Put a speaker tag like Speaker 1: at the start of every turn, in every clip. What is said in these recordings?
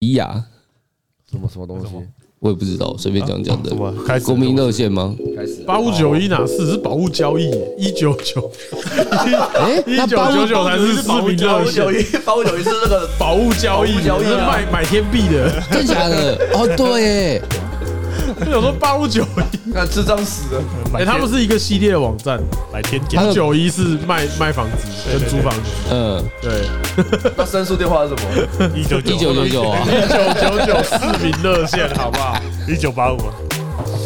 Speaker 1: 伊雅，
Speaker 2: 什么什么东西？
Speaker 1: 啊我也不知道，随便讲讲的
Speaker 3: 什。么开始
Speaker 1: 国民热线吗？
Speaker 2: 开始
Speaker 3: 八五九一哪是是宝物交易一九九
Speaker 1: 哎，
Speaker 3: 一
Speaker 1: 那
Speaker 3: 九
Speaker 1: 八
Speaker 3: 九
Speaker 1: 五
Speaker 3: 九才是市民
Speaker 4: 八
Speaker 3: 热
Speaker 4: 五九
Speaker 3: 线
Speaker 4: 一，八五九一是那个
Speaker 3: 宝物交易，
Speaker 4: 交易啊
Speaker 3: 是卖买天币的。
Speaker 1: 真假的？哦，对耶，
Speaker 3: 我想说八五九一，
Speaker 4: 看智障死了，
Speaker 3: 哎，他们是一个系列的网站，
Speaker 5: 买天
Speaker 1: 他
Speaker 5: 价，
Speaker 1: 的
Speaker 3: 九一是卖卖房子跟租房子，
Speaker 1: 嗯，
Speaker 3: 对，
Speaker 4: 那申诉电话是什么？
Speaker 5: 一九
Speaker 1: 一九
Speaker 5: 九
Speaker 1: 九九啊，
Speaker 3: 一九九九市民热线，好不好？
Speaker 5: 一九八五嘛，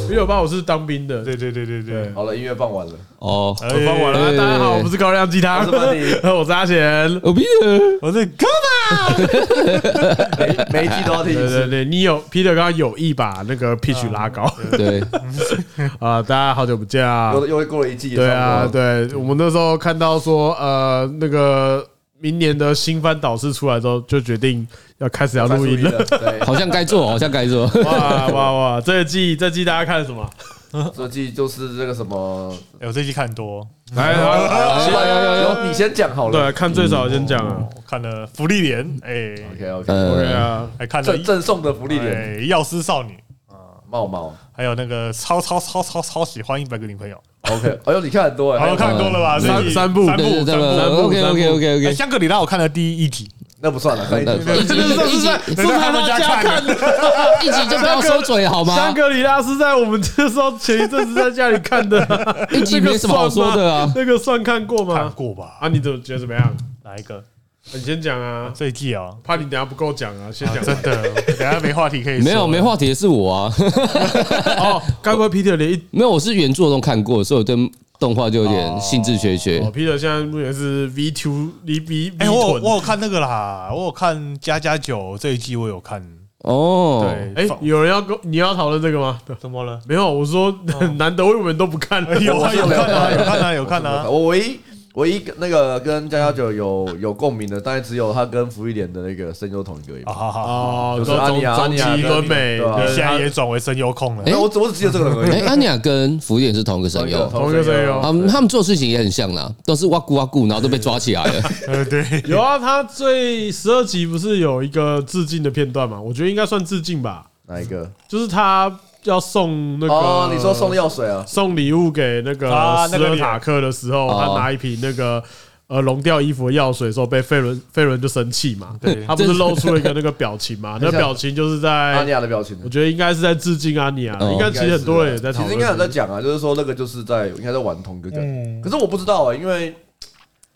Speaker 3: 一九八我是当兵的，
Speaker 5: 对对对对对，
Speaker 4: 好了，音乐放完了，
Speaker 1: 哦，
Speaker 5: 哎
Speaker 3: 我放完了。
Speaker 1: 哎
Speaker 3: 大家好，我们是高亮鸡汤，
Speaker 4: 我是巴迪
Speaker 3: 我是阿贤。
Speaker 1: 我逼的，
Speaker 5: 我是哥
Speaker 4: 每每一季都要听一
Speaker 3: 对对
Speaker 4: 次。
Speaker 3: 对，你有 Peter 刚刚有意把那个 pitch 拉高
Speaker 1: 对，
Speaker 3: 啊！大家好久不见啊！
Speaker 4: 又又过了一季，
Speaker 3: 对啊，
Speaker 4: 差不多了，
Speaker 3: 对，我们那时候看到说，呃，那个明年的新番导师出来之后，就决定要开始要啊录音了。
Speaker 4: 了。对，
Speaker 1: 好像该做，好像该做，
Speaker 3: 哇哇哇！这一季这一季大家看什么？
Speaker 4: 这季就是这个什么，
Speaker 5: 哎，我这期看多，
Speaker 3: 来，来
Speaker 4: 有有有，你先讲好了。
Speaker 3: 啊对，啊看最少先讲啊。
Speaker 5: 我哦看了福利连，哎，
Speaker 4: OK OK，
Speaker 3: 对
Speaker 1: 呃，
Speaker 3: 啊，
Speaker 5: 还看了
Speaker 4: 赠赠送的福利脸
Speaker 5: 哎药师少女，
Speaker 4: 茂茂。
Speaker 5: 还有那个超超超超超喜欢一百个女朋友，
Speaker 4: OK，哎呦，你看很多
Speaker 5: 好
Speaker 4: 哎
Speaker 5: 我，看多了吧？
Speaker 3: 三
Speaker 5: 这一集
Speaker 3: 三部
Speaker 5: 三
Speaker 1: 对对
Speaker 5: 部
Speaker 1: 对
Speaker 5: 三部。
Speaker 1: ，OK OK OK
Speaker 5: 哎
Speaker 1: OK，
Speaker 5: 香格里拉我看了第一集，
Speaker 4: 那不算了，可以。
Speaker 1: 一集一集一集
Speaker 5: 人家他们家看的，
Speaker 1: 一集就不要收嘴好吗
Speaker 3: 香？格里拉是在我们这时候前一阵子在家里看的啊，
Speaker 1: 一集没什么好说的啊。
Speaker 3: 那个算看过
Speaker 5: 看
Speaker 3: 吗？
Speaker 5: 过吧？
Speaker 3: 啊，你怎么觉得怎么样？
Speaker 5: 哪一个？
Speaker 3: 你先讲啊，
Speaker 5: 这一季啊，
Speaker 3: 怕你等下不够讲啊，先
Speaker 5: 啊
Speaker 3: 讲。
Speaker 5: 真的， 等一下没话题可以说。
Speaker 1: 没有没话题的是我啊，
Speaker 3: 哦，该不会 Peter 连一
Speaker 1: 没有我是原作都看过，所以我对动画就有点兴致缺缺
Speaker 3: 哦。，Peter 现在目前是 V two 离 V V
Speaker 5: 哎、我有
Speaker 3: 臀
Speaker 5: 我有看那个啦，我有看《加加酒》这一季，我有看。
Speaker 1: 哦，
Speaker 5: 哎、
Speaker 3: 哎、有人要跟你要讨论这个吗？
Speaker 5: 怎么了？
Speaker 3: 没有，我说 难得为什么你都不看了？
Speaker 5: 有啊，有看啊，有看啊，有
Speaker 4: 我
Speaker 5: 看 啊。
Speaker 4: 我唯一唯一那个跟江小九有有共鸣的，当然只有他跟福一莲的那个声优同一个而已
Speaker 5: 啊。好好，
Speaker 3: 哦，
Speaker 4: 就是
Speaker 3: 说
Speaker 4: 阿
Speaker 3: 总
Speaker 4: 尼亚阿
Speaker 3: 总
Speaker 4: 尼亚
Speaker 3: 崎
Speaker 4: 跟
Speaker 3: 跟美
Speaker 4: 对啊
Speaker 5: 你
Speaker 3: 对
Speaker 5: 现在也转为声优控了。
Speaker 1: 哎
Speaker 4: 那我只我只记得这个人而
Speaker 1: 哎，
Speaker 4: 已。
Speaker 1: 安妮亚跟福原是同一个声优，
Speaker 3: 同一个声优
Speaker 1: 他们他们做事情也很像啦，都是哇咕哇咕，然后都被抓起来 了。
Speaker 5: 呃，对，
Speaker 3: 有啊，他最十二集不是有一个致敬的片段嘛？我觉得应该算致敬吧，
Speaker 4: 哪一个？
Speaker 3: 就是他要送那个
Speaker 4: 哦，你说送药水啊？
Speaker 3: 送礼物给那个
Speaker 5: 啊
Speaker 3: 斯
Speaker 5: 那个
Speaker 3: 尔
Speaker 5: 脸
Speaker 3: 塔克的时候，
Speaker 1: 哦
Speaker 3: 他拿一瓶那个。呃，溶掉衣服的药水的时候，被费伦费伦就生气嘛，
Speaker 5: 对
Speaker 3: 他不是露出了一个那个表情 嘛？那
Speaker 4: 像啊
Speaker 3: 表情就是在
Speaker 4: 阿尼亚的表情
Speaker 3: 哎我。觉得应该是在致敬阿尼亚，啊
Speaker 1: 哦
Speaker 3: 应该其实很多人也在讨
Speaker 4: 其
Speaker 3: 论。
Speaker 4: 实应该有在讲啊，就是说那个就是在应该在玩同一个
Speaker 3: 嗯
Speaker 4: 梗，可是我不知道啊、因为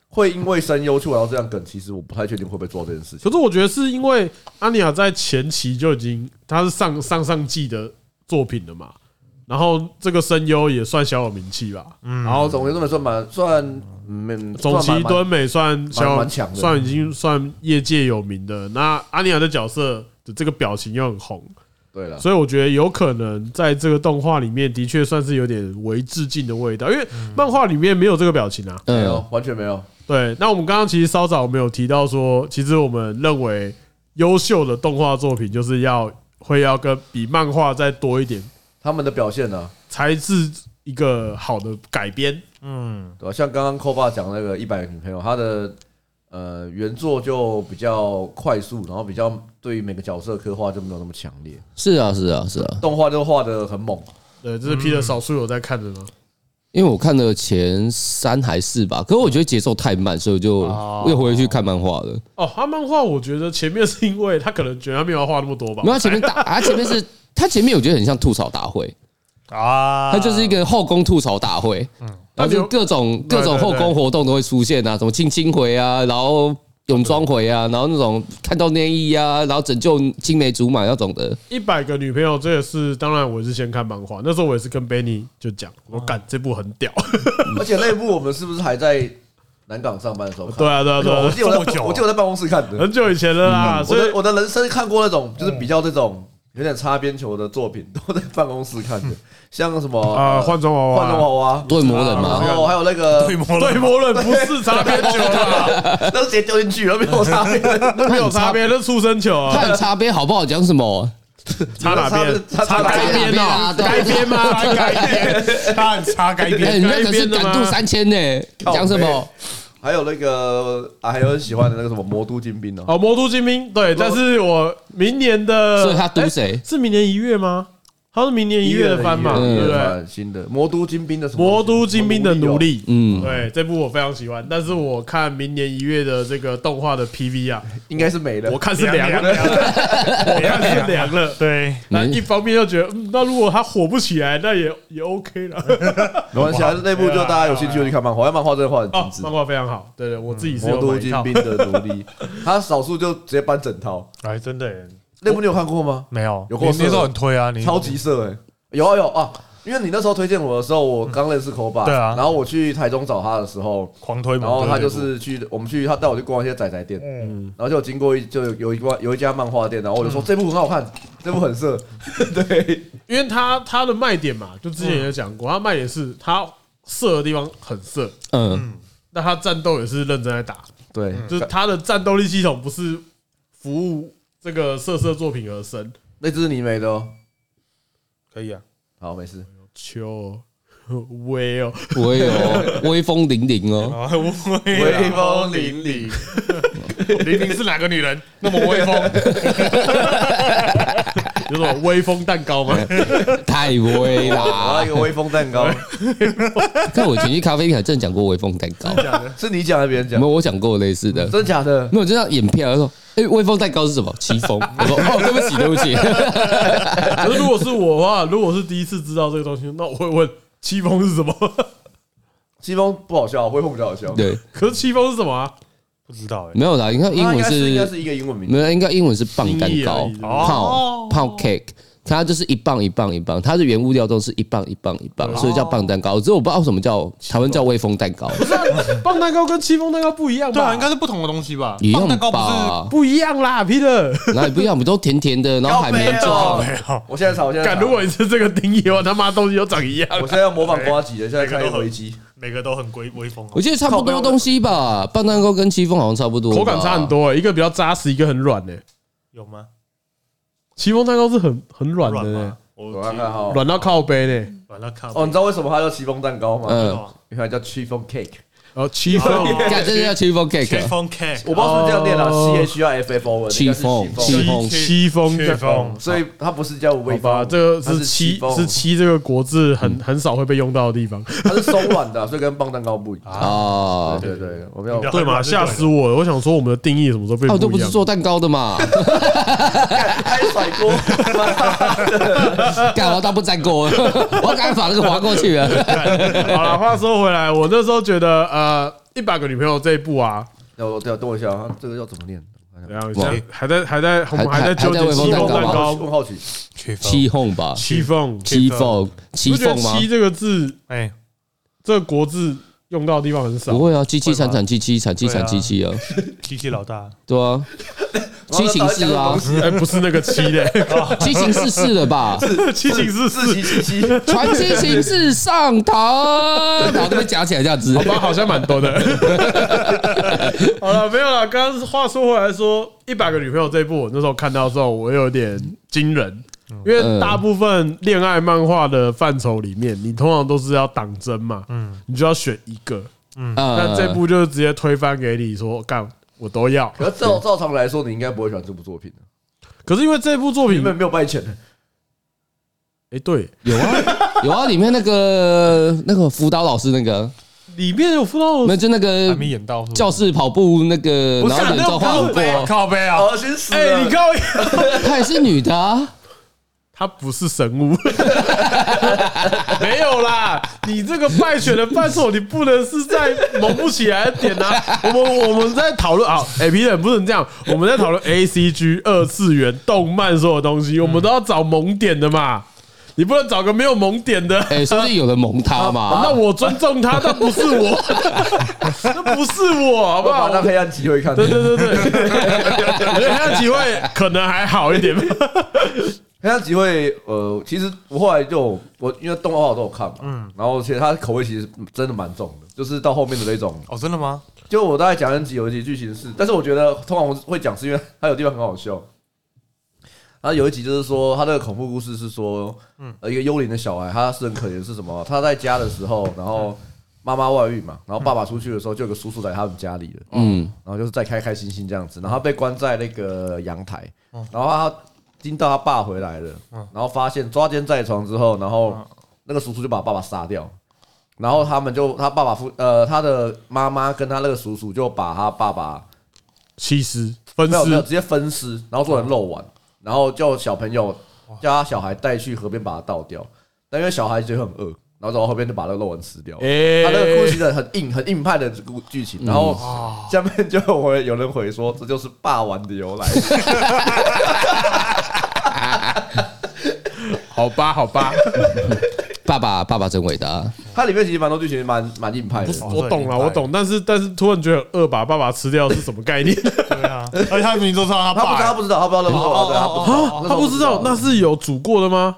Speaker 4: 会因为声优去玩到这样梗，其实我不太确定会不会做到这件事情。
Speaker 3: 可是我觉得是因为阿尼亚在前期就已经，他是上上上季的作品了嘛，然后这个声优也算小有名气吧，
Speaker 4: 然后总归这么说蛮算嗯，
Speaker 3: 嗯总崎
Speaker 4: 算蛮
Speaker 3: 敦美算小
Speaker 4: 蛮强的
Speaker 3: 算已经算业界有名的。那阿尼亚的角色的这个表情又很红，
Speaker 4: 对了，
Speaker 3: 所以我觉得有可能在这个动画里面的确算是有点为致敬的味道，因为
Speaker 4: 嗯
Speaker 3: 漫画里面没有这个表情啊。
Speaker 4: 没
Speaker 1: 嗯
Speaker 4: 有，完全没有。
Speaker 3: 对，那我们刚刚其实稍早我们有提到说，其实我们认为优秀的动画作品就是要会要跟比漫画再多一点，
Speaker 4: 他们的表现啊呢、
Speaker 3: 才是一个好的改编。
Speaker 5: 嗯，
Speaker 4: 对吧、像刚刚寇爸讲那个一百个女朋友，他的呃原作就比较快速，然后比较对于每个角色刻画就没有那么强烈，
Speaker 1: 是啊是啊是啊，
Speaker 4: 动画就画的很猛。
Speaker 3: 对，
Speaker 4: 嗯
Speaker 3: 这是 Peter 少数有在看的吗？
Speaker 1: 因为我看了前三还四吧，可是我觉得节奏太慢，所以我就又回去看漫画了。
Speaker 3: 哦，他漫画我觉得前面是因为他可能觉得他没有要画那么多吧
Speaker 1: 没有，，他前面 打，他前面是，他前面我觉得很像吐槽大会，
Speaker 5: 啊，
Speaker 1: 他就是一个后宫吐槽大会，然后就各种
Speaker 3: 嗯对
Speaker 1: 各种后宫活动都会出现啊，什么亲亲回啊，然后泳装回啊，然后那种看到内衣啊，然后拯救青梅竹马那种的，
Speaker 3: 一百个女朋友，这也是当然我是先看漫画，那时候我也是跟 Benny 就讲，
Speaker 4: 啊
Speaker 3: 我感这部很屌。嗯
Speaker 4: 而且那一部我们是不是还在南港上班的时候看？
Speaker 3: 对啊，对啊，对
Speaker 4: 我
Speaker 3: 啊，
Speaker 4: 记得我
Speaker 5: 这么
Speaker 4: 在
Speaker 5: 久
Speaker 4: 我记得我在办公室看的。
Speaker 3: 很久以前了啦，
Speaker 4: 我
Speaker 3: 所以
Speaker 4: 的我的人生看过那种就是比较这种有点擦边球的作品，都在办公室看的， 像什么
Speaker 3: 啊，换装娃娃，
Speaker 4: 换装娃娃，
Speaker 1: 对魔人嘛，
Speaker 4: 然后还有那个
Speaker 5: 对魔
Speaker 3: 对
Speaker 5: 了，
Speaker 3: 魔人不是擦边球啦。
Speaker 4: 那直接丢进去了，没有擦边，
Speaker 3: 那没有擦边，那畜生球
Speaker 4: 哦
Speaker 3: 啊，
Speaker 1: 看擦边好不好讲什么？
Speaker 3: 擦哪边？
Speaker 4: 擦
Speaker 3: 擦该边哦，
Speaker 1: 擦
Speaker 3: 该
Speaker 1: 哪
Speaker 3: 边吗？
Speaker 5: 擦该边，他很擦该
Speaker 1: 哎，
Speaker 5: 边，
Speaker 1: 你那个是感度三千呢，讲什么？
Speaker 4: 还有那个啊，还有很喜欢的那个什么魔都精兵哦，
Speaker 3: 哦，魔都精兵，对，但是我明年的，
Speaker 1: 所以他赌谁
Speaker 3: 诶是明年一月吗？他是明年一月的番嘛，
Speaker 4: 一
Speaker 3: 对
Speaker 4: 月嗯
Speaker 3: 不
Speaker 4: 的
Speaker 3: 对？
Speaker 4: 番新的魔都精兵的什么？
Speaker 3: 魔都精兵的奴隶，
Speaker 1: 嗯，
Speaker 3: 对，这部我非常喜欢，但是我看明年一月的这个动画的 PV 啊，
Speaker 4: 哦应该是没了
Speaker 3: 我。看是凉了， 我看是凉了。
Speaker 5: 对，
Speaker 3: 那一方面又觉得，嗯，那如果它火不起来，那也也 OK 了。
Speaker 4: 没关系啊，那部就大家有兴趣就去看漫画，因为漫画真的画很
Speaker 3: 哎哦
Speaker 4: 精，致
Speaker 3: 漫。画非常好，对对，我自己是
Speaker 4: 魔
Speaker 3: 有
Speaker 4: 都
Speaker 3: 买一
Speaker 4: 精
Speaker 3: 套
Speaker 4: 兵的奴隶，他少数就直接搬整套。
Speaker 3: 嗯
Speaker 5: 哎，真的耶
Speaker 4: 那部你有看过吗？
Speaker 5: 没有，
Speaker 4: 有
Speaker 5: 你
Speaker 4: 够色
Speaker 5: 那时候很推啊，你
Speaker 4: 超级色哎、有啊有啊，因为你那时候推荐我的时候，我刚认识 k o
Speaker 3: 嗯
Speaker 4: b a
Speaker 5: 对啊
Speaker 4: 然后我去台中找他的时候，
Speaker 5: 狂推嘛，
Speaker 4: 然后他就
Speaker 5: 对
Speaker 4: 是去我们去他带我去逛一些仔仔店，嗯，然后就经过一就有有一家有一家漫画店，然后我就说这部很好看，这部很色， 对，
Speaker 3: 因为它它的卖点嘛，就之前也讲
Speaker 5: 嗯
Speaker 3: 过，它卖点是它射的地方很射，
Speaker 4: 呃
Speaker 1: 嗯，
Speaker 3: 那它战斗也是认真在打，
Speaker 4: 对，
Speaker 5: 嗯
Speaker 3: 就是它的战斗力系统不是服务这个色色作品而生。
Speaker 4: 那只是你没的哦，
Speaker 5: 可以啊，
Speaker 4: 好没事，
Speaker 3: 秋威 哦，
Speaker 1: 我也 有威风凛凛哦，
Speaker 5: 啊，我
Speaker 4: 威风凛凛，
Speaker 3: 玲玲是哪个女人那么 威风？有种威风蛋糕吗？
Speaker 1: 太威
Speaker 4: 我要
Speaker 1: 啦
Speaker 4: 一！个威风蛋糕，
Speaker 1: 看我以前去咖啡厅还真的讲过威风蛋糕，
Speaker 4: 是你讲还是别人讲
Speaker 1: 没有？我讲过类似的。
Speaker 4: 真假的？
Speaker 1: 那我就这样演票，他说：“哎、威风蛋糕是什么？奇风。”我说：“哦，对不起，对不起。
Speaker 3: 可是如果是我的话，如果是第一次知道这个东西，那我会问戚风是什么？
Speaker 4: 西风不好笑，威风比较好笑”，
Speaker 1: 对，
Speaker 3: 可是戚风是什么啊？
Speaker 5: 不知道哎，
Speaker 1: 没有啦，你看英
Speaker 4: 它啊应
Speaker 1: 文
Speaker 4: 该是应该
Speaker 1: 是
Speaker 4: 是一个英文名字
Speaker 1: 没有，应该英文是棒蛋糕
Speaker 3: 音译而已
Speaker 1: 泡泡 cake，它就是一棒一棒一棒，它的原物料都是一棒一棒一棒，所以叫棒蛋糕。只是我不知道为什么叫台湾叫威风蛋糕，
Speaker 3: 棒蛋糕跟戚风蛋糕不一样吧？
Speaker 5: 对啊，应该是不同的东西吧？
Speaker 1: 一样
Speaker 5: 棒蛋糕不
Speaker 1: 吧？
Speaker 3: 不一样啦，Peter。
Speaker 1: 哪里不一样？我们都甜甜的，然后海绵
Speaker 4: 靠
Speaker 1: 状
Speaker 4: 北哦。
Speaker 5: 是没有，
Speaker 4: 我现在查， 我现在
Speaker 3: 敢
Speaker 4: 查
Speaker 3: 如果你是这个定义的话，他妈东西都长一样。
Speaker 4: 我现在要模仿瓜吉的，现在看哎一个危机，
Speaker 5: 每个都很威威风哦，
Speaker 1: 我记得差不多东西吧，棒蛋糕跟戚风好像差不多，啊
Speaker 3: 口感差很。多、欸，一个比较扎实，一个很软诶、欸。
Speaker 5: 有吗？
Speaker 3: 戚风蛋糕是很很软的、
Speaker 5: 软
Speaker 3: 欸
Speaker 5: 吗，？我
Speaker 4: 我看看哈。
Speaker 3: 软到靠背呢、
Speaker 5: 软到看
Speaker 4: 哦，你知道为什么它叫戚风蛋糕吗？
Speaker 1: 嗯，
Speaker 5: 道
Speaker 4: 原来叫戚风 cake。
Speaker 3: 然后戚风
Speaker 5: 哦
Speaker 1: 看这就叫戚风 cake，
Speaker 5: 风 cake，
Speaker 4: 我不知道是不是这样念啦
Speaker 3: 哦
Speaker 4: ，C H R F F O N。
Speaker 1: 戚风
Speaker 4: 风，
Speaker 1: 戚风
Speaker 3: 戚风
Speaker 5: 戚风，
Speaker 4: 所以它不是叫微
Speaker 3: 好吧，
Speaker 4: 风，
Speaker 3: 这个
Speaker 4: 它
Speaker 3: 是
Speaker 4: 是
Speaker 3: 戚
Speaker 4: 风
Speaker 3: 是，戚这个国字
Speaker 1: 嗯
Speaker 3: 很很少会被用到的地方，
Speaker 4: 它是松软的，所以跟棒蛋糕不一样。
Speaker 3: 啊
Speaker 1: 哦。
Speaker 4: 对对，对我 没有
Speaker 5: 对
Speaker 3: 对吗？吓死我了！我想说我们的定义什么时候被
Speaker 1: 啊，我
Speaker 3: 不
Speaker 1: 都不
Speaker 3: 一
Speaker 1: 是
Speaker 3: 样？
Speaker 1: 做蛋糕的 嘛，
Speaker 4: 开甩锅，
Speaker 1: 干 我倒不粘锅，我刚把那个划过去啊了。
Speaker 3: 好了，话说回来，我那时候觉得呃，一百个女朋友这一步啊，
Speaker 4: 要我等等我一下啊，这个要怎么念？我看一下
Speaker 3: 然后现在还在还在我们
Speaker 1: 还
Speaker 3: 还在纠
Speaker 1: 还在
Speaker 3: 结
Speaker 1: 微风
Speaker 3: 戚
Speaker 1: 蛋
Speaker 3: 风蛋
Speaker 4: 问
Speaker 3: 糕、
Speaker 4: 号曲，
Speaker 5: 戚风，
Speaker 1: 戚风吧，
Speaker 3: 戚风，
Speaker 1: 戚风，
Speaker 3: 你
Speaker 1: 戚
Speaker 3: 不觉
Speaker 1: 风
Speaker 3: 得“
Speaker 1: 吗
Speaker 3: 戚”？这个字，
Speaker 5: 哎，
Speaker 3: 这个国字用到的地方很少
Speaker 1: 不。会啊，七七惨惨戚戚惨戚惨戚戚啊，
Speaker 5: 机器老大，
Speaker 1: 对啊，七情
Speaker 4: 然
Speaker 1: 四
Speaker 4: 后
Speaker 1: 啊
Speaker 4: 他讲的东，西
Speaker 3: 哎，不是那个七嘞，
Speaker 1: 七情四四了吧？
Speaker 3: 七情是
Speaker 4: 自
Speaker 3: 四，
Speaker 4: 欺欺欺，
Speaker 1: 传七情四上堂，然后这边夹起来这样子
Speaker 3: 好，吧，好像蛮多的。好了，没有了。刚刚话说回来说，一百个女朋友这一部，我那时候看到的时候，我有点惊人，因为大部分恋爱漫画的范畴里面，你通常都是要党争嘛，嗯，你就要选一个。那
Speaker 1: 呃
Speaker 3: 这部就是直接推翻给你说，干我都要。
Speaker 4: 可是照照常来说，你应该不会喜欢这部作品的，
Speaker 3: 可是因为这部作
Speaker 4: 你
Speaker 3: 品，
Speaker 4: 们没有卖钱的，
Speaker 3: 哎，对，
Speaker 1: 有啊有啊，里面那个那个辅导老师那个，
Speaker 3: 里面有辅导
Speaker 1: 那就那个
Speaker 5: 还没演到是不是
Speaker 1: 教室跑步那个，
Speaker 3: 不是
Speaker 1: 然
Speaker 3: 啊
Speaker 1: 后人造化
Speaker 3: 那不是
Speaker 1: 过，
Speaker 5: 靠背啊，
Speaker 4: 恶心死
Speaker 3: 哎，你
Speaker 4: 了！
Speaker 3: 看我，
Speaker 1: 她也是女的啊。
Speaker 3: 他不是神巫， 没有啦。你这个败犬的范畴，你不能是在萌不起来的点啊。我们我们在讨论啊，哎，皮特不能这样，我们在讨论 A C G 二次元动漫所有东西，我们都要找萌点的嘛。你不能找个没有萌点的。
Speaker 1: 哎、说不定有人蒙他嘛？
Speaker 3: 那我尊重他，但不是我， 那不是我，好
Speaker 4: 我
Speaker 3: 不好
Speaker 4: 把？那黑暗集会看，
Speaker 3: 对对对对， 哎我觉得他的机会可能还好 一点。
Speaker 4: 黑暗集会，呃，其实我后来就我因为动画我都有看嘛，然后其实它口味其实真的蛮重的，就是到后面的那种，
Speaker 5: 哦，真的吗？
Speaker 4: 就我大概讲了几有几剧情是，但是我觉得通常我会讲是因为它有地方很好笑。然后有一集就是说，他的恐怖故事是说，呃，一个幽灵的小孩，他是很可怜，是什么？他在家的时候，然后妈妈外遇嘛，然后爸爸出去的时候，就有个叔叔来他们家里了，嗯，然后就是在开开心心这样子，然后他被关在那个阳台，然后他听到他爸回来了，然后发现抓奸在床之后，然后那个叔叔就把爸爸杀掉，然后他们就他爸爸夫呃他的妈妈跟他那个叔叔就把他爸爸
Speaker 3: 西施分
Speaker 4: 没有没有
Speaker 3: 尸
Speaker 4: 直接分尸，然后做成肉丸，然后叫小朋友叫他小孩带去河边把它倒掉，但因为小孩就很饿，然后走到后边就把那个肉丸吃掉。
Speaker 3: 哎
Speaker 4: 他那个故事的很硬很硬派的故剧情，
Speaker 3: 嗯
Speaker 4: 然后下面就有回有人回说这就是霸王的由 来，
Speaker 3: 好吧好吧，
Speaker 1: 爸爸，爸爸真伟大。啊
Speaker 4: 它里面其实蛮多剧情蛮蛮硬派的，
Speaker 3: 我懂了我懂，但是但是突然觉得饿把爸爸吃掉是什么概念？
Speaker 5: 对 啊，而且他明明都知道他
Speaker 4: 他不知道他
Speaker 5: 爸，
Speaker 4: 不知道他不知道那
Speaker 5: 哦
Speaker 4: 个
Speaker 5: 哦哦
Speaker 4: 对
Speaker 5: 哦
Speaker 4: 啊他
Speaker 3: 他
Speaker 4: 不知道
Speaker 3: 不知道那是有煮过的吗？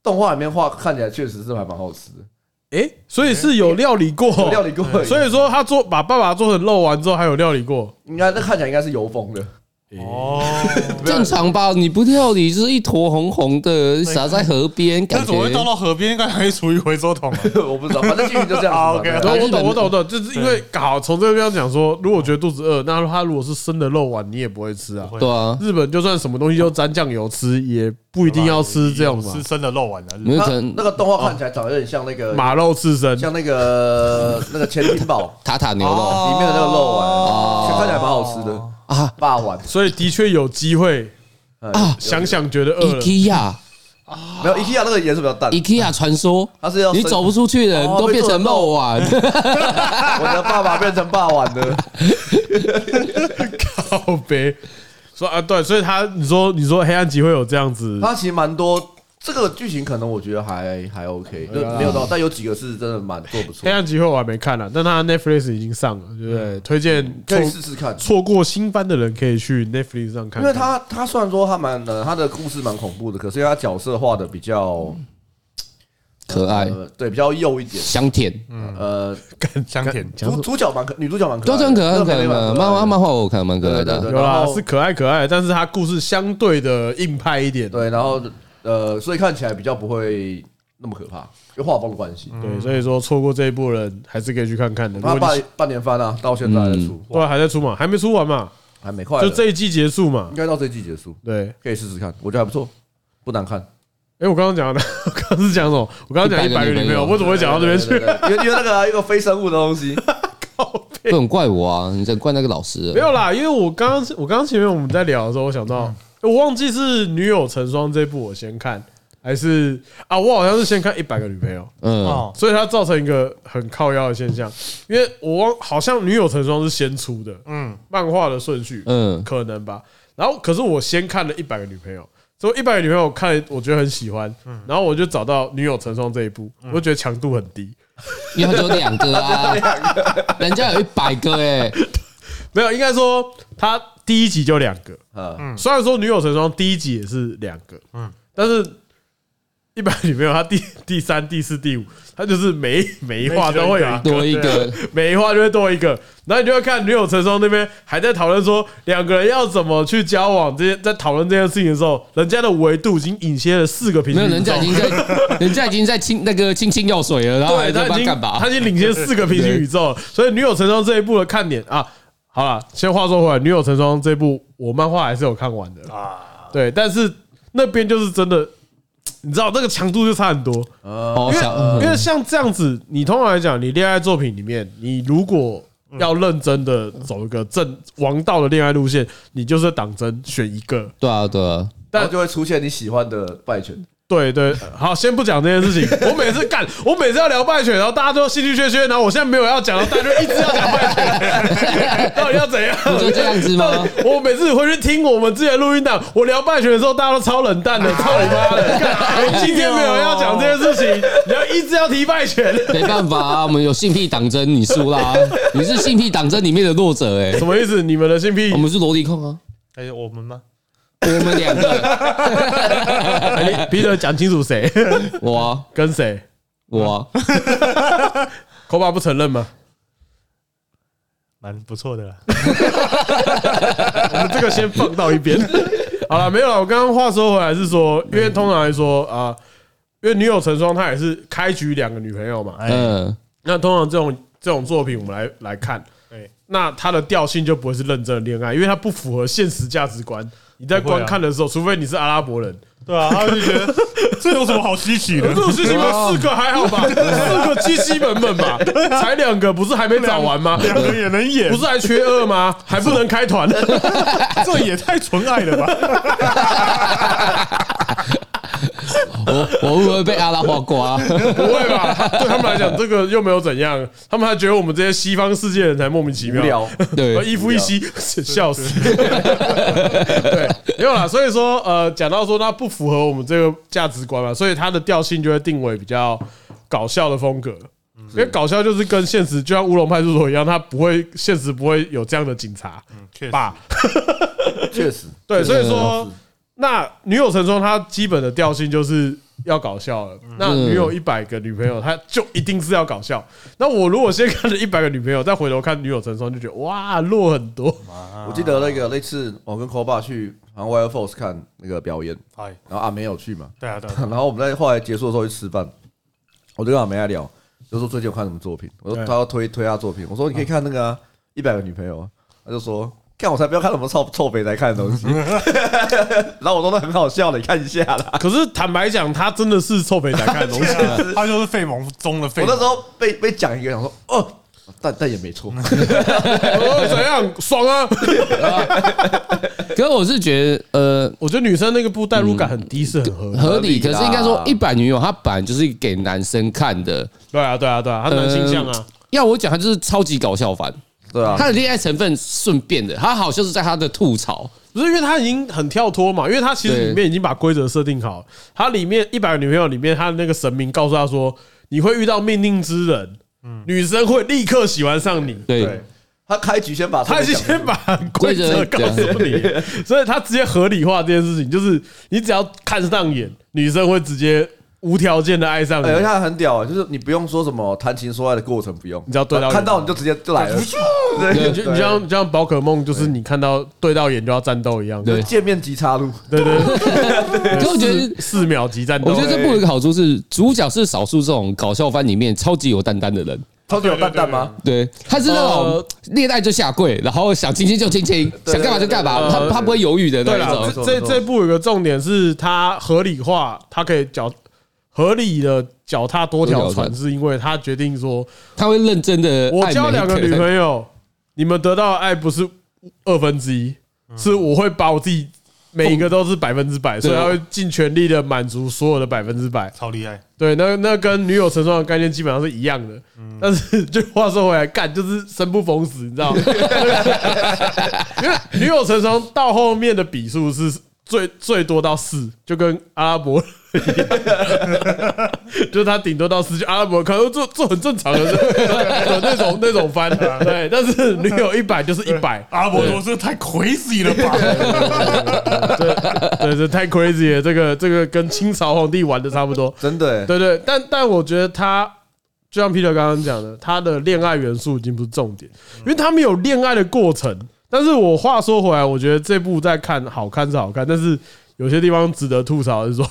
Speaker 4: 动画里面画看起来确实是还蛮好吃的，
Speaker 3: 哎，所以是有料理过，
Speaker 4: 料理过而已，
Speaker 3: 所以说他做把爸爸做成肉丸之后还有料理过，
Speaker 4: 应该那看起来应该是油封的，
Speaker 5: 哦，
Speaker 1: 正常吧？你不料理就是一坨红红的撒在河边，
Speaker 5: 那
Speaker 1: 感
Speaker 5: 怎么会倒
Speaker 1: 觉
Speaker 5: 到河边？应该可以处于回收 桶啊。
Speaker 4: 我不知道，反正剧情就这样子嘛。
Speaker 5: 啊，OK
Speaker 4: 对啊
Speaker 3: 然后我
Speaker 1: 日本
Speaker 3: 懂，我懂，我懂，就是因为好从这个地方讲说，如果觉得肚子饿，那他如果是生的肉丸，你也不会吃啊
Speaker 5: 不。会
Speaker 1: 对啊，
Speaker 3: 日本就算什么东西都沾酱油吃，也不一定要吃这种嘛
Speaker 5: 吃生的肉丸的，啊
Speaker 1: 没有
Speaker 4: 它
Speaker 1: 可能
Speaker 4: 那个动画看起来长得有点像那个
Speaker 3: 马肉刺身。
Speaker 4: 像那个那个钱丁 堡
Speaker 1: 塔塔牛肉
Speaker 4: 里面的那个肉丸，
Speaker 1: 哦
Speaker 4: 其实看起来蛮好吃的
Speaker 1: 啊
Speaker 4: 霸丸。
Speaker 3: 所以的确有机会，
Speaker 4: 啊，
Speaker 3: 想想觉得饿了，
Speaker 1: ，IKEA，IKEA
Speaker 4: 没有 IKEA 那个颜色比较淡，
Speaker 1: 传说，
Speaker 4: 它是要
Speaker 1: 你
Speaker 4: 生
Speaker 1: 走不出去的，
Speaker 4: 哦
Speaker 1: 你都变成肉丸，
Speaker 4: 我的爸爸变成霸丸的，
Speaker 3: 靠呗。说啊，对，所以他你说你说黑暗集会有这样子，
Speaker 4: 它其实蛮多。这个剧情可能我觉得还还 OK，就没有到，但有几个是真的蛮做不错
Speaker 3: 黑，暗集会我还没看啊呢，但他 Netflix 已经上了，对不对？啊推荐
Speaker 4: 可
Speaker 3: 错
Speaker 4: 以试试看。
Speaker 3: 错过新番的人可以去 Netflix 上看看，
Speaker 4: 因为他他虽然说他蛮呃他的故事蛮恐怖的，可是因为他角色画的比较
Speaker 1: 可爱，
Speaker 4: 呃对比较幼一点，
Speaker 1: 香甜，
Speaker 4: 呃
Speaker 5: 香甜
Speaker 4: 主主角蛮可女主角蛮可
Speaker 1: 都
Speaker 4: 爱的，
Speaker 1: 真可爱，
Speaker 4: 那
Speaker 1: 很
Speaker 4: 个
Speaker 1: 可
Speaker 4: 妹
Speaker 1: 爱
Speaker 4: 妹蛮
Speaker 1: 的。
Speaker 4: 可爱
Speaker 1: 漫
Speaker 4: 的
Speaker 1: 画漫画我看蛮可爱
Speaker 4: 对对
Speaker 1: 的，
Speaker 4: 对
Speaker 3: 有啦
Speaker 4: 然，后
Speaker 3: 是可爱可爱，但是他故事相对的硬派一点，
Speaker 4: 对，然后呃，所以看起来比较不会那么可怕，因为画风的关系。
Speaker 3: 对，所以说错过这一部的人还是可以去看嗯看的。如
Speaker 4: 嗯他
Speaker 3: 果你
Speaker 4: 半半年番啊，到现在还在出，
Speaker 3: 对还在出嘛，还没出完嘛，
Speaker 4: 还没快了，
Speaker 3: 就这一季结束嘛
Speaker 4: 应，该到这一季结束，
Speaker 3: 对。
Speaker 4: 可以试试看，我觉得还不错，不难看。
Speaker 3: 哎、我刚刚讲的， 我刚刚是讲什么？我刚刚讲一百
Speaker 1: 100
Speaker 3: 个
Speaker 1: 个
Speaker 3: 女
Speaker 1: 女
Speaker 3: 朋
Speaker 1: 朋
Speaker 3: 友，
Speaker 1: 友
Speaker 3: 我怎么会讲到这边去？
Speaker 4: 对？对对对因为因为那个啊一个非生物的东西，
Speaker 1: 不能怪我啊，你只能怪那个老师
Speaker 3: 没
Speaker 1: 了。
Speaker 3: 有啦，因为我刚刚我刚刚前面我们在聊的时候，我想
Speaker 5: 嗯
Speaker 3: 到、呃我忘记是《女友成双》这部我先看，还是啊，我好像是先看《一百个女朋友
Speaker 1: 嗯，
Speaker 5: 哦》，，所以它造成一个很靠腰的现象，因为我忘好像《女友成双》是先出的嗯，
Speaker 3: 漫画的顺序，
Speaker 1: 嗯
Speaker 3: 可能吧。然后可是我先看了《一百个女朋友》，所以《一百个女朋友》我看了我觉得很喜欢，
Speaker 5: 嗯
Speaker 3: 然后我就找到《女友成双》这一部，我就觉得强度很低。
Speaker 1: 因为他只有两个啊，人家有一百个哎，
Speaker 3: 没有，应该说他第一集就两个。
Speaker 4: 嗯，
Speaker 3: 虽然说《女友成双》第一集也是两个，嗯，但是一般女朋友她第 第三、第四、第五，她就是每一每一话都会有一个，
Speaker 1: 多一个，
Speaker 3: 每一话就会多一个。然后你就会看《女友成双》那边还在讨论说两个人要怎么去交往，这些在讨论这件事情的时候，人家的维度已经隐歇了四个平
Speaker 1: 没
Speaker 3: 行
Speaker 1: 有，
Speaker 3: 宇宙，
Speaker 1: 人家已经在， 人家已经在清那个清清药水了，然后啊还
Speaker 3: 对
Speaker 1: 在
Speaker 3: 他
Speaker 1: 帮他
Speaker 3: 已经
Speaker 1: 干嘛
Speaker 3: 他？已经领先四个平行宇宙，所以《女友成双》这一部的看点啊，好了，先话说回来，《女友成双》这部我漫画还是有看完的啊，对，但是那边就是真的，你知道那个强度就差很多，
Speaker 4: 啊
Speaker 1: 哦，
Speaker 3: 因
Speaker 1: 想
Speaker 3: 为因为像这样子，你通常来讲，你恋爱作品里面，你如果要认真的走一个正王道的恋爱路线，你就是党争选一个，
Speaker 1: 对啊，对啊，
Speaker 4: 但就会出现你喜欢的败犬，
Speaker 3: 对对，好，先不讲这件事情。我每次干，我每次要聊败犬，然后大家都兴趣缺缺，然后我现在没有要讲，然后大家就一直要讲败犬，到底要怎样？
Speaker 1: 不就这样子吗？
Speaker 3: 我每次回去听我们之前的录音档，我聊败犬的时候，大家都超冷淡的，操你妈的！干哎我今天没有要讲这件事情，你要一直要提败犬，
Speaker 1: 没办法啊，我们有性癖党争，你输啦，你是性癖党争里面的弱者哎、
Speaker 3: 什么意思？你们的性癖
Speaker 1: 我？们是萝莉控啊，
Speaker 5: 哎，我们吗？
Speaker 1: 我们两个，
Speaker 3: 哎彼得讲清楚谁
Speaker 1: 我啊，
Speaker 3: 跟谁？
Speaker 1: 我啊，
Speaker 3: 口爸不承认吗？
Speaker 5: 蛮不错的啦，
Speaker 3: 我 们这个先放到一边。 好了，没有了。我刚刚话说回来是说，因为通常来说啊、因为女友成双，她也是开局两个女朋友嘛。
Speaker 5: 哎，
Speaker 1: 嗯，
Speaker 3: 那通常这种这种作品，我们来来看，
Speaker 5: 对
Speaker 3: 那它的调性就不会是认真的恋爱，因为它不符合现实价值观。你在
Speaker 5: 不会啊
Speaker 3: 观看的时候，除非你是阿拉伯 人，
Speaker 5: 对啊，他就觉得这有什么好稀 奇的
Speaker 3: 这？种事情门四个还好 吧，四个七七本本吧，才两个，不是还没找完吗？
Speaker 5: 两个也能演，
Speaker 3: 不是还缺二吗？还不能开团？
Speaker 5: 这也太纯爱了 吧？
Speaker 1: 我我会不会被阿拉花瓜？
Speaker 3: 不会吧？ 对他们来讲，这个又没有怎样，他们还觉得我们这些西方世界人才莫名其
Speaker 4: 无
Speaker 3: 妙。
Speaker 4: 聊，
Speaker 3: 呃
Speaker 1: 对，
Speaker 3: 一夫一妻， 笑死！对，没有啦。所以说，呃，讲到说它不符合我们这个价值观嘛，所以它的调性就会定为比较搞笑的风格。
Speaker 4: 嗯
Speaker 3: 因为搞笑就是跟现实，就像乌龙派出所一样，它不会现实不会有这样的警察
Speaker 5: 嗯确实
Speaker 3: 吧？
Speaker 4: 确实，
Speaker 3: 对，所以说，那女友成双，它基本的调性就是要搞笑了。那女友一百个女朋友，她就一定是要搞笑。那我如果先看了一百个女朋友，再回头看女友成双，就觉得哇，弱很多。
Speaker 4: 我记得那个那次我跟 Koba 去好像 Wild Force 看那个表演，
Speaker 5: 哎，
Speaker 4: 然后阿梅有去嘛，
Speaker 5: 对啊， 对啊，
Speaker 4: 然后我们在后来结束的时候去吃饭，我就跟阿梅在聊，就说最近有看什么作品，我说
Speaker 3: 对嗯
Speaker 4: 他要推推他作品，我说你可以看那个啊一百个女朋友啊，他就说。看我才不要看什么臭臭肥宅看的 东西，然后我说那很好笑的，你看一下啦。
Speaker 3: 可是坦白讲，他真的是臭肥仔 看的东西。
Speaker 5: 他就是费蒙中的费
Speaker 4: 我
Speaker 5: 蒙
Speaker 4: 那时候被被讲一个，想说哦，但但也没 错，
Speaker 3: 我哦说怎样爽啊？
Speaker 1: 可是我是觉得呃。
Speaker 3: 我觉得女生那个不代入感很低是很
Speaker 1: 合理，
Speaker 3: 合理。
Speaker 4: 合
Speaker 1: 可
Speaker 4: 理啦
Speaker 1: 是应该说，一百女友她本来就是给男生看的。呃
Speaker 3: 对啊，对啊，对啊，他男性向啊，
Speaker 1: 要我讲，她就是超级搞笑番，
Speaker 4: 对啊
Speaker 1: 她，的恋爱成分顺便的，她好像是在她的吐槽。
Speaker 3: 不是因为他已经很跳脱嘛，因为他其实里面已经把规则设定好了。他里面一百个女朋友里面，他的那个神明告诉他说，你会遇到命定之人，女生会立刻喜欢上你。
Speaker 1: 对，
Speaker 4: 他开局先把
Speaker 3: 他是先把规则告诉你，所以他直接合理化这件事情，就是你只要看上眼，女生会直接无条件的爱上你
Speaker 4: 哎，。而且他很屌啊，就是你不用说什么谈情说爱的过程，不用，
Speaker 3: 你只要对到眼
Speaker 4: 看到你就直接就来了，对
Speaker 3: 你就你就像就像宝可梦，就是你看到对到眼就要战斗一样，
Speaker 1: 对
Speaker 4: 见面即插入，
Speaker 3: 对对
Speaker 1: 可是我觉得
Speaker 3: 对，四秒级战斗。
Speaker 1: 我觉得这部有一个好处是，主角是少数这种搞笑番里面超级有担当的人。
Speaker 4: 超级有蛋蛋吗？
Speaker 1: 对，他是那种
Speaker 3: 呃
Speaker 1: 恋爱就下跪，然后想亲亲就亲亲，
Speaker 4: 对
Speaker 1: 想干嘛就干嘛，
Speaker 4: 对对
Speaker 1: 他
Speaker 4: 对
Speaker 1: 他不会犹豫的那
Speaker 3: 对
Speaker 1: 一
Speaker 3: 了
Speaker 1: 种
Speaker 4: 没。
Speaker 3: 这
Speaker 4: 错
Speaker 3: 这
Speaker 4: 没错
Speaker 3: 这部有一个重点是它合理化，它可以脚合理的脚踏多条
Speaker 1: 多条
Speaker 3: 船，
Speaker 1: 船
Speaker 3: 是因为他决定说，
Speaker 1: 他会认真的。
Speaker 3: 我交两个女朋，友，你们得到的爱不是二分之一，是我会把我自己。每一个都是百分之百，所以他会尽全力的满足所有的百分之百。
Speaker 5: 超厉害，
Speaker 3: 对，那那跟女友成双的概念基本上是一样的，但是 就话说回来，干就是生不逢时，你知道吗？因为女友成双到后面的笔数是最最多到四，就跟阿拉伯人一样， 就是他顶多到四，就阿拉伯人看呃这这很正常的的那种那种翻，对，但是女友一百就是一百，
Speaker 5: 阿伯罗这太 crazy 了吧？
Speaker 3: 对，这太 crazy 了，这个这个跟清朝皇帝玩的差不多。
Speaker 4: 真的欸，
Speaker 3: 对对，但但我觉得他就像 Peter 刚刚讲的，他的恋爱元素已经不是重点，因为他们有恋爱的过程。但是我话说回来，我觉得这部在看好看是好看，但是有些地方值得吐槽，是说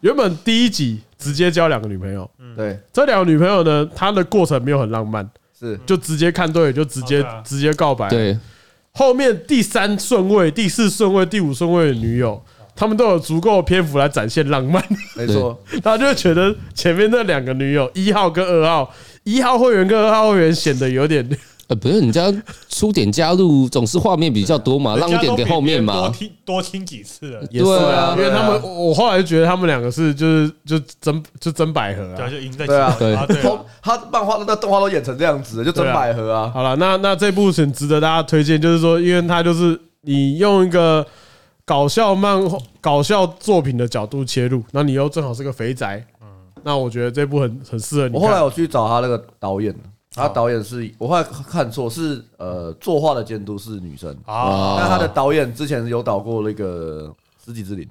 Speaker 3: 原本第一集直接交两个女朋友，
Speaker 4: 嗯对，
Speaker 3: 这两个女朋友呢，她的过程没有很浪漫，
Speaker 4: 是
Speaker 3: 就直接看对眼就直接
Speaker 5: 好的啊
Speaker 3: 直接告白。
Speaker 1: 对
Speaker 3: 后面第三顺位、第四顺位、第五顺位的女友，她们都有足够的篇幅来展现浪漫。
Speaker 4: 没错，
Speaker 3: 他就觉得前面那两个女友一号跟二号，一号会员跟二号会员显得有点
Speaker 1: 呃，不是人家出点加入总是画面比较多嘛，让一点给后面
Speaker 5: 人家都
Speaker 1: 嘛
Speaker 5: 比别人多。听多听几次了，
Speaker 1: 也是啊对啊
Speaker 3: 因为他们我我后来就觉得他们两个是就是就真就真百合
Speaker 5: 对啊，
Speaker 3: 啊。
Speaker 5: 就赢在
Speaker 4: 对啊
Speaker 5: 起跑啊，对啊
Speaker 4: 从他漫画那动画都演成这样子，就真百合啊，
Speaker 3: 好了，那那这部很值得大家推荐，就是说，因为它就是你用一个搞笑漫画、搞笑作品的角度切入，那你又正好是个肥宅，那我觉得这部很很适合你
Speaker 4: 我
Speaker 3: 看。
Speaker 4: 后来我去找他那个导演，他导演是我后来看错是呃作画的监督是女生，
Speaker 5: 啊
Speaker 4: 但他的导演之前有导过那个《世纪之灵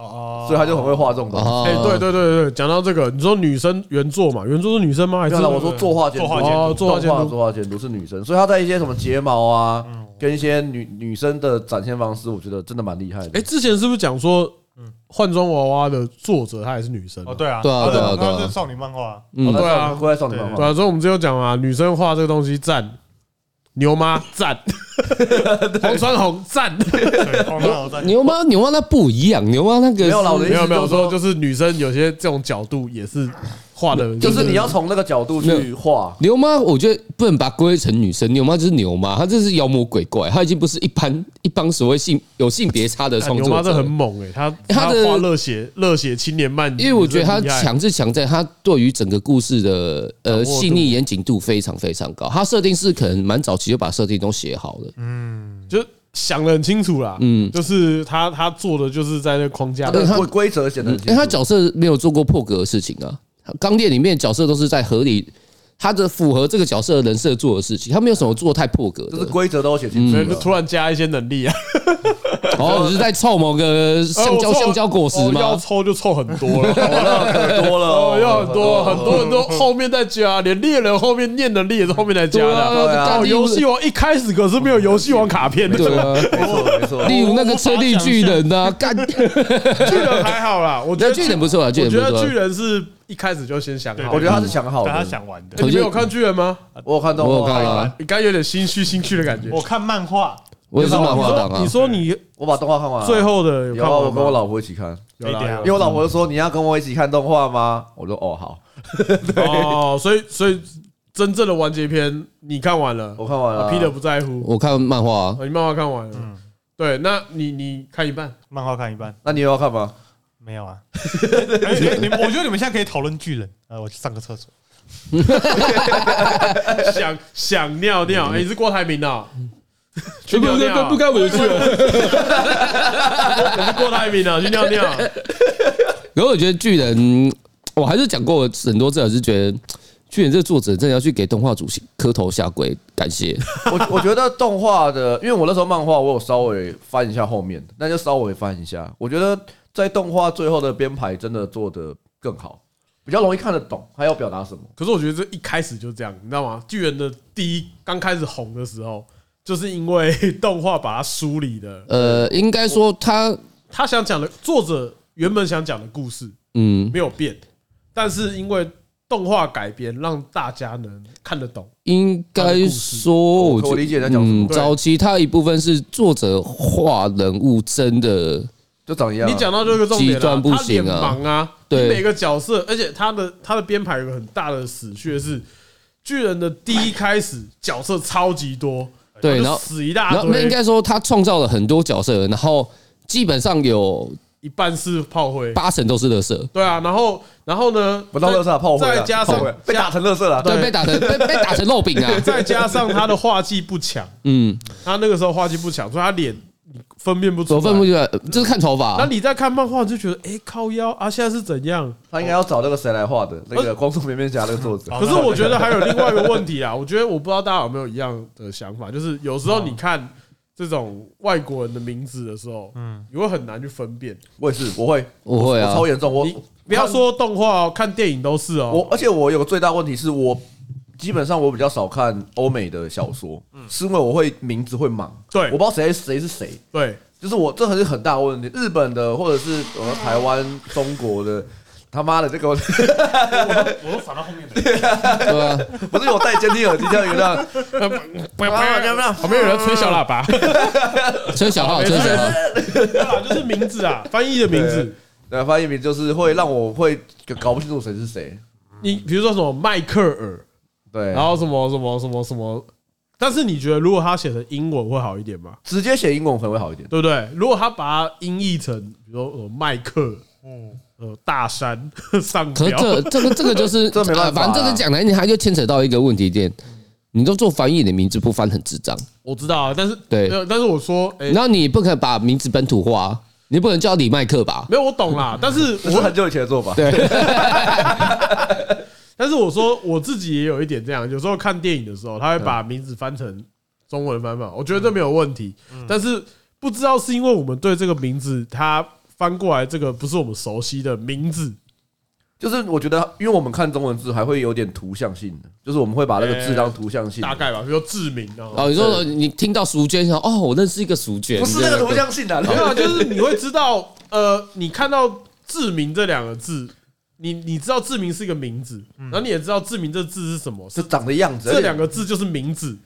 Speaker 5: 哦》，
Speaker 4: 所以他就很会画这种东西。
Speaker 1: 哦
Speaker 3: 哎，对对对对对，讲到这个，你说女生原作嘛，原作是女生吗？还是
Speaker 4: 没有啦我说作画监督
Speaker 5: 作画监督
Speaker 3: 哦作画监督
Speaker 4: 动作画监督是女生，所以她在一些什么睫毛
Speaker 5: 嗯
Speaker 4: 啊，跟一些女女生的展现方式，我觉得真的蛮厉害
Speaker 3: 哎、
Speaker 4: 的。
Speaker 3: 之前是不是讲说换装娃娃的作者她也是女生啊
Speaker 5: 哦，对啊，
Speaker 1: 嗯对啊
Speaker 5: 他是
Speaker 1: 对啊对啊
Speaker 5: 他是少女漫画，
Speaker 1: 嗯
Speaker 4: 对
Speaker 3: 对啊
Speaker 4: 过来哦送你漫
Speaker 3: 对
Speaker 4: 画，
Speaker 3: 啊，所以我们之前有讲嘛，女生画这个东西赞，牛妈 赞，黄川红赞，
Speaker 5: 对，荒唐在
Speaker 1: 牛妈牛妈那不一样，牛妈那个
Speaker 4: 没有啦我的
Speaker 1: 是
Speaker 4: 意思
Speaker 3: 没有没有
Speaker 4: 就是
Speaker 3: 说
Speaker 4: 说
Speaker 3: 就是女生有些这种角度也是画的，
Speaker 4: 就是你要从那个角度
Speaker 1: 没
Speaker 4: 去画，
Speaker 1: 牛妈，我觉得不能把它归类成女生，牛妈就是牛妈，她这是妖魔鬼怪，她已经不是一般一般所谓性有性别差 的
Speaker 3: 哎
Speaker 1: 创
Speaker 3: 牛
Speaker 1: 作
Speaker 3: 妈这
Speaker 1: 者
Speaker 3: 很。猛哎，她她
Speaker 1: 她的
Speaker 3: 画热血热血青年漫，
Speaker 1: 因为我觉得她
Speaker 3: 女生厉害
Speaker 1: 强是强在她对于整个故事的
Speaker 3: 掌握
Speaker 1: 呃
Speaker 3: 度
Speaker 1: 细腻严谨度非常非常高，她设定是可能蛮早期就把设定都写好了，
Speaker 3: 就想得很清楚啦，
Speaker 1: 嗯，
Speaker 3: 就是她她做的就是在那个框架
Speaker 1: 对
Speaker 3: 内
Speaker 1: 他嗯
Speaker 4: 规规则显得很
Speaker 1: 因为
Speaker 4: 清
Speaker 1: 他
Speaker 4: 楚。
Speaker 1: 角色没有做过破格的事情啊。钢铁里面角色都是在合理，他的符合这个角色的人设做的事情，他没有什么做太破格
Speaker 4: 就
Speaker 1: 的。
Speaker 4: 是规则都写清楚
Speaker 3: 所以
Speaker 1: 嗯
Speaker 4: 了，
Speaker 3: 就突然加一些能力啊，
Speaker 1: 哦，你是在凑某个橡胶
Speaker 3: 哦我凑
Speaker 1: 橡胶果实
Speaker 3: 哦要
Speaker 1: 吗？
Speaker 3: 抽就抽很多了。
Speaker 4: 然多了
Speaker 3: 哦，
Speaker 4: 哦，
Speaker 3: 要很多很多人都后面再加，连猎人后面念能力也是后面再加
Speaker 1: 对啊，
Speaker 3: 的。
Speaker 1: 干
Speaker 3: 哦，
Speaker 1: 例如
Speaker 3: 游戏王一开始可是没有游戏王卡片的，
Speaker 1: 对啊，
Speaker 4: 没错没错，
Speaker 1: 例如那个车力巨人啊， 干，
Speaker 3: 巨人还好啦，我觉
Speaker 1: 那
Speaker 3: 得
Speaker 1: 巨人不错啊，巨
Speaker 3: 我
Speaker 1: 人
Speaker 3: 觉
Speaker 1: 不
Speaker 3: 得
Speaker 1: 错
Speaker 3: 巨。人是一开始就先想好
Speaker 5: 对
Speaker 3: 的。
Speaker 4: 我觉得他是想好
Speaker 5: 但他
Speaker 4: 的，
Speaker 5: 想玩的
Speaker 3: 哎。你没有看巨人吗？
Speaker 4: 我有看哎到，
Speaker 1: 我有看啊，
Speaker 3: 你刚有点心虚心虚的感觉。
Speaker 5: 我看漫画，
Speaker 1: 我也是漫画党啊
Speaker 3: 你。说你
Speaker 4: 我把动画看完了，
Speaker 3: 最后的有
Speaker 4: 有
Speaker 3: 看
Speaker 4: 啊，
Speaker 3: 完吗
Speaker 4: 我跟我老婆一起看，
Speaker 3: 有啦
Speaker 5: 一点啊
Speaker 3: 有
Speaker 4: 因为我老婆说你要跟我一起看动画吗？我说哦好，
Speaker 3: 哦，所以所以真正的完结篇你看完啊了
Speaker 4: 我看完了。
Speaker 3: ，Peter 不在乎，
Speaker 1: 我看漫画啊，
Speaker 3: 哦你漫画看完了。对，那你你看一半，
Speaker 5: 漫画看一半，
Speaker 4: 那你有要看吗？
Speaker 5: 没有啊。哎你你们，我觉得你们现在可以讨论巨人。呃，我去上个厕所。
Speaker 3: 想想尿尿，
Speaker 1: 嗯
Speaker 3: 哎，你是郭台铭啊？去
Speaker 1: 不
Speaker 3: 尿尿啊
Speaker 1: 不不干我的事。
Speaker 3: 你是郭台铭啊？去尿尿。
Speaker 1: 然后我觉得巨人，我还是讲过很多次，还是觉得巨人这个作者真的要去给动画组磕头下跪，感谢。
Speaker 4: 我我觉得动画的，因为我那时候漫画我有稍微翻一下后面的，那就稍微翻一下。我觉得在动画最后的编排真的做得更好，比较容易看得懂，还要表达什么。
Speaker 3: 可是我觉得这一开始就这样，你知道吗？巨人的第一刚开始红的时候，就是因为动画把它梳理的，
Speaker 1: 呃，应该说他，
Speaker 3: 他想讲的作者原本想讲的故事
Speaker 1: 嗯，
Speaker 3: 没有变，但是因为动画改编，让大家能看得懂。
Speaker 1: 应该说，我
Speaker 4: 哦我
Speaker 1: 觉
Speaker 4: 理
Speaker 1: 得，
Speaker 4: 解你在讲什
Speaker 1: 嗯，
Speaker 4: 么，
Speaker 3: 对
Speaker 1: 早期他一部分是作者画人物真的，
Speaker 4: 就长一样啊。
Speaker 3: 你讲到这个重点
Speaker 1: 极端
Speaker 3: 了，
Speaker 1: 不
Speaker 3: 他
Speaker 1: 行
Speaker 3: 脸
Speaker 1: 啊
Speaker 3: 盲啊，你
Speaker 1: 对
Speaker 3: 每个角色，而且他的他的编排有个很大的死穴是。巨人的第一开始角色超级多，
Speaker 1: 对，
Speaker 3: 就
Speaker 1: 然后，
Speaker 3: 死一大
Speaker 1: 然后那
Speaker 3: 堆，
Speaker 1: 应该说他创造了很多角色，然后基本上有
Speaker 3: 一半是炮灰，
Speaker 1: 八成都是乐色，
Speaker 3: 对啊，然后然后呢？
Speaker 4: 不到乐色啊炮灰啊，
Speaker 3: 再加上
Speaker 4: 炮灰被打成啊乐色了。
Speaker 1: 对，被打 成被被打成肉饼啊，
Speaker 3: 再加上他的画技不强，
Speaker 1: 嗯，
Speaker 3: 他那个时候画技不强，所以他脸分辨不出
Speaker 1: 我
Speaker 3: 来。
Speaker 1: 分不出来，就是看头
Speaker 3: 那
Speaker 1: 发，啊
Speaker 3: 你在看漫画就觉得，哎，靠腰啊，现在是怎样？
Speaker 4: 他应该要找那个谁来画的，那个《光速绵绵侠》那个作者。
Speaker 3: 可是我觉得还有另外一个问题啊，我觉得我不知道大家有没有一样的想法，就是有时候你看这种外国人的名字的时候，嗯，你会很难去分辨。
Speaker 4: 我也是，我会，
Speaker 1: 我会啊
Speaker 4: 超严重。我
Speaker 3: 你不要说动画哦，看电影都是哦。
Speaker 4: 我，而且我有个最大问题是我基本上我比较少看欧美的小说，是因为我会名字会盲，
Speaker 3: 嗯对
Speaker 4: 我不知道谁谁是谁，
Speaker 3: 对，
Speaker 4: 就是我这还是很大的问题。日本的或者是我们台湾、中国的，他妈的这个
Speaker 5: 我都反到后面的，
Speaker 1: 对啊，
Speaker 4: 不是有戴监听耳机这样一样，
Speaker 3: 不要不要不要，旁边有人吹小喇叭，
Speaker 1: 吹小 号，吹小号，
Speaker 3: 对吧？就是名字啊，翻译的 名字。
Speaker 4: 对，翻译名就是会让我会搞不清楚谁是谁。
Speaker 3: 你比如说什么迈克尔，
Speaker 4: 对，
Speaker 3: 然后什么什么什么什么，但是你觉得如果他写成英文会好一点吗？
Speaker 4: 直接写英文可能会好一点。
Speaker 3: 对不对？如果他把它音译成，比如说呃麦克，呃大山 上
Speaker 1: 可是
Speaker 3: 标，
Speaker 1: 这这个这个就是，
Speaker 4: 这没办法啊
Speaker 1: 呃反正这个讲来，你他就牵扯到一个问题点，你都做翻译，你名字不翻很智障。
Speaker 3: 我知道啊，但是
Speaker 1: 对
Speaker 3: 没有但是我说，哎，
Speaker 1: 然后你不可能把名字本土化，你不能叫李麦克吧？
Speaker 3: 没有我懂啦，但是
Speaker 4: 这是
Speaker 3: 我
Speaker 4: 很久以前的做法。
Speaker 3: 但是我说我自己也有一点这样，有时候看电影的时候，他会把
Speaker 4: 嗯
Speaker 3: 名字翻成中文翻法，我觉得这没有问题，
Speaker 4: 嗯
Speaker 3: 但是不知道是因为我们对这个名字，它翻过来这个不是我们熟悉的名字，
Speaker 4: 就是我觉得，因为我们看中文字还会有点图像性的，就是我们会把那个字当图像性的，
Speaker 3: 大概吧，比如说志明啊，
Speaker 1: 哦，你说你听到淑娟，想哦，我认识一个淑娟，
Speaker 4: 不是那个图像性的，
Speaker 3: 没有啊，就是你会知道，呃，你看到“志明”这两个字，你你知道“志明”是一个名字，然后你也知道“志明”这字是什么，
Speaker 4: 嗯就是长的样子，
Speaker 3: 这两个字就是名字。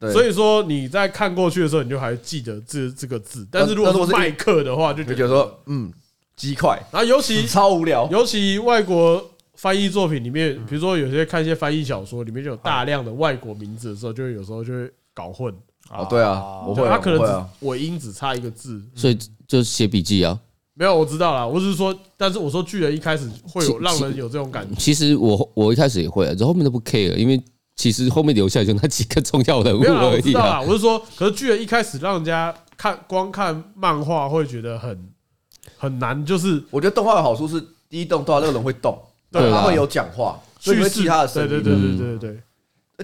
Speaker 4: 对，
Speaker 3: 所以说你在看过去的时候，你就还记得这这个字。但是如果
Speaker 4: 但
Speaker 3: 说
Speaker 4: 是我
Speaker 3: 麦
Speaker 4: 是
Speaker 3: 克的话，就
Speaker 4: 就
Speaker 3: 觉
Speaker 4: 觉得
Speaker 3: 得，
Speaker 4: 说，嗯，鸡块
Speaker 3: 然后尤其
Speaker 4: 超无聊，
Speaker 3: 尤其外国翻译作品里面，比如说有些看一些翻译小说，里面就有大量的外国名字的时候，就会有时候就会搞混。
Speaker 4: 哦，对啊，我会啊，
Speaker 3: 他可能
Speaker 4: 我会啊，
Speaker 3: 只尾音只差一个字，
Speaker 1: 所以就写笔记啊。
Speaker 3: 没有我知道啦，我只是说，但是我说巨人一开始会有让人有这种 感觉。
Speaker 1: 其实我我一开始也会啊，然后后面都不 care，因为其实后面留下来就那几个重要人物
Speaker 3: 没有啦，
Speaker 1: 而
Speaker 3: 我知
Speaker 1: 已
Speaker 3: 道啦，
Speaker 1: 啊。
Speaker 3: 我是说，可是巨人一开始让人家看光看漫画会觉得很很难，就是
Speaker 4: 我觉得动画的好处是，第一动画那个人会动，
Speaker 3: 对
Speaker 4: 他
Speaker 1: 啦
Speaker 4: 会有讲话，所以
Speaker 3: 叙
Speaker 4: 你会
Speaker 3: 事
Speaker 4: 记他的声
Speaker 3: 对
Speaker 4: 音，
Speaker 3: 对对对对对对。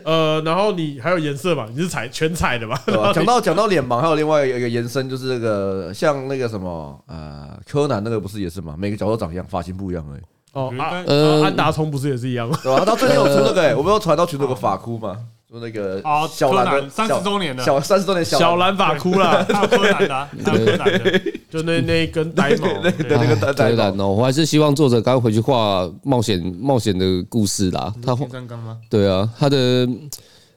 Speaker 3: 呃，然后你还有颜色吧？你是彩全彩的吧？
Speaker 4: 对吧？讲到讲到脸盲，还有另外一个延伸，就是那个像那个什么呃，柯南那个不是也是吗？每个角色长一样，发型不一样而已，
Speaker 3: 哦，啊
Speaker 1: 呃
Speaker 3: 安达充不是也是一样吗？
Speaker 4: 对吧？到最近有出那个、欸，我们有传到群主有个法哭嘛，说那个
Speaker 5: 哦，
Speaker 4: 小
Speaker 5: 柯
Speaker 4: 兰的
Speaker 5: 南三十周年的
Speaker 4: 小小三十周年
Speaker 3: 小兰
Speaker 4: 兰
Speaker 3: 法哭 啦，
Speaker 5: 还有柯南的啊，还有柯南的，
Speaker 3: 就那那一根呆毛。啊
Speaker 4: 的那个呆
Speaker 1: 当
Speaker 4: 呆毛
Speaker 1: 然哦，我还是希望作者刚回去画冒险冒险的故事啦。
Speaker 3: 嗯
Speaker 1: 他后
Speaker 5: 金刚刚吗？
Speaker 1: 对啊，他的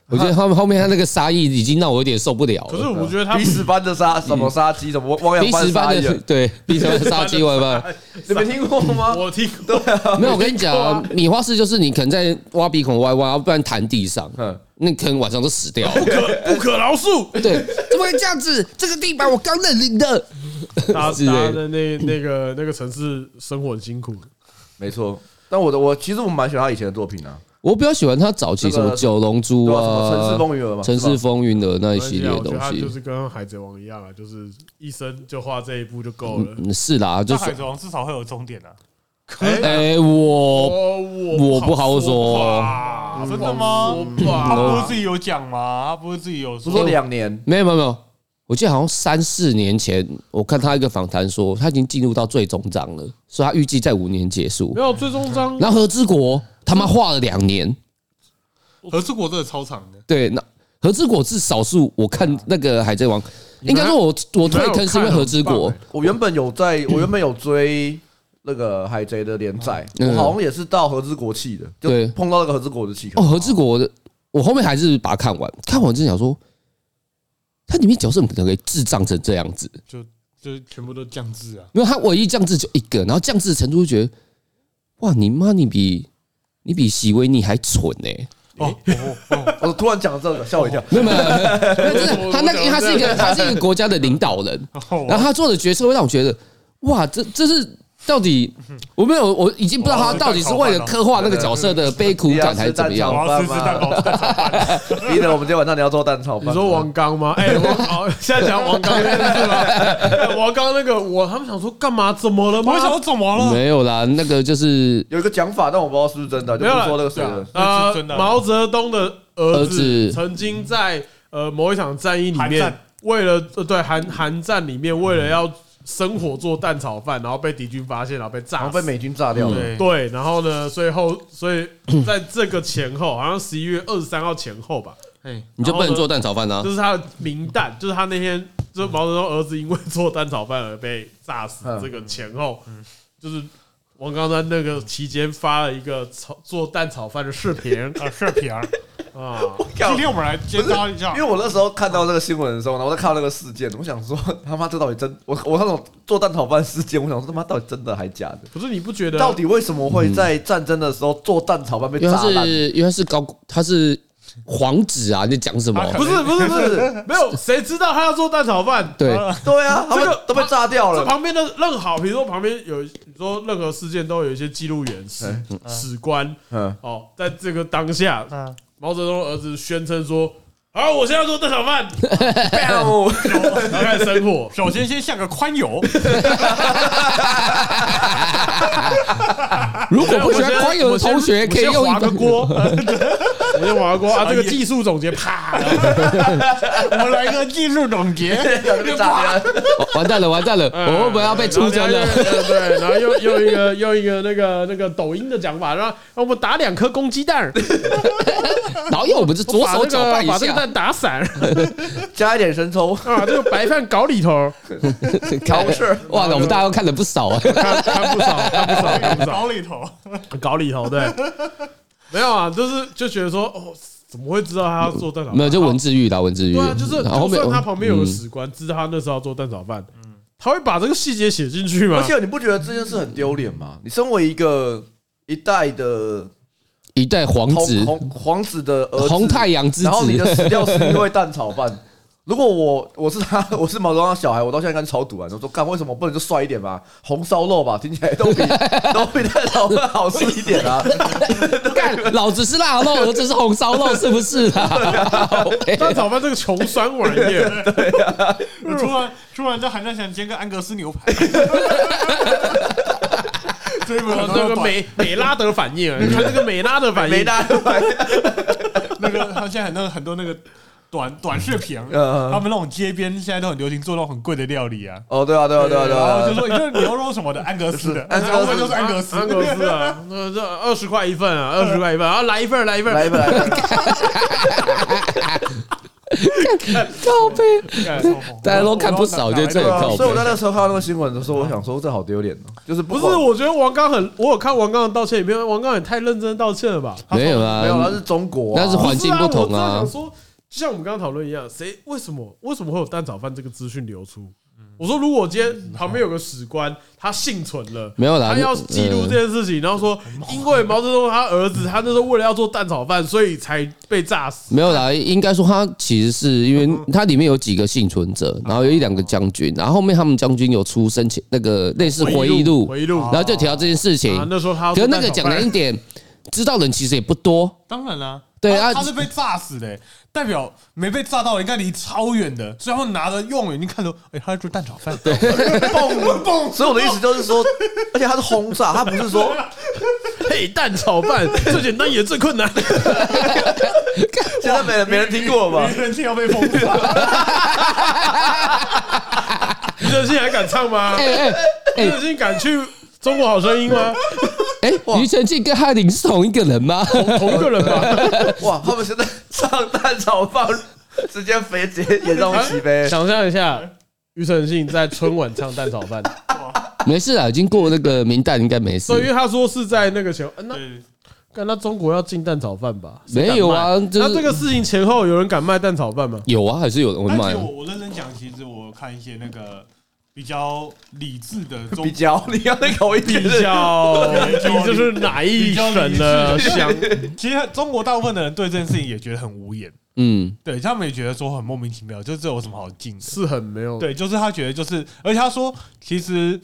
Speaker 1: 我觉得 他们后面他那个杀意已经让我有点受不了
Speaker 3: 可是
Speaker 1: 了。
Speaker 3: 我觉得他
Speaker 4: 鼻屎般的杀什么杀鸡什么汪洋
Speaker 1: 第
Speaker 4: 般
Speaker 1: 十
Speaker 4: 杀
Speaker 1: 班
Speaker 4: 一
Speaker 1: 的
Speaker 3: 啊
Speaker 4: 人，
Speaker 1: 对第十班的杀鸡玩吧，
Speaker 4: 你没听过吗？
Speaker 3: 我听过
Speaker 1: 没有我跟你讲啊，米花式就是你可能在挖鼻孔歪挖，不然弹地上，
Speaker 4: 嗯，
Speaker 1: 那可能晚上就死掉了。
Speaker 3: 不可饶恕。
Speaker 1: 对，怎么会这样子？这个地板我刚认领的。
Speaker 3: 大
Speaker 1: 之类
Speaker 3: 家
Speaker 1: 的
Speaker 3: 的那那个那个城市生活很辛苦，
Speaker 4: 没错。但我的我其实我蛮喜欢他以前的作品啊，
Speaker 1: 我比较喜欢他早期什么《
Speaker 4: 那个
Speaker 1: 九龙珠
Speaker 4: 对》吧？什么
Speaker 1: 啊，
Speaker 4: 城市风云儿嘛，
Speaker 1: 城市风云》的那一系列
Speaker 3: 没
Speaker 1: 的
Speaker 3: 关系啊我觉
Speaker 1: 东
Speaker 3: 得他就
Speaker 1: 西。
Speaker 3: 是跟海贼王一样啊，就是一生就画这一部就够了。
Speaker 1: 嗯，是啦，就
Speaker 5: 那
Speaker 1: 是
Speaker 5: 海贼王至少会有终点啊！
Speaker 1: 哎，我
Speaker 3: 哦，
Speaker 1: 我不好说嗯
Speaker 3: 吧
Speaker 5: 真的吗
Speaker 3: 我
Speaker 1: 啊
Speaker 5: 他
Speaker 3: 吧
Speaker 5: 不是自己有讲吗？他不是自己有
Speaker 4: 不
Speaker 5: 说
Speaker 4: 是说两年，
Speaker 1: 没有没有没有，我记得好像三四年前，我看他一个访谈说，他已经进入到最终章了，所以他预计在五年结束
Speaker 3: 没。有最终章，
Speaker 1: 然后何之国他妈画了两年，
Speaker 5: 和之国真的超长的，
Speaker 1: 对，那何之国是少数我看那个海贼王，应该说我我退坑是因为何之国，
Speaker 4: 我原本有在，我原本有追那个海贼的连载，
Speaker 1: 嗯
Speaker 4: 我好像也是到和之国气的，就
Speaker 1: 对
Speaker 4: 碰到那个和之国的气。
Speaker 1: 哦，何之国的，我后面还是把它看完，看完就想说，它里面角色怎么可能智障成这样子？
Speaker 5: 就是全部都降智啊！
Speaker 1: 因为他唯一降智就一个，然后降智程度就觉得，哇，你妈你比你比席维尼还蠢呢、
Speaker 5: 哦哦哦，
Speaker 4: 我突然讲到这个，吓 我一跳。
Speaker 1: 没有没有，没有没有真的，他那个因为他是一个他是一个国家的领导人，
Speaker 5: 哦
Speaker 1: 然后他做的决策会让我觉得，哇，这这是到底我没有，我已经不知道
Speaker 3: 哦
Speaker 1: 他到底是为了刻画那个角色的悲苦感还是怎么
Speaker 3: 啊
Speaker 1: 样。
Speaker 5: 我要吃吃蛋糕，
Speaker 4: 逼得我们今天晚上你要做蛋炒饭。
Speaker 3: 你说王刚吗？哎，王好，现在讲 王刚那件事吗？哎王刚那个，我他们想说干嘛？怎么了吗？
Speaker 5: 我想我怎么了？
Speaker 1: 没有啦，那个就是
Speaker 4: 有一个讲法，但我不知道是不是真的，就
Speaker 3: 没有
Speaker 4: 不
Speaker 3: 啦
Speaker 4: 说那个谁了。
Speaker 3: 呃
Speaker 5: 这是真的，吗
Speaker 3: 毛泽东的儿
Speaker 1: 儿
Speaker 3: 子
Speaker 1: 子
Speaker 3: 曾经在呃某一场战役里
Speaker 5: 韩
Speaker 3: 面
Speaker 5: 战，
Speaker 3: 为了呃对韩韩战里面为了要生火做蛋炒饭，然后被敌军发现，然后被
Speaker 4: 然
Speaker 3: 炸
Speaker 4: 后
Speaker 3: 死
Speaker 4: 被。美军炸掉了，
Speaker 5: 对，
Speaker 3: 对，然后呢，所以后所以在这个前后，好像十一月二十三号前后吧，
Speaker 5: 哎，
Speaker 1: 你就不能做蛋炒饭啊
Speaker 3: 就。是他的明旦，就是他那天就是毛泽东儿子因为做蛋炒饭而被炸死，
Speaker 4: 嗯
Speaker 3: 这个前后就是。王刚在那个期间发了一个炒做蛋炒饭的视 频
Speaker 5: 啊，射 皮儿。
Speaker 3: 啊，
Speaker 5: 今天我们来介绍一
Speaker 4: 因
Speaker 5: 下
Speaker 4: 为，我那时候看到这个新闻的时候，然后我在看到那个事件，我想说他妈这到底真？我我那种做蛋炒饭事件，我想说他妈到底真的还假的？
Speaker 3: 可是你不觉得
Speaker 4: 到底为什么会在战争的时候做蛋炒饭被
Speaker 1: 因为
Speaker 4: 炸
Speaker 1: 他
Speaker 4: 烂？
Speaker 1: 是因为他是高他是皇子啊，你在讲什么？
Speaker 3: 不是不是不 是，没有谁知道他要做蛋炒饭。
Speaker 1: 对，
Speaker 4: 对啊，他
Speaker 3: 这
Speaker 4: 们
Speaker 3: 个
Speaker 4: 都被炸掉
Speaker 3: 这
Speaker 4: 了。
Speaker 3: 旁边的任好，比如说旁边有，你说任何事件都有一些记录员、史
Speaker 4: 哎
Speaker 3: 史官
Speaker 4: 嗯，
Speaker 3: 哦，在这个当下，
Speaker 5: 嗯，
Speaker 3: 毛泽东的儿子宣称说：“好，我现在要做蛋炒饭，然后开始生火。
Speaker 5: 首先先下个宽油，
Speaker 1: 如果
Speaker 3: 我
Speaker 1: 不
Speaker 3: 们
Speaker 1: 喜
Speaker 3: 先”
Speaker 1: 欢宽油的同学，可以
Speaker 3: 我
Speaker 1: 用
Speaker 3: 们先划
Speaker 1: 一
Speaker 3: 个
Speaker 1: 个
Speaker 3: 锅，我就划过啊， 这个技术总结， 啪，
Speaker 5: 我们来个技术总结，
Speaker 4: 啊炸
Speaker 1: 哦完蛋了，完蛋了，我会不会要被出征
Speaker 3: 然
Speaker 1: 了
Speaker 3: 后？又对，然后又又一个又一个那个那个抖音的讲法，然后我们打两颗公鸡蛋，
Speaker 1: 然后要我们是 左
Speaker 3: 嗯把
Speaker 1: 手
Speaker 3: 那
Speaker 1: 搅
Speaker 3: 个
Speaker 1: 拌一
Speaker 3: 把这个
Speaker 1: 下，
Speaker 3: 蛋打散
Speaker 4: 加一点生抽，
Speaker 3: 啊，这个白饭搞里头，
Speaker 1: 搞
Speaker 4: 搞事儿
Speaker 1: 哇，我们大家都看了不少啊。
Speaker 3: 看看不少，看不少，看不少，
Speaker 5: 搞里头，
Speaker 3: 搞里头， 对，没有啊，就是就觉得说，哦，怎么会知道他要做蛋炒饭？
Speaker 1: 没有，就文字狱啦，文字狱。
Speaker 3: 对啊，就是
Speaker 1: 然后后
Speaker 3: 就
Speaker 1: 面
Speaker 3: 算他旁边有个
Speaker 1: 嗯
Speaker 3: 史官，知道他那时候要做蛋炒饭，他会把这个细节写进去吗
Speaker 4: 而？且你不觉得这件事很丢脸吗？你身为一个一代的
Speaker 1: 一代皇子
Speaker 4: 红，红皇子的儿子，
Speaker 1: 红太阳之
Speaker 4: 然后你的
Speaker 1: 子，
Speaker 4: 死掉是因为蛋炒饭。如果我我是他，我是毛泽东的小孩，我到现在应该超堵啊！我说干，为什么不能就帅一点吧？红烧肉吧，听起来都比都比蛋炒饭好吃一点啊！
Speaker 1: 干老子是腊肉，儿子是红烧肉，是不是啊 啦？
Speaker 3: 蛋炒饭这个穷酸玩意 儿，
Speaker 5: 我 突然突然在寒假想煎个安格斯牛排， 追不到
Speaker 3: 哦那个
Speaker 5: 美
Speaker 3: 美美拉德反应啊，你看那个美拉德反
Speaker 4: 没
Speaker 3: 应，
Speaker 4: 蛋，
Speaker 5: 那个，他现在很多很多那个短短视频，
Speaker 4: 嗯
Speaker 5: 他们那种街边现在都很流行做那种很贵的料理啊。
Speaker 4: 哦，对啊，对啊，对啊，对
Speaker 5: 然后
Speaker 4: 啊！
Speaker 5: 就说就是牛肉什么的，安格斯的，
Speaker 4: 安格斯
Speaker 5: 然后就是安格斯，
Speaker 3: 安格斯 啊，那这二十块一份啊，二十块一份啊，来一份，来一份，
Speaker 4: 来一份，来一份，
Speaker 1: 靠背，
Speaker 3: 干
Speaker 1: 大家都看不少，就这
Speaker 5: 对
Speaker 1: 个
Speaker 5: 啊
Speaker 1: 靠
Speaker 4: 所以我
Speaker 1: 背。
Speaker 4: 在那时候看到那个新闻的时候，我想说这好丢脸哦，就是
Speaker 3: 不
Speaker 4: 不
Speaker 3: 是，
Speaker 4: 管
Speaker 3: 我觉得王刚很，我有看王刚的道歉影片，王刚也太认真道歉了吧？
Speaker 1: 没有
Speaker 4: 没有，那
Speaker 1: 啊，
Speaker 4: 是中国啊，
Speaker 1: 那是环境不同
Speaker 3: 是啊我
Speaker 1: 啊
Speaker 3: 只是想。说，就像我们刚刚讨论一样，谁为什么为什么会有蛋炒饭这个资讯流出？我说，如果今天旁边有个史官，他幸存了，
Speaker 1: 没有啦呃嗯
Speaker 3: 他要记录这件事情，然后说，因为毛泽东他儿子，他那时候为了要做蛋炒饭，所以才被炸死。啊
Speaker 1: 没有啦，应该说他其实是因为他里面有几个幸存者，然后有一两个将军，然后后面他们将军有出申请那个类似回忆录，
Speaker 3: 回忆录
Speaker 1: 然后就提到这件事情。
Speaker 3: 啊，那时候他
Speaker 1: 可
Speaker 3: 要做
Speaker 1: 是那
Speaker 3: 蛋
Speaker 1: 个
Speaker 3: 炒
Speaker 1: 讲
Speaker 3: 饭
Speaker 1: 难一点，知道的人其实也不多，
Speaker 5: 当然啦，
Speaker 1: 对
Speaker 5: 他
Speaker 1: 啊
Speaker 5: 他是被炸死的，代表没被炸到，应该离超远的，所以他们拿着用眼睛看着，哎，他在做蛋炒饭，对，蹦蹦，
Speaker 4: 所以我的意思就是说，而且他是轰炸，他不是说
Speaker 3: 配蛋炒饭最简单也最困难。
Speaker 4: 现在没人没人听 过吧？
Speaker 5: 人听要被封杀，
Speaker 3: 余振兴还敢唱吗？
Speaker 1: 哎哎
Speaker 3: 余振兴敢去中国好声音吗？
Speaker 1: 哎，庾澄庆跟哈林是同一个人吗？
Speaker 3: 同一个人吧。
Speaker 4: 哇，他们现在上蛋炒饭，直接肥直接严重 起飞。
Speaker 3: 想象一下，庾澄庆在春晚唱蛋炒饭，
Speaker 1: 没事啊，已经过那个明代，应该没事
Speaker 3: 所。以因为他说是在那个前，呃那
Speaker 5: 对
Speaker 3: 干那中国要进蛋炒饭吧？
Speaker 1: 没有啊，就
Speaker 3: 那这
Speaker 1: 是
Speaker 3: 个事情前后有人敢卖蛋炒饭吗？
Speaker 1: 有啊，还是有人会
Speaker 5: 但
Speaker 1: 卖
Speaker 5: 其实
Speaker 1: 啊。
Speaker 5: 我我认真讲，其实我看一些那个比较理智的中
Speaker 4: 比较，你要那口音
Speaker 3: 比
Speaker 4: 就是
Speaker 3: 较，
Speaker 5: 较
Speaker 3: 你这是哪一省呢？
Speaker 5: 比 较理智
Speaker 3: 想
Speaker 5: 其实中国大部分的人对这件事情也觉得很无言，
Speaker 1: 嗯，
Speaker 5: 对他们也觉得说很莫名其妙，就这有什么好进的？
Speaker 3: 是很没有，
Speaker 5: 对，就是他觉得就是，而且他说，其实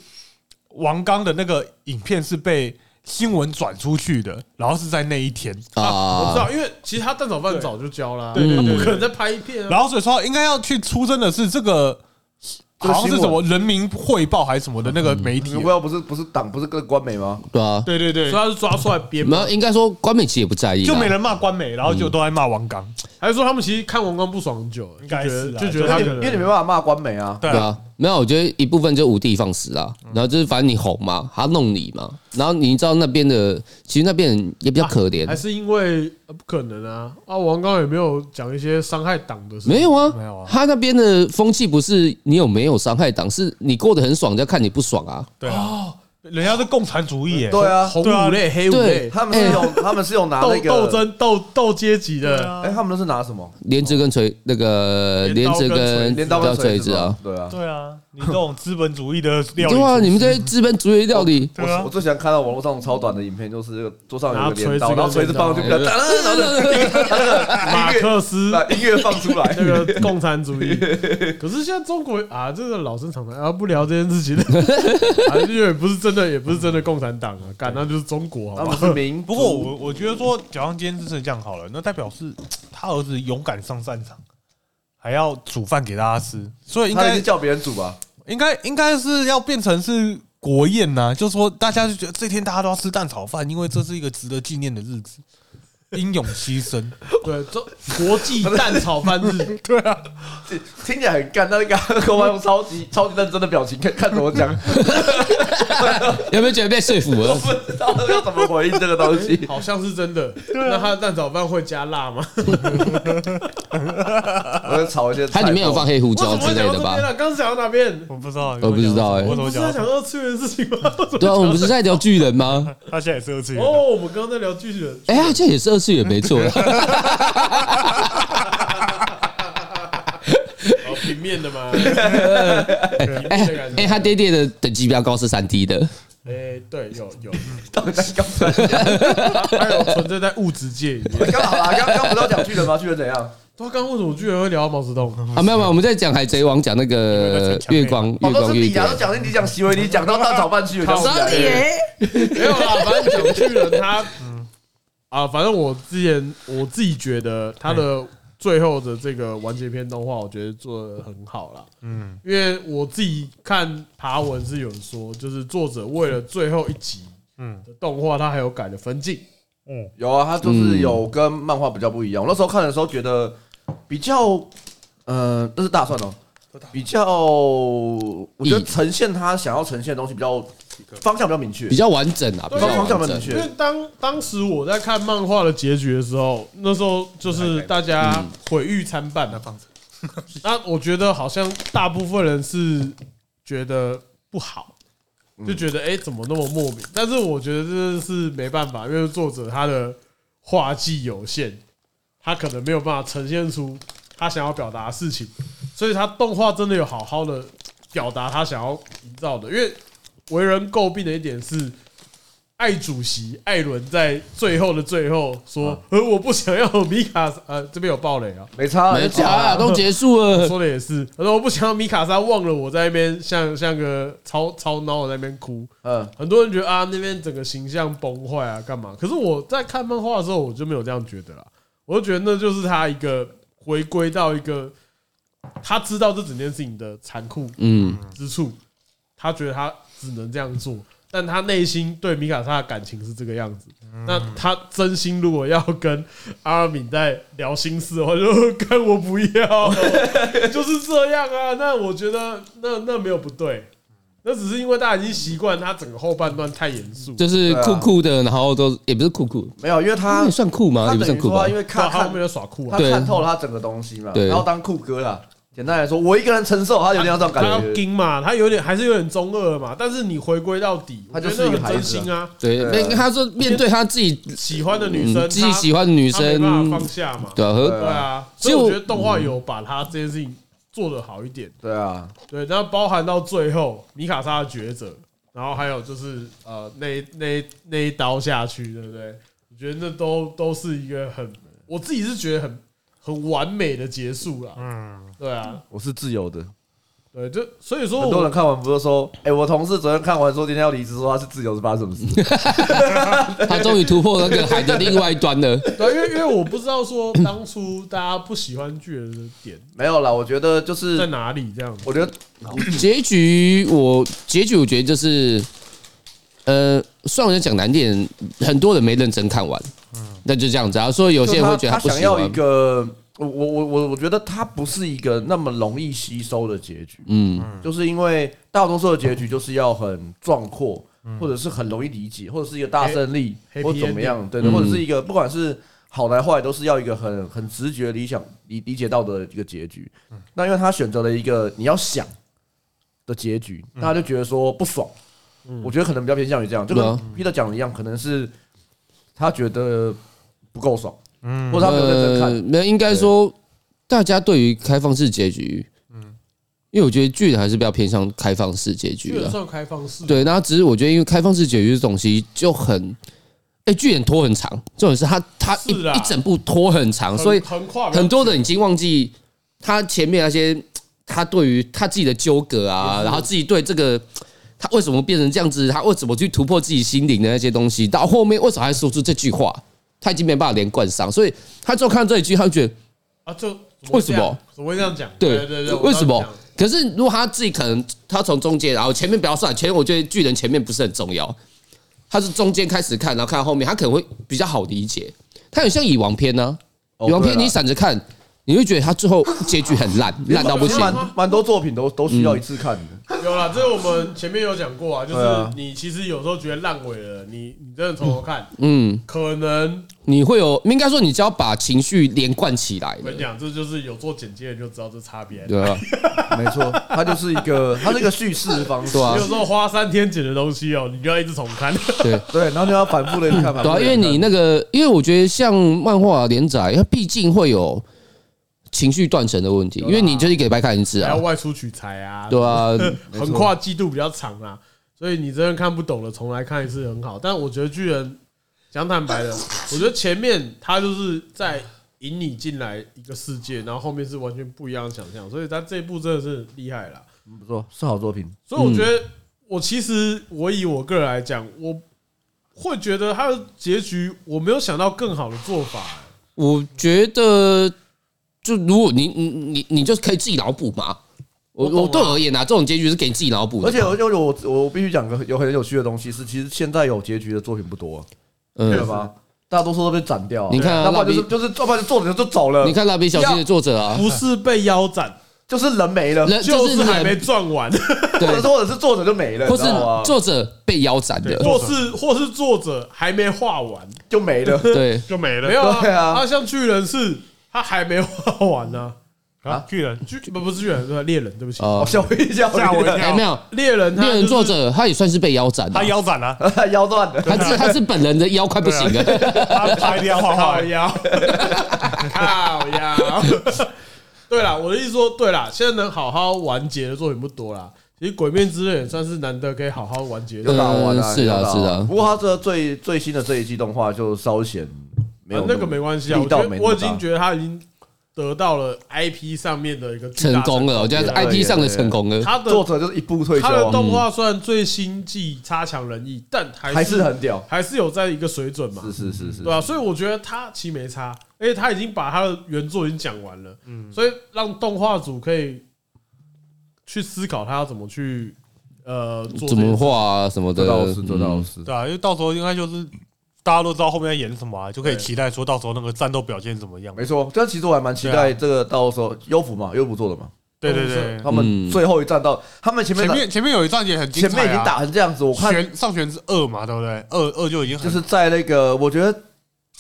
Speaker 5: 王刚的那个影片是被新闻转出去的，然后是在那一天，
Speaker 3: 我知
Speaker 1: 啊，
Speaker 3: 道，因为其实他蛋炒饭早就教啦，
Speaker 5: 对对对
Speaker 3: 他不可能再拍一遍啊。
Speaker 5: 然后所以说应该要去出征的是这个，
Speaker 4: 这个
Speaker 5: 好像是
Speaker 4: 新
Speaker 5: 什
Speaker 4: 闻嗯
Speaker 5: 么人民汇报还是什么的那个媒体啊
Speaker 4: 你，不要不是不是党不是跟官媒吗？
Speaker 1: 对啊，
Speaker 5: 对对对
Speaker 3: 所以，他是抓出来编
Speaker 1: 没
Speaker 3: 嘛，
Speaker 1: 有，应该说关美琪也不在意啊，
Speaker 5: 就没人骂官媒，然后就都在骂王刚，
Speaker 3: 还是说他们其实看王刚不爽很久，
Speaker 5: 应该是啊
Speaker 3: 就觉得就觉
Speaker 4: 因
Speaker 3: 得他
Speaker 4: 为
Speaker 3: 可
Speaker 4: 你因为你没
Speaker 3: 能
Speaker 4: 办法骂官媒啊。
Speaker 5: 对
Speaker 1: 对
Speaker 5: 啊，
Speaker 1: 啊，没有，我觉得一部分就无的放矢啊，然后就是反正你红嘛，他弄你嘛，然后你知道那边的，其实那边人也比较可怜
Speaker 3: 还，是因为呃不可能啊啊！王刚也没有讲一些伤害党的事，
Speaker 1: 没有啊，
Speaker 5: 没有啊
Speaker 1: 他那边的风气不是你有没有伤害党，是你过得很爽，人家看你不爽啊，
Speaker 5: 对啊，人家是共产主义耶，
Speaker 4: 对啊，
Speaker 3: 红五类、黑五
Speaker 1: 对
Speaker 3: 类、
Speaker 4: 他们是有他们是有拿
Speaker 3: 斗
Speaker 4: 那个
Speaker 3: 斗，争、斗斗阶级
Speaker 5: 对
Speaker 3: 的，
Speaker 4: 哎，
Speaker 5: 啊，
Speaker 4: 他们都是拿什么？
Speaker 1: 连枝跟锤那个
Speaker 3: 镰
Speaker 1: 哦连
Speaker 3: 刀
Speaker 1: 枝跟
Speaker 4: 镰刀跟
Speaker 1: 锤
Speaker 4: 锤
Speaker 1: 子啊
Speaker 4: 吗，对啊。
Speaker 5: 对啊，你这种资本主义的
Speaker 1: 对啊，
Speaker 5: 料理厨师
Speaker 1: 你们这些资本主义料 理，
Speaker 5: 对啊
Speaker 4: 我我最喜欢看到网络上超短的影片，就是这个桌上有一个镰刀，
Speaker 3: 然
Speaker 4: 然
Speaker 3: 后
Speaker 4: 后
Speaker 3: 锤子
Speaker 4: 锤子
Speaker 3: 跟镰刀
Speaker 4: 放进去，然后
Speaker 3: 马克思
Speaker 4: 把音乐放出来。
Speaker 3: 那个共产主 义。可是现在中国啊，这个老生常谈啊，不聊这件事情， 啊，因为也不是真的，也不是真的共产党啊，干那就是中国，好
Speaker 4: 他
Speaker 3: 吧
Speaker 4: 们？是民族，
Speaker 5: 不过我我觉得说，假如今天真的这样好了，那代表是他儿子勇敢上战场，还要煮饭给大家吃，所以应
Speaker 4: 他一
Speaker 5: 该
Speaker 4: 定叫别人煮吧？
Speaker 5: 应该应该是要变成是国宴呐、就是说大家就觉得这天大家都要吃蛋炒饭，因为这是一个值得纪念的日子。英勇牺 牲。
Speaker 3: 对，中国际蛋炒饭 日，
Speaker 5: 对啊，
Speaker 4: 这听起来很干，但是刚刚郭帆用超级超级认真的表情，看看怎么讲，
Speaker 1: 有没有觉得被说服了？
Speaker 4: 不知道要怎么回应这个东西。
Speaker 3: 好像是真的。那他的蛋炒饭会加辣吗？
Speaker 4: 我在炒 一些菜
Speaker 1: 它
Speaker 4: 包，
Speaker 1: 里面有放黑胡椒
Speaker 3: 我
Speaker 1: 之
Speaker 3: 怎么
Speaker 1: 类
Speaker 3: 讲到
Speaker 1: 的
Speaker 3: 这边
Speaker 1: 吧？
Speaker 3: 了？刚刚讲到哪边？
Speaker 5: 我不知道，
Speaker 1: 我不知道欸
Speaker 5: 我怎
Speaker 3: 不
Speaker 5: 么
Speaker 3: 是在
Speaker 5: 讲
Speaker 3: 讲？二次元的事情吗？
Speaker 1: 对啊，我们不是在聊巨人吗？
Speaker 5: 他现在也是二次元的，
Speaker 3: 哦，我们刚刚在聊巨人，
Speaker 1: 哎呀，这也是二次元没错啦。
Speaker 3: 哦，平面的 嘛。啊
Speaker 1: 哎哎，他爹爹的等级比较高，是三 D 的。
Speaker 3: 哎，对，有有，
Speaker 4: 到底在干嘛？
Speaker 3: 还有存在在物质界里面。
Speaker 4: 刚好啦，刚刚不是要讲巨人吗？巨 人怎样？
Speaker 3: 他刚刚为什么居然会聊到毛泽东？
Speaker 1: 啊，没有没有，我们在讲海贼王，讲那个月光月
Speaker 4: 哦，都
Speaker 1: 光
Speaker 4: 是
Speaker 1: 月
Speaker 4: 你啊，都
Speaker 1: 光。
Speaker 4: 讲你讲行为，你讲到大炒饭去，
Speaker 3: 好
Speaker 4: 讲
Speaker 3: 傻没有啦，反正讲巨人 他，啊，反正我之前我自己觉得他的最后的这个完结篇动画，我觉得做的很好啦。嗯，因为我自己看爬文是有人说，就是作者为了最后一集嗯的动画，他还有改了分镜。
Speaker 4: 有啊，他就是有跟漫画比较不一样。我那时候看的时候觉得比较，呃，这是大蒜哦，比较，我觉得
Speaker 1: 意
Speaker 4: 呈现他想要呈现的东西比较方向比较明确
Speaker 1: 比。较完整啊，比
Speaker 3: 对
Speaker 1: 较
Speaker 4: 方向
Speaker 1: 完
Speaker 4: 蛮明
Speaker 1: 整。
Speaker 4: 确
Speaker 3: 因为当当时我在看漫画的结局的时候，那时候就是大家毁誉参半的放着。那我觉得好像大部分人是觉得不好，就觉得哎、诶怎么那么莫名？但是我觉得这是没办法，因为作者他的画技有限，他可能没有办法呈现出他想要表达的事情，所以他动画真的有好好的表达他想要营造的。因为为人诟病的一点是，艾主席艾伦在最后的最后说：“呃，我不想要米卡莎。”呃，这边有暴雷啊，
Speaker 4: 没差啊，
Speaker 1: 没
Speaker 4: 就
Speaker 1: 差
Speaker 4: 讲啊
Speaker 1: 啊，都结束了。
Speaker 3: 说的也是。他说：“我不想要米卡莎忘了我在那边像像个超超孬的在那边哭。”
Speaker 4: 嗯，
Speaker 3: 很多人觉得啊，那边整个形象崩坏啊，干嘛？可是我在看漫画的时候，我就没有这样觉得啦。我就觉得那就是他一个回归到一个他知道这整件事情的残酷
Speaker 1: 嗯，
Speaker 3: 之处，他觉得他只能这样做，但他内心对米卡莎的感情是这个样子。
Speaker 4: 嗯
Speaker 3: 那他真心如果要跟阿尔敏在聊心事的话，就看我不要， 就是这样啊。那我觉得那那没有不对，那只是因为大家已经习惯他整个后半段太严肃，
Speaker 1: 就是酷酷的，然后都也不是酷酷，
Speaker 4: 没有，因为他
Speaker 1: 那也算酷吗？
Speaker 4: 他
Speaker 1: 也不
Speaker 4: 等
Speaker 1: 算
Speaker 4: 于
Speaker 1: 酷
Speaker 4: 说
Speaker 1: 吧
Speaker 4: 他因。为
Speaker 3: 他
Speaker 4: 看
Speaker 3: 后
Speaker 4: 看
Speaker 3: 面就耍酷
Speaker 4: 他
Speaker 3: 啊，
Speaker 1: 对
Speaker 4: 看透了他整个东西嘛，
Speaker 1: 对
Speaker 4: 然后当酷哥啦。简单来说，我一个人承受，他有点像这种
Speaker 3: 他要
Speaker 4: 感觉。
Speaker 3: 盯嘛，他有点还是有点中二嘛，但是你回归到底，
Speaker 4: 他
Speaker 3: 我觉
Speaker 4: 就是
Speaker 3: 得
Speaker 4: 一
Speaker 3: 很
Speaker 4: 个孩
Speaker 3: 真
Speaker 4: 子啊
Speaker 3: 心啊，
Speaker 1: 对，
Speaker 4: 对啊
Speaker 1: 那他说面对他自己
Speaker 3: 喜欢的女
Speaker 1: 嗯
Speaker 3: 生，
Speaker 1: 自己
Speaker 3: 他
Speaker 1: 喜欢的女
Speaker 3: 他没办法
Speaker 1: 生
Speaker 3: 放，下嘛，
Speaker 1: 对啊，和
Speaker 3: 对啊，
Speaker 1: 其实
Speaker 3: 所以
Speaker 1: 我
Speaker 3: 我觉得动画有把他这件事情做得好一点，
Speaker 4: 对啊，
Speaker 3: 对，然后包含到最后米卡莎的抉择，然后还有就是呃那那那一刀下去，对不对？我觉得那都都是一个很，我自己是觉得很很完美的结束啦，
Speaker 5: 嗯，
Speaker 3: 对啊，
Speaker 4: 我是自由的。
Speaker 3: 对，就所以说
Speaker 4: 很多人
Speaker 3: 我
Speaker 4: 看完不是说，哎，我同事昨天看完说今天要离职，说他是自由，是发生什 么事？
Speaker 1: 他终于突破那个海的另外一端了。
Speaker 3: 对，因为因为我不知道说当初大家不喜欢巨人的点
Speaker 4: 没有啦，我觉得就
Speaker 3: 在
Speaker 4: 是，
Speaker 3: 哪里，这样子，
Speaker 4: 我觉得
Speaker 1: 结局我结局我觉得就是，呃，虽然我讲难点，很多人没认真看完，那就这样子啊。所以有些人会觉得
Speaker 4: 他
Speaker 1: 不
Speaker 4: 想
Speaker 1: 喜
Speaker 4: 要一
Speaker 1: 欢，
Speaker 4: 个，我我我我我觉得他不是一个那么容易吸收的结局，
Speaker 1: 嗯，
Speaker 4: 就是因为大多数的结局就是要很壮阔，或者是很容易理解，或者是一个大胜利，
Speaker 3: Happy
Speaker 4: 或者怎么样，对对，
Speaker 1: 嗯
Speaker 4: 或者是一个不管是好来坏，都是要一个很很直觉理想理理解到的一个结局。那因为他选择了一个你要想的结局，大家就觉得说不爽。我觉得可能比较偏向于这样，就跟
Speaker 1: 嗯对啊
Speaker 4: Peter 讲的一样，可能是他觉得不够爽，或者他没有认真看。，
Speaker 1: 呃没有应该说大家对于开放式结局，嗯因为我觉得剧还是比较偏向开放式结局
Speaker 3: 巨人
Speaker 1: 的。
Speaker 3: 算开放式，
Speaker 1: 对，那只是我觉得，因为开放式解决这东西就很，哎，剧很拖很长，重点是它它一
Speaker 4: 啊
Speaker 3: 是啦
Speaker 1: 一整部拖很长，
Speaker 3: 很，
Speaker 1: 啊所以
Speaker 3: 横跨
Speaker 1: 很多人已经忘记他前面那些他对于他自己的纠葛啊，然后自己对这个他为什么变成这样子，他为什么去突破自己心灵的那些东西，到后面为什么还说出这句话，他已经没办法连贯上，所以他就看到这一句，他就觉得
Speaker 3: 啊，就怎
Speaker 1: 为什
Speaker 3: 会这样
Speaker 1: 么
Speaker 3: 怎么会这样讲？对对
Speaker 1: 对，
Speaker 3: 对，
Speaker 1: 为什么
Speaker 3: 我知道你讲？
Speaker 1: 可是如果他自己可能他从中间，然后前面不要算，前面我觉得巨人前面不是很重要，他是中间开始看，然后看到后面，他可能会比较好理解。它很像蚁王片啊呢、
Speaker 4: 哦
Speaker 1: 蚁王片
Speaker 4: 对啦
Speaker 1: 你闪着看，你会觉得它最后结局很烂，烂到不
Speaker 4: 其
Speaker 1: 行
Speaker 4: 实。蛮蛮多作品都都需要一次看的。
Speaker 3: 有啦，这个我们前面有讲过啊，就
Speaker 4: 对啊
Speaker 3: 是你其实有时候觉得烂尾了，你你真的从头看，
Speaker 1: 嗯，
Speaker 3: 可能
Speaker 1: 你会有，应该说你只要把情绪连贯起来
Speaker 3: 我，跟你讲，这就是有做简介的就知道这差别。
Speaker 1: 对吧？
Speaker 4: 没错，它就是一个，它是一个叙事方式
Speaker 1: 对。啊
Speaker 3: 你有时候花三天剪的东西哦，你就要一直重看。
Speaker 1: 对。
Speaker 4: 对，然后你要反复的看，反复地
Speaker 1: 对啊，因为
Speaker 4: 看
Speaker 1: 你那个，因为我觉得像漫画啊连载，它毕竟会有情绪断层的问题，因为你就是一个礼拜看一次
Speaker 3: 还要
Speaker 1: 啊，
Speaker 3: 外出取材啊，
Speaker 1: 对啊，
Speaker 3: 横跨季度比较长啊，所以你真的看不懂了，重来看一次很好。但我觉得巨人，讲坦白的，我觉得前面他就是在引你进来一个世界，然后后面是完全不一样的想象，所以他这一部真的是厉害啦。
Speaker 4: 嗯不错，是好作品。
Speaker 3: 所以我觉
Speaker 1: 嗯
Speaker 3: 得，我其实我以我个人来讲，我会觉得他的结局我没有想到更好的做 法、欸
Speaker 1: 我觉得就如果你你你你就是可以自己脑补嘛。我
Speaker 3: 我懂啊
Speaker 1: 我对我而言啊，这种结局是给你自己脑补的，
Speaker 4: 而且我就我我必须讲个有很有趣的东西是，其实现在有结局的作品不多，对
Speaker 1: 嗯，
Speaker 4: 吧？大多数都被斩掉啊。
Speaker 1: 你看啊
Speaker 4: 要不然就
Speaker 1: 蜡
Speaker 4: 是
Speaker 1: 笔
Speaker 4: 就是，要不然就作者就走了，
Speaker 1: 你看《蜡笔小新》的作者啊，
Speaker 3: 不是被腰 斩，
Speaker 4: 就是人没了，
Speaker 1: 人
Speaker 3: 就
Speaker 1: 呃就是
Speaker 3: 是还没
Speaker 1: 人
Speaker 3: 赚完，
Speaker 4: 或者
Speaker 1: 对
Speaker 4: 是，或者是作者就没了，
Speaker 1: 或
Speaker 4: 你
Speaker 1: 是
Speaker 4: 知道吗？
Speaker 1: 作者被腰斩的，
Speaker 3: 或是或是作者还没画完。
Speaker 4: 就 没了
Speaker 1: 对，
Speaker 5: 就没了
Speaker 3: 没有啊，
Speaker 4: 对啊
Speaker 3: 他像巨人是，他还没画完呢、
Speaker 5: 啊！巨人
Speaker 3: 巨不不是巨人，对猎人，对不起，
Speaker 1: 哦
Speaker 4: 哦，，吓我一跳，
Speaker 5: 吓我一
Speaker 1: 哎
Speaker 5: 跳
Speaker 1: 没，有
Speaker 3: 猎人他
Speaker 1: 猎人
Speaker 3: 就是
Speaker 1: 作者他也算是被腰斩的
Speaker 5: 他，腰斩 啊了，
Speaker 4: 腰断了。
Speaker 1: 他是他是本人的腰快不行了，
Speaker 3: 啊
Speaker 5: 他他一定要画画
Speaker 3: 靠。腰，靠腰。对啦，我的意思说，对啦，现在能好好完结的作品不多啦。其实《鬼面之刃》也算是难得可以好好完结的
Speaker 4: 有打完啊，
Speaker 1: 嗯是啊
Speaker 4: 有打完
Speaker 1: 是啊
Speaker 4: 不过他这最最新的这一季动画就稍显没有
Speaker 3: 啊那个没关系啊，
Speaker 4: 力
Speaker 3: 我觉
Speaker 4: 道
Speaker 3: 得
Speaker 4: 没那么
Speaker 3: 我已
Speaker 4: 大
Speaker 3: 经觉得他已经得到了 IP 上面的一个巨大
Speaker 1: 成功了，我觉得是
Speaker 4: 对啊对
Speaker 1: IP 上的成功了。
Speaker 3: 他的
Speaker 4: 作者就是一步退休
Speaker 3: 他的
Speaker 4: 啊，
Speaker 3: 动画虽然最新季差强人意，但还
Speaker 4: 还
Speaker 3: 是
Speaker 4: 是很屌。
Speaker 3: 还是有在一个水准嘛。
Speaker 4: 是是是是，
Speaker 3: 对啊，所以我觉得他其实没差，而且他已经把他的原作已经讲完了，所以让动画组可以去思考他要怎么去呃
Speaker 1: 怎
Speaker 3: 做这
Speaker 1: 么
Speaker 3: 件事
Speaker 1: 画啊什么的，
Speaker 4: 这倒是这倒
Speaker 1: 嗯
Speaker 4: 是。
Speaker 5: 对啊，因为到时候应该就是大家都知道后面在演什么啊，就可以
Speaker 3: 对
Speaker 5: 期待说到时候那个战斗表现怎么样。
Speaker 4: 没错，但其实我还蛮期待这个到时候优抚嘛，优抚做的嘛，
Speaker 5: 对对对，啊
Speaker 4: 他们最后一战到他们前面
Speaker 5: 前
Speaker 4: 打
Speaker 5: 面前面有一战也很精
Speaker 4: 前
Speaker 5: 彩
Speaker 4: 面已经
Speaker 5: 啊。
Speaker 4: 打成这样子，我看
Speaker 5: 旋上旋是二嘛，对不对？二二就已经
Speaker 4: 就
Speaker 5: 很
Speaker 4: 是在那个我觉得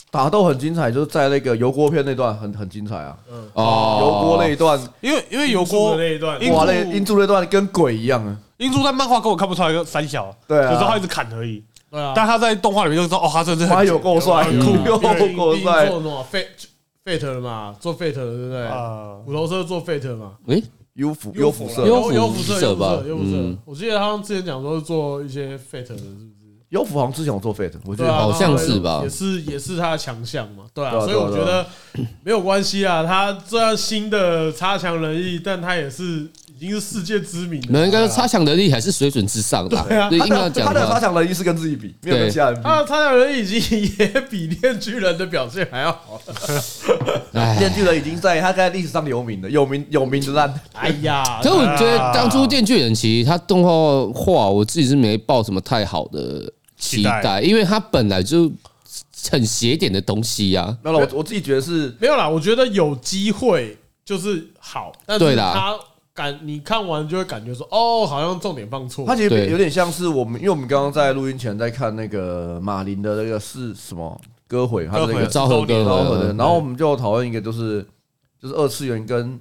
Speaker 4: 打斗很精彩，就是在那个油锅片那段很很精彩啊，
Speaker 1: 哦，
Speaker 4: 油锅那一段
Speaker 5: 因为因为
Speaker 3: 情
Speaker 5: 油
Speaker 3: 英
Speaker 5: 锅
Speaker 3: 柱的那一段
Speaker 5: 英，
Speaker 4: 哇，
Speaker 5: 柱
Speaker 4: 那英柱那段跟鬼一样啊，
Speaker 5: 英珠在漫画跟我看不出来一个三小，
Speaker 4: 对啊
Speaker 5: 有时候他一直砍而已。
Speaker 3: 对啊，
Speaker 5: 但他在动画里面就知道，哦，他真的是
Speaker 4: 哇，
Speaker 5: 很
Speaker 4: 有够帅，
Speaker 3: 有啊
Speaker 4: 有
Speaker 3: 毕竟
Speaker 4: 够
Speaker 3: 毕竟
Speaker 4: 帅，
Speaker 3: 做什么 fate fate 了嘛，做 fate 了对不对？
Speaker 5: 呃，
Speaker 3: 骨头社做 fate 嘛，
Speaker 1: 诶，
Speaker 4: 优抚优
Speaker 3: 辅
Speaker 4: 辐
Speaker 3: 啦
Speaker 4: 射，
Speaker 1: 优
Speaker 3: 优
Speaker 1: 辅
Speaker 3: 优辐
Speaker 1: 社
Speaker 3: 射优辐
Speaker 1: 吧
Speaker 3: 射优辐
Speaker 1: 嗯
Speaker 3: 射，我记得他们之前讲说是做一些 fate 的，是不是？
Speaker 4: 优抚好像之前有做 Fate，我觉
Speaker 3: 对
Speaker 4: 得
Speaker 3: 啊，
Speaker 1: 好像是吧
Speaker 3: 也是也是他的强项嘛，对啊，
Speaker 4: 对啊
Speaker 3: 所以我觉得没有关系啊。他虽然新的差强人意，但他也是已经是世界知名
Speaker 1: 没有，
Speaker 3: 的。
Speaker 1: 应该说差强人力还是水准之上的
Speaker 3: 对，啊
Speaker 1: 对，
Speaker 4: 他
Speaker 1: 硬要
Speaker 4: 的
Speaker 1: 讲
Speaker 4: 他的他
Speaker 1: 话，
Speaker 4: 想人一是跟自己比，没有跟
Speaker 1: 对
Speaker 4: 其他人比。
Speaker 3: 他的啊差强人意已经也比炼巨人的表现还要 好。
Speaker 1: 哎
Speaker 4: 电。锯人已经在他在历史上留名了，有名有名的烂，
Speaker 3: 哎呀
Speaker 1: 可，是我觉得
Speaker 3: 啊
Speaker 1: 当初《电锯人》其实他动画画，我自己是没抱什么太好的期
Speaker 5: 期
Speaker 1: 待，
Speaker 5: 待
Speaker 1: 因为他本来就很邪点的东西啊呀。
Speaker 4: 没有了。我我自己觉得是
Speaker 3: 没有啦，我觉得有机会就是好，但
Speaker 1: 对
Speaker 3: 是
Speaker 1: 啦
Speaker 3: 他感你看完就会感觉说，哦，好像重点放错
Speaker 4: 它。其
Speaker 1: 对
Speaker 4: 实有点像是我们，因为我们刚刚在录音前在看那个马林的那个是什么歌毁，他的那
Speaker 5: 歌毁
Speaker 4: 个
Speaker 1: 昭和哥，
Speaker 4: 昭和的，
Speaker 1: 嗯
Speaker 4: 然后我们就讨论一个就是就是二次元跟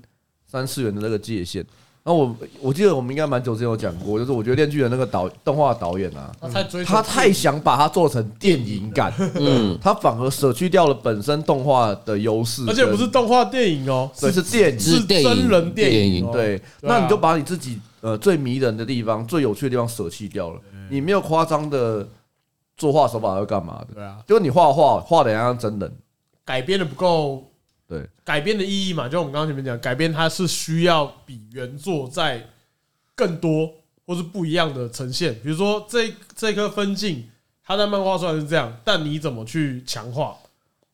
Speaker 4: 三次元的那个界限。然后我我记得我们应该蛮久之前有讲过，就是我觉得《电锯人》那个导动画导演啊，
Speaker 3: 他太追求
Speaker 4: 他太想把它做成电影感，
Speaker 1: 嗯，
Speaker 4: 他反而舍去掉了本身动画的优势，
Speaker 3: 而且不是动画电影哦，
Speaker 4: 对
Speaker 3: 是
Speaker 4: 是电影，
Speaker 1: 是电影
Speaker 3: 真人电
Speaker 1: 电影
Speaker 3: 哦。
Speaker 4: 对，
Speaker 3: 对啊
Speaker 4: 那你就把你自己呃最迷人的地方、最有趣的地方舍弃掉了。
Speaker 3: 嗯
Speaker 4: 你没有夸张的作画手法要干嘛的？
Speaker 3: 对啊，
Speaker 4: 就是你画画画的像真人，
Speaker 3: 改编的不够
Speaker 4: 对，
Speaker 3: 改编的意义嘛，就我们刚刚前面讲，改编它是需要比原作在更多或是不一样的呈现。比如说这这颗分镜，它在漫画虽然是这样，但你怎么去强化？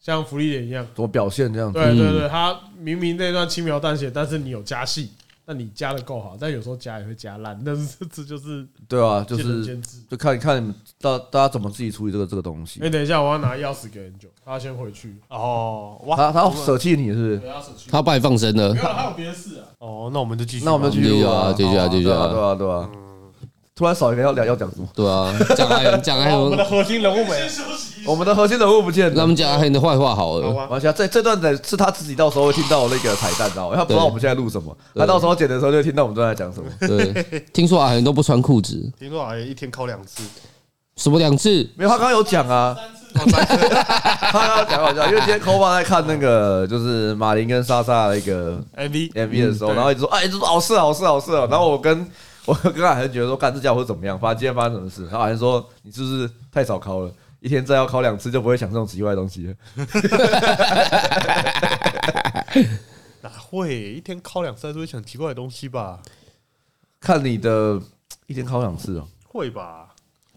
Speaker 3: 像福利点一样，
Speaker 4: 怎么表现这样子？
Speaker 3: 对对对，它明明那段轻描淡写，但是你有加戏，那你加的够好，但有时候加也会加烂，但是这这 就是
Speaker 4: 对啊，就
Speaker 3: 见仁
Speaker 4: 是
Speaker 3: 见智。
Speaker 4: 就看看你们大大家怎么自己处理这个这个东西
Speaker 3: 哎、。等一下，我要拿钥匙给很久，他先 回去。
Speaker 4: 哎
Speaker 5: 哦，哇，
Speaker 4: 他他要舍弃你是不是？
Speaker 1: 他把你放生了
Speaker 3: 没，有啦，还有别的事啊。
Speaker 5: 哦，那我们就继续吧，
Speaker 4: 那我们就继续啊，
Speaker 1: 继续啊继续啊继续啊
Speaker 4: 对啊对啊。突然少一个要聊要讲什么？
Speaker 1: 对啊，讲阿勇，讲阿
Speaker 5: 我
Speaker 1: 勇
Speaker 5: 们，的核心人物没
Speaker 3: 先休息一下。
Speaker 4: 我们的核心人物不见
Speaker 1: 让
Speaker 4: 了
Speaker 1: 我。们讲阿勇的坏话好了。
Speaker 4: 我啊想这这段的是他自己到时候会听到那个彩蛋，知道吗？他不知道我们现在录什么，他到时候剪的时候就会听到我们都在讲什么。
Speaker 1: 对，听说阿勇都不穿裤子，
Speaker 5: 听说好像一天考两次，
Speaker 1: 什么两次？
Speaker 4: 没有，他刚刚有讲啊，他刚刚讲好笑，因为今天 Koba 在看那个就是马林跟莎莎的一个
Speaker 5: MV
Speaker 4: MV 的时候，然后一直说哎，这是好事好事好事哦，然后我跟我跟海恒觉得说，哦干这家伙怎么样？发今天发生什么事？然后海恒说，你是不是太少考了？一天再要考两次，就不会想这种奇怪的东西了。
Speaker 5: 哪会一天考两次还是会想奇怪的东西吧？
Speaker 4: 看你的一天考两次哦，
Speaker 5: 会吧？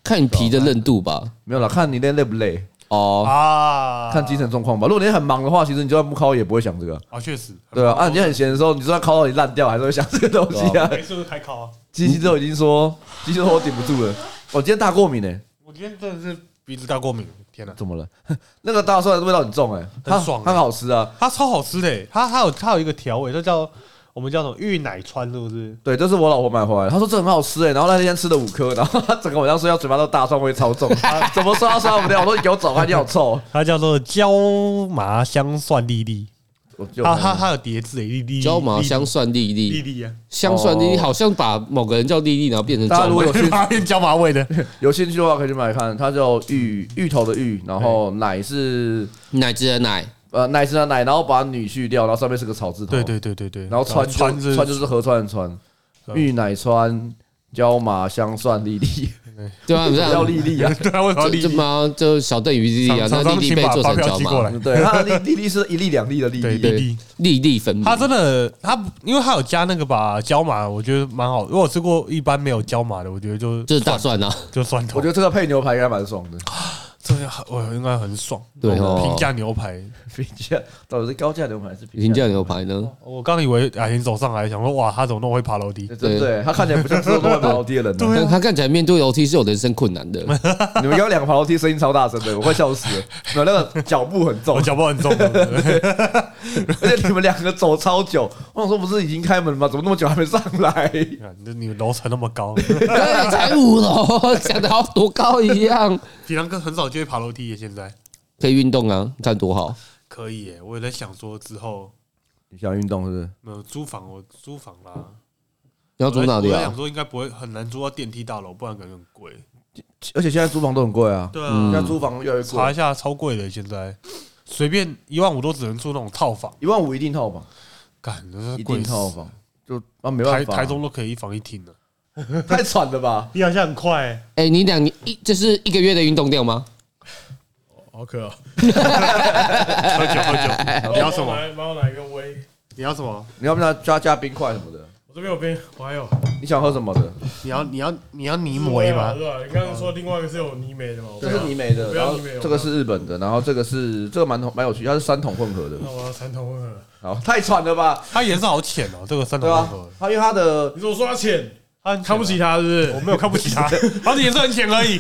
Speaker 1: 看你皮的韧度吧。
Speaker 4: 没有啦，看你累累不累，
Speaker 1: 哦，
Speaker 5: 啊，
Speaker 4: 看精神状况吧。如果你很忙的话，其实你就算不考也不会想这个。
Speaker 5: 啊，确实，
Speaker 4: 对啊，啊，你很闲的时候，你就算考到你烂掉，还是会想这个东西啊。
Speaker 5: 没事开考啊。
Speaker 4: 机器都已经说，机器都说我顶不住了，哦我今天大过敏呢、欸
Speaker 5: 我今天真的是鼻子大过敏，天哪！
Speaker 4: 怎么了？ 那个大蒜的味道很重哎、它
Speaker 5: 很爽欸
Speaker 4: 它很好吃啊。
Speaker 5: 它超好吃的欸，它它有它有一个调味，这叫我们叫什么玉奶川，是不是？
Speaker 4: 对，这是我老婆买回来的，她说这很好吃哎、然后那天吃了五颗，然后她整个晚上睡觉嘴巴都大蒜味超 重，啊怎么刷都刷不掉。我说你给我走开，你好臭。
Speaker 5: 它叫做椒麻香蒜粒粒，
Speaker 4: 我就
Speaker 5: 它它它有叠字欸，粒粒
Speaker 1: 椒麻香蒜粒
Speaker 5: 粒
Speaker 1: 粒，
Speaker 5: 粒啊，
Speaker 1: 香蒜粒粒好像把某个人叫粒粒，然后变成
Speaker 4: 大家
Speaker 1: 椒
Speaker 4: 如
Speaker 1: 麻
Speaker 4: 果。有兴趣
Speaker 5: 它变椒麻味的，
Speaker 4: 有兴趣的话，可以去买看。它叫芋芋头的芋，然后奶是
Speaker 1: 奶汁的奶，
Speaker 4: 呃奶是奶，然后把女去掉，然后上面是个草字头。
Speaker 5: 对对对对对，
Speaker 4: 然后川就
Speaker 5: 川
Speaker 4: 川就是河川的川，
Speaker 5: 对。
Speaker 4: 玉乃川、椒麻香蒜粒粒，
Speaker 1: 对吧？你这
Speaker 4: 叫
Speaker 1: 样
Speaker 4: 粒粒啊
Speaker 5: 对啊，为什么要
Speaker 1: 这
Speaker 5: 粒
Speaker 1: 这
Speaker 5: 粒？
Speaker 1: 猫就小邓与粒粒啊，
Speaker 5: 厂
Speaker 1: 那
Speaker 5: 商
Speaker 1: 粒粒
Speaker 5: 请
Speaker 1: 被
Speaker 5: 把
Speaker 1: 做
Speaker 5: 发
Speaker 1: 成
Speaker 5: 票
Speaker 1: 椒
Speaker 5: 寄过
Speaker 1: 麻，
Speaker 5: 来，
Speaker 4: 对，它的粒粒粒是一粒两粒的粒
Speaker 5: 对
Speaker 4: 粒，
Speaker 5: 粒
Speaker 1: 对
Speaker 5: 粒。
Speaker 1: 粒粒分明
Speaker 5: 它。真的，它因为它有加那个吧椒麻，我觉得蛮好。如果吃过一般没有椒麻的，我觉得就
Speaker 1: 就是大 蒜啊，
Speaker 5: 就蒜头，
Speaker 4: 我觉得这个配牛排应该蛮爽的。
Speaker 5: 这样很我应该很爽。
Speaker 1: 对哦
Speaker 5: 平价牛排，
Speaker 4: 评价到底是高价牛排还是
Speaker 1: 评
Speaker 4: 平
Speaker 1: 价
Speaker 4: 价？
Speaker 1: 牛排呢？
Speaker 5: 我刚以为矮婷走上来，想说哇，他怎么那么会 爬楼梯？
Speaker 4: 对对，他看起来不像吃过会爬楼梯的人啊。
Speaker 1: 但他看起来面对楼梯是有人生困难 的，
Speaker 4: 你们刚刚两个爬楼梯声音超大声的，我快笑死了。没有那个脚步很重
Speaker 5: 我，脚步很重啊的，
Speaker 4: 而且你们两个走超久。我想说，不是已经开门了吗？怎么那么久还没上 来？
Speaker 5: 你你楼层那么高，
Speaker 1: 对，才五楼，讲的好多高一样。
Speaker 5: 平常很少就会爬楼梯耶。现在
Speaker 1: 可以运动啊，看多好。
Speaker 5: 可以耶，我也在想说之后
Speaker 4: 你想运动是不是？
Speaker 5: 没有租房，我租房啦。
Speaker 1: 你要住哪里
Speaker 5: 我在想
Speaker 1: 啊？
Speaker 5: 说应该不会很难租到电梯大楼，不然感觉很贵。
Speaker 4: 而且现在租房都很贵啊，
Speaker 5: 对
Speaker 4: 现
Speaker 5: 啊，
Speaker 4: 在租房越来越
Speaker 5: 查
Speaker 4: 贵
Speaker 5: 一，下超贵的，现在随便一万五都只能住那种套房，
Speaker 4: 一万五一定套房。
Speaker 5: 干真是
Speaker 4: 一
Speaker 5: 贵
Speaker 4: 定
Speaker 5: 死
Speaker 4: 套房，就啊没
Speaker 5: 台
Speaker 4: 办法，
Speaker 5: 台中都可以一房一厅了。
Speaker 4: 太惨了 吧？
Speaker 3: 你好像很快、欸
Speaker 1: 哎，你两年一就是一个月的运动量吗？
Speaker 3: 好渴哦、
Speaker 5: 喝酒喝
Speaker 4: 哎
Speaker 5: 酒，你要什
Speaker 3: 帮我
Speaker 5: 么？
Speaker 3: 拿？帮我拿一个威。
Speaker 5: 你要什么？
Speaker 4: 你要不要加加冰块什么的？
Speaker 3: 我这边有冰，我还有。
Speaker 4: 你想喝什么的？
Speaker 5: 你要你要你要泥膜吗？
Speaker 3: 对啊吧？你刚刚说另外一个是有泥煤的嘛？
Speaker 4: 这是
Speaker 3: 你。
Speaker 4: 泥煤的，
Speaker 3: 不
Speaker 4: 然
Speaker 3: 要
Speaker 4: 后
Speaker 3: 啊泥煤
Speaker 4: 这个是日本的，然后这个是这个蛮蛮有趣，它是三桶混合的。
Speaker 3: 那我要三桶混合。
Speaker 4: 好，太惨了吧？
Speaker 5: 它颜色好浅哦，这个三
Speaker 4: 对
Speaker 5: 头
Speaker 4: 吧
Speaker 5: 混合，？
Speaker 4: 它因为它的
Speaker 3: 你怎么说他浅？
Speaker 5: 它很浅啊
Speaker 3: 看不起他是不
Speaker 5: 我
Speaker 3: 是？
Speaker 5: 没有看不起 它，它的颜色很浅 而已。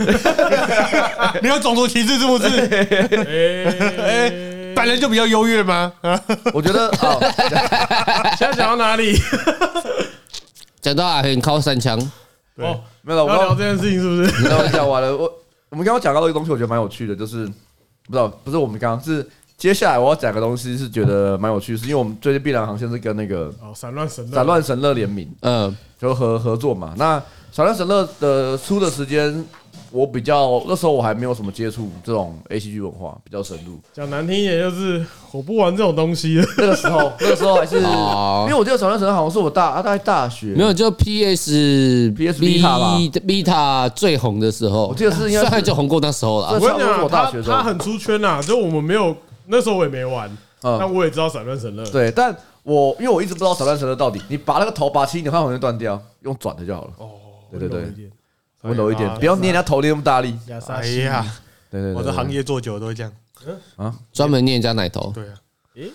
Speaker 5: 你有种族歧视是不是？
Speaker 3: 哎
Speaker 5: 哎，白 人就比较优越吗？啊，
Speaker 4: 我觉得啊，
Speaker 3: 现在讲到哪里？
Speaker 1: 讲到啊，很靠三枪，
Speaker 3: 哦，
Speaker 4: 没有了，
Speaker 3: 要
Speaker 4: 我
Speaker 3: 聊
Speaker 4: 刚
Speaker 3: 这件事情是不 是？
Speaker 4: 刚刚讲完了，我我们刚刚讲到一个东西，我觉得蛮有趣的，就是不知道不是我们刚刚是。接下来我要讲个东西，是觉得蛮有趣，是因为我们最近碧蓝航线是跟那个
Speaker 3: 哦，散乱神
Speaker 4: 散乱神乐联名，
Speaker 1: 嗯，
Speaker 4: 就合合作嘛。那《闪亮神乐》的出的时间，我比较那时候我还没有什么接触这种 A C G 文化，比较深入。
Speaker 3: 讲难听一点就是我不玩这种东西了。
Speaker 4: 那个时候，那个时候还是，因
Speaker 1: 好
Speaker 4: 为，我记得《闪亮神乐》好像是我大啊大概大学，
Speaker 1: 没有，就 PS
Speaker 4: PS Vita 吧
Speaker 1: Vita 最红的时候，
Speaker 4: 我记得是应该是
Speaker 1: 虽然就红过那时候了
Speaker 4: 这
Speaker 3: 我，跟你讲，
Speaker 4: 差不多是
Speaker 3: 啊
Speaker 4: 我大
Speaker 3: 他
Speaker 4: 学的时
Speaker 3: 他
Speaker 4: 候，
Speaker 3: 很出圈呐、就我们没有那时候我也没玩，但
Speaker 4: 嗯，
Speaker 3: 我也知道散乱神乐。
Speaker 4: 对，但。我因为我一直不知道《闪亮神乐》到底，你拔那个头拔轻，你看好像断掉，用转的就好了。
Speaker 3: 哦，
Speaker 4: 对对对
Speaker 3: 温柔一点，
Speaker 4: 温柔一点
Speaker 5: 哎，呀
Speaker 4: 不要捏人家头捏那么大力。
Speaker 3: 亚萨
Speaker 5: 哎
Speaker 3: 西
Speaker 5: 呀，
Speaker 4: 对对对，
Speaker 5: 我的行
Speaker 4: 业
Speaker 5: 业做久了都会这样。
Speaker 1: 专门念人家奶头，
Speaker 5: 对啊，
Speaker 3: 诶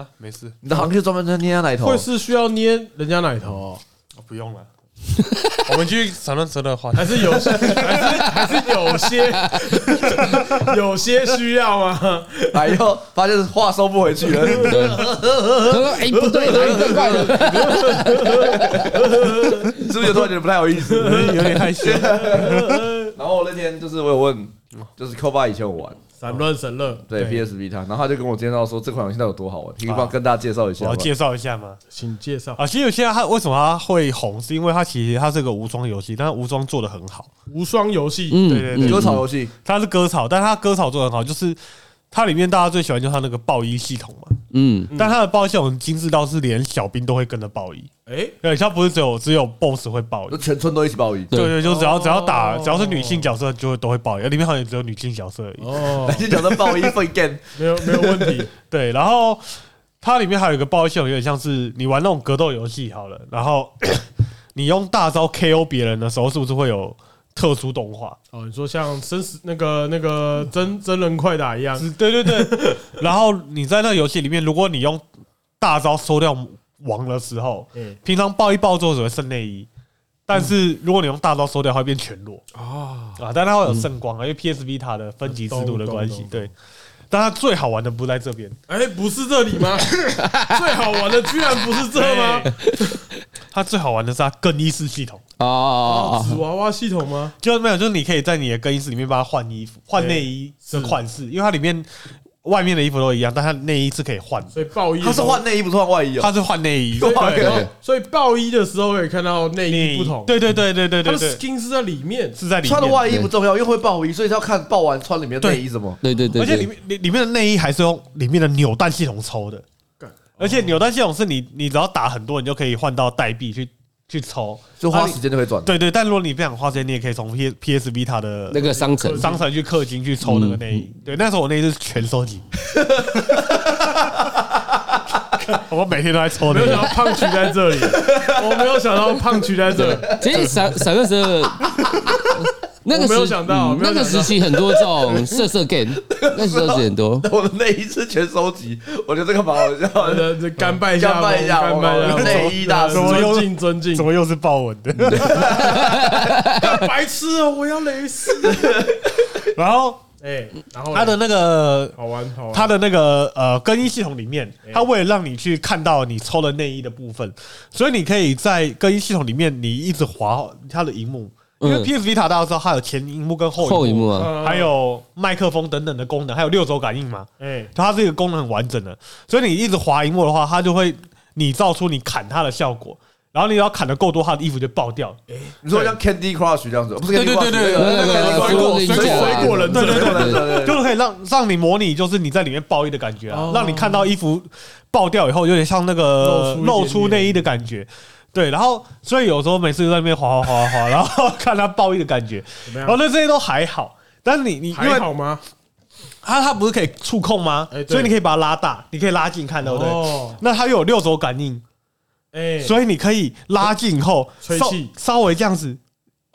Speaker 5: 啊，没事，
Speaker 4: 你的行业专门在捏他奶头
Speaker 3: 会，是需要捏人家奶头、哦，
Speaker 5: 哦不用了。 我们继续谈论神的话题
Speaker 3: 还。是有 些，还是还是有些， 有些需要吗？
Speaker 4: 哎呦，发现话收不回去了。
Speaker 1: 对，他说：“哎，不对，哪里怪怪的？
Speaker 4: 是不是突然觉得不太好意思？有点害羞。然后我那天就是我有问，就是 Q 爸以前有玩，
Speaker 3: 散乱神乐，
Speaker 4: 对
Speaker 5: 对
Speaker 4: PS V 他，然后他就跟我介绍说这款游戏到底有多好玩，可以帮跟大家介绍一
Speaker 5: 我
Speaker 4: 下
Speaker 5: 要
Speaker 4: 吗。
Speaker 5: 介绍一下吗？
Speaker 3: 请介绍
Speaker 5: 啊，其实有些它为什么它会红，是因为它其实它是个无双游戏，但它无双做的很好。
Speaker 3: 无双游戏。
Speaker 1: 嗯，
Speaker 5: 对对对
Speaker 4: 割草游戏，
Speaker 5: 它是割草，但它割草做的很好，就是它里面大家最喜欢就是它那个爆衣系统嘛。
Speaker 1: 嗯，
Speaker 5: 但它的爆衣系统精致到是连小兵都会跟着爆衣，
Speaker 3: 哎，
Speaker 5: 对，它不是只有只有 BOSS 会爆
Speaker 4: 就
Speaker 5: 衣。
Speaker 4: 全村都一起 暴雨。
Speaker 1: 对
Speaker 5: 对对，就只要只要打，
Speaker 3: 哦
Speaker 5: 只要是女性角色就会都会爆衣，里面好像也只有女性角色而已。
Speaker 3: 哦，
Speaker 4: 先讲到暴衣份 game，
Speaker 3: 没有没有问题。
Speaker 5: 对，然后它里面还有一个爆衣系统，有点像是你玩那种格斗游戏好了，然后 你用大招 KO 别人的时候，是不是会有特殊动画？
Speaker 3: 哦，你说像生死那个那个真真人快打一样，
Speaker 5: 对对对。 然后你在那个游戏里面，如果你用大招收掉王的时候，
Speaker 3: 嗯
Speaker 5: 平常爆一爆之后只会剩内衣，但是如果你用大招收掉，它会变全裸
Speaker 3: 啊，
Speaker 5: 啊，但它会有圣光啊，因为 PS V 它的分级制度的关系
Speaker 3: 懂懂懂，
Speaker 5: 对。但它最好玩的不在这边，
Speaker 3: 哎，不是这里 吗？最好玩的居然不是这吗？
Speaker 5: 它最好玩的是它更衣室系统，
Speaker 1: 哦
Speaker 5: 啊
Speaker 1: 哦
Speaker 3: 纸娃娃系统吗？
Speaker 5: 就是没有，就是你可以在你的更衣室里面帮它换衣服、换内衣的款式，因为它里面外面的衣服都一样，但它内衣是可以换的，
Speaker 3: 所以爆衣的
Speaker 4: 他
Speaker 3: 时
Speaker 4: 是
Speaker 3: 候，
Speaker 4: 换内衣不是换外衣哦
Speaker 5: 它。是换内 衣，
Speaker 4: 对
Speaker 5: 对
Speaker 1: 哦哦，
Speaker 3: 所以爆衣的时候可以看到内
Speaker 5: 内
Speaker 3: 衣
Speaker 5: 衣
Speaker 3: 不同，，
Speaker 5: 对对对对对
Speaker 3: 它
Speaker 5: 对
Speaker 3: 的
Speaker 5: 对，
Speaker 3: skin 是在里面，
Speaker 5: 是在里面
Speaker 4: 穿的外衣不重要，因为会爆衣，所以是要看爆完穿里面的内衣什么。
Speaker 1: 对对对，
Speaker 5: 而且里面里里面的内衣还是用里面的扭蛋系统抽的
Speaker 3: 干哦，
Speaker 5: 而且扭蛋系统是你你只要打很多，你就可以换到代币去去抽，
Speaker 4: 就花
Speaker 5: 啊你
Speaker 4: 时间就会转。
Speaker 5: 对对，但如果你不想花时间，你也可以从 P P S V 它的
Speaker 1: 那个商 城，
Speaker 5: 商城去氪金去抽那个内衣。对，那时候我内衣是全收集，我每天都在抽
Speaker 3: 没
Speaker 5: 那
Speaker 3: 有想到。
Speaker 5: 个
Speaker 3: 胖曲在这里，我没有想到胖曲在这里。
Speaker 1: 其实闪闪个时候，那个
Speaker 3: 我没有
Speaker 1: 时
Speaker 3: 想到
Speaker 1: 嗯
Speaker 3: 没有
Speaker 1: 那个
Speaker 3: 想到
Speaker 1: 时期很多这种色色 game，那时候是很多。
Speaker 4: 我的内衣是全收集，我觉得这个蛮好笑
Speaker 3: 好
Speaker 4: 的。
Speaker 3: 的，呃这甘拜下风
Speaker 4: 甘拜下风
Speaker 3: 甘拜下风
Speaker 4: 内衣大师
Speaker 3: 尊敬尊敬
Speaker 5: 怎。么又是豹纹的？
Speaker 3: 白痴哦，我要蕾丝。
Speaker 5: 然后
Speaker 3: 哎，然后
Speaker 5: 它的那个
Speaker 3: 好玩好玩，
Speaker 5: 它的那个呃更衣系统里面，它为了让你去看到你抽的内衣的部分，所以你可以在更衣系统里面，你一直滑它的荧幕，因为
Speaker 1: 嗯
Speaker 5: PS Vita 大家知道它有前荧幕跟后
Speaker 1: 后一
Speaker 5: 荧
Speaker 1: 幕
Speaker 5: 幕，
Speaker 1: 啊，
Speaker 3: 呃
Speaker 5: 还有麦克风等等的功能，还有六轴感应嘛，
Speaker 3: 哎
Speaker 5: 它这个功能很完整的，所以你一直滑荧幕的话，它就会你造出你砍它的效果。然后你要砍的够多，它的衣服就爆掉。
Speaker 4: 你说像 Candy Crush 这样子，不是 Candy
Speaker 1: 对
Speaker 4: Crush，
Speaker 1: 对对
Speaker 4: 水果
Speaker 1: 水
Speaker 4: 水
Speaker 1: 果
Speaker 4: 水果
Speaker 3: 忍
Speaker 4: 忍
Speaker 3: 者
Speaker 4: 者，水果忍者，对
Speaker 5: 就可以让让你模拟，就是你在里面爆衣的感觉啊
Speaker 3: 哦，
Speaker 5: 让你看到衣服爆掉以后，有点像那个
Speaker 3: 露出一点点
Speaker 5: 露出内衣的感觉。对，然后所以有时候每次就在那边滑滑滑滑，然后看他爆衣的感觉，
Speaker 3: 怎么
Speaker 5: 然后
Speaker 3: 样？
Speaker 5: 那这些都还好。但是你你因为
Speaker 3: 还好吗？
Speaker 5: 它它不是可以触控吗
Speaker 3: 哎？对
Speaker 5: 所以你可以把它拉大，你可以拉近看，对不对？
Speaker 3: 哦，
Speaker 5: 那它又有六轴感应，
Speaker 3: 哎，
Speaker 5: 所以你可以拉近后
Speaker 3: 吹
Speaker 5: 稍
Speaker 3: 气
Speaker 5: 稍微这样子移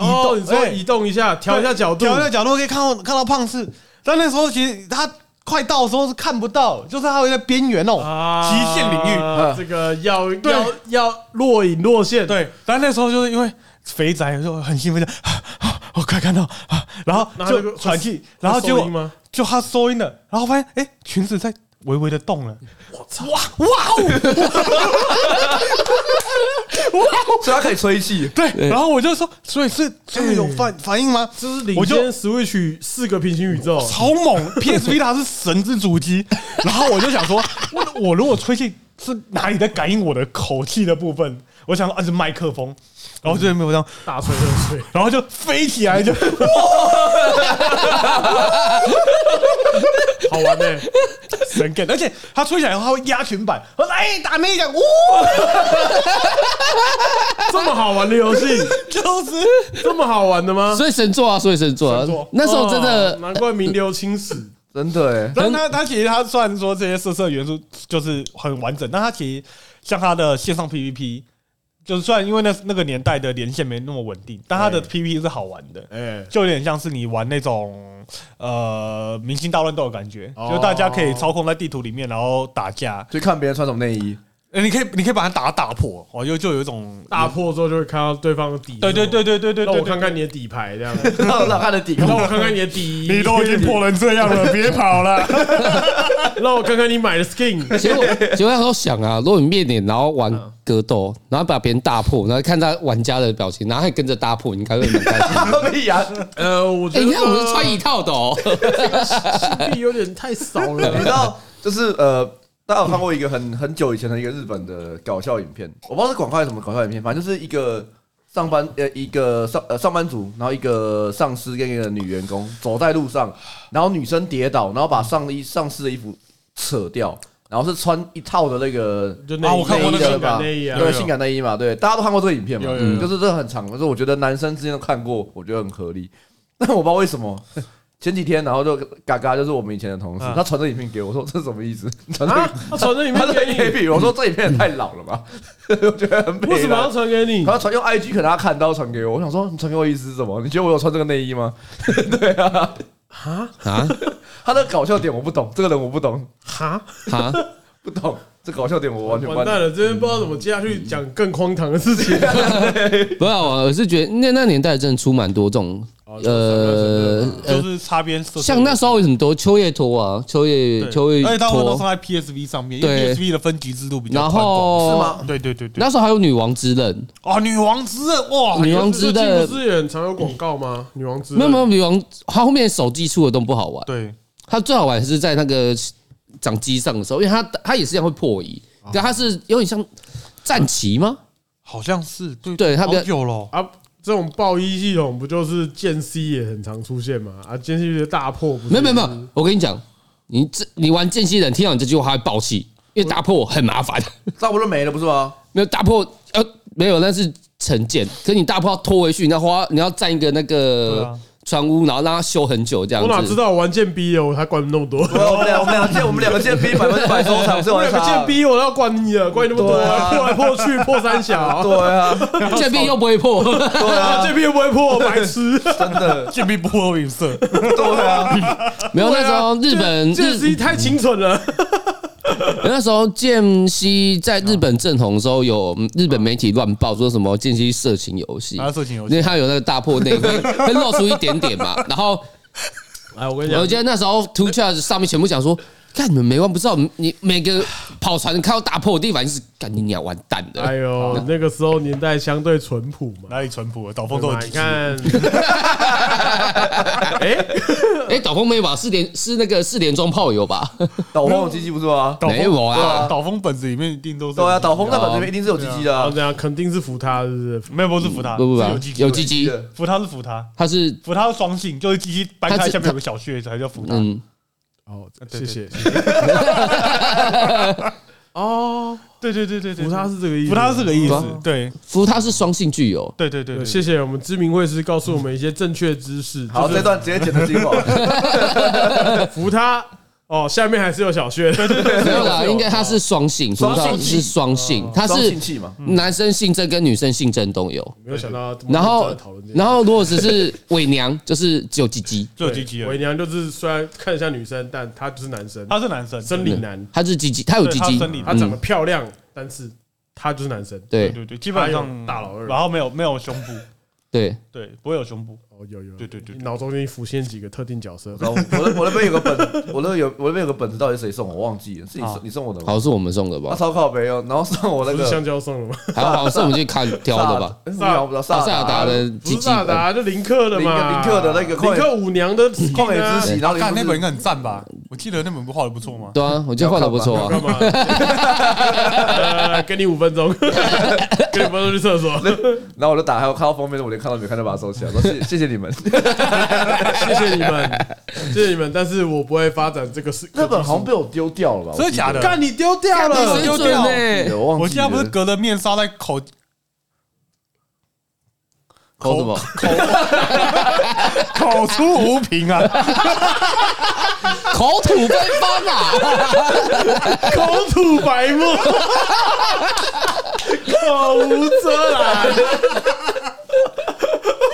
Speaker 3: 哦，
Speaker 5: 动，
Speaker 3: 你说
Speaker 5: 哎
Speaker 3: 移动一下，调一下角度，
Speaker 5: 调一下角度可以看到看到胖次。但那时候其实他快到的时候是看不到，就是他会在边缘哦，
Speaker 3: 啊
Speaker 5: 极限领域。嗯
Speaker 3: 域这个要要要若隐若现，，
Speaker 5: 对，但那时候就是因为肥宅就很兴奋的，啊啊我快看到啊，然后
Speaker 3: 那他这
Speaker 5: 就
Speaker 3: 个
Speaker 5: 喘气，然后结
Speaker 3: 就
Speaker 5: 果
Speaker 3: 吗？
Speaker 5: 就他收音了，然后发现哎、裙子在微微的动了，
Speaker 4: 所以它可以吹气。
Speaker 5: 对，哎然后我就说，所以是真的有反反应吗？
Speaker 3: 这是领
Speaker 5: 我就
Speaker 3: 先 Switch 四个平行宇宙，
Speaker 5: 超猛！PSV 它是神之主机，然后我就想说，我我如果吹气是哪里在感应我的口气的部分？我想说啊是麦克风，然后就没有这样，
Speaker 3: 大吹特吹。
Speaker 5: 然后就飞起来就
Speaker 3: 好玩呢、欸，
Speaker 5: 神 g 而且它吹起来的话它会压裙摆，我说哎打那一下，哇，
Speaker 3: 这么好玩的游戏，
Speaker 5: 就是
Speaker 3: 这么好玩的吗？
Speaker 1: 所以神作啊，所以神作啊
Speaker 5: 神作，
Speaker 1: 那时候真
Speaker 3: 哦
Speaker 1: 的
Speaker 3: 难怪名流青史。
Speaker 4: 真的哎
Speaker 5: 但它它其实它虽然说这些色色元素就是很完整，但它其实像它的线上 PVP 就是虽然因为那那个年代的连线没那么稳定，但它的 PP 是好玩的，
Speaker 3: 哎，
Speaker 5: 就有点像是你玩那种呃明星大乱斗的感觉，
Speaker 3: 哦
Speaker 5: 就大家可以操控在地图里面，然后打架。
Speaker 4: 就看别人穿什么内衣，
Speaker 5: 呃你可以你可以把它打打破，哦，就就有一种
Speaker 3: 打破之后就会看到对方的底，
Speaker 5: 对对对对对对，
Speaker 3: 让我
Speaker 5: 对
Speaker 3: 看看你的底牌这样，
Speaker 4: 让让他的 底裤
Speaker 3: 让我看看你的底衣，
Speaker 5: 你都已经破成这样 了，别跑了。
Speaker 3: 让我看看你买的 skin，
Speaker 1: 结果结果那时候想啊，如果你面脸然后玩格斗，然后把别人打破，然后看他玩家的表情，然后还跟着打破，你应该会蛮开 心。
Speaker 4: 屁呀！
Speaker 3: 呃，我
Speaker 1: 哎，
Speaker 3: 觉
Speaker 1: 你看我们
Speaker 3: 得
Speaker 1: 是穿一套的哦，
Speaker 3: 性币有点太少
Speaker 4: 你知
Speaker 3: 了，
Speaker 4: 道，就是呃，大家有看过一个很很久以前的一个日本的搞笑影片，我不知道是广告还是什么搞笑影片，反正就是一个上班呃一个上呃上班族，然后一个上司跟一个女员工走在路上，然后女生跌倒，然后把上衣上司的衣服扯掉，然后是穿一套的那个。
Speaker 3: 就
Speaker 5: 啊我看过那
Speaker 3: 那个性
Speaker 4: 性感
Speaker 5: 个
Speaker 3: 感
Speaker 4: 内
Speaker 3: 内
Speaker 4: 衣
Speaker 3: 衣
Speaker 4: 嘛
Speaker 3: 啊，
Speaker 4: 对，性感内衣嘛，对，大家都看过这个影片嘛嗯
Speaker 3: 有有，有
Speaker 4: 就是这很长，可是我觉得男生之间都看过，我觉得很合理。 但我不知道为什么，前几天然后就嘎嘎，就是我们以前的同事，
Speaker 5: 嗯
Speaker 4: 他传这影片给我，我说这是什么意思？传 这
Speaker 3: 啊
Speaker 4: 个，
Speaker 3: 他传这里
Speaker 4: 他
Speaker 3: 面
Speaker 4: 传
Speaker 3: 给
Speaker 4: 给
Speaker 3: 你，
Speaker 4: 你，我说这影片也太老了吧， 我觉得很
Speaker 3: 为
Speaker 4: 悲
Speaker 3: 什么要
Speaker 4: 哀。
Speaker 3: 传给你？
Speaker 4: 他传用 IG 可能他看到传给我，我想说你传给我意思是什么？你觉得我有穿这个内衣吗？
Speaker 1: 啊
Speaker 4: 他的搞笑点我不懂，这个人我不懂，
Speaker 3: 哈，
Speaker 1: 啊！
Speaker 4: 不懂这搞笑点我完全
Speaker 3: 完蛋了，这边不知道怎么接下去讲更荒唐的事情。
Speaker 1: 不要，啊我是觉得那那年代真的出蛮多这种，呃
Speaker 5: 就
Speaker 1: 呃，
Speaker 5: 是擦边色，
Speaker 1: 像那时候有很多秋叶拖啊，秋叶
Speaker 5: 对
Speaker 1: 秋叶
Speaker 5: 而且大部分都是
Speaker 1: 拖，
Speaker 5: 在 PSV 上面，因为
Speaker 1: 对
Speaker 5: PSV 的分级制度比较
Speaker 1: 然
Speaker 5: 宽广。
Speaker 1: 后
Speaker 4: 吗？
Speaker 5: 对对对对，
Speaker 1: 那时候还有女王之刃，
Speaker 5: 哦，女王之刃哇，
Speaker 1: 女王之
Speaker 3: 这
Speaker 1: 刃
Speaker 3: 不是也很常有广告吗？女王之
Speaker 1: 没有没
Speaker 3: 有，
Speaker 1: 有女王，它后面手机出的都不好玩，
Speaker 5: 对，
Speaker 1: 它最好玩是在那个长机上的时候，因为它它也是这样会破译，
Speaker 3: 哦
Speaker 1: 可它是有点像战旗吗？
Speaker 5: 好像是对
Speaker 1: 对它
Speaker 5: 好
Speaker 1: 比较
Speaker 5: 久了，
Speaker 3: 啊，这种爆衣系统不就是剑 C 也很常出现吗？啊，剑 C 的大破不是
Speaker 1: 没有没有没有，我跟你讲，你这你玩剑西人听到你这句话他会爆气，因为打破很麻烦，
Speaker 4: 差不多没了不是吗？
Speaker 1: 没有打破呃没有那是成见，可你打破要拖回去，你要花你要占一个那
Speaker 5: 对
Speaker 1: 个
Speaker 5: 啊
Speaker 1: 船屋，然后让它修很久这样
Speaker 3: 我
Speaker 1: 子。
Speaker 3: 哪知道我玩剑 B 的，我还管你那么多？
Speaker 4: 对啊我们俩我们俩见我们两个见 B 百分之百收场，是
Speaker 3: 我
Speaker 4: 玩
Speaker 3: 两个
Speaker 4: 啥
Speaker 3: 剑？逼我要管你了，管你那么多，
Speaker 4: 对啊
Speaker 3: 破来破去，破三小，
Speaker 4: 对啊，
Speaker 1: 剑壁又不会 破，
Speaker 4: 对啊，
Speaker 3: 剑逼又不会破，白痴。
Speaker 4: 真的，
Speaker 5: 剑壁不合 语色，
Speaker 4: 对啊，
Speaker 1: 没有那时候日本
Speaker 3: 啊剑
Speaker 1: 日
Speaker 3: C 太清纯了，
Speaker 1: 那时候剑西在日本正红的时候，有嗯日本媒体乱报说什么剑西色情游戏，
Speaker 5: 啊色情游戏
Speaker 1: 因为它有那个大破内会会露出一点点嘛。然后
Speaker 3: 哎，我跟
Speaker 1: 我记得那时候 Two Charge 上面全部讲说，看你们没完不知道，你每个跑船看到大破，我第一反应是干你娘完蛋
Speaker 3: 哎
Speaker 1: 的。
Speaker 3: 呦，那个时候年代相对淳朴嘛，
Speaker 5: 哪里淳朴了？导风
Speaker 3: 对
Speaker 5: 都
Speaker 3: 吧
Speaker 5: 有
Speaker 3: 你
Speaker 5: 几次
Speaker 3: 看，哎，
Speaker 1: 哎，导风没吧？四连是那个四连装炮友吧？
Speaker 4: 导风有鸡鸡不是吗？
Speaker 5: 导
Speaker 1: 没
Speaker 5: 风
Speaker 1: 有啊，
Speaker 5: 导风本子里面一定都是
Speaker 4: 对啊，导风那本这边一定是有鸡鸡的
Speaker 3: 然后
Speaker 4: 啊，
Speaker 3: 这样肯定是服他，是不是？
Speaker 5: 没有不是扶他，
Speaker 1: 嗯不不不
Speaker 5: 是有鸡，鸡
Speaker 1: 有鸡
Speaker 4: 鸡
Speaker 1: 鸡，
Speaker 4: 的
Speaker 5: 扶他是扶他，
Speaker 1: 它是
Speaker 5: 扶他是双性，就是鸡鸡掰
Speaker 1: 它
Speaker 5: 开
Speaker 1: 是
Speaker 5: 下面有个小穴才叫扶他。
Speaker 1: 嗯，
Speaker 3: 哦，
Speaker 5: 对
Speaker 3: 谢谢。
Speaker 5: 哦，对对对对对，
Speaker 3: 扶他是这个意思，
Speaker 5: 扶他是这个意思
Speaker 1: 哦，
Speaker 5: 对
Speaker 1: 服它是双性具有。
Speaker 5: 对对对
Speaker 3: 对。
Speaker 5: 对，
Speaker 3: 谢谢我们知名会师告诉我们一些正确知识。
Speaker 4: 好，
Speaker 3: 就
Speaker 4: 这
Speaker 3: 是
Speaker 4: 段直接剪成精华。
Speaker 3: 扶他哦，下面还是有小穴，
Speaker 1: 没有啦，啊应该它是双性，服
Speaker 4: 双性
Speaker 1: 它是双性，它
Speaker 4: 双
Speaker 1: 是
Speaker 4: 性器嘛，
Speaker 1: 男生性征跟女生性征都有。
Speaker 3: 没有想到这么
Speaker 1: 然
Speaker 3: 多
Speaker 1: 后
Speaker 3: 人讨论这，个。
Speaker 1: 然后如果只是伪娘，就是只有鸡鸡，
Speaker 5: 就有鸡鸡了
Speaker 3: 伪。娘就是虽然看得像女生，但她就是男生，
Speaker 1: 啊
Speaker 5: 他是男生，
Speaker 3: 生理男，
Speaker 1: 他是鸡鸡，他有
Speaker 5: 对
Speaker 1: 鸡
Speaker 5: 他
Speaker 1: 鸡，嗯
Speaker 5: 生理
Speaker 3: 她长得漂亮，但是她就是男生。
Speaker 5: 对
Speaker 1: 对
Speaker 5: 对对，基本
Speaker 3: 他
Speaker 5: 上
Speaker 3: 有大老二
Speaker 5: 然后没有没有胸部，
Speaker 1: 对，
Speaker 5: 对，不会有胸部，
Speaker 3: 哦，有有，
Speaker 5: 对对对对
Speaker 3: 脑中间浮现几个特定角色。
Speaker 4: 然后我那我那边有个本，我那有我那边有个本子，到底是谁送我我忘记了，是你
Speaker 5: 好
Speaker 4: 送你送我的
Speaker 1: 好
Speaker 4: 吗？
Speaker 1: 像是我们送的
Speaker 4: 他
Speaker 3: 啊
Speaker 1: 吧，
Speaker 4: 超靠北哦，然后送我那
Speaker 3: 不是香
Speaker 4: 个
Speaker 3: 蕉送了吗？
Speaker 1: 还好是我们去看挑的吧，
Speaker 4: 萨尔，哎我不知道萨
Speaker 1: 啊萨尔达
Speaker 4: 的
Speaker 1: 的
Speaker 3: 不
Speaker 1: 鸡
Speaker 3: 是啊
Speaker 1: 鸡，
Speaker 3: 萨达，就林克的嘛，
Speaker 4: 林克林克的那个旷
Speaker 3: 林
Speaker 4: 野
Speaker 3: 克舞娘的啊
Speaker 4: 旷野之
Speaker 3: 之
Speaker 4: 息，然后
Speaker 5: 看
Speaker 4: 你
Speaker 5: 那
Speaker 4: 不
Speaker 5: 本
Speaker 4: 是
Speaker 5: 应该很赞吧？我记得那本画的不错吗？
Speaker 1: 对啊，我觉得画的不错啊
Speaker 3: 干，嘛？ 呃给你五分钟， 给你五分钟去厕所。
Speaker 4: 然后我就打开，我看到封面，我连看都没看就把它收起来，我说谢谢谢你们。
Speaker 3: 谢谢你们， 谢谢你们，但是我不会发展这个事。
Speaker 4: 那本好像 被我丢掉了吧？
Speaker 5: 真的假的？
Speaker 3: 干你丢掉
Speaker 5: 干
Speaker 3: 了
Speaker 5: 你，丢掉
Speaker 1: 欸
Speaker 4: 我忘记了？
Speaker 5: 我现在不是隔着面纱在口
Speaker 1: 抠什么？
Speaker 5: 口口出无凭啊！
Speaker 1: 口吐芬芳啊！
Speaker 3: 口吐白沫，
Speaker 6: 口无遮拦。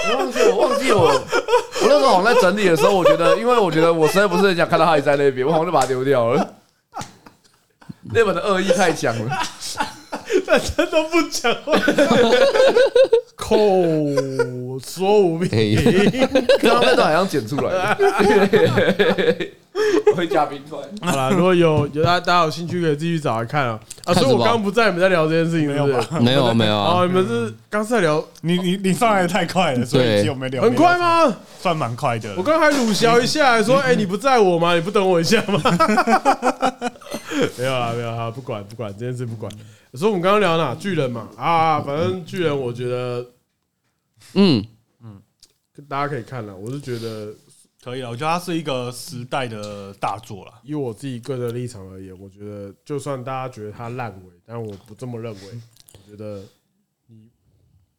Speaker 4: 我忘记了，我忘记了我。我那时候好像在整理的时候，我觉得，因为我觉得我实在不是很想看到他也在那边，我好像就把它丢掉了。那本的恶意太强了，
Speaker 3: 大家都不讲话，口说无
Speaker 1: 哎
Speaker 3: 凭。
Speaker 1: 嘿
Speaker 4: 刚刚那段好像剪出来 的。会加冰块，
Speaker 3: 好啦，如果有有大家大家有兴趣，可以继续找来看啊。啊，
Speaker 1: 看什
Speaker 3: 所
Speaker 1: 么
Speaker 3: 以我刚刚不在，你们在聊这件事情，是不
Speaker 5: 没有
Speaker 3: 是
Speaker 5: 吧？
Speaker 1: 没有没有啊
Speaker 3: 哦，，你们是刚在聊，
Speaker 5: 你你你上来的太快了，所
Speaker 1: 对
Speaker 5: 以只有没聊。
Speaker 3: 很快？吗？
Speaker 5: 算蛮快的。
Speaker 3: 我刚还鲁小一下，
Speaker 5: 嗯
Speaker 3: 说：“哎，你不在我吗？你不等我一下 吗？”没有啦，没有啦，不管不管这件事不管。所以我们刚刚聊哪？巨人嘛，啊，反正巨人，我觉得
Speaker 1: 嗯，
Speaker 3: 大家可以看了。我是觉得
Speaker 5: 可以了，我觉得它是一个时代的大作了。
Speaker 3: 以我自己个人的立场而言，我觉得就算大家觉得它烂尾，但我不这么认为。我觉得你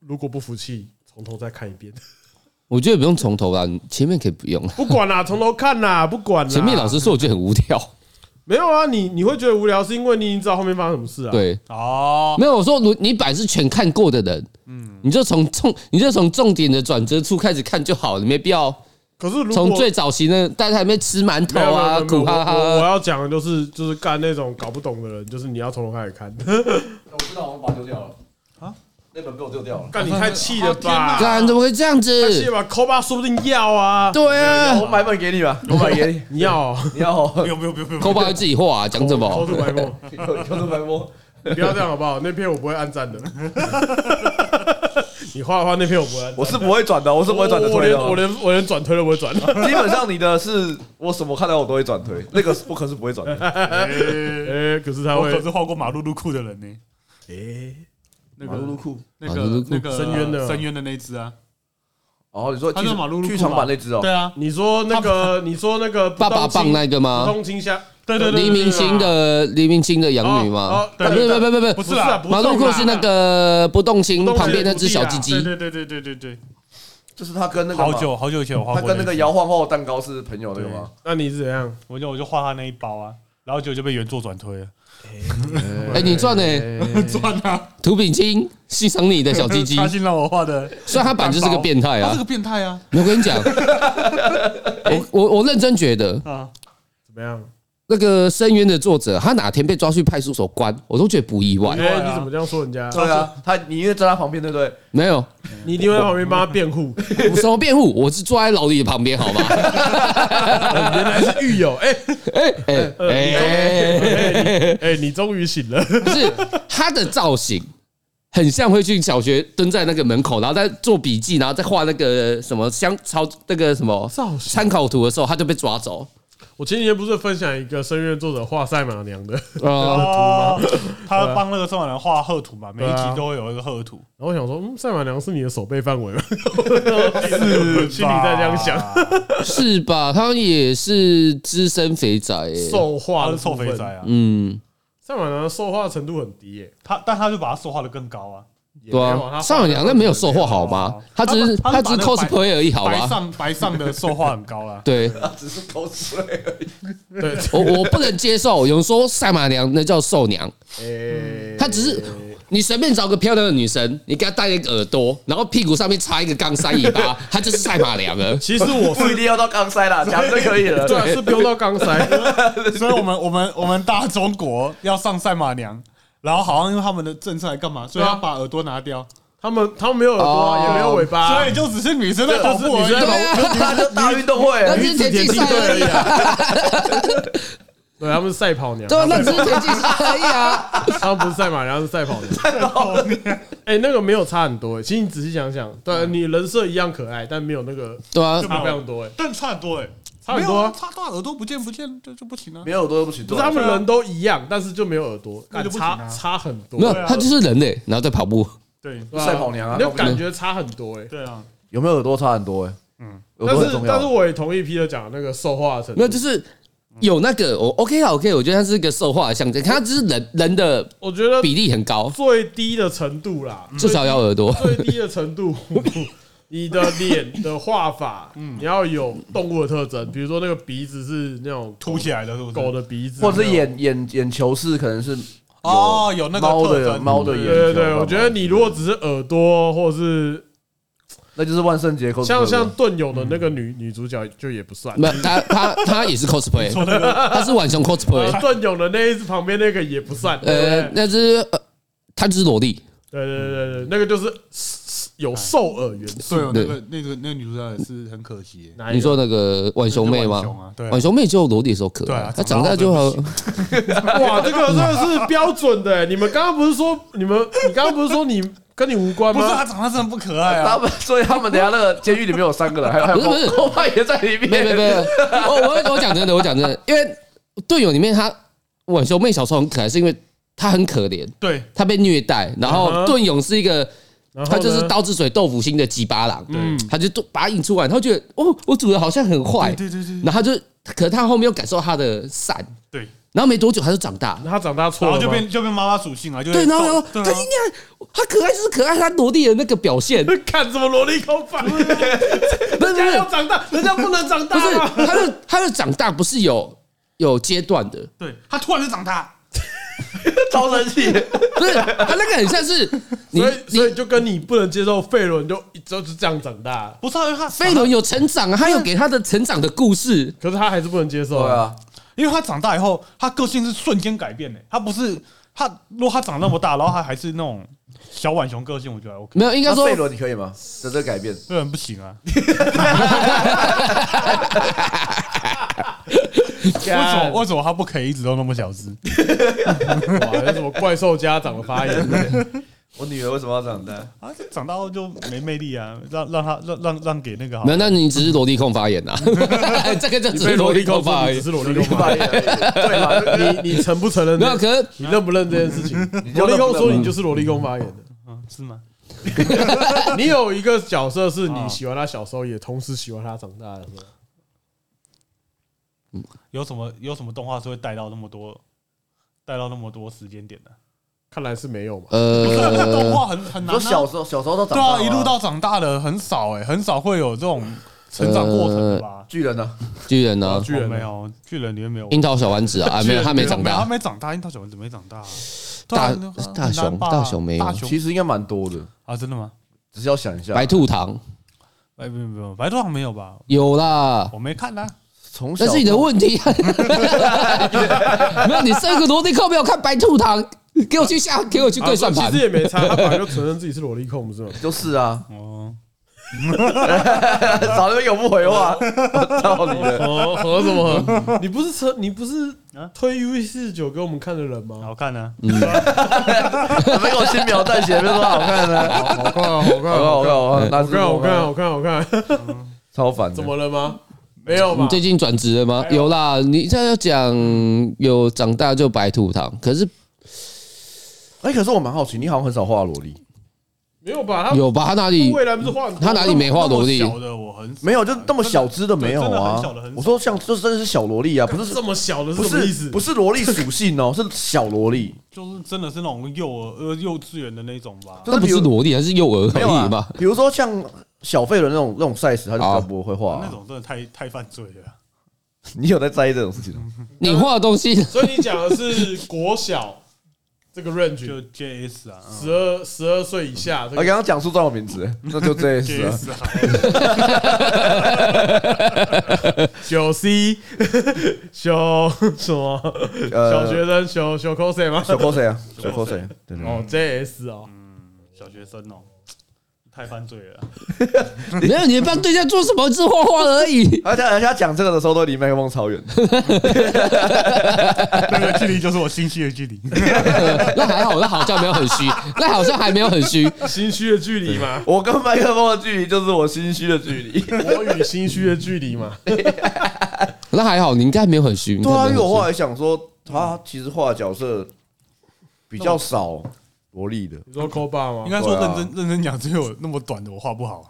Speaker 3: 如果不服气，从头再看一遍，
Speaker 1: 我觉得不用从头啦，前面可以不用。
Speaker 3: 不管啦，从头看啦，不管啦。
Speaker 1: 前面老实说，我觉得很无聊。
Speaker 3: 没有啊，你你会觉得无聊，是因为你已经知道后面发生什么事啊。，
Speaker 1: 对，
Speaker 5: 哦，
Speaker 1: 没有我说，如你本来是全看过的人，嗯，你就从重，你就从重点的转折处开始看就好了，没必要
Speaker 3: 可是如果
Speaker 1: 从最早期的大家还没吃馒头
Speaker 3: 没有没有没
Speaker 1: 啊、
Speaker 3: 有
Speaker 1: 苦哈
Speaker 3: 我我我
Speaker 1: 哈，
Speaker 3: 要讲的就是就是干那种搞不懂的人，就是你要从头开始看。
Speaker 4: 我知道我把它丢掉了啊，那本被我丢掉了。
Speaker 3: 干你太气了吧！
Speaker 1: 干怎么会这样
Speaker 3: 太气了
Speaker 1: 子？
Speaker 3: 吧！抠巴说不定要啊，
Speaker 1: 对啊
Speaker 4: 我，买本给你吧，我买给你，
Speaker 3: 你要哦
Speaker 4: 你要
Speaker 5: 不
Speaker 4: 哦，
Speaker 5: 用不用不用不用，
Speaker 1: 抠巴会自己画啊，讲什么？
Speaker 3: 抠出白沫，
Speaker 4: 你都白摸。
Speaker 3: 你不要这样好不好？那篇我不会按赞的。 你画的话，那篇我不会按赞。
Speaker 4: 我是不会转的，我是不会转的
Speaker 3: 我
Speaker 4: 推
Speaker 3: 连
Speaker 4: 的
Speaker 3: 我
Speaker 4: 哦。
Speaker 3: 连我连转推都不会 转。
Speaker 4: 基本上你的是我什么看到我都会转 推，那个是不可是不会转推。
Speaker 3: 哎，可是他
Speaker 5: 我
Speaker 3: 会
Speaker 5: 可是画过马路路库的人呢。哎，
Speaker 4: 马
Speaker 5: 马
Speaker 4: 路路库，
Speaker 5: 那
Speaker 1: 马路路
Speaker 5: 个
Speaker 1: 库
Speaker 5: 那个
Speaker 3: 深渊的
Speaker 5: 深渊的那一只啊，
Speaker 4: 哦，你说
Speaker 5: 他
Speaker 4: 剧
Speaker 5: 叫马路路库
Speaker 4: 剧场
Speaker 5: 吧
Speaker 4: 版那只哦
Speaker 5: 对，啊，
Speaker 3: 你说那个，你说那个
Speaker 1: 爸爸棒那个
Speaker 3: 不
Speaker 1: 吗？
Speaker 3: 通清下
Speaker 5: 对对对，
Speaker 1: 黎
Speaker 5: 对
Speaker 1: 明星的黎明星的养女
Speaker 3: 哦
Speaker 1: 吗？
Speaker 3: 哦对
Speaker 1: 不是不
Speaker 3: 对
Speaker 1: 不不不
Speaker 5: 不
Speaker 1: 不，
Speaker 5: 是
Speaker 3: 啊
Speaker 5: 啦，
Speaker 3: 不
Speaker 1: 马路
Speaker 3: 送
Speaker 1: 库
Speaker 3: 啦
Speaker 1: 是那个不动心
Speaker 3: 不动心
Speaker 1: 旁边那只小鸡
Speaker 5: 对
Speaker 1: 鸡，
Speaker 5: 对对对对对对，
Speaker 4: 就是他跟那个嘛
Speaker 5: 好久好久以前我画
Speaker 4: 他
Speaker 5: 过一
Speaker 4: 跟
Speaker 5: 只，
Speaker 4: 那个摇晃晃的蛋糕是朋友那个吗？
Speaker 3: 那你是怎样？
Speaker 5: 我就我就画他那一包啊，然后结果就被原作转推 了，
Speaker 1: 哎，你赚呢？
Speaker 5: 转啊，
Speaker 1: 涂炳清欣赏你的小鸡鸡，
Speaker 5: 他欣赏我画 的，
Speaker 1: 虽然他本来就是个变态
Speaker 5: 他
Speaker 1: 啊
Speaker 5: 是个。变态啊
Speaker 1: 我跟你讲，我我我认真觉得
Speaker 5: 啊，
Speaker 3: 怎么样？
Speaker 1: 那个《深渊》的作者，他哪天被抓去派出所关，我都觉得不意外。
Speaker 3: 哎，你怎么这样说人家？
Speaker 4: 对啊，他你因为在他旁边，对不对？
Speaker 1: 没有
Speaker 3: 你一定会在旁边帮他辩 护。
Speaker 1: 我什么辩护，我是坐在老李的旁边，好吗？
Speaker 3: 原来是狱友，哎呃
Speaker 1: 哎哎哎，
Speaker 3: 哎，你终于醒了。
Speaker 1: 不是他的造型。很像会去小学蹲在那个门口，然后再做笔记，然后再画那个什么相抄那个什么
Speaker 3: 造型
Speaker 1: 参考图的时候，他就被抓走。
Speaker 3: 我前几天不是分享一个声乐作者画赛马娘的，
Speaker 1: 啊，
Speaker 5: 哦，他帮那个宋小良画贺图嘛，每一集都会有一个贺图，
Speaker 3: 然后我想说，嗯，赛马娘是你的手背范围吗？ 是，心里在这样想。
Speaker 1: 是吧？他也是资深肥宅、欸，
Speaker 3: 兽化
Speaker 5: 他
Speaker 3: 的
Speaker 5: 是臭肥仔
Speaker 3: 啊，
Speaker 5: 啊，
Speaker 1: 嗯，
Speaker 3: 赛马娘的兽化程度很低耶，
Speaker 5: 他但他就把他塑化的更高啊，
Speaker 3: 也
Speaker 1: 对
Speaker 3: 没有
Speaker 1: 啊，上海娘那没有售货好吗？他只是
Speaker 5: 他
Speaker 1: 他
Speaker 5: 把
Speaker 1: 只是
Speaker 5: 他把那个
Speaker 1: cosplay 而已，好啊
Speaker 5: 白
Speaker 1: 吧？，
Speaker 5: 上白上的塑化很高啊啦
Speaker 1: 对
Speaker 4: 他只是口水而已。
Speaker 3: 对，
Speaker 1: 我我不能接受，有人说赛马娘那叫兽娘，
Speaker 3: 哎
Speaker 1: 她只是你随便找个漂亮的女生，你给她戴一个耳朵，然后屁股上面插一个钢塞尾巴，她就是赛马娘啊了。
Speaker 3: 其实我
Speaker 4: 不一
Speaker 3: 是
Speaker 4: 定要到钢 塞啦，讲就可以了。
Speaker 3: 对啊，是不用到钢塞，
Speaker 5: 所以我们我们我们大中国要上赛马娘，然后好像因为他们的政策来干嘛，所以要把耳朵拿掉，
Speaker 3: 他们他们没有耳朵啊，
Speaker 1: 哦
Speaker 3: 也没有尾巴啊，
Speaker 5: 所以就只是女生在跑步而
Speaker 3: 就是女生在跑
Speaker 5: 已。
Speaker 1: 对啊，
Speaker 4: 他就大运动会，
Speaker 1: 那只
Speaker 3: 女
Speaker 1: 是
Speaker 3: 子
Speaker 1: 田
Speaker 3: 田
Speaker 1: 径
Speaker 3: 径
Speaker 1: 赛
Speaker 3: 队
Speaker 1: 而
Speaker 3: 而
Speaker 1: 已
Speaker 3: 已
Speaker 1: 啊，
Speaker 3: 啊。对，他们是赛跑娘，
Speaker 1: 对啊，那只是田径赛而已啊。
Speaker 3: 他们不是赛马娘，是赛跑娘。哎，那个没有差很多，其实你仔细想想，
Speaker 5: 嗯
Speaker 3: 对啊你人设一样可爱，但没有那个
Speaker 1: 对啊，
Speaker 3: 差非常多，哎，
Speaker 5: 但差很多哎、
Speaker 3: 差很
Speaker 5: 没有
Speaker 3: 多啊。
Speaker 5: 啊差到耳朵不见不见就就不行啊了、
Speaker 4: 没有耳朵都不行。
Speaker 3: 不是他们人都一样，但是就没有耳朵，
Speaker 5: 啊那
Speaker 3: 感
Speaker 5: 就不行啊
Speaker 3: 差差很多，
Speaker 1: 没有
Speaker 3: 对，啊
Speaker 1: 她就是人类，然后在跑步。
Speaker 5: 对
Speaker 3: 对啊
Speaker 4: 赛跑娘啊
Speaker 3: 那种感觉差很多哎。
Speaker 5: 对啊，
Speaker 4: 有没有耳朵差很多哎。嗯，
Speaker 3: 但
Speaker 4: 耳朵很
Speaker 3: 是
Speaker 4: 重
Speaker 3: 但是
Speaker 4: 要。
Speaker 3: 我也同意 Peter 讲的那个兽化的程
Speaker 1: 没有，
Speaker 3: 度
Speaker 1: 就，是有那个我 OK 啊 OK，我觉得它是一个兽化的象征，它只是人人的
Speaker 3: 我觉得
Speaker 1: 比例很高，
Speaker 3: 最低的程度啦，
Speaker 1: 嗯至少要耳朵。
Speaker 3: 最低的 程度，你的脸的画法，
Speaker 4: 嗯
Speaker 3: 你要有动物的特征，比如说那个鼻子是那种
Speaker 5: 凸起来的是不是？
Speaker 3: 狗的鼻子，
Speaker 4: 或者是
Speaker 3: 那种
Speaker 4: 眼眼眼球是可能是
Speaker 5: 哦，有那个
Speaker 4: 猫
Speaker 5: 特
Speaker 4: 的
Speaker 5: 征，
Speaker 4: 猫的
Speaker 3: 对
Speaker 4: 眼
Speaker 3: 对
Speaker 4: 球
Speaker 3: 对，
Speaker 4: 干嘛
Speaker 3: 我觉得你如果只是耳朵，或者是
Speaker 4: 那就是嗯万圣节口
Speaker 3: 像像盾友的那个女女主角，就也不算。
Speaker 1: 没有他他他也是 cosplay，他是浣熊 cosplay，
Speaker 3: 呃，盾友的那一只旁边那个也不算。对
Speaker 1: 呃
Speaker 3: 不，对
Speaker 1: 那只呃他就是萝莉，
Speaker 3: 对对对对，那个就是
Speaker 1: 哎
Speaker 3: 有兽耳元素。
Speaker 7: 对哦，那个那个那个女主角也是很可惜
Speaker 5: 欸
Speaker 7: 耶，
Speaker 3: 哪一个
Speaker 1: 你说那个浣熊妹
Speaker 7: 那个浣熊
Speaker 1: 吗
Speaker 7: 啊？
Speaker 5: 对啊
Speaker 1: 浣熊哦妹就萝莉的时候可
Speaker 5: 对
Speaker 1: 爱
Speaker 5: 啊，
Speaker 1: 她长
Speaker 5: 长大
Speaker 1: 大就
Speaker 5: 后
Speaker 1: 好
Speaker 5: 真。
Speaker 3: 哇，这个真的是标准的、欸你们刚刚不是说你们，你刚刚不是说你跟你无关
Speaker 5: 不是
Speaker 3: 吗？
Speaker 5: 他长得真的不可爱
Speaker 4: 他
Speaker 5: 啊，
Speaker 4: 们，所以他们等下那个监狱里面有三个人，还有还有
Speaker 1: 不是不是
Speaker 4: 后派也在里
Speaker 1: 没有没有
Speaker 4: 面。
Speaker 1: 没有，我我我讲真的，我讲真的，因为队友里面他浣熊妹小时候很可爱，是因为她很可怜，
Speaker 5: 对，
Speaker 1: 她被虐待，然
Speaker 3: 嗯
Speaker 1: 后
Speaker 3: 哼
Speaker 1: 盾勇是一个。
Speaker 3: 然后
Speaker 1: 他
Speaker 3: 呢
Speaker 1: 就是刀子嘴豆腐心的鸡巴狼，
Speaker 3: 嗯
Speaker 1: 他就把他引出来，他觉得哦，我主人好像很坏，
Speaker 5: 对对对对，
Speaker 1: 然后他就，可是他后面又感受到他的善，
Speaker 5: 对，
Speaker 1: 然后没多久他就长大，
Speaker 3: 他长大错
Speaker 5: 然
Speaker 3: 了吗，
Speaker 5: 后就变就变妈妈属性了，就
Speaker 1: 对，然后然后
Speaker 5: 对
Speaker 1: 他
Speaker 5: 啊
Speaker 1: 一看他可爱就是可爱，他萝莉的那个表 现，不
Speaker 3: 看什么萝莉控法，
Speaker 1: 是
Speaker 3: 人
Speaker 1: 不
Speaker 3: 家
Speaker 1: 是
Speaker 3: 要长大，人家不能长
Speaker 1: 不
Speaker 3: 大啊
Speaker 1: 是
Speaker 3: 吗？
Speaker 1: 他的他的长大不是有有阶段的，
Speaker 5: 对他突然就 长大，
Speaker 4: 超生气，
Speaker 1: 不是他那个很像 是你
Speaker 3: 所以
Speaker 1: 你
Speaker 3: 所以就跟你不能接受费伦就就是这样长大，
Speaker 5: 不是啊因为他
Speaker 1: 飞轮有成长啊，他有给他的成长的故事，
Speaker 3: 可是他还是不能接受
Speaker 4: 对。啊，
Speaker 5: 因为他长大以后，他个性是瞬间改变的、他不是他，如果他长那么大，然后他还是那种小浣熊个性，我觉得还 OK，
Speaker 1: 没有应该
Speaker 4: 那
Speaker 1: 说
Speaker 4: 费伦你可以吗？的这个改变，
Speaker 5: 这人不行 啊，为什
Speaker 1: 啊
Speaker 5: 么为什么他不可以一直都那么小只？
Speaker 3: 哇，那什么怪兽家长的发言？
Speaker 4: 我女儿为什么要长大？
Speaker 5: 啊，这长大后就没魅力啊，让让他让让让给那个好
Speaker 1: 没有，那你只是萝莉控发言 呐，这个就只
Speaker 3: 你
Speaker 1: 是
Speaker 3: 被
Speaker 1: 萝
Speaker 3: 萝
Speaker 1: 莉
Speaker 3: 莉
Speaker 1: 控
Speaker 3: 控
Speaker 1: 发
Speaker 3: 法，
Speaker 1: 言
Speaker 3: 你只。是萝莉控法。
Speaker 4: 对吧？
Speaker 3: 你你承不承认
Speaker 1: 没有，
Speaker 3: 这？
Speaker 1: 可是
Speaker 3: 你认不认这件事情？
Speaker 4: 就
Speaker 3: 萝莉控
Speaker 4: 认不
Speaker 3: 说
Speaker 4: 认
Speaker 1: 嗯
Speaker 3: 你就是萝莉控发言的。
Speaker 5: 嗯，是吗？
Speaker 3: 你有一个角色是你喜欢他小时候，也同时喜欢他长大的时候。
Speaker 5: 有什么有什么动画是会带到那么多带到那么多时间点的？
Speaker 3: 看来是没有 嘛。
Speaker 5: 不是啊那动
Speaker 1: 呃，
Speaker 5: 画很很
Speaker 4: 你
Speaker 5: 难
Speaker 4: 说
Speaker 5: 啊，
Speaker 4: 小时候小时候都长
Speaker 5: 对
Speaker 4: 大
Speaker 5: 啊，
Speaker 4: 了
Speaker 5: 一路
Speaker 4: 吗
Speaker 5: 到长大的很少哎，很少会有这种成长过程的吧？
Speaker 4: 巨人呢？
Speaker 1: 巨人
Speaker 4: 呃
Speaker 1: 呢？
Speaker 3: 巨人
Speaker 5: 哦没有，巨人里面没有
Speaker 1: 樱桃小丸子啊，啊没有，他没长
Speaker 5: 没有他
Speaker 1: 大。
Speaker 5: 没长大，樱桃小丸子没长大啊。对
Speaker 1: 大
Speaker 5: 啊那个
Speaker 1: 大熊
Speaker 5: 很难吧
Speaker 1: 大熊没有
Speaker 5: 大熊
Speaker 4: 其实应该蛮多的，
Speaker 5: 啊，真的吗？
Speaker 4: 只是要想一下。
Speaker 1: 白兔糖
Speaker 5: 哎，不用不用，白兔好像没有吧？
Speaker 1: 有啦，
Speaker 5: 我没看呐，
Speaker 4: 从小
Speaker 1: 那是你的问题。啊 没有，你上一个萝莉控没有看白兔糖，给我去下，给我去
Speaker 3: 啊
Speaker 1: 对算盘
Speaker 3: 其。实也没差，他本来就承认自己是萝莉控，不是吗？
Speaker 4: 就是啊，
Speaker 5: 哦，
Speaker 4: 早就有不回话， 道理的。
Speaker 3: 哦，合什么？ 你不是承，你不是
Speaker 5: 啊
Speaker 3: 推 U 四十九给我们看的人吗？
Speaker 5: 好看呢。
Speaker 4: 怎么给我轻描淡写，别说好看呢？ 好看，
Speaker 3: 看，好看
Speaker 4: 好看，好看，好
Speaker 1: 哎
Speaker 4: 看，
Speaker 3: 好看，好看，好看，好看，
Speaker 4: 超烦的。
Speaker 3: 怎么了吗？没有
Speaker 1: 你
Speaker 3: 吧？
Speaker 1: 最近转职了吗？
Speaker 3: 没有
Speaker 1: 有啦，你现在要讲有长大就白兔糖，可是
Speaker 4: 哎，可是我蛮好奇，你好像很少画萝莉，
Speaker 3: 没有吧？他
Speaker 1: 有吧？他哪里
Speaker 3: 未啊来不是画很多
Speaker 1: 他哪里没画萝莉
Speaker 5: 那么小的我很
Speaker 4: 没有，就那么小只的没有
Speaker 5: 真的
Speaker 4: 啊
Speaker 5: 很小的很。少
Speaker 4: 我说像这真的是小萝莉啊，不是
Speaker 3: 这么小的
Speaker 4: 不
Speaker 3: 是什么意
Speaker 4: 是
Speaker 3: 思？
Speaker 4: 不是萝莉属 性哦，是小萝莉，
Speaker 5: 就是真的是那种幼儿呃幼稚园的那种吧？
Speaker 4: 就
Speaker 1: 那不
Speaker 4: 比
Speaker 1: 是
Speaker 4: 如
Speaker 1: 萝莉，还是幼儿
Speaker 4: 没有
Speaker 1: 而已嘛
Speaker 4: 啊？。比如说像小费人那种那种 size，他就比较不会画
Speaker 5: 那
Speaker 4: 啊。
Speaker 5: 种真的太太犯罪了。
Speaker 4: 你有在在意这种事情
Speaker 3: 嗯
Speaker 4: 吗？
Speaker 1: 你画的东西，
Speaker 3: 所以你讲的是国小这个 range，
Speaker 5: 就 JS 啊
Speaker 3: 十二十二岁以下这
Speaker 4: 我
Speaker 3: 个
Speaker 4: 哦刚刚讲出多少名字？
Speaker 3: 嗯
Speaker 4: 那就这
Speaker 5: j
Speaker 4: 是 啊。
Speaker 5: s 啊，
Speaker 3: 九 C 小什么
Speaker 4: 呃
Speaker 3: 小学生小小 cos 吗？
Speaker 4: 小 cos 啊，小 cos，对对对，
Speaker 3: 哦，JS 哦，
Speaker 5: 小学生哦，太犯罪 了。
Speaker 1: 没有你帮对象做什么，只是画画而 已。
Speaker 4: 而且而且他讲这个的时候都离麦克风 超远，
Speaker 5: 那个距离就是我心虚的 距离。
Speaker 1: 啊那还好，那好像没有很虚，那好像还没有很虚。
Speaker 3: 心虚的距离嘛，
Speaker 4: 我跟麦克风的距离就是我心虚的 距离。
Speaker 3: 我与心虚的距离嘛。
Speaker 1: 那还好，你应该没有很虚。
Speaker 4: 对啊，因为我后
Speaker 1: 画
Speaker 4: 来想说，他其实画的角色比较少
Speaker 3: 嗯
Speaker 4: 萝莉的，
Speaker 3: 你说 c o b a 吗
Speaker 5: 应？该
Speaker 4: 对
Speaker 5: 说认
Speaker 4: 啊
Speaker 5: 真认真讲，只有那么短的我画不好啊。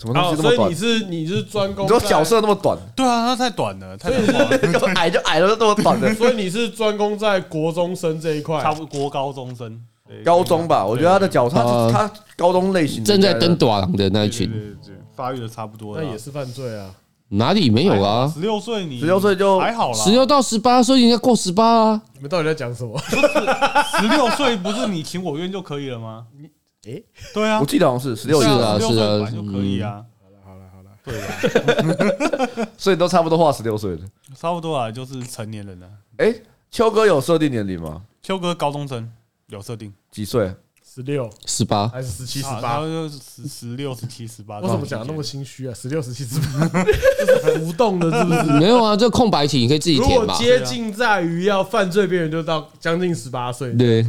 Speaker 4: 什么东
Speaker 3: 哦，
Speaker 4: 西那么
Speaker 3: 所以
Speaker 4: 短
Speaker 3: 你？是你是专攻
Speaker 4: 你说
Speaker 3: 在
Speaker 4: 角，色那么 短，
Speaker 5: 对啊，那太短了，太短了。
Speaker 4: 矮 就矮了那么 短的
Speaker 3: 所以你是专攻在国中生这一块，
Speaker 5: 差不多国高中生，
Speaker 4: 高中吧？我觉得他的角色，
Speaker 1: 呃
Speaker 4: 他他高中类型的
Speaker 1: 正在
Speaker 4: 应该
Speaker 1: 登短廊的那一
Speaker 5: 对
Speaker 1: 群，
Speaker 5: 对对，发育的差不多
Speaker 3: 那
Speaker 5: 了。
Speaker 3: 也是犯罪啊。
Speaker 1: 哪里没有啊？
Speaker 5: 十六岁你
Speaker 4: 16岁就
Speaker 5: 哎还好啦，
Speaker 1: 十六到十八岁应该过十八啊，
Speaker 3: 你们到底在讲什么？
Speaker 5: 十六岁不是你情我愿就可以了吗？你
Speaker 3: 诶
Speaker 5: 对啊
Speaker 4: 我，记得好像是十六
Speaker 1: 是
Speaker 4: 岁，
Speaker 1: 啊
Speaker 5: 16
Speaker 1: 是啊嗯
Speaker 5: 岁本来就可以啊，
Speaker 4: 所以都差不多画十六岁了。
Speaker 5: 差不多啊，就是成年人了。
Speaker 4: 哎，秋哥有设定年龄吗？
Speaker 5: 秋哥高中生有设定，
Speaker 4: 几岁？
Speaker 3: 十六
Speaker 1: 十八。
Speaker 3: 还是十七、十
Speaker 5: 啊
Speaker 3: 八
Speaker 5: 他？就是十十六、十七、十八。
Speaker 3: 我怎么讲得那么心虚啊？十六、十七、十八，这是浮动的，是不 是？
Speaker 1: 没有啊，这空白题你可以自己
Speaker 3: 如
Speaker 1: 填
Speaker 3: 果
Speaker 1: 吧。
Speaker 3: 接近在于要犯罪边缘，就到将近十八岁。
Speaker 1: 对，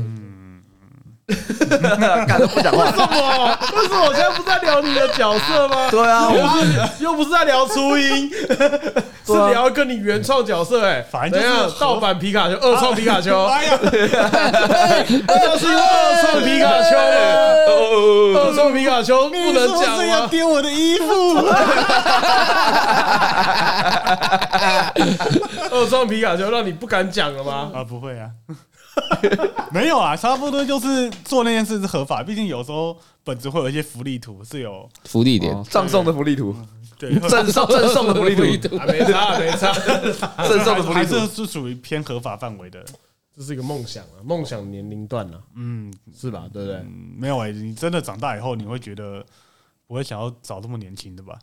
Speaker 4: 干都不讲话。
Speaker 3: 什么？为什么我现在不是在聊你的角色吗？
Speaker 4: 对啊，
Speaker 3: 又不是又不是在聊初音，是聊跟你原创角色哎、
Speaker 5: 啊反
Speaker 3: 怎
Speaker 5: 正就是
Speaker 3: 样盗版皮卡丘，二 创皮卡丘，
Speaker 5: 哎呀，
Speaker 3: 这是二创皮卡丘哎、
Speaker 4: 哦
Speaker 3: 二创皮卡丘不能
Speaker 5: 你是
Speaker 3: 讲
Speaker 5: 是要
Speaker 3: 吗？
Speaker 5: 丢我的衣服？
Speaker 3: 二创皮卡丘让你不敢讲了吗？
Speaker 5: 啊，不会啊， 没有啊，差不多就是做那件事是合法，毕竟有时候本子会有一些福利图是有
Speaker 1: 福利点。
Speaker 4: 赠送的福利 图，
Speaker 5: 对，会
Speaker 4: 赠送赠送的福利图，
Speaker 3: 啊，没差没差，
Speaker 4: 赠送的福
Speaker 5: 还
Speaker 4: 利
Speaker 5: 是
Speaker 4: 图。
Speaker 5: 是属于偏合法范围的。
Speaker 3: 这是一个梦想啊，梦想年龄段啊，
Speaker 5: 嗯，
Speaker 3: 是吧？对不对？
Speaker 5: 嗯没有哎、你真的长大以后，你会觉得不会想要找这么年轻的吧？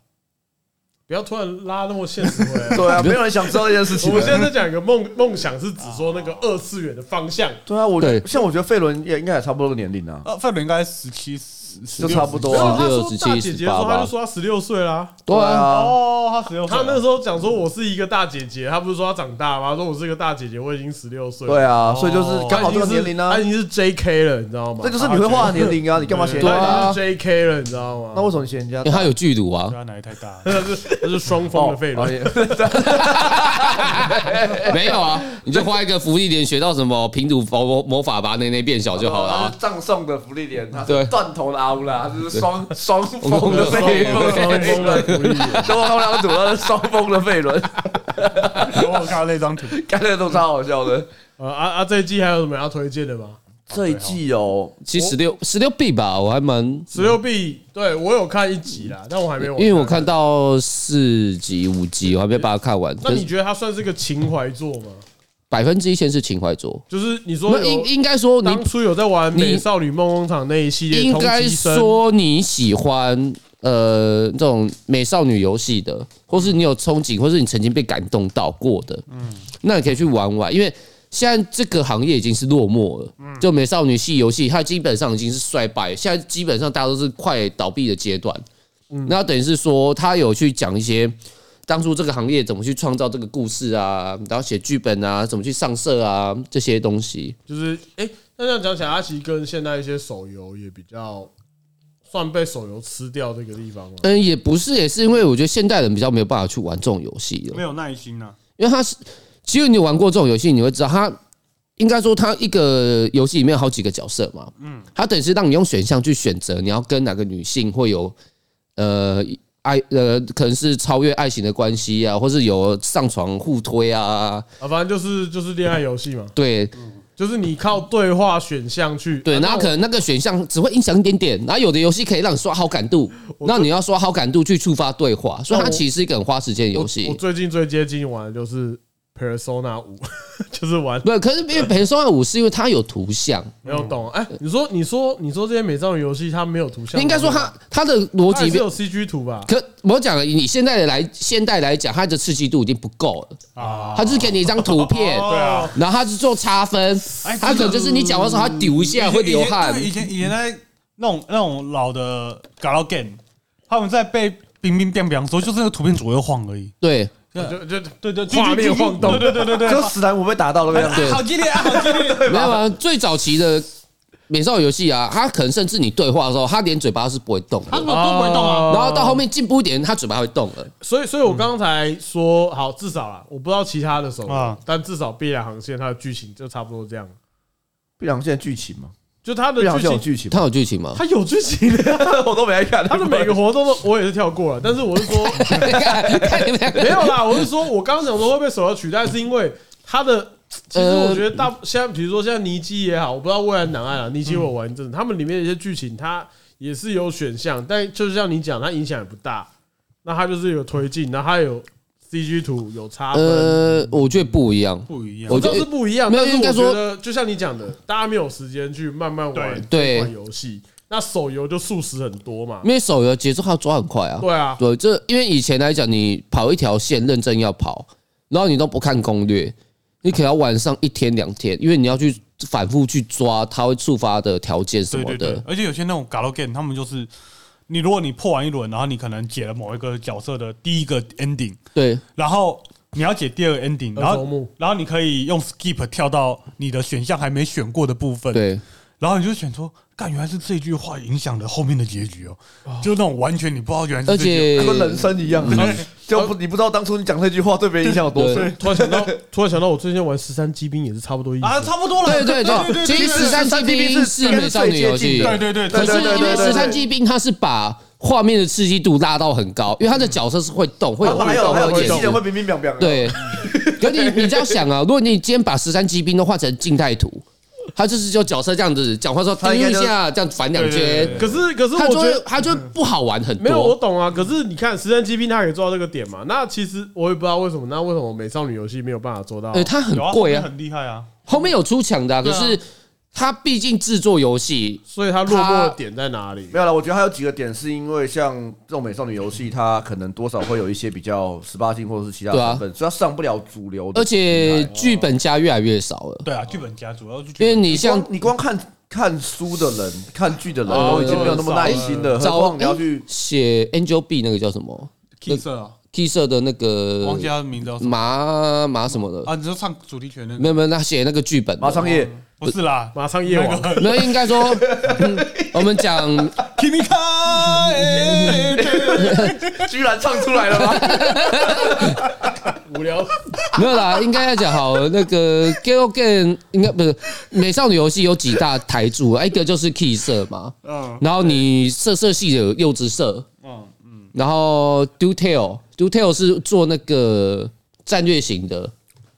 Speaker 3: 不要突然拉那么现实回 来。
Speaker 4: 对啊，没有人想知道这件事情啊
Speaker 3: 我。们现在在讲一个梦梦想，是指说那个二次元的方向。
Speaker 4: 对啊，我
Speaker 1: 对
Speaker 4: 像我觉得费伦也应该也差不多个年龄啊，
Speaker 5: 呃，范伦应该十七、十
Speaker 4: 就差不多
Speaker 3: 没有
Speaker 4: 啊。
Speaker 3: 他说
Speaker 1: 16
Speaker 3: 大姐姐说，
Speaker 1: 18吧
Speaker 3: 她就说她十六岁啦。
Speaker 1: 对啊，
Speaker 4: 啊，
Speaker 5: 哦，他十六岁
Speaker 3: 她
Speaker 5: 了，
Speaker 3: 那时候讲说我是一个大姐姐，她不是说她长大吗？她说我是一个大姐姐，我已经十六岁了。
Speaker 4: 对啊，所以就是刚好这个年龄啊
Speaker 3: 她，已经是 J K 了，你知道吗
Speaker 4: 这？就是你会画的年龄啊，你干嘛写？
Speaker 1: 对啊
Speaker 3: 她已经是 J K 了，你知道吗？
Speaker 4: 那为什么你写人家
Speaker 1: 因为？他有剧毒啊
Speaker 5: 对，啊，奶太大了，
Speaker 3: 那是那是双方的费
Speaker 4: 哦
Speaker 3: 轮，
Speaker 4: 也
Speaker 1: 没有啊，你就花一个福利点学到什么平毒魔魔法把内内变小就好
Speaker 3: 哦
Speaker 1: 了
Speaker 4: 他
Speaker 1: 啊
Speaker 4: 是。葬送的福利点，他
Speaker 1: 对
Speaker 4: 是断头的阿乌拉，他是双双峰的
Speaker 3: 双
Speaker 4: 费
Speaker 3: 方 双
Speaker 4: 轮，
Speaker 3: 方的福利。
Speaker 4: 都我他们两个组合是双峰的费轮，
Speaker 5: 哦我有看到那 张图，
Speaker 4: 看那个都超好笑的。
Speaker 3: 呃啊啊，这一季还有什么要推荐的吗？
Speaker 4: 这一季有
Speaker 1: 其实十六十六 B 吧，我还蛮，
Speaker 3: 十六 B，对我有看一集啦，但我还没有。
Speaker 1: 因为我看，到四集五集，我还没把它看完。
Speaker 3: 那
Speaker 1: 可
Speaker 3: 你
Speaker 1: 是
Speaker 3: 觉得它算是个情怀作吗？
Speaker 1: 百分之一先是情怀作，
Speaker 3: 就是你说
Speaker 1: 那
Speaker 3: 有
Speaker 1: 应应该说你
Speaker 3: 当初有在玩《美
Speaker 1: 你
Speaker 3: 少女梦工厂》那一系列，
Speaker 1: 应该
Speaker 3: 同级生
Speaker 1: 说你喜欢呃这种美少女游戏的，或是你有憧憬，或是你曾经被感动到过的，嗯，那你可以去玩玩，因为现在这个行业已经是落寞
Speaker 3: 嗯
Speaker 1: 了，就美少女系游戏它基本上已经是衰败，现在基本上大家都是快倒闭的阶段，
Speaker 3: 嗯
Speaker 1: 那等于是说他有去讲一些。当初这个行业怎么去创造这个故事啊，然后写剧本啊，怎么去上色啊，这些东西。
Speaker 3: 就是哎、那这样讲起来，它其实跟现在一些手游也比较算被手游吃掉这个地方了。
Speaker 1: 嗯，也不是，也是因为我觉得现代人比较没有办法去玩这种游戏了
Speaker 5: 没，有耐心啊。
Speaker 1: 因为它是，其实你玩过这种游戏，你会知道它应该说它一个游戏里面有好几个角色嘛，嗯，它等于是让你用选项去选择你要跟哪个女性会有呃爱呃可能是超越爱情的关系啊，或是有上床互推啊，
Speaker 3: 啊，反正就是就是恋爱游戏嘛，
Speaker 1: 对
Speaker 3: 就是你靠对话选项去
Speaker 1: 对，
Speaker 3: 啊
Speaker 1: 然后可能那个选项只会影响一点点，然后有的游戏可以让你刷好感度，那你要刷好感度去触发对话，所以它其实是一个很花时间的
Speaker 3: 我
Speaker 1: 游戏。
Speaker 3: 我最近最接近玩的就是 Persona 五， 就是玩
Speaker 1: 不，可是因为《陪送爱五》是因为它有图像，
Speaker 3: 没有懂哎、你说你说你说这些美少女游戏它没有图像，
Speaker 1: 应该说它它的逻
Speaker 3: 它还
Speaker 1: 辑
Speaker 3: 是。有 CG 图吧？
Speaker 1: 可我讲了，你现在的来现代来讲，它的刺激度已经不够
Speaker 5: 哦
Speaker 1: 了啊！它就是给你一张图片，
Speaker 5: 对啊，
Speaker 1: 然后它是做差分，
Speaker 5: 哎
Speaker 1: 它可能就是你讲的时候，它丢一下会流汗
Speaker 5: 以。前以前以前在那种那种老的 g a l game，他们在被冰冰冰冰的时候，就是那个图片左右晃而已。
Speaker 1: 对，
Speaker 3: 就就
Speaker 5: 对对，
Speaker 3: 画面晃动
Speaker 5: 对 对对对
Speaker 4: 就史莱姆被打到那个样子，
Speaker 5: 对，好激烈啊，好激烈！
Speaker 1: 没有啊，最早期的美少女游戏啊，它可能甚至你对话的时候，它连嘴巴是不会动
Speaker 7: 他
Speaker 1: 的，
Speaker 7: 们都不会动啊，
Speaker 1: 然后到后面进步一点，它嘴巴会动了。
Speaker 3: 所以，所以我刚才说好，至少啦，我不知道其他的手游
Speaker 5: 啊，
Speaker 3: 但至少《碧蓝航线》它的剧情就差不多这样，
Speaker 4: 碧昂现在剧情嘛，
Speaker 3: 就它的
Speaker 4: 碧昂
Speaker 3: 剧
Speaker 4: 现在有
Speaker 3: 情，
Speaker 4: 剧情吗，
Speaker 1: 它有剧情吗？
Speaker 3: 它有剧情的，
Speaker 4: 我都没爱看。
Speaker 3: 它的每个活动都我也是跳过了，但是我是说
Speaker 1: 看看你们两个
Speaker 3: 没有啦，我是说我刚刚讲说会被手游取代，是因为它的。其实我觉得
Speaker 1: 呃
Speaker 3: 大现在，比如说现在尼基也好，我不知道未来南岸啊，尼基我玩一阵子，他们里面的一些剧情，它也是有选项，但就像你讲，它影响也不大。那它就是有推进，然后它有 CG 图有差分，
Speaker 1: 呃，我觉得不一样，
Speaker 7: 不一样
Speaker 1: 我。
Speaker 3: 我知
Speaker 1: 觉
Speaker 3: 道是
Speaker 1: 得
Speaker 3: 不一样，
Speaker 1: 没有
Speaker 3: 但是
Speaker 1: 应该
Speaker 3: 我
Speaker 1: 说
Speaker 3: 觉得就像你讲的，大家没有时间去慢慢玩
Speaker 1: 对
Speaker 3: 玩游戏，那手游就速食很多嘛，
Speaker 1: 因为手游节奏它抓很快啊。
Speaker 3: 对啊，
Speaker 1: 对，这因为以前来讲，你跑一条线认真要跑，然后你都不看攻略，你可能要晚上一天两天，因为你要去反复去抓它会触发的条件什
Speaker 5: 对
Speaker 1: 么
Speaker 5: 对对
Speaker 1: 的，。
Speaker 5: 而且有些那种 g a l o game，他们就是你如果你破完一轮，然后你可能解了某一个角色的第一个 ending，
Speaker 1: 对，
Speaker 5: 然后你要解第二个 ending，然
Speaker 3: 儿童
Speaker 5: 后
Speaker 3: 目
Speaker 5: 然后你可以用 skip 跳到你的选项还没选过的部分，
Speaker 1: 对，
Speaker 5: 然后你就选说，干原来是这句话影响了后面的结局哦，就那种完全你不知道原来
Speaker 1: 而
Speaker 5: 是这句哦
Speaker 1: 且
Speaker 4: 跟人生一样，就不你不知道当初你讲那句话对别人影响有多深
Speaker 1: 对。
Speaker 3: 突然想到， 突然想到，我最近玩十三机兵也是差不多意思。
Speaker 5: 啊，差不多了，
Speaker 1: 对对对，其实十三骑兵是美少女游戏，
Speaker 5: 对对对，
Speaker 1: 可
Speaker 5: 对
Speaker 1: 是
Speaker 5: 对
Speaker 1: 因为
Speaker 4: 对对对
Speaker 1: 十三骑兵它是把画面的刺激度拉到很高，因为它的角色是会动，会有
Speaker 4: 还
Speaker 1: 互
Speaker 4: 有
Speaker 1: 动，
Speaker 4: 还有，
Speaker 1: 会
Speaker 4: 机器人
Speaker 1: 有
Speaker 4: 会
Speaker 1: 动。
Speaker 4: 冰冰凉凉。，
Speaker 1: 对，可你你这样想啊，如果你今天把十三骑兵都换成静态图，它就是就角色这样子讲话说
Speaker 4: 它
Speaker 1: 叮
Speaker 4: 应该
Speaker 1: 一
Speaker 4: 就
Speaker 1: 下，这样反两圈，
Speaker 3: 可是可是
Speaker 1: 它
Speaker 3: 我
Speaker 1: 就
Speaker 3: 觉
Speaker 1: 会
Speaker 3: 得
Speaker 1: 它就会不好玩很
Speaker 3: 没有，我
Speaker 1: 多。
Speaker 3: 懂啊。可是你看十三机兵，它可以做到这个点嘛？那其实我也不知道为什么，那为什么美少女游戏没有办法做到？
Speaker 1: 呃，它很
Speaker 5: 有啊
Speaker 1: 贵
Speaker 5: 后面
Speaker 1: 啊，
Speaker 5: 很厉害啊，
Speaker 1: 后面有出抢的、啊，可
Speaker 5: 对啊
Speaker 1: 是它毕竟制作游戏，
Speaker 3: 所以它落寞
Speaker 1: 它
Speaker 3: 的点在哪里
Speaker 4: 没？有了。我觉得还有几个点是因为像这种美少女游戏，它可能多少会有一些比较十八禁或者是其他的
Speaker 1: 对啊
Speaker 4: 成分，所以它上不了主流的
Speaker 1: 而
Speaker 4: 平台。
Speaker 1: 且剧本家越来越少了，
Speaker 5: 啊对啊，剧本家主要是剧
Speaker 1: 因
Speaker 5: 本
Speaker 1: 为你
Speaker 4: 像
Speaker 1: 像
Speaker 4: 你光看看书的人、看剧的人都已经没有那么耐心了，何
Speaker 1: 找
Speaker 4: 况你要去
Speaker 1: 哎写 Angel B 那个叫什么
Speaker 7: K 色啊，
Speaker 1: T 社的那个呃
Speaker 5: 忘记他的名字叫什么
Speaker 1: 麻麻什么的，
Speaker 5: 啊？你说唱主题曲那
Speaker 1: 没
Speaker 5: 个？
Speaker 1: 有没有，他写那个剧本的
Speaker 4: 马上业
Speaker 5: 不是 啦，
Speaker 3: 马上夜王，
Speaker 1: 没有，应该 说，嗯我们讲啊
Speaker 5: Kimi Kai，
Speaker 4: 居然唱出来了吗？
Speaker 3: 无聊。
Speaker 1: 没有啦，应该要讲好那个 g a l g a n 应该不是美少女游戏有几大台柱，啊一个就是 Key 社嘛，
Speaker 5: 嗯
Speaker 1: 然后你色色系的有柚子社，
Speaker 5: 嗯
Speaker 1: 然后 Do Tail Do Tail 是做那个战略型的，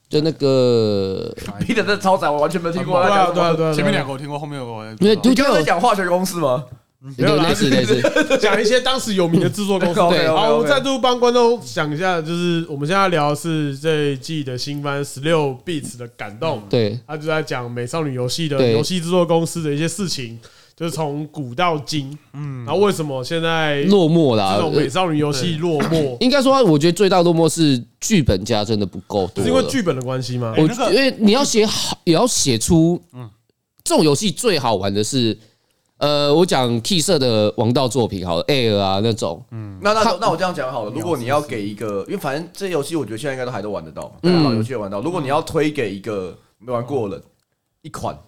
Speaker 1: 就那个
Speaker 4: 你的这超载我完全没听过。
Speaker 3: 对
Speaker 4: 他
Speaker 3: 啊，
Speaker 4: 讲
Speaker 3: 对啊，
Speaker 4: 什么
Speaker 3: 对啊。
Speaker 5: 前面两个我听过，后面有个我
Speaker 1: 因为 Do
Speaker 4: 你刚刚在
Speaker 1: Tail
Speaker 4: 讲化学公式吗？
Speaker 3: 没有啦
Speaker 1: 类似类似，
Speaker 3: 个讲一些当时有名的制作 公司。
Speaker 1: 对
Speaker 4: OK，OK，OK
Speaker 3: 好，我们再度帮观众想一下，就是我们现在聊的是这一季的新番《十六 bits 的感动》。
Speaker 1: 对
Speaker 3: 他就在讲美少女游戏的
Speaker 1: 嗯对
Speaker 3: 游戏制作公司的一些事情，就是从古到今，嗯，然后为什么现在
Speaker 1: 落寞啦
Speaker 3: 这，种美少女游戏落寞，
Speaker 1: 应该说，我觉得最大落寞是剧本家真的不够多了，
Speaker 3: 是因为剧本的关系吗？
Speaker 1: 我
Speaker 5: 那个
Speaker 1: 因为你要写好，也要写出，哎嗯，这种游戏最好玩的是，呃，我讲 K 社的王道作品好了，Air 啊那种，
Speaker 4: 那那那我这样讲好了，如果你要给一个，因为反正这些游戏我觉得现在应该都还都玩得到，大家老游戏也玩得到。如果你要推给一个没玩过的人一款，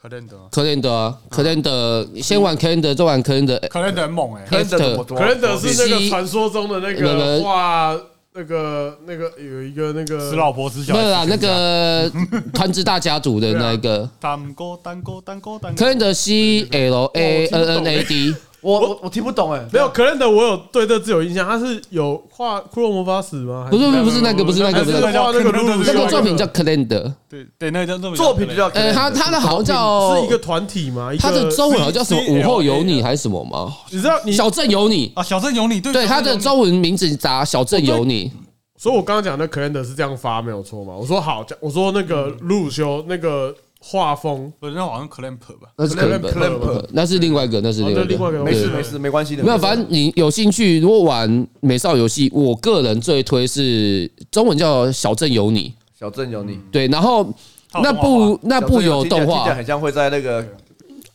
Speaker 5: 可认得，
Speaker 1: c a l e n d a r c a l e n d a r 先玩 c a l e n d a r 再玩 c a l e n d a r
Speaker 5: 可认得很猛哎，
Speaker 4: 可能怎么多？
Speaker 3: 可能的是那
Speaker 1: 西
Speaker 3: 个传说中的那
Speaker 1: 那个
Speaker 3: 个哇，那个那个有一个那个
Speaker 5: 死老婆死小
Speaker 1: 没
Speaker 5: 孩，
Speaker 1: 有啦，那 个团之大家族的那一个
Speaker 5: 单哥单哥单哥单
Speaker 1: c a l e n
Speaker 5: 哥，
Speaker 1: d a r C L A N N A D，
Speaker 4: 我我我听不懂哎，
Speaker 3: 没有，可能的，我有对这字有印象，它是有画《骷髅魔法使》吗？
Speaker 1: 哦不是不是不是那个不是那
Speaker 3: 还
Speaker 1: 个
Speaker 3: 是
Speaker 1: 不是那
Speaker 3: 还是
Speaker 1: 个
Speaker 3: 画那个露露
Speaker 1: 那个作品叫 c a l e n d a r
Speaker 5: 对对，那个叫
Speaker 4: 作品就叫
Speaker 1: 呃，他他的好像叫
Speaker 3: 是一个团体吗？一个
Speaker 1: 他的中文好像叫什么
Speaker 5: C-
Speaker 1: 午
Speaker 5: C-
Speaker 1: 后有
Speaker 5: L-
Speaker 1: 你还是什么吗？
Speaker 3: 你知道你，
Speaker 1: 小镇有你，
Speaker 5: 啊，小镇有你，对
Speaker 1: 对，他哦的中文名字打小镇有你，
Speaker 3: 所以我刚刚讲的 c a l e n d a r 是这样发没有错嘛？我说好，我说那个鲁修那个画风
Speaker 5: 不是那好像 clamp 吧？
Speaker 1: 那是可能
Speaker 4: Clamp- Clamp
Speaker 1: 那是另外一个，那是
Speaker 3: 哦哦那
Speaker 1: 另
Speaker 3: 另外
Speaker 1: 外一
Speaker 3: 一个
Speaker 1: 个，
Speaker 4: 没事
Speaker 1: 对
Speaker 4: 没事没关系的。
Speaker 1: 没有，反正你有兴趣，如果玩美少游戏，我个人最推是中文叫《小镇有你》，
Speaker 4: 小镇有你，
Speaker 1: 对，然后
Speaker 5: 它有
Speaker 1: 那
Speaker 5: 动画
Speaker 1: 部那部有哦动
Speaker 4: 听起来
Speaker 1: 画，
Speaker 4: 很像会在那个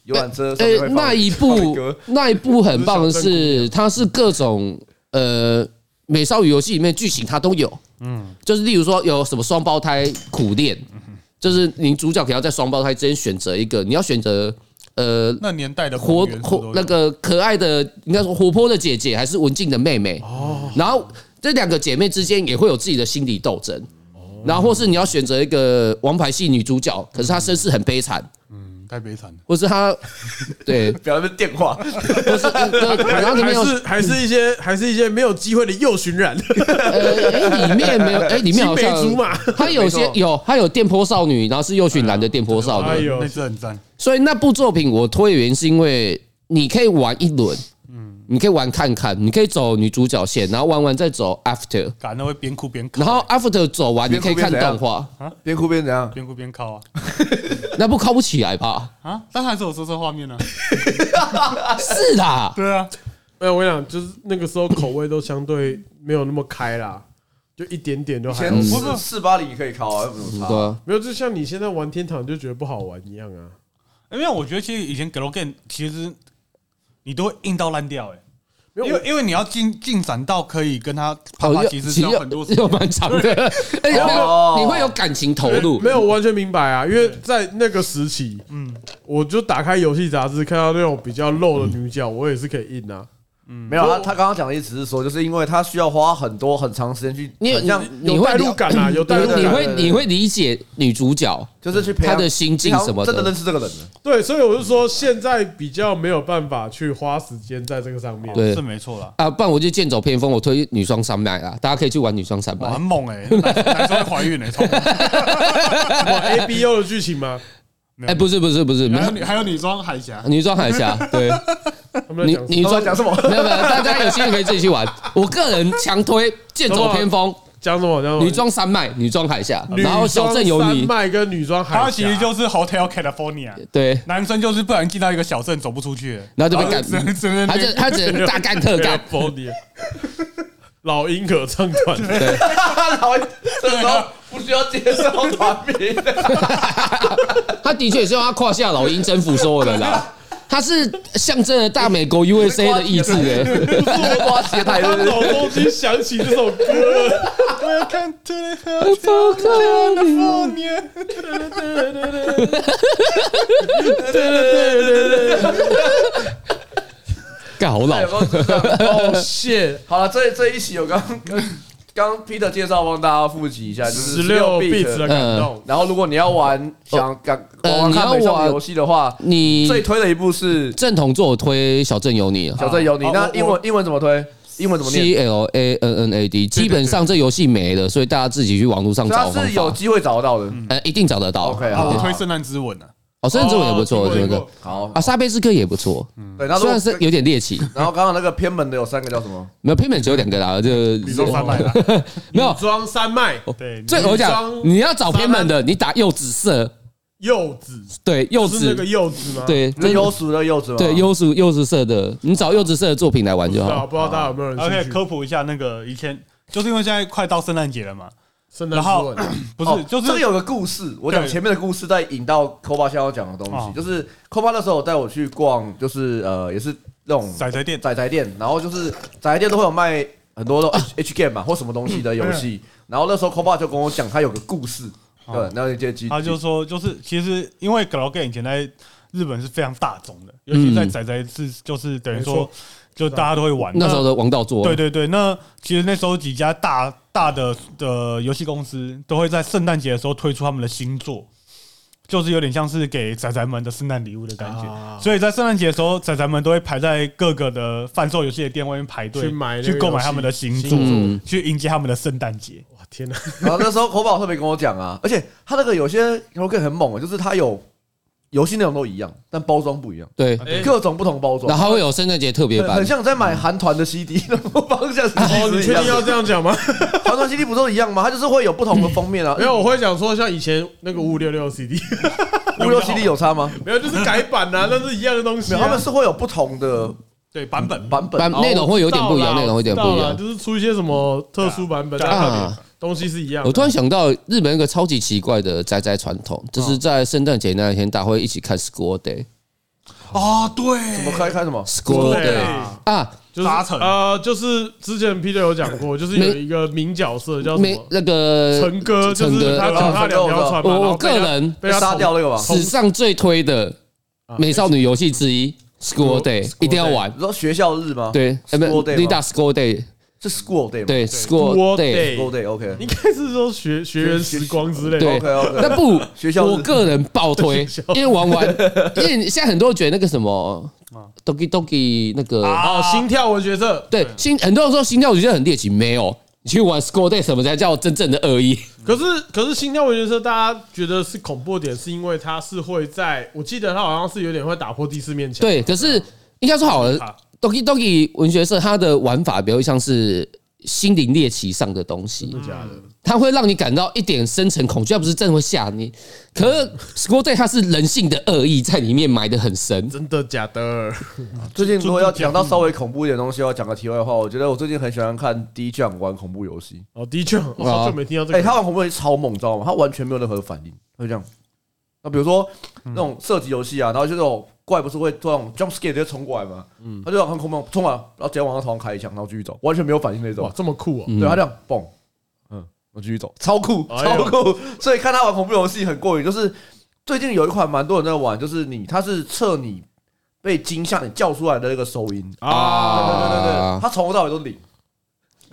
Speaker 4: 游览车上
Speaker 1: 诶
Speaker 4: 面会，放
Speaker 1: 那一
Speaker 4: 放
Speaker 1: 部
Speaker 4: 歌
Speaker 1: 那一部很棒的是，它是各种呃美少女游戏里面剧情它都有，嗯，就是例如说有什么双胞胎苦恋，就是你主角可能要在双胞胎之间选择一个，你要选择呃
Speaker 5: 那年代的
Speaker 1: 活
Speaker 5: 元素都
Speaker 1: 活
Speaker 5: 有
Speaker 1: 那个可爱的，应该说活泼的姐姐，还是文静的妹妹。哦，然后这两个姐妹之间也会有自己的心理斗争。然后或是你要选择一个王牌系女主角，可是她身世很悲惨，
Speaker 5: 嗯太悲惨了，
Speaker 1: 或是 她对，
Speaker 4: 不要那边电 话，
Speaker 1: 或是呃然后里
Speaker 3: 还
Speaker 1: 面有
Speaker 3: 是还是一些还是一些没有机会的幼寻染，
Speaker 1: 呃，哎里面 没有哎，里面好像
Speaker 3: 青梅竹马
Speaker 1: 她有些有她有电波少女，然后是又去男的电波少
Speaker 3: 哎
Speaker 1: 女，
Speaker 3: 呦
Speaker 5: 那只很赞，
Speaker 1: 所以那部作品我推的原因是因为你可以玩一轮，嗯，你可以玩看看，你可以走女主角线，然后玩完再走 after，
Speaker 5: 感那会边哭边靠，啊
Speaker 1: 然后 after 走完你
Speaker 4: 边
Speaker 1: 可
Speaker 4: 哭
Speaker 1: 以看
Speaker 4: 边
Speaker 1: 动
Speaker 4: 怎样
Speaker 1: 画，
Speaker 4: 边哭边怎样？
Speaker 5: 边哭边靠啊
Speaker 1: 那不靠不起来吧？
Speaker 7: 啊，但还是有色色画面呢。
Speaker 1: 是 啦，
Speaker 5: 对啊，
Speaker 3: 没有，我跟你讲，就是那个时候口味都相对没有那么开啦，就一点点就
Speaker 4: 以
Speaker 3: 还
Speaker 4: 前
Speaker 3: 好。
Speaker 4: 四四八零也可以考啊，又没有
Speaker 1: 嗯对
Speaker 4: 差。
Speaker 1: 啊，
Speaker 3: 没有，就像你现在玩天堂就觉得不好玩一样啊。
Speaker 5: 因为我觉得其实以前 g a l game 其实你都会硬到烂掉哎，
Speaker 3: 没
Speaker 5: 因
Speaker 3: 有
Speaker 5: 为因为你要进进展到可以跟他啪
Speaker 1: 哦
Speaker 5: 啪，
Speaker 1: 又
Speaker 5: 其实是要很 多时
Speaker 1: 又
Speaker 5: 间，
Speaker 1: 蛮长 的，而且
Speaker 4: 哦
Speaker 1: 你哎会有感情投入
Speaker 3: 我，没有完全明白啊，因为在那个时期，
Speaker 5: 嗯，
Speaker 3: 我就打开游戏杂志，看到那种比较露的女角，我也是可以硬啊。
Speaker 4: 没有，他他刚刚讲的意思是说，就是因为他需要花很多很长时间去，
Speaker 1: 你
Speaker 4: 很像
Speaker 1: 你
Speaker 3: 有
Speaker 1: 会
Speaker 3: 代入感啊，有代入
Speaker 4: 对
Speaker 1: 你
Speaker 4: 对
Speaker 3: 感。
Speaker 1: 会你会理解女主角，
Speaker 4: 就是去培养
Speaker 1: 他的心境什么的
Speaker 4: 真的认识这个人了。
Speaker 3: 对，所以我就说，现在比较没有办法去花时间在这个上面。
Speaker 1: 对
Speaker 5: 是没错啦。
Speaker 1: 啊，不然我就剑走偏锋，我推女双三脉啦，大家可以去玩女双三
Speaker 5: 哇，
Speaker 1: 脉
Speaker 5: 很。猛哎、欸，男男生会怀孕哎、欸，超猛！
Speaker 3: A B O 的剧情吗？
Speaker 1: 哎，不是不是不是，
Speaker 7: 还有女还有女装海峡，
Speaker 1: 女装海峡，对，
Speaker 3: 他们在
Speaker 1: 女女
Speaker 3: 讲什么
Speaker 4: 你
Speaker 1: 装
Speaker 4: 在 讲什么？
Speaker 1: 没有没有，大家有兴趣可以自己去玩。我个人强推《剑走偏锋》
Speaker 3: 讲什么？讲什么
Speaker 1: 女装山脉、女装海峡，然后小镇有
Speaker 3: 女装山
Speaker 1: 你，
Speaker 3: 脉跟女装海峡，
Speaker 5: 他其实就是 Hotel California，
Speaker 1: 对，
Speaker 5: 男生就是不然进到一个小镇走不出去、欸，
Speaker 1: 然后就被
Speaker 5: 然后只能
Speaker 1: 干，
Speaker 5: 只能
Speaker 1: 他就他只能大干特干。
Speaker 3: California 老鹰合唱团，
Speaker 4: 老这时候不需要介绍团 名，
Speaker 1: 他的确也是用他胯下老鹰征服所有人啦，他是象征了大美国 USA 的意志诶。
Speaker 4: 不是我刮鞋带，
Speaker 3: 他
Speaker 4: 对不对
Speaker 3: 脑中间响起这首歌了。
Speaker 5: Welcome to the
Speaker 1: 欸
Speaker 5: California，
Speaker 1: 干好 老
Speaker 4: 有，没有指 向？
Speaker 3: 哦，shit！
Speaker 4: Oh, 好了，这这一期我刚 刚刚 Peter 介绍，帮大家复习一下，就是
Speaker 3: 十六
Speaker 4: bit
Speaker 3: bits 的感动，
Speaker 4: 然后，如果你要 玩想敢
Speaker 1: 呃
Speaker 4: 玩玩看美
Speaker 1: 你要
Speaker 4: 少
Speaker 1: 玩
Speaker 4: 女游戏的话，
Speaker 1: 你
Speaker 4: 最推的一部是《
Speaker 1: 正统做我推小镇有你啊
Speaker 4: 小镇有你》。
Speaker 5: 好
Speaker 4: 那
Speaker 5: 我
Speaker 4: 英文英文怎么推？英文怎么念？
Speaker 1: ，C L A N N A D，基本上这游戏没了，所以大家自己去网络上
Speaker 4: 所以
Speaker 1: 找
Speaker 4: 它
Speaker 1: 方
Speaker 4: 是有
Speaker 1: 法，
Speaker 4: 机会找得到的。
Speaker 1: 呃，一定找得到。
Speaker 4: OK，
Speaker 1: 哦，
Speaker 5: 啊，
Speaker 4: 好
Speaker 5: 我
Speaker 4: 好
Speaker 5: 推《圣诞之吻》啊，
Speaker 1: 甚至我也不错，
Speaker 3: 哦
Speaker 1: 我觉得
Speaker 4: 好
Speaker 1: 啊，。沙贝斯克也不错，
Speaker 4: 对，然后
Speaker 1: 虽然是有点猎奇，
Speaker 4: 然后刚刚那个偏门的有三个叫什么？
Speaker 1: 没有 payment 只有两个啦，就
Speaker 5: 你说三百啦，
Speaker 1: 没有
Speaker 3: 女。装山脉，
Speaker 5: 对，
Speaker 1: 这我讲，你要找偏门的，你打柚子色，
Speaker 3: 柚子
Speaker 1: 对，柚
Speaker 3: 是那个
Speaker 1: 子，
Speaker 3: 柚子吗？，
Speaker 1: 对，
Speaker 4: 是
Speaker 1: 真的
Speaker 4: 优属的柚子吗？
Speaker 1: 对，柚子柚子色的，你找柚子色的作品来玩
Speaker 3: 不知
Speaker 1: 就
Speaker 3: 道
Speaker 1: 好。
Speaker 3: 啊不知道大家有没有人
Speaker 5: 而且
Speaker 3: 兴趣？
Speaker 5: 科普一下，那个以前就是因为现在快到圣诞节了嘛，
Speaker 3: 圣诞之吻，
Speaker 5: 不
Speaker 4: 哦
Speaker 5: 是，就
Speaker 4: 这个
Speaker 5: 是
Speaker 4: 有个故事，我讲
Speaker 5: 对
Speaker 4: 前面的故事，再引到 Koba 要讲的东西，
Speaker 5: 哦
Speaker 4: 就是 Koba 那时候有带我去逛，就是呃，也是那种
Speaker 5: 仔仔店
Speaker 4: 仔仔店，然后就是仔仔店都会有卖很多的 H game 嘛，或什么东西的游
Speaker 5: 嗯
Speaker 4: 戏。然后那时候 Koba 就跟我讲，他有个故事，对，然后你接机，
Speaker 5: 哦他就说，就是其实因为 g a l g a 以前在日本是非常大众的，尤其在
Speaker 1: 嗯
Speaker 5: 仔仔是就是等于
Speaker 3: 没
Speaker 5: 说
Speaker 3: 错，
Speaker 5: 就大家都会玩。
Speaker 1: 那时候的王道做，
Speaker 5: 对对对，那其实那时候几家大大的的游戏公司都会在圣诞节的时候推出他们的新作，就是有点像是给仔仔们的圣诞礼物的感
Speaker 3: 啊
Speaker 5: 觉。所以在圣诞节的时候，仔仔们都会排在各个的贩售游戏的店外面排队
Speaker 3: 去买那个
Speaker 5: 去购买他们的新啊作
Speaker 1: 嗯，
Speaker 5: 去迎接他们的圣诞节。
Speaker 3: 哇天哪！
Speaker 4: 然后那时候 Koba 特别跟我讲啊，而且他那个有些游戏很猛啊，就是他有游戏内容都一样，但包装不一样，
Speaker 1: 对，
Speaker 3: 哎
Speaker 4: 各种不同包
Speaker 1: 然
Speaker 4: 装。
Speaker 1: 后会有圣诞节特别
Speaker 4: 很
Speaker 1: 版
Speaker 4: 很，像在买韩团的 CD，然后方向是
Speaker 3: 哦，你
Speaker 4: 一
Speaker 3: 确
Speaker 4: 样
Speaker 3: 定
Speaker 4: 的
Speaker 3: 要这样讲吗？
Speaker 4: 团团 CD 不都一样吗？它就是会有不同的封面啊。
Speaker 3: 嗯没有，我会讲说像以前那个五五六六 CD，
Speaker 4: 五六 CD 有差吗？
Speaker 3: 没有，就是改版 啊，但是一样的东西
Speaker 4: 没
Speaker 3: 啊。
Speaker 4: 有，他们是会有不同的
Speaker 5: 对版本，
Speaker 4: 版本
Speaker 1: 版。
Speaker 4: 哦
Speaker 1: 内容会有点不一样，内容会有点不一
Speaker 3: 到啦
Speaker 1: 样
Speaker 3: 就是出一些什么特殊版本，
Speaker 5: 对啊
Speaker 3: 但
Speaker 1: 啊。
Speaker 3: 东西是一样的。
Speaker 1: 我突然想到，日本有一个超级奇怪的宅宅传统，就是
Speaker 3: 嗯
Speaker 1: 在圣诞节那一天，大家会一起看 School Day，School
Speaker 5: 啊，对，
Speaker 4: 什么开开什么？
Speaker 3: 对
Speaker 1: Day
Speaker 3: 啊，
Speaker 1: 啊，
Speaker 3: 就是
Speaker 5: 达成
Speaker 3: 呃，就是之前 Peter 有讲过，就是有一个名角色叫什
Speaker 1: 没
Speaker 3: 么
Speaker 1: 那个
Speaker 3: 陈哥，就
Speaker 1: 陈
Speaker 3: 是
Speaker 1: 哥
Speaker 3: 他脚踏两条船嘛，然
Speaker 1: 我
Speaker 3: 后
Speaker 1: 我
Speaker 3: 被
Speaker 1: 个
Speaker 3: 他
Speaker 1: 人
Speaker 3: 被他啊
Speaker 4: 杀掉那个吧？
Speaker 1: 史上最推的美少女游戏之一 School Day，一定要玩
Speaker 4: 你。说学校日吗？，
Speaker 1: 对，呃不
Speaker 4: School Day 吗
Speaker 1: ，Lida School Day，
Speaker 4: 是 School Day 吗
Speaker 1: 对
Speaker 3: School
Speaker 1: School Day，
Speaker 4: ，School Day，OK，
Speaker 3: 应该是说学学员时光之类的。
Speaker 1: 对
Speaker 4: OK OK。
Speaker 1: 那不，
Speaker 4: 学校日
Speaker 1: 我个人爆 推，因为玩完，因为现在很多人觉得那个什么 Doki Doki 那个
Speaker 4: 啊
Speaker 3: 哦，心跳文角色，
Speaker 1: 对，心很多人说心跳觉得很猎奇，没有，你去玩 Score Day 什么才叫真正的恶意？
Speaker 3: 可是可是心跳文角色，大家觉得是恐怖的点，是因为他是会在，我记得他好像是有点会打破第四面墙。
Speaker 4: 啊
Speaker 1: 对，可是应该说好了， Doki Doki 文学社它的玩法比如像是心灵猎奇上的东西，
Speaker 3: 假的？
Speaker 1: 它会让你感到一点深层恐惧，它不是真的会吓你。可
Speaker 4: 嗯
Speaker 1: 是 School Day 它是人性的恶意在里面埋得很深。
Speaker 3: 真的假 的？
Speaker 4: 最近如果要讲到稍微恐怖一点的东西，要讲个题外话，我觉得我最近很喜欢看 D 酱玩恐怖游戏。
Speaker 3: 哦，的确，我好久没听到这
Speaker 4: 哎，
Speaker 3: 个。
Speaker 4: 他玩恐怖游戏超猛，你知道吗？他完全没有任何反应，他就这样。那比如说
Speaker 3: 嗯
Speaker 4: 那种射击游戏啊，然后就那种怪不是会做那种 jump scare 直接冲过来嘛，
Speaker 3: 嗯
Speaker 4: 他就很恐怖，冲完啊然后直接往他头上开一枪，然后继续走，完全没有反应那
Speaker 3: 哇
Speaker 4: 种，。
Speaker 3: 这么酷哦！
Speaker 1: 嗯
Speaker 4: 对，他这样蹦，嗯，我继续走，超酷，
Speaker 3: 哎呦
Speaker 4: 超酷。所以看他玩恐怖游戏很过瘾，就是最近有一款蛮多人在玩，就是你他是测你被惊吓你叫出来的那个收音，啊对对对对对，
Speaker 1: 啊，
Speaker 4: 他从头到尾都零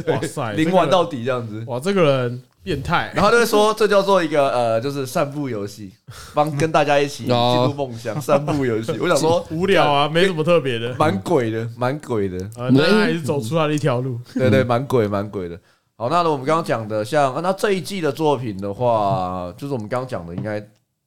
Speaker 3: 哇 塞，
Speaker 4: 零
Speaker 3: 哎这个
Speaker 4: 玩
Speaker 3: 人
Speaker 4: 到底这样子。
Speaker 3: 哇，这个人变态。
Speaker 4: 然后就会说这叫做一个呃，就是散步游戏，帮跟大家一起进入梦乡，散步游戏。我想说
Speaker 3: 无聊啊，没什么特别的。
Speaker 4: 蛮鬼的，蛮 鬼的，
Speaker 3: 呃，那他还是走出他的一条路。
Speaker 4: 对对，蛮鬼蛮鬼的。好，那我们刚刚讲的像，啊那这一季的作品的话，就是我们刚刚讲的应该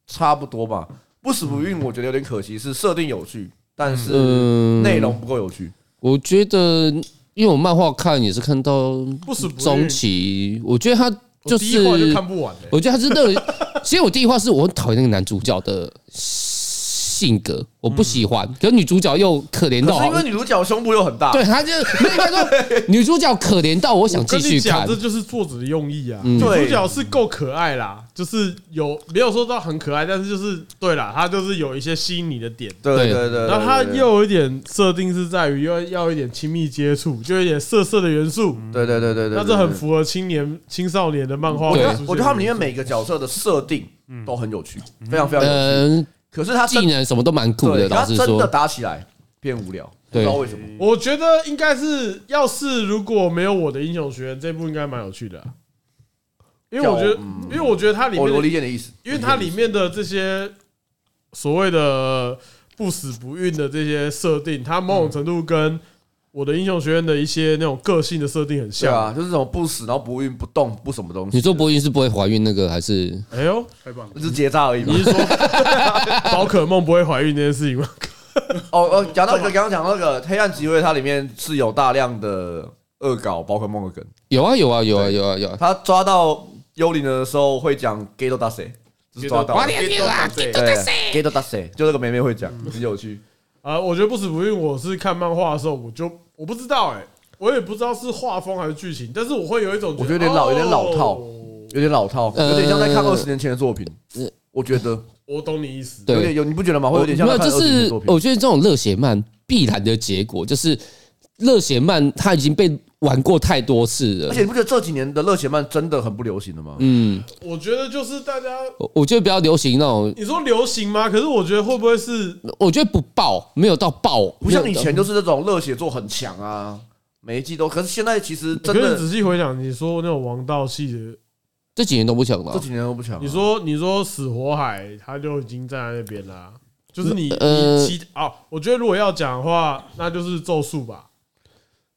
Speaker 4: 差不多吧。不死不运，我觉得有点可惜，是设定有趣，但是
Speaker 1: 嗯
Speaker 4: 内容不够有趣。
Speaker 1: 我觉得，因为我漫画看也是看到
Speaker 3: 不死不
Speaker 1: 中
Speaker 3: 运，
Speaker 1: 期，我觉得他
Speaker 3: 我
Speaker 1: 就
Speaker 3: 第一话就是看不完嘞。
Speaker 1: 我觉得他是那种， 其实我第一话是我很讨厌那个男主角的性格，我不喜欢。可是女主角又可怜
Speaker 4: 嗯可
Speaker 1: 到
Speaker 4: 是因为
Speaker 1: 嗯好，
Speaker 4: 女主角胸部又很大，
Speaker 1: 对，他就没有应该 说女主角可怜到我想继
Speaker 3: 跟你
Speaker 1: 续
Speaker 3: 讲，
Speaker 1: 看
Speaker 3: 这。就是作者的用意啊。
Speaker 1: 嗯
Speaker 3: 女
Speaker 4: 对
Speaker 3: 主角是够可爱啦，就是有没有说到很可爱，但是就是对啦，她就是有一些吸引你的点。
Speaker 4: 对
Speaker 1: 对
Speaker 4: 对对对。
Speaker 3: 然后她
Speaker 4: 对
Speaker 3: 又有一点设定是在于要要有一点亲密接触，就有一点色色的元素，
Speaker 4: 对对对嗯对对，
Speaker 3: 那这很符合青年青少年的漫画。
Speaker 4: 我觉
Speaker 1: 对
Speaker 4: 得我觉得他们里面每个角色的设定都很有趣，非常非常有趣。
Speaker 1: 嗯，
Speaker 4: 可是他真
Speaker 1: 技能什么都蛮酷
Speaker 4: 对，
Speaker 1: 的，老
Speaker 4: 他
Speaker 1: 实
Speaker 4: 真的
Speaker 1: 说，
Speaker 4: 打起来变无聊，不
Speaker 1: 对
Speaker 4: 知道为什么。
Speaker 3: 我觉得应该是，要是如果没有我的英雄学院，这部应该蛮有趣的啊、因为我觉得
Speaker 4: 叫嗯，
Speaker 3: 因为我觉得它里
Speaker 4: 我
Speaker 3: 面
Speaker 4: 我
Speaker 3: 的，
Speaker 4: 理解你的意思，
Speaker 3: 因为它里面的这些所谓的不死不运的这些设定，它某种程度跟我的英雄学院的一些那种个性的设定很
Speaker 4: 对
Speaker 3: 像。
Speaker 4: 啊，就是什么不死，然后不孕不动不什么东西。
Speaker 1: 你说博云是不会怀孕那个还是？
Speaker 3: 哎呦，
Speaker 7: 太棒了！
Speaker 4: 只是结扎而已嘛
Speaker 3: 你。是说 宝可梦不会怀孕这件事情吗？
Speaker 4: 哦哦，讲到刚刚讲到那个黑暗集会，它里面是有大量的恶搞宝可梦的梗。
Speaker 1: 有啊有啊有啊有啊有啊！
Speaker 4: 他抓到幽灵的时候会讲 “gay 都打谁”，就是抓到。对，gay 都打谁，就那个梅梅会讲，
Speaker 3: 嗯
Speaker 4: 很有趣。
Speaker 3: 啊，我觉得不死不运，我是看漫画的时候，我就我不知道哎、我也不知道是画风还是剧情，但是我会有一种
Speaker 4: 我觉得有点老
Speaker 3: 哦
Speaker 4: 有点老套有点老套，
Speaker 1: 呃
Speaker 4: 有点像在看二十年前的作品。我觉得
Speaker 3: 我懂你意思，
Speaker 4: 有
Speaker 1: 对
Speaker 4: 点，有，你不觉得吗？会有点像
Speaker 1: 哦没
Speaker 4: 在
Speaker 1: 有，就
Speaker 4: 看二十年前的
Speaker 1: 是
Speaker 4: 作品。
Speaker 1: 我觉得这种热血漫必然的结果，就是热血漫它已经被玩过太多次
Speaker 4: 而
Speaker 1: 了
Speaker 4: 且。你不觉得这几年的热血漫真的很不流行了吗？
Speaker 1: 嗯，
Speaker 3: 我觉得就是大家
Speaker 1: 我我觉得比较流行那种，
Speaker 3: 你说流行吗？可是我觉得会不会是
Speaker 1: 我觉得不爆，没有到爆，
Speaker 4: 不像
Speaker 1: 没
Speaker 4: 以
Speaker 1: 有到
Speaker 4: 前就是那种热血做很强啊，每一季都。可是现在其实
Speaker 3: 可是
Speaker 4: 真的
Speaker 3: 仔细回想，你说那种王道系的，
Speaker 1: 这几年都不想
Speaker 4: 这
Speaker 1: 了。
Speaker 4: 几年都不强啊。
Speaker 3: 你说你说死火海，他就已经站在那边啦。就是你
Speaker 1: 呃
Speaker 3: 你其啊，我觉得如果要讲的话，那就是咒术吧，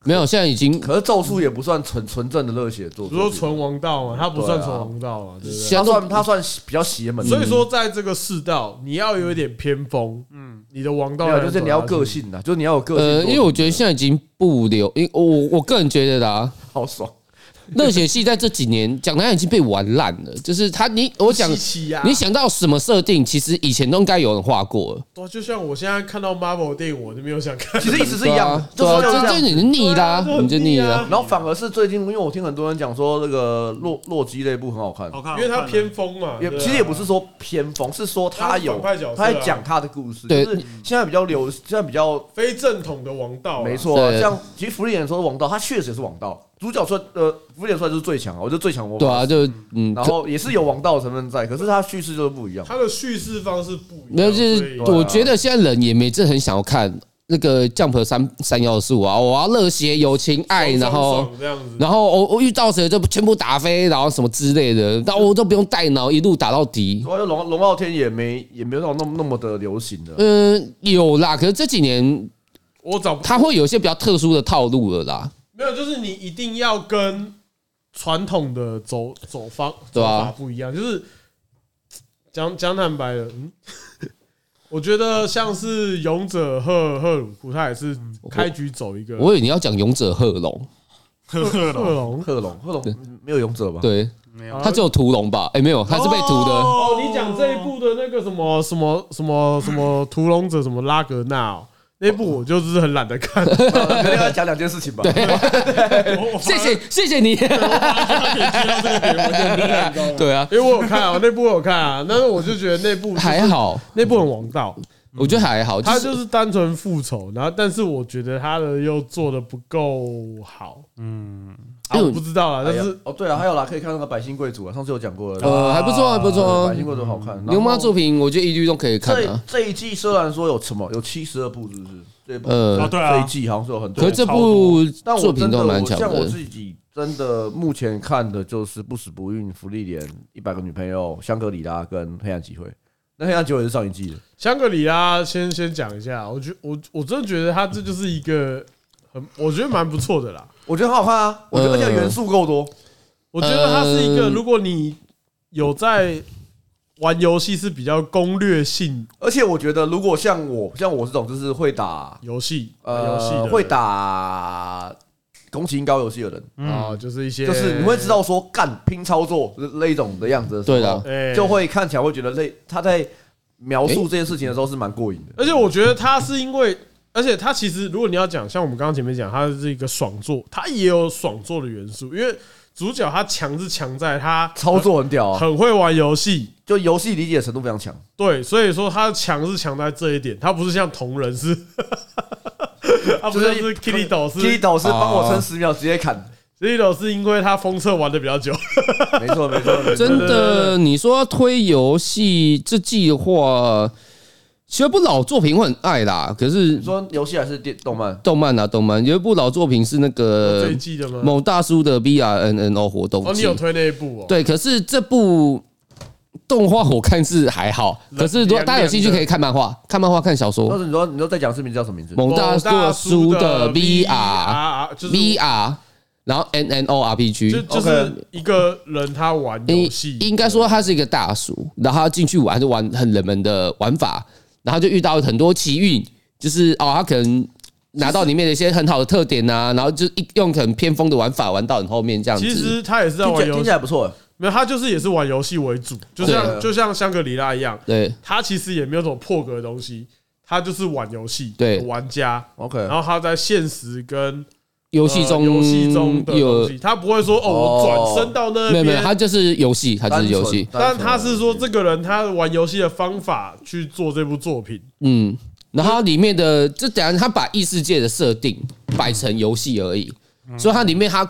Speaker 1: 没有，现在已经
Speaker 4: 可是咒术也不算纯纯正的热血作
Speaker 3: 比
Speaker 4: 品，
Speaker 3: 如说纯王道嘛，它不算
Speaker 4: 对啊
Speaker 3: 纯王道嘛，对不对？
Speaker 1: 现
Speaker 4: 他
Speaker 1: 在
Speaker 4: 算
Speaker 1: 都
Speaker 4: 他算比较邪门的，
Speaker 3: 所以说，在这个世道，你要有一点偏锋，嗯，你的王道
Speaker 4: 没有啊就是你要个
Speaker 3: 个
Speaker 4: 性的，就是你要有个性作
Speaker 1: 呃，
Speaker 4: 品。
Speaker 1: 因为我觉得现在已经不流，因为我我个人觉得啦，
Speaker 4: 好爽，
Speaker 1: 热血系在这几年讲台已经被玩烂了，就是他你我讲
Speaker 3: 讲，气呀，
Speaker 1: 你想到什么设定，其实以前都应该有人画过了，
Speaker 3: 对啊，就像我现在看到 Marvel 电影，我就没有想看，
Speaker 4: 其实 意思是一样的，
Speaker 1: 对
Speaker 4: 就
Speaker 1: 啊，对
Speaker 4: 是就是
Speaker 1: 啊
Speaker 4: 这
Speaker 1: 这
Speaker 4: 样。
Speaker 1: 这你腻啦
Speaker 3: 对啊，
Speaker 1: 你就腻啦。
Speaker 4: 然后反而是最近，因为我听很多人讲说那个洛洛基那部很好看，
Speaker 7: 好看，
Speaker 3: 啊因为
Speaker 7: 好
Speaker 3: 它
Speaker 7: 看
Speaker 3: 偏锋嘛，
Speaker 4: 也
Speaker 3: 对啊
Speaker 4: 其实也不是说偏锋，是说他有
Speaker 3: 他是反派角色啊
Speaker 4: 他在讲他的故事，就
Speaker 1: 对
Speaker 4: 是现在比较流，现在比较
Speaker 3: 非正统的王道啊，
Speaker 4: 没错啊，
Speaker 1: 对
Speaker 4: 像其实福利演说的王道，他确实也是王道。主角说，呃，福利演出来就是最强啊，我觉得最强魔法
Speaker 1: 对啊，
Speaker 4: 师，
Speaker 1: 就嗯，
Speaker 4: 然
Speaker 1: 可
Speaker 4: 后也是有王道的成分在，可是他叙事就是不一样。
Speaker 3: 它的叙事方式不一
Speaker 1: 没有，
Speaker 3: 样，
Speaker 1: 就
Speaker 3: 啊所
Speaker 1: 是
Speaker 3: 以
Speaker 1: 我觉得现在人也没真的很想要看那个 Jump 三三幺四五啊，我要热血友情爱，
Speaker 3: 爽
Speaker 1: 然后
Speaker 3: 爽这样子，
Speaker 1: 然后我我遇到谁就全部打飞，然后什么之类的，但我都不用带脑，一路打到底
Speaker 4: 主。要就龙龙傲天也没也没有那种那么那么的流行的，
Speaker 1: 嗯，有啦，可是这几年
Speaker 3: 我找不
Speaker 1: 它会有一些比较特殊的套路了啦，
Speaker 3: 没有，就是你一定要跟传统的走走方
Speaker 1: 对啊
Speaker 3: 走法不一样，就是讲讲坦白的，嗯，我觉得像是勇者赫赫鲁库，他也是开局走一个
Speaker 1: 嗯我以为你要讲勇者贺龙，
Speaker 7: 呵呵
Speaker 3: 贺
Speaker 7: 了，
Speaker 3: 龙。
Speaker 4: 贺龙，贺龙没有勇者吧？
Speaker 1: 对
Speaker 7: 没有
Speaker 1: 他只有屠龙吧？哎，没有，他是被屠的。
Speaker 3: 哦，你讲这一部的那个什么什么什么什么屠龙者什么拉格纳哦，那一部我就是很懒得 看，
Speaker 4: 肯啊定要讲两件事情吧？ 对，
Speaker 1: 谢谢谢谢你，对啊，
Speaker 3: 因为我有看啊，那部我有看啊，但是我就觉得那部
Speaker 1: 还，好，
Speaker 3: 那部很王道，
Speaker 1: 我觉得还好，
Speaker 3: 他
Speaker 1: 就是
Speaker 3: 就是单纯复仇，然后但是我觉得他的又做的不够好，
Speaker 4: 嗯
Speaker 3: 啊，
Speaker 1: 因为
Speaker 3: 我不知道啦，但是
Speaker 4: 哦，对啊，还有啦，可以看那个百姓贵族啊，上次有讲过了。
Speaker 1: 呃还不错啊，还不错
Speaker 4: 百
Speaker 1: 啊。
Speaker 4: 姓贵族好看。然后
Speaker 1: 牛妈作品，我觉得一律都可以看
Speaker 4: 这
Speaker 1: 啊。
Speaker 4: 这一季虽然说有什么有七十二部，是不是？这部
Speaker 1: 呃，
Speaker 5: 对
Speaker 4: 这一
Speaker 5: 啊，
Speaker 4: 季好像是有很
Speaker 1: 可
Speaker 4: 多
Speaker 1: 是。这部
Speaker 4: 但
Speaker 1: 作
Speaker 4: 我真
Speaker 1: 品都
Speaker 4: 的我
Speaker 1: 蛮强
Speaker 4: 像我
Speaker 1: 的。
Speaker 4: 自己真的目前看的就是《不死不孕》《福利莲》《一百个女朋友》《香格里拉》跟《黑暗集会》。那《黑暗集会》也是上一季的，
Speaker 3: 香格里拉先先讲一下，我觉我我真的觉得他这就是一个很，我觉得蛮不错的啦，
Speaker 4: 我觉得很好看啊，我觉得
Speaker 1: 呃
Speaker 4: 而且元素够多。
Speaker 3: 我觉得它是一个，
Speaker 1: 呃
Speaker 3: 如果你有在玩游戏是比较攻略性
Speaker 4: 而且我觉得，如果像我像我这种就是会打
Speaker 3: 游戏，游戏
Speaker 4: 呃
Speaker 3: 的
Speaker 4: 会打宫崎英高游戏的人，
Speaker 3: 啊，就是一些，
Speaker 4: 嗯就是你会知道说干拼操作那种的样子的时候，
Speaker 1: 对的
Speaker 3: 哎
Speaker 4: 就会看起来会觉得累。他在描述这件事情的时候是蛮过瘾的。
Speaker 3: 而且我觉得它是因为，而且它其实如果你要讲，像我们刚刚前面讲，它是一个爽作，它也有爽作的元素，因为主角他强是强在他
Speaker 4: 操作很
Speaker 1: 哦
Speaker 4: 屌啊，
Speaker 3: 很会玩游戏，
Speaker 4: 就游戏理解程度非常强。
Speaker 3: 对，所以说他强是强在这一点，他不是像同人是， 他不像是 Kitty 斗是
Speaker 4: Kitty 导师帮我
Speaker 1: 啊
Speaker 4: 撑十秒，直接砍。
Speaker 3: Kitty 斗是因为他封测玩的比较久，
Speaker 4: 没错，没错，没错
Speaker 1: 真
Speaker 3: 对对
Speaker 1: 的，你说要推游戏这季的话，其实不老作品我很爱啦，可是
Speaker 4: 你说游戏还是电动漫？
Speaker 1: 动漫啊，动漫有一部老作品是那个
Speaker 3: 这一季的吗？
Speaker 1: 某大叔的 B R N N O 活动
Speaker 3: 哦，你
Speaker 1: 季
Speaker 3: 有，推那一部哦？
Speaker 1: 对，可是这部动画我看是还好，可是如果大家有兴趣可以看漫画，看漫画看小
Speaker 4: 当
Speaker 1: 说。
Speaker 4: 时你说你说在讲视频叫什么名字？
Speaker 1: 某
Speaker 3: 哦
Speaker 1: 大叔的 V R
Speaker 3: VR，就是啊
Speaker 1: V R，然后 N N O R P
Speaker 3: 就
Speaker 1: G，
Speaker 3: 就是一个人他玩游
Speaker 1: 应
Speaker 3: 戏，
Speaker 1: 应该说他是一个大叔，然后他进去玩就玩很冷门的玩法，然后就遇到很多奇遇，就是哦，他可能拿到里面的一些很好的特点啊，然后就一用很偏锋的玩法玩到很后面这样子。
Speaker 3: 其实他也是在
Speaker 4: 听
Speaker 3: 玩
Speaker 4: 起来听
Speaker 3: 游
Speaker 4: 起
Speaker 3: 戏，
Speaker 4: 来不错。欸
Speaker 3: 没有他就是也是玩游戏为主，就
Speaker 4: 对
Speaker 3: 像就像香格里拉一样，
Speaker 1: 对
Speaker 3: 他其实也没有什么破格的东西，他就是玩游戏，
Speaker 1: 对
Speaker 3: 玩家，
Speaker 4: OK，
Speaker 1: 哦
Speaker 3: 然后他在现实跟
Speaker 1: 游戏中
Speaker 3: 呃游戏中的
Speaker 1: 有
Speaker 3: 东西，他不会说哦，我转身到那
Speaker 1: 没有没有，
Speaker 3: 边。
Speaker 1: 它就是游戏，它就是游戏。
Speaker 4: 单
Speaker 3: 但
Speaker 4: 纯
Speaker 3: 他是说，这个人他玩游戏的方法去做这部作品，
Speaker 1: 嗯，然后它里面的就等于它把异世界的设定摆成游戏而已，所以它里面它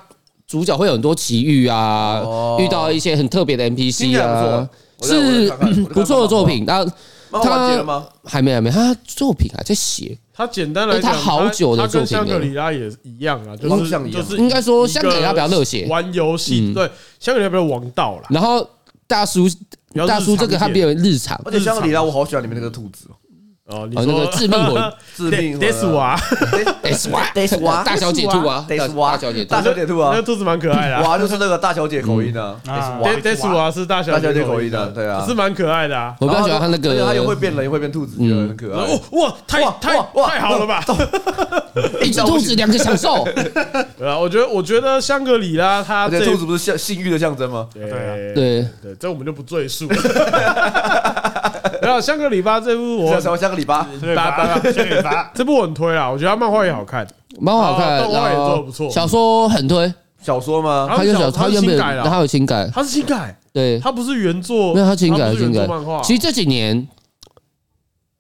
Speaker 1: 主角会有很多奇遇啊，
Speaker 4: 哦
Speaker 1: 遇到一些很特别的
Speaker 4: 听起
Speaker 1: NPC
Speaker 4: 来不
Speaker 1: 啊
Speaker 4: 错，欸我再我
Speaker 1: 是
Speaker 4: 再看看我再看看
Speaker 1: 不错的作品。那
Speaker 4: 漫画完结了吗？
Speaker 1: 还没还没，他作品还在写，
Speaker 3: 他简单来讲，
Speaker 1: 哎他好久的
Speaker 3: 他跟
Speaker 1: 作品
Speaker 3: 香
Speaker 1: 了
Speaker 3: 格里拉也一样啊，就
Speaker 4: 方
Speaker 3: 是
Speaker 4: 向一
Speaker 3: 就
Speaker 4: 样
Speaker 3: 是
Speaker 1: 应该说香港
Speaker 3: 一
Speaker 1: 人
Speaker 3: 个
Speaker 1: 他比较热血，
Speaker 3: 玩游戏，
Speaker 1: 嗯
Speaker 3: 对，香格里拉比较王道啦。
Speaker 1: 然后大叔
Speaker 3: 比较日常
Speaker 1: 大叔这个他
Speaker 3: 一
Speaker 1: 比
Speaker 3: 点
Speaker 1: 较日常，
Speaker 4: 而且香格里拉，我好喜欢里面那个兔子哦，
Speaker 3: 哦，你
Speaker 1: 哦那个致命魂
Speaker 4: 致命啊
Speaker 3: d e s
Speaker 4: 哇
Speaker 3: a
Speaker 1: ，S Y
Speaker 4: ，Des 哇
Speaker 1: 大小姐兔啊，
Speaker 4: ，Des
Speaker 1: 大
Speaker 4: 哇，
Speaker 1: 小姐兔
Speaker 4: 大。小姐兔
Speaker 3: 那
Speaker 4: 啊
Speaker 3: 个，兔子蛮可爱的啊
Speaker 4: 哇就是那个大小姐口音啊
Speaker 7: 啊
Speaker 3: d e s
Speaker 4: 哇
Speaker 3: a 是大小
Speaker 4: 大小姐
Speaker 3: 口
Speaker 4: 口音的，对啊
Speaker 3: 是，蛮可爱的啊。
Speaker 1: 我比较喜欢他那
Speaker 4: 而且他又会
Speaker 1: 个
Speaker 4: 变人，也会变兔子，觉得很可爱
Speaker 3: 哦。哇，太
Speaker 4: 哇
Speaker 3: 太
Speaker 4: 哇哇
Speaker 3: 太好了吧？
Speaker 1: 一只兔子两个小兽，
Speaker 3: 对啊，我觉得我觉得香格里拉它
Speaker 4: 而且
Speaker 3: 这
Speaker 4: 兔子啊不是象性欲的象征吗？
Speaker 3: 对
Speaker 1: 对，
Speaker 3: 对，这我们就不赘述。 然后香格里拉这部
Speaker 4: 我
Speaker 3: 我
Speaker 4: 什么香格里拉？
Speaker 7: 对吧？
Speaker 4: 啊
Speaker 7: 对吧？
Speaker 3: 这部我很推啊啦，我觉得它漫画也好看，
Speaker 1: 蛮好看，
Speaker 3: 哦动画也做得不错
Speaker 1: 然后小说很推，
Speaker 4: 小说吗？
Speaker 3: 它
Speaker 1: 他
Speaker 3: 是
Speaker 1: 就
Speaker 3: 小
Speaker 1: 小
Speaker 3: 它
Speaker 1: 他
Speaker 3: 是
Speaker 1: 原
Speaker 3: 新
Speaker 1: 本
Speaker 3: 改
Speaker 1: 他
Speaker 3: 啦，
Speaker 1: 有情感，
Speaker 3: 它是新改，
Speaker 1: 对，
Speaker 4: 嗯
Speaker 3: 它不是原作，
Speaker 1: 没有他情
Speaker 3: 它
Speaker 1: 感
Speaker 3: 不是
Speaker 1: 情
Speaker 3: 原作
Speaker 1: 感
Speaker 3: 漫画。。
Speaker 1: 其实这几年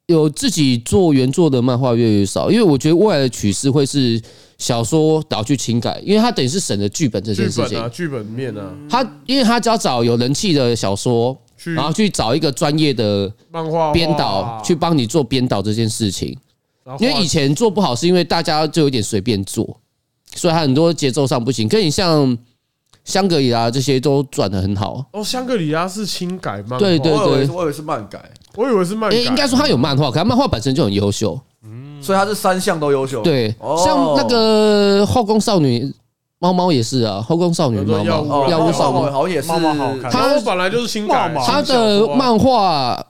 Speaker 1: 有自己做原作的漫画越来越少，因为我觉得未来的趋势会是小说导去情改，因为他等于是省了剧本这
Speaker 3: 剧
Speaker 1: 件事
Speaker 3: 本啊，
Speaker 1: 情。
Speaker 3: 剧本面啊，
Speaker 1: 他因为他只要找有人气的小说，
Speaker 3: 去
Speaker 1: 然后去找一个专业的
Speaker 3: 漫画化
Speaker 1: 编导
Speaker 3: 哦
Speaker 1: 去，帮你做编导这件事情。
Speaker 3: 然后
Speaker 1: 因为以前做不好，是因为大家就有点随便做，所以它很多节奏上不行。跟你像香格里拉这些都转的很好，
Speaker 3: 哦，香格里拉是轻改漫画，
Speaker 1: 对对
Speaker 4: 我以为
Speaker 1: 对
Speaker 4: 是，我以为是漫改，
Speaker 3: 我以为是漫改，
Speaker 1: 诶，应该说它有漫画，可它漫画本身就很优秀。
Speaker 4: 所以他是三项都优秀。
Speaker 1: 对，
Speaker 4: 哦
Speaker 1: 像那个后宫少女猫猫也是啊，后宫少女猫
Speaker 3: 叫做
Speaker 1: 猫
Speaker 4: 哦，
Speaker 1: 药
Speaker 4: 猫
Speaker 1: 物
Speaker 4: 猫
Speaker 1: 少
Speaker 4: 好
Speaker 1: 女，
Speaker 4: 好也是，
Speaker 5: 猫猫好看
Speaker 3: 哦它本来就是轻改，
Speaker 1: 它的漫画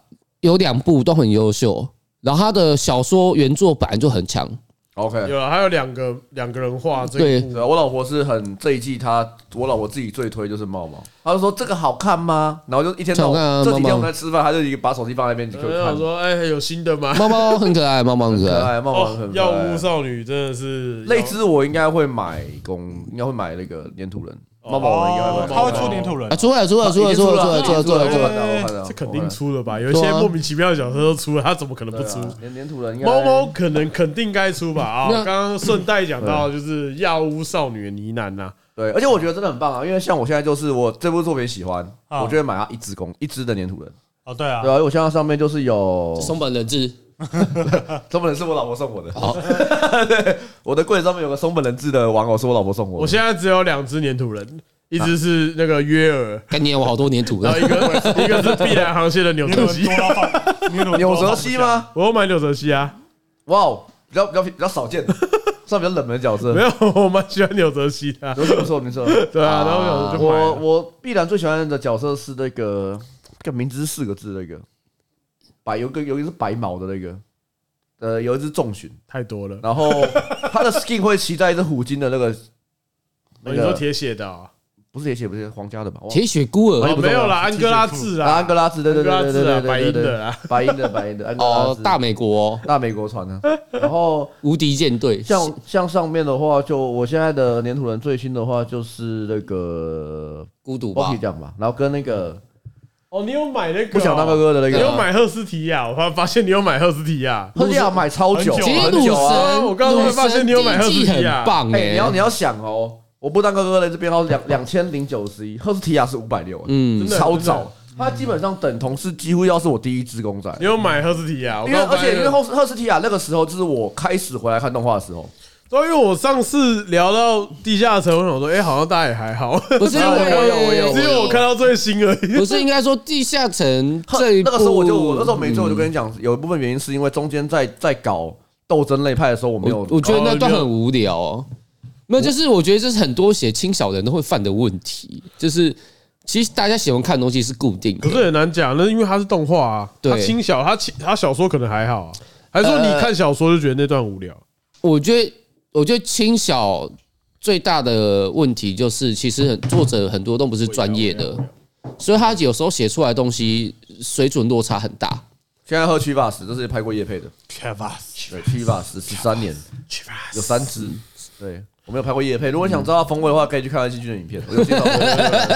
Speaker 1: 有两部都很优秀，然后他的小说原作本来就很强，
Speaker 4: OK，
Speaker 3: 有了，还有两个两个人画这一
Speaker 1: 对
Speaker 3: 部
Speaker 4: 对啊，我老婆是很这一季她，我老婆自己最推就是茂茂，她就说这个好看吗？然后就一天到
Speaker 1: 好看啊
Speaker 4: 晚，这几天
Speaker 1: 茂
Speaker 4: 我
Speaker 1: 茂
Speaker 4: 们在吃饭，她就一个把手机放在那边就
Speaker 3: 我
Speaker 4: 给
Speaker 3: 就
Speaker 4: 我看
Speaker 1: 啊
Speaker 3: 想。说，哎，有新的吗？
Speaker 1: 猫猫很可爱，猫猫很可
Speaker 4: 可
Speaker 1: 爱。
Speaker 4: 爱，茂茂
Speaker 3: 哦
Speaker 4: 很，可
Speaker 3: 药
Speaker 4: 爱
Speaker 3: 物少女真的是
Speaker 4: 那只我应该会买公，应该会买那个粘土人，猫猫我应该
Speaker 5: 哦
Speaker 4: 会买。
Speaker 5: 他会出粘土人
Speaker 1: 啊，，出来，出来，出来，出来，出来，出来，出
Speaker 4: 我
Speaker 1: 来
Speaker 4: 看！到，我看到，
Speaker 3: 这肯定出了吧？有一些莫名其妙的角色都出了，他怎么可能不出？
Speaker 4: 啊粘粘土人应该。
Speaker 3: 猫猫可能肯定该出吧？啊，
Speaker 1: 那
Speaker 3: 刚刚顺带讲到就是药物少女的呢喃呐，
Speaker 4: 对，而且我觉得真的很棒啊，因为像我现在就是我这部作品喜欢，
Speaker 5: 啊
Speaker 4: 我就会买它一只公一只的粘土人，
Speaker 5: 哦对啊
Speaker 4: 对，啊，因为我现在上面就是有，
Speaker 1: 松本人质，
Speaker 4: 松本人是我老婆送我的，对，我的柜子上面有个松本人质的玩偶是我老婆送我
Speaker 3: 我
Speaker 4: 的，
Speaker 3: 现在只有两只粘土人，一只是那个约尔，
Speaker 1: 干你！我好多年土
Speaker 3: 然后
Speaker 1: 了。
Speaker 3: 一个一个是碧蓝航线的纽
Speaker 5: 粘
Speaker 3: 泽
Speaker 5: 土 人
Speaker 3: 西
Speaker 5: 多，到放，粘土人多到
Speaker 4: 有泽
Speaker 5: 放不
Speaker 4: 西
Speaker 5: 下？
Speaker 4: 吗？
Speaker 3: 我要买纽泽西啊，
Speaker 4: 哇，哦，比较比较比较少见，算比较冷门的角色
Speaker 3: 没，有，我蛮喜欢纽泽西的啊，
Speaker 4: 有错不错不错，
Speaker 3: 对啊，然后我就买
Speaker 4: 我
Speaker 3: 了。
Speaker 4: 我必然最喜欢的角色是那个，这个名字是四个字那个，白有个有一个是白毛的那个，呃，有一只重巡，
Speaker 3: 太多了。
Speaker 4: 然后他的 skin 会骑在一只虎鲸的那个，那
Speaker 3: 你说
Speaker 4: 个
Speaker 3: 铁血的啊？
Speaker 4: 不是铁血，不是皇家的吧？忘了
Speaker 1: 铁血孤儿
Speaker 3: 哦，没有啦，安哥拉治
Speaker 4: 啊安
Speaker 3: 啦，
Speaker 4: 哥拉兹，对对
Speaker 3: 安哥拉
Speaker 4: 对对
Speaker 3: 治
Speaker 4: 对
Speaker 3: 啊
Speaker 4: 对，
Speaker 3: 白
Speaker 4: 对
Speaker 3: 银
Speaker 4: 对
Speaker 3: 的啦，
Speaker 4: 白银的白银的安哥拉
Speaker 1: 哦，
Speaker 4: 兹
Speaker 1: 大美国
Speaker 4: 大美 国船的，然后
Speaker 1: 无敌舰队，
Speaker 4: 像像上面的话，就我现在的粘土人最新的话就是那个
Speaker 1: 孤独吧
Speaker 4: Bucky？酱吧，然后跟那个
Speaker 3: 哦，你有买那个哦
Speaker 4: 不想当哥哥的那
Speaker 3: 你有
Speaker 4: 个，
Speaker 3: 买赫斯提亚？我发发现你有买赫斯提亚。
Speaker 4: 他这样买超久，
Speaker 5: 很
Speaker 1: 其实
Speaker 4: 很
Speaker 1: 鲁
Speaker 4: 久啊。
Speaker 1: 神，
Speaker 3: 我刚刚会发现你有买
Speaker 1: 鲁神第一季
Speaker 3: 赫斯提亚
Speaker 1: 很棒
Speaker 4: 哎、
Speaker 1: 哎。
Speaker 4: 你要你要想哦，我不当哥哥的这编号两两千零九十一，赫斯提亚是五百六，啊
Speaker 1: 嗯
Speaker 3: 真，的
Speaker 4: 超早，它基本上等同是几乎要是我第一只公仔。
Speaker 3: 你有买赫斯提亚？我
Speaker 4: 因为
Speaker 3: 刚
Speaker 4: 而
Speaker 3: 刚
Speaker 4: 且因为
Speaker 3: 发现
Speaker 4: 赫斯赫斯提亚那个时候就是我开始回来看动画的时候，
Speaker 3: 对，因为我上次聊到地下城，我想说，哎，好像大家也还好，
Speaker 1: 不是因
Speaker 4: 我有我有
Speaker 1: 为
Speaker 4: 我
Speaker 3: 只有我看到最新而已。
Speaker 1: 不是应该说地下城
Speaker 4: 赫
Speaker 1: 这一部
Speaker 4: 那个时候我就我那时候没追，我就跟你讲，有一部分原因是因为中间在在搞斗争类派的时候，我没有
Speaker 1: 嗯我我觉得那段很无聊哦。没有，就是我觉得这是很多写轻小人都会犯的问题，就是其实大家喜欢看的东西是固定
Speaker 3: 可
Speaker 1: 的，
Speaker 3: 是很难讲，那因为它是动画啊，
Speaker 1: 对
Speaker 3: 它轻小，它轻它小说可能还好啊，还是
Speaker 4: 呃
Speaker 3: 说你看小说就觉得那段无聊？
Speaker 1: 我觉得，我觉得轻小最大的问题就是，其实很作者很多都不是专业的，所以他有时候写出来的东西水准落差很大。
Speaker 4: 现在喝曲巴斯，这是拍过叶配的，
Speaker 5: 缺乏
Speaker 4: 对，曲巴斯十三年，有三只，对我没有拍过叶配。如果你想知道风味的话，可以去看安西俊的影片，我有介绍过。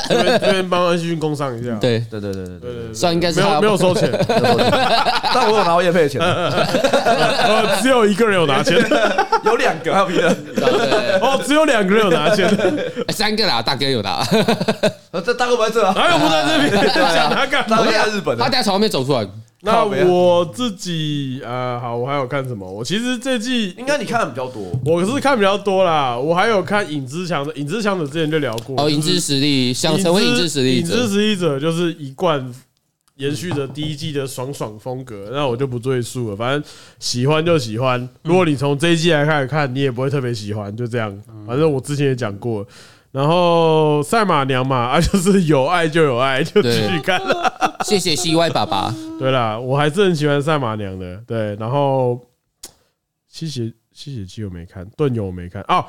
Speaker 3: 这边这边帮安旭君工商一下，
Speaker 1: 对，
Speaker 4: 对对对对对。
Speaker 3: 对，
Speaker 1: 算应该是
Speaker 3: 没
Speaker 1: 他
Speaker 3: 有没有收 钱，
Speaker 4: 但我有拿过叶配的钱，
Speaker 3: 呃，只有一个人有拿钱，
Speaker 4: 有两个，还有别人。
Speaker 1: 对
Speaker 3: 哦，只有两个人有拿 钱，
Speaker 1: 哎三个啦，大哥有啦，
Speaker 4: 这大哥不在这啊，
Speaker 1: 哎
Speaker 3: 还有不在这边讲他干
Speaker 4: 大
Speaker 3: 嘛
Speaker 4: 哥？在日本 啊
Speaker 1: 他
Speaker 4: 的
Speaker 1: 等。下从后面走出来，
Speaker 3: 那我自己呃，好，我还有看什么？我其实这季
Speaker 4: 应该你看的比较多，
Speaker 3: 我是看比较多啦，我还有看《影之强者》，《影之强者》之前就聊过，
Speaker 1: 哦，影
Speaker 3: 就是
Speaker 1: 之实力想成为影之实力
Speaker 3: 嗯影之
Speaker 1: 者，
Speaker 3: 实力者就是一贯延续着第一季的爽爽风格，那我就不赘述了。反正喜欢就喜
Speaker 1: 嗯
Speaker 3: 欢，如果你从这一季来开始看，你也不会特别喜欢，就这样。
Speaker 1: 嗯
Speaker 3: 反正我之前也讲过了。然后赛马娘嘛，啊，就是有爱就有爱，就继续看了。
Speaker 1: 谢谢 CY 爸爸，
Speaker 3: 对啦，我还是很喜欢赛马娘的。对，然后吸血吸血姬我没看，盾勇我没看哦。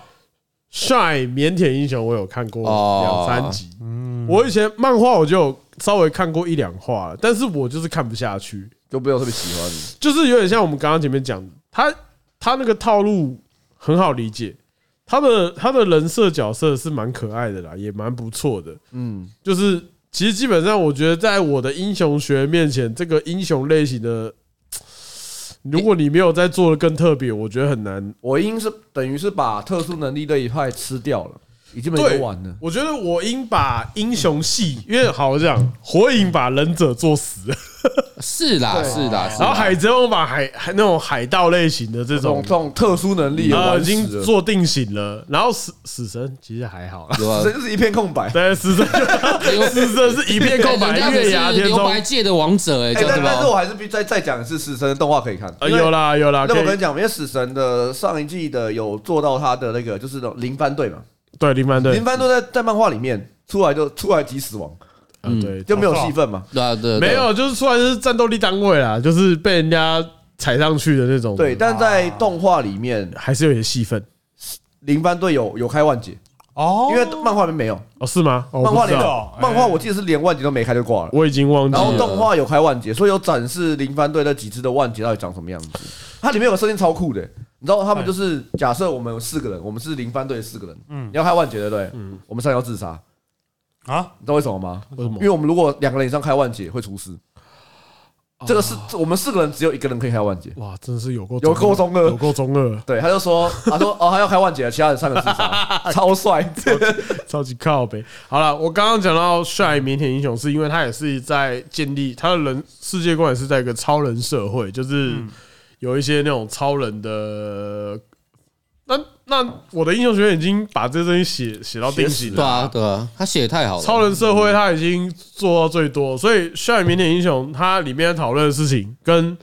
Speaker 3: Shine 腼腆英雄我有看过
Speaker 1: 哦
Speaker 3: 两三集，我以前漫画我就有稍微看过一两话，但是我就是看不下去，
Speaker 4: 就没有特别喜欢。
Speaker 3: 就是有点像我们刚刚前面讲的，他他那个套路很好理解，他的他的人设角色是蛮可爱的啦，也蛮不错的，
Speaker 4: 嗯，
Speaker 3: 就是其实基本上，我觉得在我的英雄学面前，这个英雄类型的，如果你没有在做的更特别，我觉得很难。
Speaker 4: 我应是等于是把特殊能力那一派吃掉了，已经没
Speaker 3: 对
Speaker 4: 有玩了。
Speaker 3: 我觉得我应把英雄系，因为好像火影把忍者做死，
Speaker 1: 是啦是啦，是
Speaker 3: 然
Speaker 1: 啦
Speaker 3: 后海贼王把海海那种海盗类型的这
Speaker 4: 这种
Speaker 3: 种
Speaker 4: 这。种特殊能力也
Speaker 3: 呃，
Speaker 4: 玩
Speaker 3: 已
Speaker 4: 死
Speaker 3: 经
Speaker 4: 了，
Speaker 3: 做定型了，然后死死神其实还好啦，
Speaker 1: 有啊
Speaker 4: 这，就是一片空白。
Speaker 3: 对，死神
Speaker 1: 因 为
Speaker 3: 就死神是一片空白，
Speaker 1: 人家
Speaker 3: 月牙
Speaker 1: 只是
Speaker 3: 天
Speaker 1: 留
Speaker 3: 空
Speaker 1: 白，界的王者哎，
Speaker 4: 哎，
Speaker 1: 叫什
Speaker 4: 但但是
Speaker 1: 么？
Speaker 4: 我还是必须再再讲一次，死神的动画可以看。
Speaker 3: 呃，有啦有啦，可
Speaker 4: 那我
Speaker 3: 以
Speaker 4: 跟你讲，因为死神的上一季的有做到他的那个，就是那种零番队嘛，
Speaker 3: 对林凡队
Speaker 4: 零，番队在在漫画里面出来就出来即死亡，
Speaker 3: 嗯对，
Speaker 4: 就没有戏份嘛。
Speaker 1: 对啊对，对
Speaker 3: 没有，就是出来就是战斗力单位啦，就是被人家踩上去的那种。
Speaker 4: 对，，但在动画里面，
Speaker 3: 还是有点戏份
Speaker 4: 林番队有有开万劫，
Speaker 5: 哦
Speaker 4: 因为漫画里面没有，
Speaker 3: 哦，是吗？哦我
Speaker 4: 漫
Speaker 3: 不
Speaker 4: 画
Speaker 3: 知
Speaker 4: 里面
Speaker 3: 道，
Speaker 5: 道
Speaker 4: 漫画我记得是连万劫都没开就挂了。
Speaker 3: 我已经忘记
Speaker 4: 然后
Speaker 1: 嗯
Speaker 3: 了。
Speaker 4: 动画有开万劫，所以有展示林番队那几只的万劫到底长什么样子。它里面有个设定超酷的、你知道他们
Speaker 3: 哎
Speaker 4: 就是假设我们有四个人，我们是林番队的四个人，嗯，你要开万劫对不对？嗯，我们三个要自杀，
Speaker 5: 啊，
Speaker 4: 你知道为什么吗？
Speaker 3: 为什么
Speaker 4: 因为我们如果两个人以上开万劫会出事。这个是
Speaker 3: 啊
Speaker 4: 我们四个人只有一个人可以开万劫，
Speaker 3: 哇，真的是有够
Speaker 4: 有够
Speaker 3: 中
Speaker 4: 中二
Speaker 3: 有。够中二，
Speaker 4: 对，他就说，他说哦，他要开万劫，其他人三个自 杀，超帅。
Speaker 3: 超级靠北。好了，我刚刚讲到帅腼腆英雄，是因为他也是在建立他的人世界观，也是在一个超人社会，就是
Speaker 4: 嗯
Speaker 3: 有一些那种超人的。那那我的英雄学院已经把这东西写写到定型
Speaker 1: 对
Speaker 3: 了。
Speaker 1: 啊，对啊，他写的太好了。
Speaker 3: 超人社会他已经做到最多，所以《帅腼腆英雄》它里面讨论的事情跟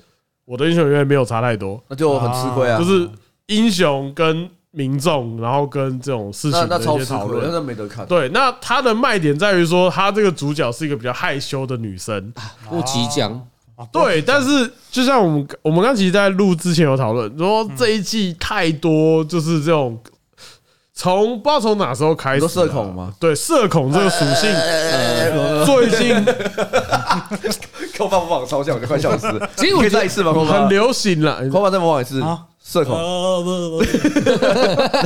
Speaker 3: 我的英雄学院没有差太多，
Speaker 4: 那就很吃亏啊。
Speaker 3: 就是英雄跟民众，然后跟这种事
Speaker 4: 那
Speaker 3: 情
Speaker 4: 那
Speaker 3: 的
Speaker 4: 超
Speaker 3: 一些
Speaker 4: 吃
Speaker 3: 讨
Speaker 4: 亏，
Speaker 3: 论。
Speaker 4: 那没得看。
Speaker 3: 对，那她的卖点在于说，她这个主角是一个比较害羞的女生。
Speaker 1: 不吉祥，
Speaker 7: 啊
Speaker 3: 对，但是就像我们我们刚其实，在录之前有讨论，说这一季太多就是这种从不知道从哪时候开
Speaker 4: 你
Speaker 3: 始
Speaker 4: 说
Speaker 3: 啊，
Speaker 4: 社恐吗？
Speaker 3: 对，社恐这个属性，呃最近
Speaker 4: 扣放模仿超像，我就快笑死了。
Speaker 1: 其实
Speaker 4: 你
Speaker 1: 我
Speaker 4: 可以
Speaker 1: 觉
Speaker 4: 再
Speaker 1: 得
Speaker 4: 一次吗？扣
Speaker 3: 很
Speaker 4: 放，
Speaker 3: 流行了，
Speaker 4: 扣放再模仿一次
Speaker 5: 啊。
Speaker 4: 社恐，
Speaker 5: 呃
Speaker 7: 哦
Speaker 5: 不不不，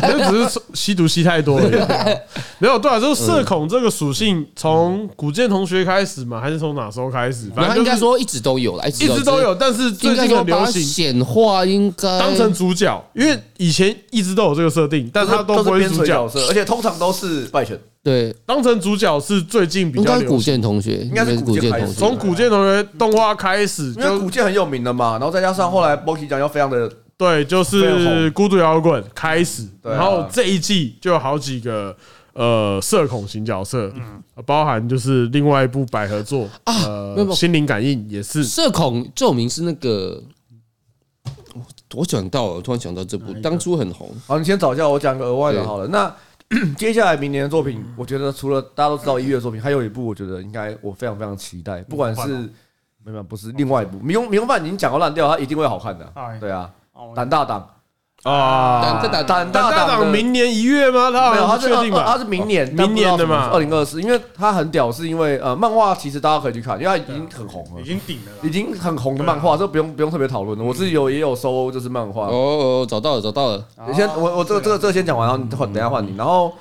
Speaker 3: 那只是吸毒吸太多而已。没有，对啊，就是社恐这个属性，从古剑同学开始嘛，还是从哪时候开始？
Speaker 1: 然
Speaker 3: 反
Speaker 1: 后
Speaker 3: 正
Speaker 1: 应
Speaker 3: 就是
Speaker 1: 该说一直都有啦，一
Speaker 3: 一直都，有，但是
Speaker 1: 应
Speaker 3: 最
Speaker 1: 该
Speaker 3: 近
Speaker 1: 说
Speaker 3: 很
Speaker 1: 把
Speaker 3: 流
Speaker 1: 它
Speaker 3: 行。
Speaker 1: 显化应该
Speaker 3: 当成主角，因为以前一直都有这个设定，但他
Speaker 4: 都
Speaker 3: 不
Speaker 4: 是
Speaker 3: 会
Speaker 4: 边
Speaker 3: 是主
Speaker 4: 陲角
Speaker 3: 角。
Speaker 4: 色，而且通常都是败犬。
Speaker 1: 对，
Speaker 3: 当成主角是最近比
Speaker 1: 应
Speaker 3: 较
Speaker 1: 该是
Speaker 3: 流
Speaker 1: 古
Speaker 3: 行。
Speaker 1: 剑同学，应
Speaker 4: 该是
Speaker 1: 古剑
Speaker 4: 古剑
Speaker 1: 同
Speaker 4: 开始
Speaker 1: 学
Speaker 3: 从。古剑同学啊动画开始，
Speaker 4: 因为
Speaker 3: 就
Speaker 4: 古剑很有名的嘛，然后再加上后来
Speaker 3: 嗯
Speaker 4: Boki 讲要非常的
Speaker 3: 对，就是孤独摇滚开始，
Speaker 4: 对啊
Speaker 3: 然后这一季就有好几个呃社恐型角色，包含就是另外一部百合作
Speaker 1: 没有没
Speaker 3: 呃
Speaker 1: 有
Speaker 3: 心灵感应也是
Speaker 1: 社恐最有名是那个，我我想到了，我突然想到这部，当初很红，
Speaker 4: 好，你先找一下，我讲个额外的好了。那 接下来明年的作品，我觉得除了大家都知道一月的作品，还有一部我觉得应该我非常非常期待，
Speaker 3: 嗯
Speaker 4: 不管是没有不是另外一部《迷宫迷宫饭》已经讲到烂掉，它一定会好看的
Speaker 7: 哎。
Speaker 4: 对啊
Speaker 7: 哦，
Speaker 4: 胆大党，
Speaker 3: 啊，
Speaker 1: 但这打
Speaker 4: 胆
Speaker 3: 大
Speaker 4: 大
Speaker 3: 党
Speaker 4: 党
Speaker 3: 明年一月吗？他
Speaker 4: 没有，
Speaker 3: 好像
Speaker 4: 它是
Speaker 3: 不确定
Speaker 4: 它
Speaker 3: 吧？哦
Speaker 4: 是明年
Speaker 3: 明年的嘛
Speaker 4: 二零二四，因为它很屌，是因为呃，漫画其实大家可以去看，因为它已经
Speaker 3: 啊
Speaker 4: 很红了
Speaker 7: 已。经顶了 啦，
Speaker 4: 已经很红的漫画，这不用不用特别讨论了。我自己有也有收，就是漫画
Speaker 1: 哦，哦，找到了，找到了，
Speaker 4: 你先，我我这个这个这个先讲完，然后你换，等一下换你，然后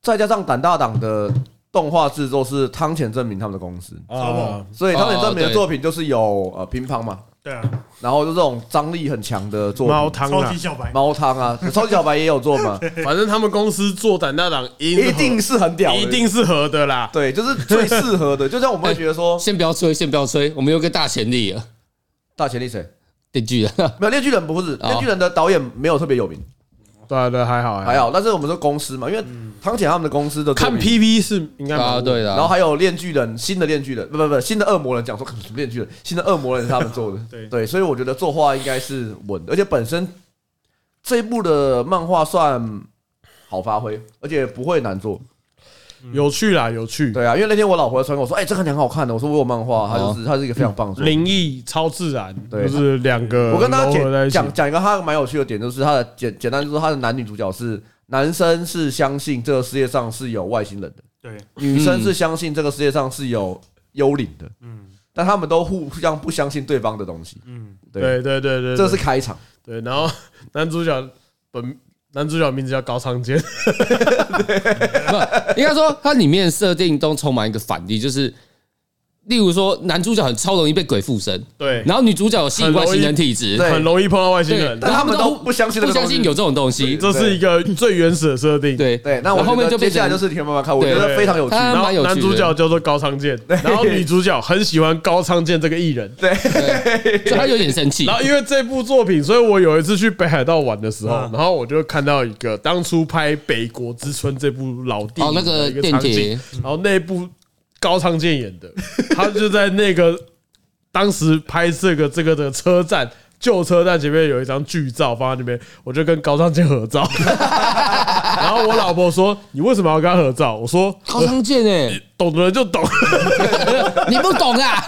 Speaker 4: 再加上胆大党的动画制作是汤浅证明他们的公司，
Speaker 3: 哦
Speaker 5: 啊，
Speaker 4: 所以汤浅证明
Speaker 1: 哦
Speaker 4: 的
Speaker 1: 对
Speaker 4: 作品就是有呃乒乓嘛，
Speaker 7: 对啊，
Speaker 4: 然后就这种张力很强的作
Speaker 3: 猫
Speaker 4: 品，
Speaker 3: 汤
Speaker 7: 超
Speaker 3: 啊
Speaker 7: 级，小白，
Speaker 4: 猫汤啊，超级小白也有做嘛，
Speaker 3: 反正他们公司做胆大党
Speaker 4: 一定是很屌的，
Speaker 3: 一定是合的啦。
Speaker 4: 对，就是最适合的。就像我们会觉得说
Speaker 1: 先不要吹，先不要吹，我们有个大潜力啊，
Speaker 4: 大潜力谁
Speaker 1: 电锯 啊，
Speaker 4: 没有猎巨人不是猎巨人的导演没有特别有名，
Speaker 3: 对对，还好还
Speaker 4: 啊还好，但是我们说公司嘛，因为汤浅他们的公司的作
Speaker 3: 哎看
Speaker 4: 品
Speaker 3: PV 是应该蛮
Speaker 1: 啊，对
Speaker 4: 然后
Speaker 1: 的，
Speaker 4: 还有《炼巨人》新的《炼巨人》，不不不，新的恶魔人讲说可能是《炼巨人》，新的恶魔人是他们做的，
Speaker 7: 对
Speaker 4: 所以我觉得作画应该是稳的，而且本身这一部的漫画算好发挥，而且不会难做。
Speaker 3: 有趣啦，有趣，
Speaker 4: 对啊，因为那天我老婆传给我说，哎、这看起来很好看的，我说我有漫画，它就是它是一个非常棒的作品。
Speaker 3: 灵异超自然，
Speaker 4: 对
Speaker 3: 就是两个
Speaker 4: 我跟大家
Speaker 3: 糅合在一
Speaker 4: 讲
Speaker 3: 起
Speaker 4: 讲讲一个它蛮有趣的点，就是它的简简单就是它的男女主角是男生是相信这个世界上是有外星人的，
Speaker 7: 对，
Speaker 4: 女生是相信这个世界上是有幽灵的，
Speaker 7: 嗯
Speaker 4: 但他们都互相不相信对方的东西。
Speaker 7: 嗯，
Speaker 3: 对对对对，
Speaker 4: 这
Speaker 3: 对
Speaker 4: 是开场，
Speaker 3: 对。然后男主角本男主角名字叫高仓 健，
Speaker 1: 应该说它里面的设定都充满一个反例，就是。例如说，男主角很超容易被鬼附身，
Speaker 3: 对，
Speaker 1: 然后女主角有吸引外星人体质，
Speaker 4: 对
Speaker 3: 很容易碰到外星人
Speaker 1: 对，
Speaker 4: 但他们都不相信这
Speaker 1: 不
Speaker 4: 个东
Speaker 1: 相
Speaker 4: 西
Speaker 1: 信有这种东西，
Speaker 3: 这是一个最原始的设定。
Speaker 1: 对
Speaker 4: 对，那我
Speaker 1: 然后后面
Speaker 4: 觉
Speaker 1: 就
Speaker 4: 得接
Speaker 1: 变成
Speaker 4: 下来就是你可以慢慢看，我觉得
Speaker 3: 对
Speaker 4: 非常有趣。
Speaker 1: 他
Speaker 3: 然后
Speaker 1: 蛮有趣的
Speaker 3: 男主角叫做高仓 健，然后女主角很喜欢高仓健这个艺人。
Speaker 1: 所以他有点生气
Speaker 3: 然。后因为这部作品，所以我有一次去北海道玩的时候，
Speaker 7: 嗯
Speaker 3: 然后我就看到一个当初拍《北国之春》这部老电
Speaker 1: 哦
Speaker 3: 影，
Speaker 1: 那个
Speaker 3: 个
Speaker 1: 电
Speaker 3: 场景
Speaker 1: 铁，
Speaker 7: 嗯
Speaker 3: 然后那部高仓健演的，他就在那个当时拍这个这个的车站。旧车站前面有一张剧照放在那边，我就跟高仓健合照。 然后我老婆说：“你为什么要跟他合照？”我说
Speaker 1: 高仓健哎，：“
Speaker 3: 懂的人就懂。
Speaker 1: 你不懂啊！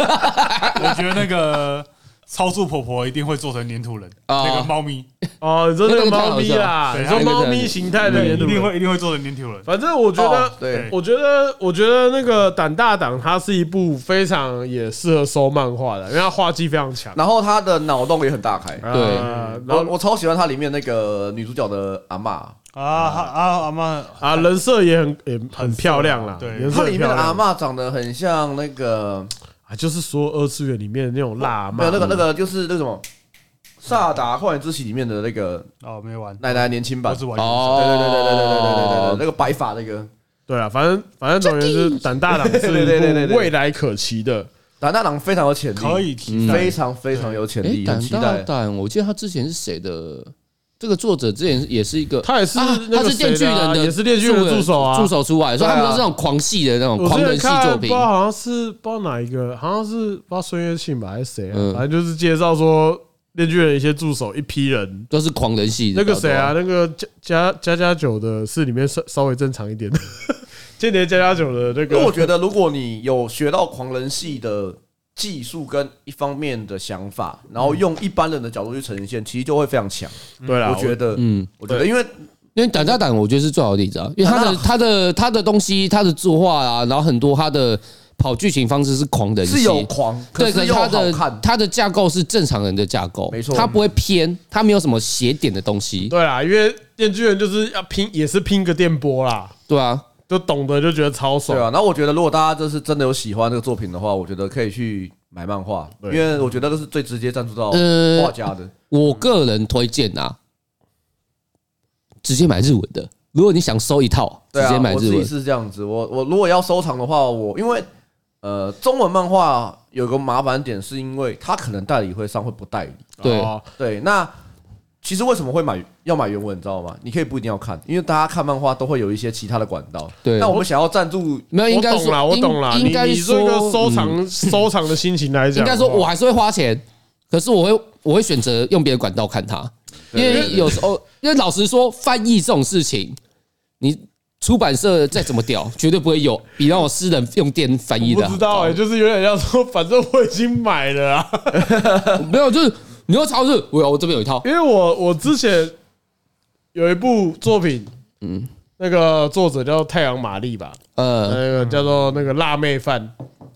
Speaker 7: 我觉得那个超速婆婆一定会做成粘土人，
Speaker 1: 啊
Speaker 7: 那个猫咪
Speaker 3: 哦，你说那个猫咪啦，
Speaker 7: 那
Speaker 3: 你
Speaker 7: 个太好笑了
Speaker 3: 说猫咪形态的
Speaker 7: 一
Speaker 3: 粘土
Speaker 7: 定
Speaker 3: 人，
Speaker 7: 会一定会做成粘土人。
Speaker 3: 反正我觉
Speaker 4: 哦
Speaker 3: 得，
Speaker 4: 对，
Speaker 3: 我觉得，我觉得那个《胆大党》它是一部非常也适合收漫画的，因为它画技非常强。
Speaker 4: 然后他的脑洞也很大开。
Speaker 1: 对
Speaker 3: 啊然
Speaker 4: 我
Speaker 3: 后
Speaker 4: 我超喜欢他里面那个女主角的阿嬷，
Speaker 7: 啊啊阿妈
Speaker 3: 啊，人设也很也很漂亮啦，
Speaker 7: 对
Speaker 3: 人
Speaker 4: 她
Speaker 3: 设很
Speaker 4: 里面
Speaker 3: 漂
Speaker 4: 的阿
Speaker 3: 亮
Speaker 4: 嬷长得很像那个，
Speaker 3: 啊，就是所有二次元里面的那种辣
Speaker 4: 没
Speaker 3: 妈
Speaker 4: 有，那个那个就是那个什么《萨达旷野之息》里面的那个
Speaker 7: 哦没玩，
Speaker 4: 奶奶年轻版
Speaker 7: 我，只玩
Speaker 1: 哦，
Speaker 4: 对对对对对对对对对对，那个白发那个。
Speaker 3: 对啊，反正反正总而言之，胆大党是
Speaker 4: 对对对
Speaker 3: 一
Speaker 4: 对
Speaker 3: 部
Speaker 4: 对
Speaker 3: 未来可期的。
Speaker 4: 胆大党非常有潜力，
Speaker 7: 可以
Speaker 1: 嗯
Speaker 7: 替代
Speaker 4: 非常非常有潜
Speaker 1: 哎，
Speaker 4: 力，很
Speaker 1: 胆
Speaker 4: 期
Speaker 1: 大
Speaker 4: 待。
Speaker 1: 胆，我记得他之前是谁的？这个作者之前也是一个，
Speaker 3: 他也是
Speaker 1: 啊
Speaker 3: 那
Speaker 1: 他
Speaker 3: 个
Speaker 1: 是
Speaker 3: 谁
Speaker 1: 电锯
Speaker 3: 的啊
Speaker 1: 人的，
Speaker 3: 也是电锯人的助手啊
Speaker 1: 助手出来，所以他们都是那种狂系的那种
Speaker 3: 我
Speaker 1: 狂
Speaker 3: 之
Speaker 1: 人
Speaker 3: 前
Speaker 1: 系
Speaker 3: 看
Speaker 1: 作
Speaker 3: 不
Speaker 1: 品
Speaker 3: 知。道好像是不知道哪一个，好像是不知道孙悦庆吧还是谁啊
Speaker 1: 嗯，
Speaker 3: 反正就是介绍说链锯人一些助手一批人。
Speaker 1: 都是狂人系的。
Speaker 3: 那个谁啊，那个加加加加九的是里面稍稍微正常一点的， 间谍加加九的那
Speaker 4: 因为我
Speaker 3: 个
Speaker 4: 觉得，如果你有学到狂人系的技术跟一方面的想法，然后用一般人的角度去呈现，其实就会非常强。
Speaker 3: 对啊啦，
Speaker 4: 我觉得，
Speaker 1: 嗯，
Speaker 4: 我觉得，因为
Speaker 1: 因为胆大胆，我觉得是最好的例子啊，因为他的他的他的东西，他的作画啊，然后很多他的跑剧情方式是狂人系，
Speaker 4: 是有狂，可
Speaker 1: 对，可
Speaker 4: 是
Speaker 1: 是
Speaker 4: 又
Speaker 1: 它
Speaker 4: 好
Speaker 1: 的
Speaker 4: 看。
Speaker 1: 它的架构是正常人的架构，
Speaker 4: 没错
Speaker 1: 它不会偏，它没有什么斜点的东西，
Speaker 3: 对啦，因为链锯人就是要拼，也是拼个电波啦，
Speaker 1: 对啊，
Speaker 3: 就懂得就觉得超
Speaker 4: 对
Speaker 3: 爽。
Speaker 4: 啊，然后我觉得，如果大家就是真的有喜欢这个作品的话，我觉得可以去买漫画，因为我觉得这是最直接赞助到
Speaker 1: 呃
Speaker 4: 画家的。
Speaker 1: 我个人推荐啊，直接买日文的，如果你想收一套，直
Speaker 4: 对啊
Speaker 1: 接买，日
Speaker 4: 我自己
Speaker 1: 文，
Speaker 4: 是这样子。我我如果要收藏的话，我因为呃，中文漫画有个麻烦点，是因为它可能代理会上会不代理。
Speaker 1: 对
Speaker 3: 哦
Speaker 4: 对，那其实为什么会买要买原文，你知道吗？你可以不一定要看，因为大家看漫画都会有一些其他的管道。
Speaker 1: 对
Speaker 4: 那我们想要赞助，
Speaker 1: 没有应
Speaker 3: 我
Speaker 1: 该
Speaker 3: 懂啦，
Speaker 1: 说，
Speaker 3: 我懂啦。
Speaker 1: 应
Speaker 3: 你
Speaker 1: 应该
Speaker 3: 你这
Speaker 1: 说
Speaker 3: 个收
Speaker 1: 嗯
Speaker 3: 藏收藏的心情来讲
Speaker 1: 应
Speaker 3: 的话，
Speaker 1: 该说我还是会花钱，可是我会我会选择用别的管道看它，因为有时候，因为老实说，翻译这种事情，你。出版社再怎么屌，绝对不会有比让我私人用电翻译
Speaker 3: 我
Speaker 1: 的哦
Speaker 3: 不
Speaker 1: 好
Speaker 3: 知道哎、就是有点像说， 反正我已经买了啊，
Speaker 1: 没有，就是你要超市，我有我这边有一套，
Speaker 3: 因为我我之前有一部作品，嗯，那个作者叫太阳玛丽吧，
Speaker 1: 呃，
Speaker 3: 那个叫做那个辣妹饭，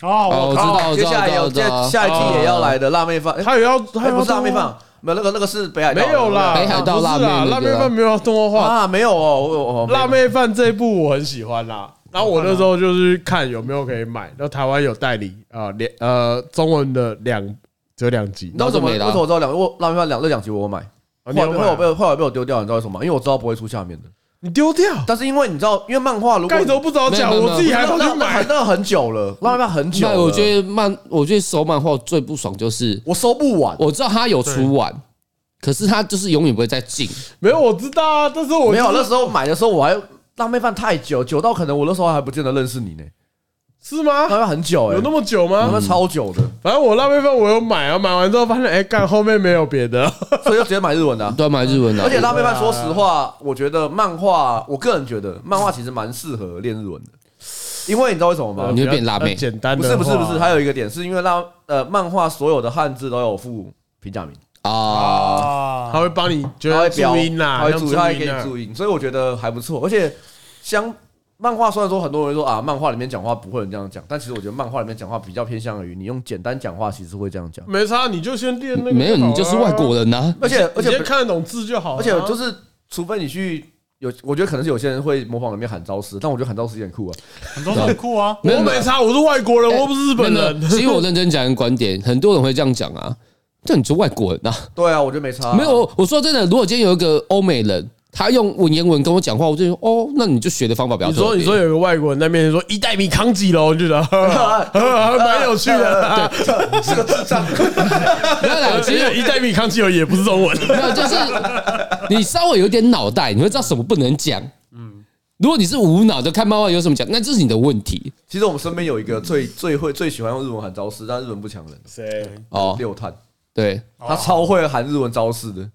Speaker 7: 啊
Speaker 1: 哦，我知
Speaker 7: 我
Speaker 1: 道，我知
Speaker 4: 接
Speaker 1: 道，
Speaker 4: 下来有
Speaker 1: 我知
Speaker 4: 接
Speaker 1: 道，
Speaker 4: 下一季也要来的辣妹饭，
Speaker 3: 他有要他
Speaker 4: 哎，
Speaker 3: 有
Speaker 4: 不
Speaker 3: 要
Speaker 4: 是辣妹
Speaker 3: 动画
Speaker 4: 饭，没有那个那个是北海道
Speaker 3: 没
Speaker 4: 的，
Speaker 3: 有啦，
Speaker 1: 北海道
Speaker 3: 不
Speaker 1: 辣
Speaker 3: 是
Speaker 1: 妹
Speaker 3: 啦，
Speaker 1: 那个
Speaker 3: 辣妹饭没有要动画化，
Speaker 4: 啊，没有哦，我我我
Speaker 3: 辣妹饭这一部我很喜欢啦。然后我那时候就是看有没有可以买，那台湾有代理啊，两呃中文的两只有两集
Speaker 4: 你知道为什么？
Speaker 1: 那
Speaker 4: 为
Speaker 1: 就没
Speaker 4: 什
Speaker 1: 了
Speaker 4: 么我知道两我辣妹饭两这两集我有买，
Speaker 3: 啊
Speaker 4: 后
Speaker 3: 你
Speaker 4: 来
Speaker 3: 有
Speaker 4: 被
Speaker 3: 买
Speaker 4: 后来被后来被我丢掉，你知道为什么吗？因为我知道不会出下面的。
Speaker 3: 你丢掉，
Speaker 4: 但是因为你知道，因为漫画如果
Speaker 3: 盖头不早讲，
Speaker 1: 没有没有
Speaker 3: 我自己还
Speaker 4: 那
Speaker 3: 跑
Speaker 4: 那
Speaker 3: 去
Speaker 4: 那
Speaker 3: 买。
Speaker 4: 那很久了，辣妹饭很久
Speaker 1: 那
Speaker 4: 了。
Speaker 1: 我觉得漫，我觉得手漫画最不爽就是，
Speaker 4: 我收不完，
Speaker 1: 我知道他有出完，可是他就是永远不会再进，
Speaker 3: 没有，我知道啊，但是我
Speaker 4: 没有
Speaker 3: 就是
Speaker 4: 那时候买的时候我还辣妹饭太久，久到可能我那时候还不见得认识 你呢。
Speaker 3: 是吗
Speaker 4: 辣？妹饭很久哎、
Speaker 3: 有那么久
Speaker 4: 辣
Speaker 3: 吗
Speaker 4: 妹饭？超久 的，
Speaker 3: 反正我辣妹饭我有买啊，买完之后发现，哎，干后面没有别的，
Speaker 4: 所以就直接买日文的啊、
Speaker 1: 都要买日文的
Speaker 4: 而。且辣妹饭，说实话，我觉得漫画，我个人觉得漫画其实蛮适合练日文的，因为你知道为什么吗
Speaker 1: 哦你？会变辣 妹
Speaker 3: 简单
Speaker 4: 不
Speaker 3: 的
Speaker 4: 是
Speaker 3: 话
Speaker 4: 不是不是，还有一个点是因为辣呃漫画所有的汉字都有附平假名，
Speaker 1: 啊，
Speaker 3: 他
Speaker 7: 啊，
Speaker 3: 会帮你觉
Speaker 4: 它
Speaker 3: 得
Speaker 4: 会
Speaker 3: 注
Speaker 4: 标，
Speaker 3: 音啦，
Speaker 4: 它会注，
Speaker 3: 音
Speaker 4: 它会给你
Speaker 3: 啊
Speaker 4: 注音，所以我觉得还不错。而且像漫画，虽然说很多人说啊，漫画里面讲话不会有人这样讲，但其实我觉得漫画里面讲话比较偏向于你用简单讲话，其实会这样讲。
Speaker 3: 没差，你就先练那个，啊
Speaker 1: 没有，你就是外国，人啊呐。
Speaker 4: 而且而
Speaker 3: 而且
Speaker 4: 且
Speaker 3: 看得懂字就好了啊，
Speaker 4: 而且就是，除非你去有，我觉得可能是有些人会模仿里面喊招式，但我觉得喊招式也很酷啊。
Speaker 7: 很多很酷啊，
Speaker 3: 我没差，我是外国人，
Speaker 1: 哎
Speaker 3: 我又不是日本人
Speaker 1: 没有。其实我认真讲一个观点，很多人会这样讲啊，这你是外国人呐。
Speaker 4: 对啊，我觉得没差、
Speaker 1: 没有，，我说真的，如果今天有一个欧美人，他用文言文跟我讲话，我就说哦，那你就学的方法比较
Speaker 3: 你
Speaker 1: 特
Speaker 3: 说
Speaker 1: 别。
Speaker 3: 你说有个外国人在面前说一代米康吉喽，你就 觉得呵呵呵蛮有趣的。
Speaker 4: 是个智障。
Speaker 1: 不要啦，其
Speaker 3: 其
Speaker 1: 实
Speaker 3: 实一代米康吉喽也不是中文，
Speaker 1: 没有， 就是你稍微有点脑袋，你会知道什么不能讲。
Speaker 3: 嗯
Speaker 1: 如果你是无脑的看漫画，有什么讲，那这是你的问题
Speaker 4: 其实我们身边有一个最最会最喜欢用日文喊招式，但日文不强人的
Speaker 3: 谁？
Speaker 1: 哦。
Speaker 4: 六探，
Speaker 1: 对，
Speaker 4: 他超会喊日文招式的，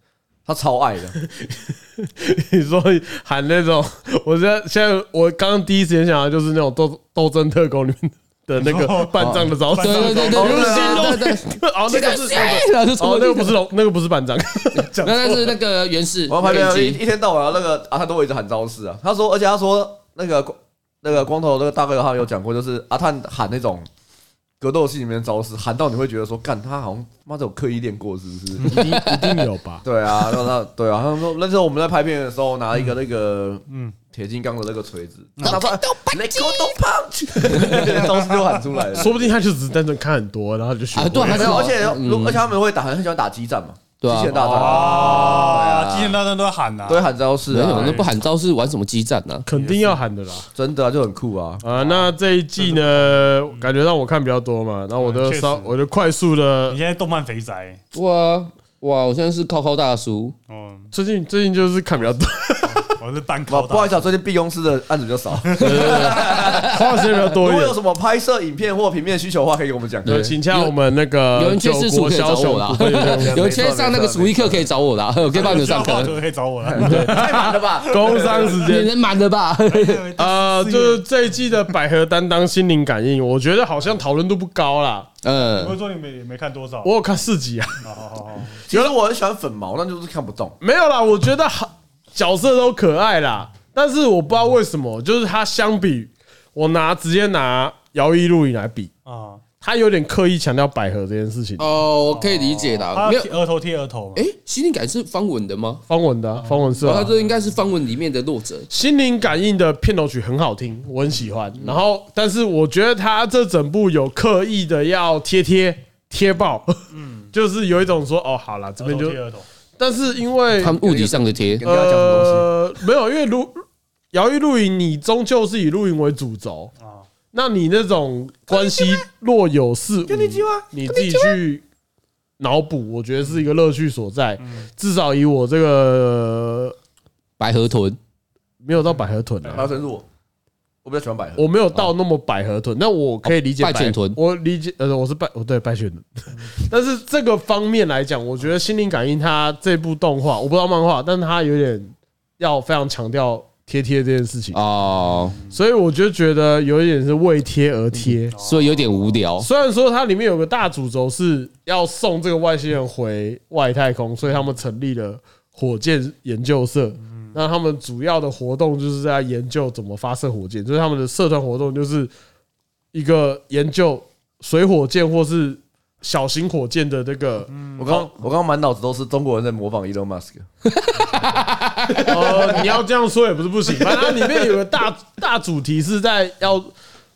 Speaker 4: 他超爱的。
Speaker 3: 你说喊那种，我现在现在我刚刚第一时间想到就是那种斗斗争特工里面的那个半藏的招式，
Speaker 1: 对对对对
Speaker 3: 用心
Speaker 1: 对对对
Speaker 3: 龙，哦， 那个是
Speaker 1: 然后就冲过，
Speaker 3: 哦
Speaker 1: 去
Speaker 3: 那个不是龙，那个不是班长，
Speaker 1: 那那是那个袁氏
Speaker 4: 我旁边
Speaker 1: 袁
Speaker 4: 一
Speaker 1: 静
Speaker 4: 一天到晚那个啊，他都会一直喊招式啊。他说，而且他说那个光那个光头那个大哥他有讲过，就是阿探喊那种格斗戏里面的招式，喊到你会觉得说，干他好像妈的有刻意练过是不 是？
Speaker 3: 一定一定有吧？
Speaker 4: 对啊，然后他对啊，他说那时候我们在拍片的时候拿一个那个嗯铁金刚的那个锤子，拿出来，雷勾东胖， 招式就喊出来了。
Speaker 3: 说不定他就只是单纯看很多，然后就学
Speaker 1: 啊，对，
Speaker 3: 会
Speaker 1: 还
Speaker 4: 没
Speaker 1: 是
Speaker 4: 有，而且
Speaker 1: 嗯
Speaker 4: 如而且他们会打很喜欢打激战嘛，
Speaker 1: 对啊
Speaker 4: 机械大战
Speaker 5: 啊，机械大战都要喊呐，
Speaker 4: 都会喊招式
Speaker 1: 没有
Speaker 4: 啊，
Speaker 1: 那不喊招式玩什么激战啊呢？
Speaker 3: 肯定要喊的啦。
Speaker 4: 真的啊就很酷啊。
Speaker 3: 啊，那这一季呢，
Speaker 1: 嗯
Speaker 3: 感觉让我看比较多嘛，然后我就
Speaker 5: 嗯确实
Speaker 3: 稍我就快速的
Speaker 5: 你
Speaker 1: 嗯
Speaker 5: 现在动漫肥宅，
Speaker 1: 哇哇，我现在是靠靠大叔，
Speaker 5: 哦，
Speaker 3: 最近最近就是看 比较多，
Speaker 5: 我是半
Speaker 4: 不
Speaker 5: 高
Speaker 4: 不好
Speaker 5: 大
Speaker 4: 意，思啊，最近毕公司的案子比较 少。
Speaker 3: 花的时间比较多
Speaker 4: 如
Speaker 3: 一
Speaker 4: 果有
Speaker 3: 点。
Speaker 4: 什么拍摄影片或平面需求的话，可以给我们讲。
Speaker 3: 对，请洽我们那个
Speaker 1: 有人缺
Speaker 3: 九
Speaker 1: 私塾
Speaker 3: 国
Speaker 1: 可以
Speaker 3: 枭
Speaker 1: 找
Speaker 3: 雄
Speaker 1: 我啦
Speaker 3: 股份有限 公司，
Speaker 1: 有人缺上那个厨艺课可以找我啦， 我可以帮你们上 课，
Speaker 5: 就可以找我了。
Speaker 4: 太满了吧？
Speaker 3: 工商时
Speaker 1: 你
Speaker 3: 间。
Speaker 1: 人满了吧？
Speaker 3: 啊，就是这一季的百合担当心灵感应，我觉得好像讨论度不高啦。
Speaker 5: 我
Speaker 1: 嗯
Speaker 5: 会，说你们也没看多少，
Speaker 3: 我有看四集啊，
Speaker 5: 好好好好，
Speaker 4: 其实我很喜欢粉毛，但就是看不懂。
Speaker 3: 没有啦，我觉得好角色都可爱啦，但是我不知道为什么，就是它相比我拿直接拿摇曳露营来比，
Speaker 5: 啊，
Speaker 3: 它有点刻意强调百合这件事情。
Speaker 1: 哦，我可以理解的，
Speaker 5: 他
Speaker 1: 没有。
Speaker 5: 额头贴额头嘛，
Speaker 1: 哎，心灵感是方文的吗？
Speaker 3: 方文的啊方文社
Speaker 1: 哦，他
Speaker 3: 啊，
Speaker 1: 这应该是方文里面的弱者。
Speaker 3: 心灵感应的片头曲很好听，我很喜欢。然后，但是我觉得他这整部有刻意的要贴贴贴爆，
Speaker 1: 嗯
Speaker 3: 就是有一种说哦，好啦，这
Speaker 5: 额
Speaker 3: 边
Speaker 5: 头
Speaker 3: 就
Speaker 5: 贴，额头，
Speaker 3: 但是因为
Speaker 1: 他们物理上的贴，
Speaker 4: 跟大家讲什么东西？
Speaker 3: 呃，没有，因为露摇曳露营，你终究是以露营为主轴
Speaker 5: 啊
Speaker 3: 那你那种关系若有似无，你自己去脑补，我觉得是一个乐趣所在。至少以我这个
Speaker 1: 白河豚，
Speaker 3: 没有到百合豚啊
Speaker 4: 还，有陈我，我比较喜欢百合。
Speaker 3: 我没有到那么百合豚，但我可以理解
Speaker 1: 哦拜犬豚
Speaker 3: 我理解呃，我是拜哦对拜犬豚，但是这个方面来讲，我觉得《心灵感应》它这部动画，我不知道漫画，但是它有点要非常强调贴贴这件事情，
Speaker 1: 哦，
Speaker 3: 所以我就觉得有一点是为贴而贴。
Speaker 1: 所以有点无聊。
Speaker 3: 虽然说它里面有个大主轴是要送这个外星人回外太空，所以他们成立了火箭研究社。那他们主要的活动就是在研究怎么发射火箭，就是他们的社团活动就是一个研究水火箭或是小型火箭的这个
Speaker 4: 我刚我刚刚满脑子都是中国人在模仿 Elon Musk，
Speaker 3: 呃，你要这样说也不是不行，反正它里面有个大大主题是在要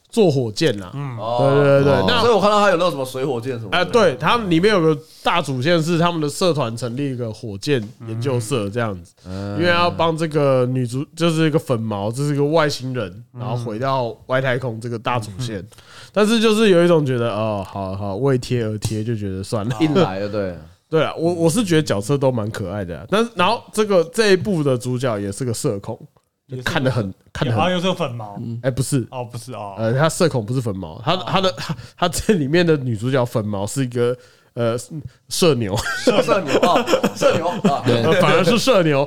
Speaker 3: 做火箭啊啦。嗯对
Speaker 4: 哦，
Speaker 3: 对对对
Speaker 1: 哦，
Speaker 3: 那
Speaker 4: 所以我看到他有那个什么水火箭什么的。
Speaker 3: 哎、对，他们里面有个大主线是他们的社团成立一个火箭研究社这样子，因为要帮这个女主，就是一个粉毛，这是一个外星人，然后回到外太空这个大主线， 但是就是有一种觉得哦，好好为贴而贴，就觉得算了。
Speaker 4: 硬来了，对，
Speaker 3: 对啊，我我是觉得角色都蛮可爱的啊，但是然后这个这一部的主角也是个社恐，就看得很看得
Speaker 5: 然
Speaker 3: 很
Speaker 5: 后，又是粉毛，
Speaker 3: 哎，不是，
Speaker 5: 啊哦，不是哦，
Speaker 3: 呃，他社恐不是粉毛，
Speaker 4: 哦
Speaker 3: 他他的他他这里面的女主角粉毛是一个呃社牛，
Speaker 4: 社牛啊，社牛啊，
Speaker 1: 对，
Speaker 3: 反而是社牛，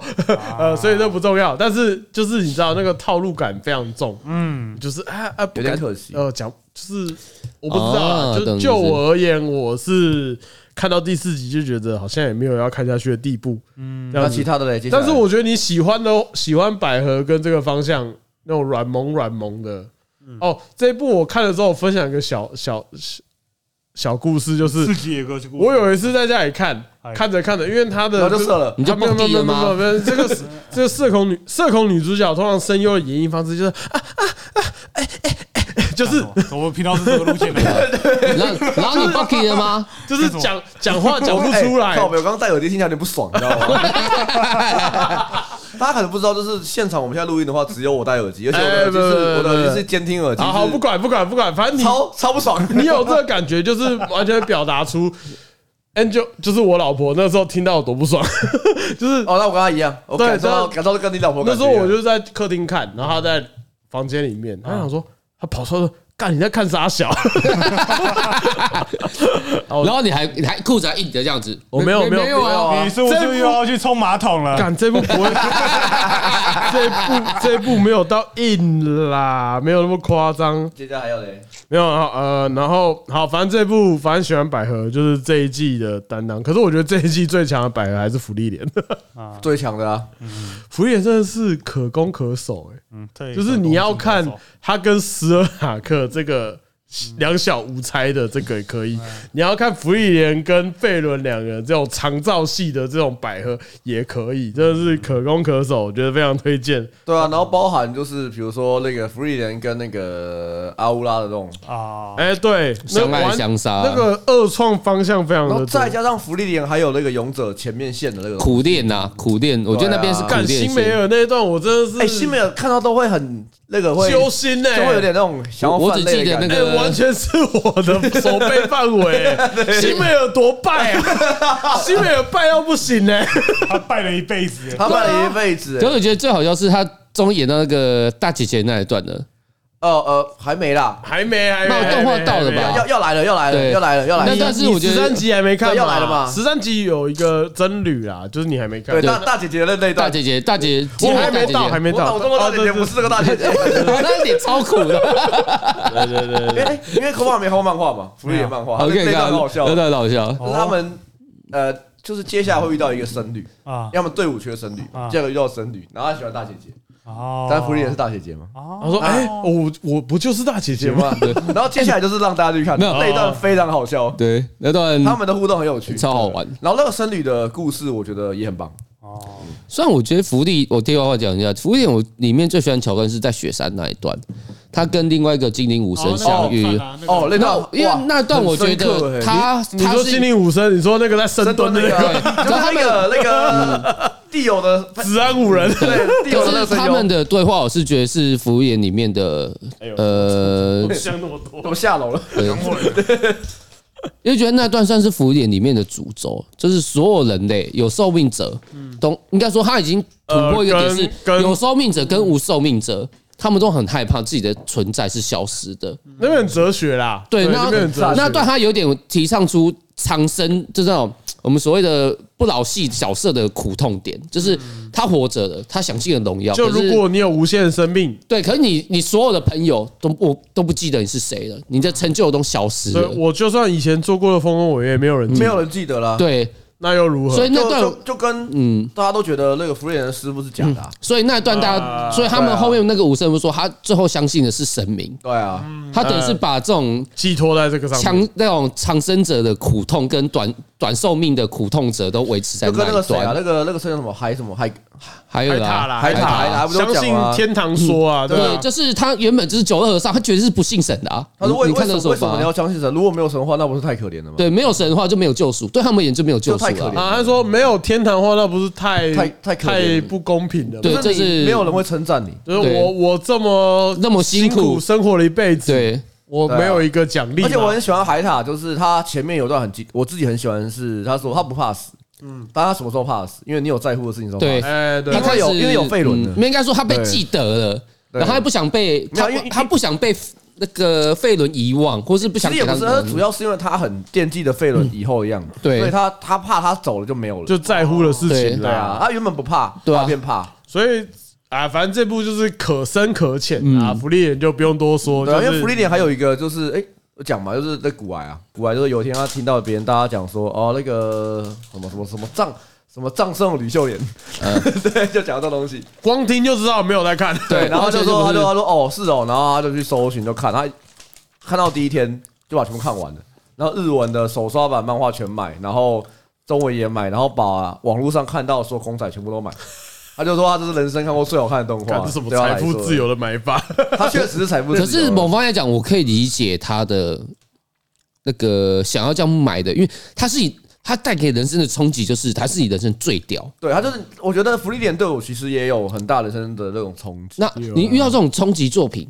Speaker 3: 呃，所以这不重要，但是就是你知道那个套路感非常重，嗯，就是啊啊，不
Speaker 4: 有点
Speaker 3: 敢
Speaker 4: 可惜
Speaker 3: 呃，讲就是我不知道啊，
Speaker 1: 哦
Speaker 3: 就
Speaker 1: 懂
Speaker 3: 是
Speaker 1: 意思
Speaker 3: 就我而言，我是看到第四集就觉得好像也没有要看下去的地步，嗯，这
Speaker 4: 那
Speaker 3: 样子。
Speaker 4: 其他的嘞？接下
Speaker 3: 但
Speaker 4: 来
Speaker 3: 是我觉得你喜欢的喜欢百合跟这个方向那种软萌软萌的。哦，这一部我看了之后，分享一个小小小小故事，就是
Speaker 5: 自己也歌去过，
Speaker 3: 我有一次在家里看
Speaker 5: 哎，
Speaker 3: 看着看着，因为他的啊
Speaker 4: 然后就射了，
Speaker 1: 你就
Speaker 3: 没有
Speaker 1: 蹦
Speaker 3: 没有
Speaker 1: 迪了
Speaker 3: 没有没
Speaker 1: 吗？
Speaker 3: 有没有，这个是这个社恐女社恐女主角通常声优的演绎方式就是啊啊啊哎哎哎，就是
Speaker 5: 我们频道是这个路线的，
Speaker 1: 然后然后你 Bucky 了吗？
Speaker 3: 就是讲讲话讲不出来
Speaker 4: 哎靠，我刚刚戴耳机听起来有点不爽，你 知道吗？大家可能不知道，就是现场我们现在录音的话，只有我戴耳机，而且我的耳机是
Speaker 3: 哎不不不
Speaker 4: 我的耳机是监听耳机，
Speaker 3: 好好
Speaker 4: 是
Speaker 3: 不管不管不管，反正你
Speaker 4: 超超不爽。
Speaker 3: 你有这个感觉，就是完全表达出 Angel 就是我老婆那时候听到有多不爽， 就是
Speaker 4: 哦，那啊我跟他一样，我
Speaker 3: 对
Speaker 4: 感受到
Speaker 3: 但
Speaker 4: 感受到跟你老婆
Speaker 3: 那
Speaker 4: 感
Speaker 3: 时
Speaker 4: 觉
Speaker 3: 候
Speaker 4: 一样。
Speaker 3: 我就在客厅看，然后她在房间里面，她想说，她跑出来说：“干，你在看啥小？”
Speaker 1: 然后你还你还裤子还硬的这样子，
Speaker 6: 我没有
Speaker 3: 没
Speaker 6: 没有
Speaker 3: 有啊，
Speaker 5: 你是不是又要去冲马桶 了？
Speaker 3: 干这部不会，这部这部没有到硬啦，没有那么夸张，
Speaker 4: 接下来还有嘞，
Speaker 3: 没有然后呃，然后好，反正这部反正喜欢百合就是这一季的担当，可是我觉得这一季最强的百合还是福利莲，
Speaker 4: 最强的啊，
Speaker 3: 福利莲真的是可攻可守哎、
Speaker 7: 嗯，对，
Speaker 3: 就是你要看他跟斯尔塔克这个两小无猜的这个也可以，你要看福利莲跟费伦两个人这种长照系的这种百合也可以，真的是可攻可守，我觉得非常推荐。
Speaker 4: 对啊，然后包含就是比如说那个福利人跟那个阿乌拉的这种，
Speaker 7: 啊，
Speaker 3: 哎，对，那
Speaker 1: 相爱
Speaker 3: 完
Speaker 1: 相杀，
Speaker 3: 那个二创方向非常
Speaker 4: 然后
Speaker 3: 的
Speaker 4: 再
Speaker 3: 多。
Speaker 4: 加上福利人还有那个勇者前面线的那个，
Speaker 1: 苦练呐，苦练，我觉得那边是
Speaker 4: 对
Speaker 1: 苦
Speaker 3: 干
Speaker 1: 练
Speaker 3: 新梅
Speaker 1: 线。
Speaker 3: 尔那一段，我真的是
Speaker 4: 哎，新美尔看到都会很那个会，
Speaker 3: 揪
Speaker 4: 就
Speaker 3: 心呢、
Speaker 4: 会有点那种想要
Speaker 1: 我
Speaker 4: 犯
Speaker 1: 只
Speaker 4: 泪
Speaker 1: 记
Speaker 4: 的
Speaker 1: 得
Speaker 4: 感
Speaker 1: 那
Speaker 4: 觉。
Speaker 3: 哎，
Speaker 1: 个
Speaker 3: 完全是我的手背范围、欸 新梅尔多败啊！新梅尔败到不行欸呢、
Speaker 7: 他拜了一辈子，
Speaker 4: 他扮了一辈
Speaker 3: 啊
Speaker 4: 子，
Speaker 1: 可是我觉得最好笑是他终于演到那个大姐姐那一段了，
Speaker 4: 哦呃还没啦，
Speaker 3: 还没，还没，
Speaker 1: 那我动画到了吧
Speaker 3: 还没
Speaker 4: 要要来了要来了
Speaker 1: 啊对
Speaker 4: 要来了要来
Speaker 1: 那
Speaker 4: 了，
Speaker 1: 但是我觉得
Speaker 3: 十三集还没看嘛，
Speaker 4: 对要来了嘛
Speaker 3: 十三集有一个真侣啊，就是你还没看
Speaker 4: 对，大大姐姐的那一
Speaker 1: 大
Speaker 4: 段，
Speaker 1: 姐姐，大姐，
Speaker 3: 我还没到，还
Speaker 1: 没，
Speaker 3: 没
Speaker 4: 我
Speaker 3: 到。哦
Speaker 4: 脑中的大姐姐不是这个大姐
Speaker 1: 啊
Speaker 4: 姐，
Speaker 1: 那脸超苦的，
Speaker 4: 因为因为科幻没看过漫画嘛，福利人漫画，
Speaker 1: 好
Speaker 4: 那
Speaker 1: 可以
Speaker 4: 那一
Speaker 1: 看，
Speaker 4: 段很 好笑
Speaker 1: 有，点好笑。
Speaker 7: 哦
Speaker 4: 就是他们呃，就是接下来会遇到一个僧侣
Speaker 7: 啊
Speaker 4: 要么队伍缺僧侣，
Speaker 7: 啊
Speaker 4: 结果遇到僧侣，然后他喜欢大姐姐，
Speaker 7: 哦，啊
Speaker 4: 但福利也是大姐姐嘛，
Speaker 3: 我
Speaker 1: 啊
Speaker 3: 说，哎，我我不就是大姐姐
Speaker 4: 姐
Speaker 3: 吗？
Speaker 4: 嘛。然后接下来就是让大家去看
Speaker 1: 没有
Speaker 4: 那一段非常好笑，
Speaker 1: 对，那段
Speaker 4: 他们的互动很有趣，
Speaker 1: 超好玩
Speaker 4: 然后那个僧侣的故事我觉得也很棒，
Speaker 7: 哦，
Speaker 1: 虽然我觉得福利，我题外话讲一下，福利我里面最喜欢桥段是在雪山那一段，他跟另外一个精灵武神相遇。
Speaker 4: 哦，那
Speaker 1: 那
Speaker 4: 段
Speaker 1: 因为
Speaker 4: 哇
Speaker 1: 那段我觉
Speaker 4: 很深刻
Speaker 1: 得
Speaker 4: 欸
Speaker 1: 他
Speaker 3: 你
Speaker 1: 他
Speaker 3: 说
Speaker 1: 是
Speaker 3: 心灵武僧，你说那个在深
Speaker 4: 深
Speaker 3: 蹲
Speaker 4: 蹲
Speaker 3: 的
Speaker 4: 那
Speaker 3: 那个
Speaker 1: 对
Speaker 4: 个，就是那个那个地友的
Speaker 3: 治安五
Speaker 1: 嗯
Speaker 3: 人，
Speaker 4: 对地友的
Speaker 1: 可嗯是
Speaker 4: 那个声
Speaker 1: 他
Speaker 4: 优
Speaker 1: 们，的对话，我是觉得是服务员里面的，
Speaker 4: 哎
Speaker 1: 呃，
Speaker 3: 想那么多。
Speaker 4: 我下楼了，
Speaker 1: 因为觉得那段算是服务员里面的主轴，就是所有人类有受命者，懂？应该说他已经突破一个点是
Speaker 3: 呃，跟跟
Speaker 1: 有受命者跟无受命者，他们都很害怕自己的存在是消失的。
Speaker 3: 那边很哲学啦，
Speaker 1: 对，
Speaker 3: 嗯那
Speaker 1: 那
Speaker 3: 边很哲学。
Speaker 1: 那段他有点提倡出长生，就是那种我们所谓的不老系角色的苦痛点，就是他活着了，他享尽了荣耀。
Speaker 3: 嗯就
Speaker 1: 可是
Speaker 3: 如果你有无限的生命，
Speaker 1: 对，可是你你所有的朋友都我都不记得你是谁了，你的成就都消失
Speaker 3: 所以
Speaker 1: 了。
Speaker 3: 我就算以前做过的丰功伟业，没有人记
Speaker 4: 没，有人记得啦。
Speaker 1: 对，
Speaker 3: 那又如何？
Speaker 1: 所以那
Speaker 4: 就就
Speaker 1: 段
Speaker 4: 就跟
Speaker 1: 嗯，
Speaker 4: 大家都觉得那个福利人的师傅是假的啊，
Speaker 1: 所以那段大
Speaker 3: 啊
Speaker 1: 家，所以他们后面那个武圣夫说，他最后相信的是神明，
Speaker 4: 对啊，
Speaker 1: 他等于是把这种
Speaker 3: 寄托在这个
Speaker 4: 嗯
Speaker 3: 上面。
Speaker 1: 强那种长生者的苦痛跟短短寿命的苦痛者都维持在
Speaker 4: 就跟那
Speaker 1: 那
Speaker 4: 个
Speaker 1: 一
Speaker 4: 谁啊，
Speaker 1: 段。
Speaker 4: 那个那个声优什么海什么海，
Speaker 1: 还有啦，
Speaker 3: 塔啦，
Speaker 4: 海塔
Speaker 3: 塔
Speaker 4: 海塔不都啊
Speaker 3: 相
Speaker 4: 讲
Speaker 3: 信
Speaker 4: 吗
Speaker 3: 天堂说啊，对
Speaker 1: 对，
Speaker 3: 啊，
Speaker 1: 就是他原本就是九二和尚，他绝对是不信神的啊。
Speaker 4: 他说
Speaker 1: 你
Speaker 4: 为
Speaker 1: 你
Speaker 4: 为
Speaker 1: 看
Speaker 4: 什
Speaker 1: 那
Speaker 4: 么
Speaker 1: 首
Speaker 4: 为什么你
Speaker 1: 吧
Speaker 4: 要，相信神？如果没有神的话，那不是太可怜了吗？
Speaker 1: 对，没有神的话就没有救赎，对他们眼中没有救赎
Speaker 4: 就太可怜
Speaker 1: 啊。
Speaker 4: 了
Speaker 3: 啊，他说没有天堂的话，那不是太
Speaker 4: 太太可怜了
Speaker 3: 不公平了。
Speaker 1: 对
Speaker 4: 就是
Speaker 1: 这是
Speaker 4: 你没有人会称赞你。
Speaker 3: 就是
Speaker 1: 对
Speaker 3: 我我这么
Speaker 1: 那么辛
Speaker 3: 辛
Speaker 1: 苦
Speaker 3: 苦生活了一辈子，
Speaker 1: 对，
Speaker 3: 我没有一个奖励嘛，
Speaker 4: 而且我很喜欢海塔，就是他前面有段很激，我自己很喜欢的是他说他不怕死，嗯，但他什么时候怕死？因为你有在乎的事情的时候怕死。
Speaker 1: 对
Speaker 3: 哎，对
Speaker 1: 他，开始
Speaker 4: 因为有因为有费伦的
Speaker 1: 嗯没应该说他被记得了，
Speaker 4: 对
Speaker 1: 然后他不想被
Speaker 4: 没
Speaker 1: 他
Speaker 4: 有因为
Speaker 1: 他不想被那个费伦遗忘，或是不
Speaker 4: 其
Speaker 1: 想
Speaker 4: 实也
Speaker 1: 给
Speaker 4: 不
Speaker 1: 他嗯
Speaker 4: 是，他主要是因为他很惦记着费伦以后的样子，
Speaker 1: 对
Speaker 4: 所以他他怕他走了就没有了，
Speaker 3: 就在乎的事情
Speaker 1: 对
Speaker 4: 对啊，
Speaker 3: 啦。
Speaker 4: 他原本不怕，
Speaker 1: 对啊
Speaker 4: 他变怕，
Speaker 3: 所以啊，反正这部就是可深可浅啊，
Speaker 1: 嗯
Speaker 3: 福利人就不用多说，
Speaker 4: 对
Speaker 3: 就
Speaker 4: 啊，因
Speaker 3: 是
Speaker 4: 为福利点还有一个就是，哎，我讲嘛，就是在古癌啊，古癌就是有一天他听到别人大家讲说，哦，那个什么什么什么藏什么藏圣吕秀莲，
Speaker 1: 嗯
Speaker 4: 对，就讲到这东西，
Speaker 3: 光听就知道没有在看。
Speaker 4: 对，然后他 就说，他
Speaker 1: 完全
Speaker 4: 就
Speaker 1: 就
Speaker 4: 他说哦是哦，然后他就去搜寻就看，他看到第一天就把全部看完了，然后日文的手刷版漫画全买，然后中文也买，然后把网络上看到说公仔全部都买。他就说他这是人生看过最好看的动
Speaker 3: 看
Speaker 4: 画，
Speaker 3: 这什么
Speaker 4: 对他来
Speaker 3: 财富
Speaker 4: 说
Speaker 3: 自？由的买法，
Speaker 4: 他确实是财富自
Speaker 1: 可
Speaker 4: 由。
Speaker 1: 是某方面来讲，我可以理解他的那个想要这样买的，因为他是以他带给人生的冲击，就是他是你人生最屌。
Speaker 4: 对他就是，我觉得福利点对我其实也有很大人生的那种冲击。
Speaker 1: 那
Speaker 3: 有啊
Speaker 1: 你遇到这种冲击作品，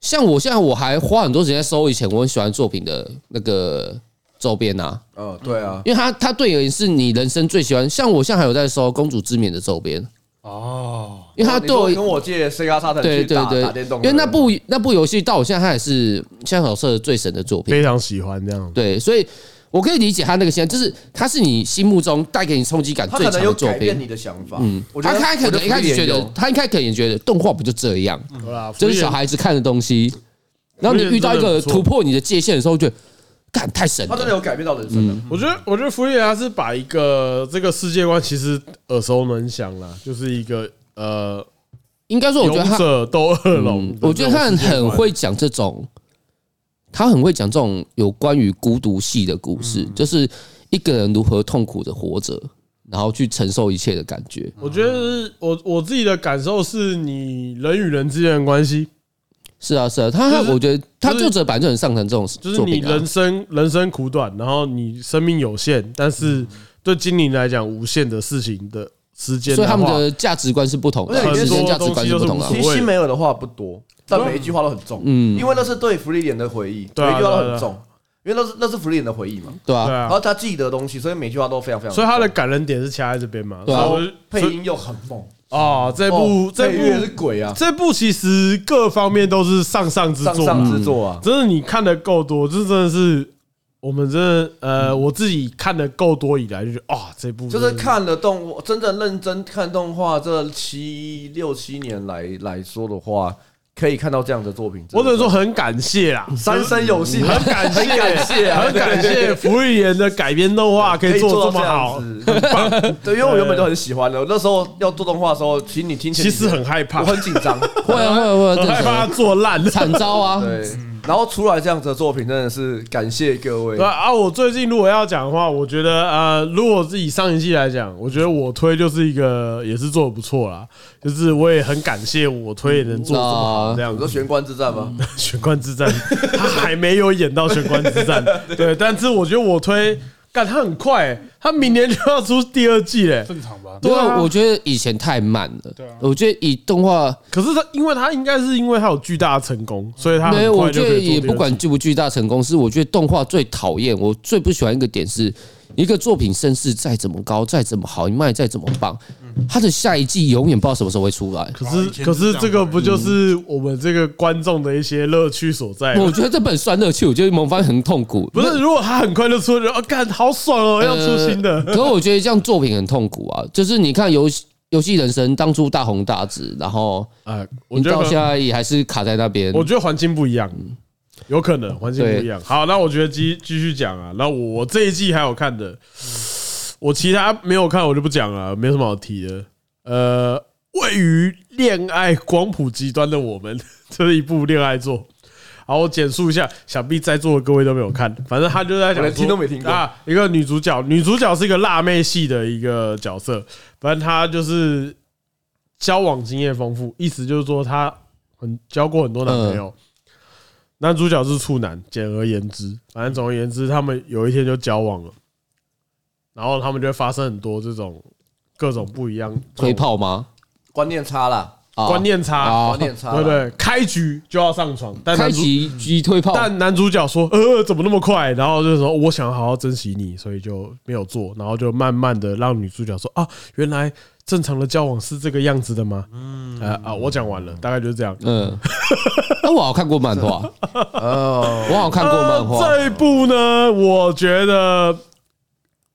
Speaker 1: 像我现在我还花很多时间在收以前我很喜欢作品的那个周边啊，
Speaker 4: 嗯，对啊，
Speaker 1: 因为他他对你是你人生最喜欢，像我现在还有在收《公主之冕》的周边哦，因为他
Speaker 4: 他
Speaker 1: 对我
Speaker 4: 跟我借 C 加沙腾
Speaker 1: 对
Speaker 4: 去
Speaker 1: 对
Speaker 4: 打
Speaker 1: 对
Speaker 4: 打电动，
Speaker 1: 因为那部那部游戏到我现在它也是香草社最神的作品，
Speaker 3: 非常喜欢这样。
Speaker 1: 对，所以我可以理解他那个现在，就是他是你心目中带给你冲击感
Speaker 4: 他
Speaker 1: 最
Speaker 4: 可
Speaker 1: 强
Speaker 4: 能有
Speaker 1: 的作
Speaker 4: 改变
Speaker 1: 品。
Speaker 4: 你的想法。
Speaker 1: 嗯
Speaker 4: 嗯，，我觉
Speaker 1: 他
Speaker 4: 得
Speaker 1: 开可能一开始觉得，他一开始可能觉得动画不就这样，
Speaker 4: 嗯
Speaker 3: 对啊啦
Speaker 1: 嗯就是小孩子看的东西。然后你遇到一个突破你的界限的时候，就干太神
Speaker 4: 他真的
Speaker 1: 了。
Speaker 4: 有改变到人生
Speaker 1: 嗯
Speaker 4: 的。
Speaker 3: 我觉得，我觉得福利他是把一个这个世界观其实耳熟能详啦，就是一个呃
Speaker 1: 应该说，我觉得
Speaker 3: 勇
Speaker 1: 他
Speaker 3: 者斗恶龙
Speaker 1: 嗯，，我觉得他很会讲这种，他很会讲这种有关于孤独系的故事，
Speaker 4: 嗯
Speaker 1: 就是一个人如何痛苦的活着，然后去承受一切的感觉。
Speaker 3: 我觉得是我我自己的感受是你人与人之间的关系，
Speaker 1: 是啊，是啊，他
Speaker 3: 就是
Speaker 1: 我觉得他
Speaker 3: 就是
Speaker 1: 作者版就很擅长这种
Speaker 3: 就是
Speaker 1: 作
Speaker 3: 你
Speaker 1: 品啊
Speaker 3: 人。生人生苦短，然后你生命有限，但是对精灵来讲无限的事情的时间
Speaker 1: 所以
Speaker 3: 的
Speaker 1: 他们
Speaker 3: 话，
Speaker 1: 的价值观是不同的
Speaker 4: 而且，你
Speaker 1: 人
Speaker 4: 今
Speaker 1: 生
Speaker 4: 天
Speaker 1: 价值观是不同的啊
Speaker 3: 所。
Speaker 4: 其
Speaker 3: 谓
Speaker 4: 实辛梅尔的话不多，但每一句话都很重，
Speaker 1: 嗯
Speaker 4: 因为那是对福利莲的回忆，
Speaker 3: 对啊
Speaker 4: 每一句话
Speaker 3: 对
Speaker 4: 都
Speaker 3: 啊
Speaker 4: 很重，因为那是那是福利莲的回忆嘛。
Speaker 1: 对
Speaker 3: 对
Speaker 1: 啊，
Speaker 3: 啊
Speaker 4: 然，后他记得的东西，所以每句话都非常非常重。
Speaker 3: 所以他的感人点是掐在这边嘛，
Speaker 1: 对啊
Speaker 3: 所以
Speaker 4: 然
Speaker 3: 我
Speaker 4: 后
Speaker 3: 就
Speaker 4: 配
Speaker 3: 所以
Speaker 4: 音又很猛，
Speaker 3: 哦，这部
Speaker 4: 哦
Speaker 3: 这
Speaker 4: 配乐是
Speaker 3: 部
Speaker 4: 鬼啊，
Speaker 3: 这部其实各方面都是上上之
Speaker 4: 上
Speaker 3: 作，嗯
Speaker 4: 上之作啊，
Speaker 3: 真的你看的够多，这真的是我们真的呃，我自己看的够多以来就觉得啊，这部
Speaker 4: 就是
Speaker 3: 真的
Speaker 4: 看了动，真正认真看动画这七六七年来来说的话，可以看到这样的作品，
Speaker 3: 我只能说很感谢 啦，
Speaker 4: 三生有幸，啊
Speaker 3: 很感谢，
Speaker 4: 很感谢啊
Speaker 3: 很感谢福利言的改编动画可以做这么好，
Speaker 4: 可以做到这样子，对，因为我原本就很喜欢的。那时候要做动画的时候，其实你听起 来
Speaker 3: 其实很害怕
Speaker 4: 我，很紧 张，
Speaker 1: 会啊会啊会啊，真
Speaker 3: 很害
Speaker 1: 的
Speaker 3: 怕做烂。
Speaker 1: 惨遭啊！
Speaker 4: 对。然后出来这样子的作品，真的是感谢各位
Speaker 3: 对。 啊，我最近如果要讲的话，我觉得呃，如果是以上一季来讲，我觉得我推就是一个也是做的不错啦，就是我也很感谢我推也能做这么好这样
Speaker 4: 你
Speaker 3: 子
Speaker 4: 说。玄关之战吗？
Speaker 3: 玄关之战，他还没有演到玄关之 战，对，但是我觉得我推，干他很快、欸，他明年就要出第二季嘞、
Speaker 7: 正常吧？
Speaker 1: 因
Speaker 3: 对
Speaker 1: 为
Speaker 3: 啊
Speaker 1: 我觉得以前太慢了
Speaker 7: 对啊，
Speaker 1: 我觉得以动画
Speaker 3: 可是他，因为他应该是因为他有巨大的成功，所以他
Speaker 1: 没有，
Speaker 3: 很
Speaker 1: 我
Speaker 3: 快就
Speaker 1: 觉
Speaker 3: 可
Speaker 1: 得
Speaker 3: 以做
Speaker 1: 也
Speaker 3: 第二
Speaker 1: 不
Speaker 3: 季
Speaker 1: 管巨不巨大成功，是我觉得动画最讨厌，我最不喜欢一个点是，一个作品声势再怎么高，再怎么好，你卖再怎么棒，
Speaker 3: 嗯
Speaker 1: 它的下一季永远不知道什么时候会出来。
Speaker 3: 可
Speaker 7: 哇以
Speaker 3: 是，
Speaker 7: 前
Speaker 3: 可
Speaker 7: 是
Speaker 3: 是
Speaker 7: 这样
Speaker 3: 这个不就是我们这个观众的一些乐趣所在吗
Speaker 1: 我？觉得这本酸乐趣，我觉得萌翻很痛苦。
Speaker 3: 不是，如果他很快就出，就哦，干好爽哦，要出新
Speaker 1: 可
Speaker 3: 的。
Speaker 1: 是我觉得这样作品很痛苦啊，就是你看游戏。游戏人生当初大红大紫，然后
Speaker 3: 啊，我
Speaker 1: 你
Speaker 3: 觉得
Speaker 1: 到
Speaker 3: 可
Speaker 1: 现在也还是卡在那边。嗯
Speaker 3: 我觉得环境不一样，有可能环境
Speaker 1: 对
Speaker 3: 不一样。好，那我觉得继继续讲啊。那我这一季还有看的，我其他没有看，我就不讲了，没什么好提的。呃，位于恋爱光谱极端的我们， 这是一部恋爱作。好，我简述一下，想必在座的各位都没有看，反正他就在讲说，
Speaker 4: 我连听都没听过
Speaker 3: 啊。一个女主角，女主角是一个辣妹系的一个角色，反正她就是交往经验丰富，意思就是说她很交过很多男朋
Speaker 1: 嗯
Speaker 3: 友。男主角是处男，简而言之，反正总而言之，他们有一天就交往了，然后他们就会发生很多这种各种不一样
Speaker 1: 推炮吗？
Speaker 4: 观念差啦，
Speaker 1: 啊
Speaker 3: 观念差，
Speaker 1: 啊
Speaker 4: 观念差
Speaker 3: 哦
Speaker 4: 啦，
Speaker 3: 对不对？开局就要上床，但
Speaker 1: 开
Speaker 3: 男主
Speaker 1: 启一推炮，
Speaker 3: 但男主角说：“呃，怎么那么快？”然后就说：“我想好好珍惜你，所以就没有做。”然后就慢慢的让女主角说：“啊，原来正常的交往是这个样子的吗？”嗯，啊啊，我讲完了，大概就是这样。
Speaker 1: 嗯，那我好像看过漫 画，
Speaker 4: 哦，
Speaker 1: 我好像看过漫画。
Speaker 3: 呃这一部呢，我觉得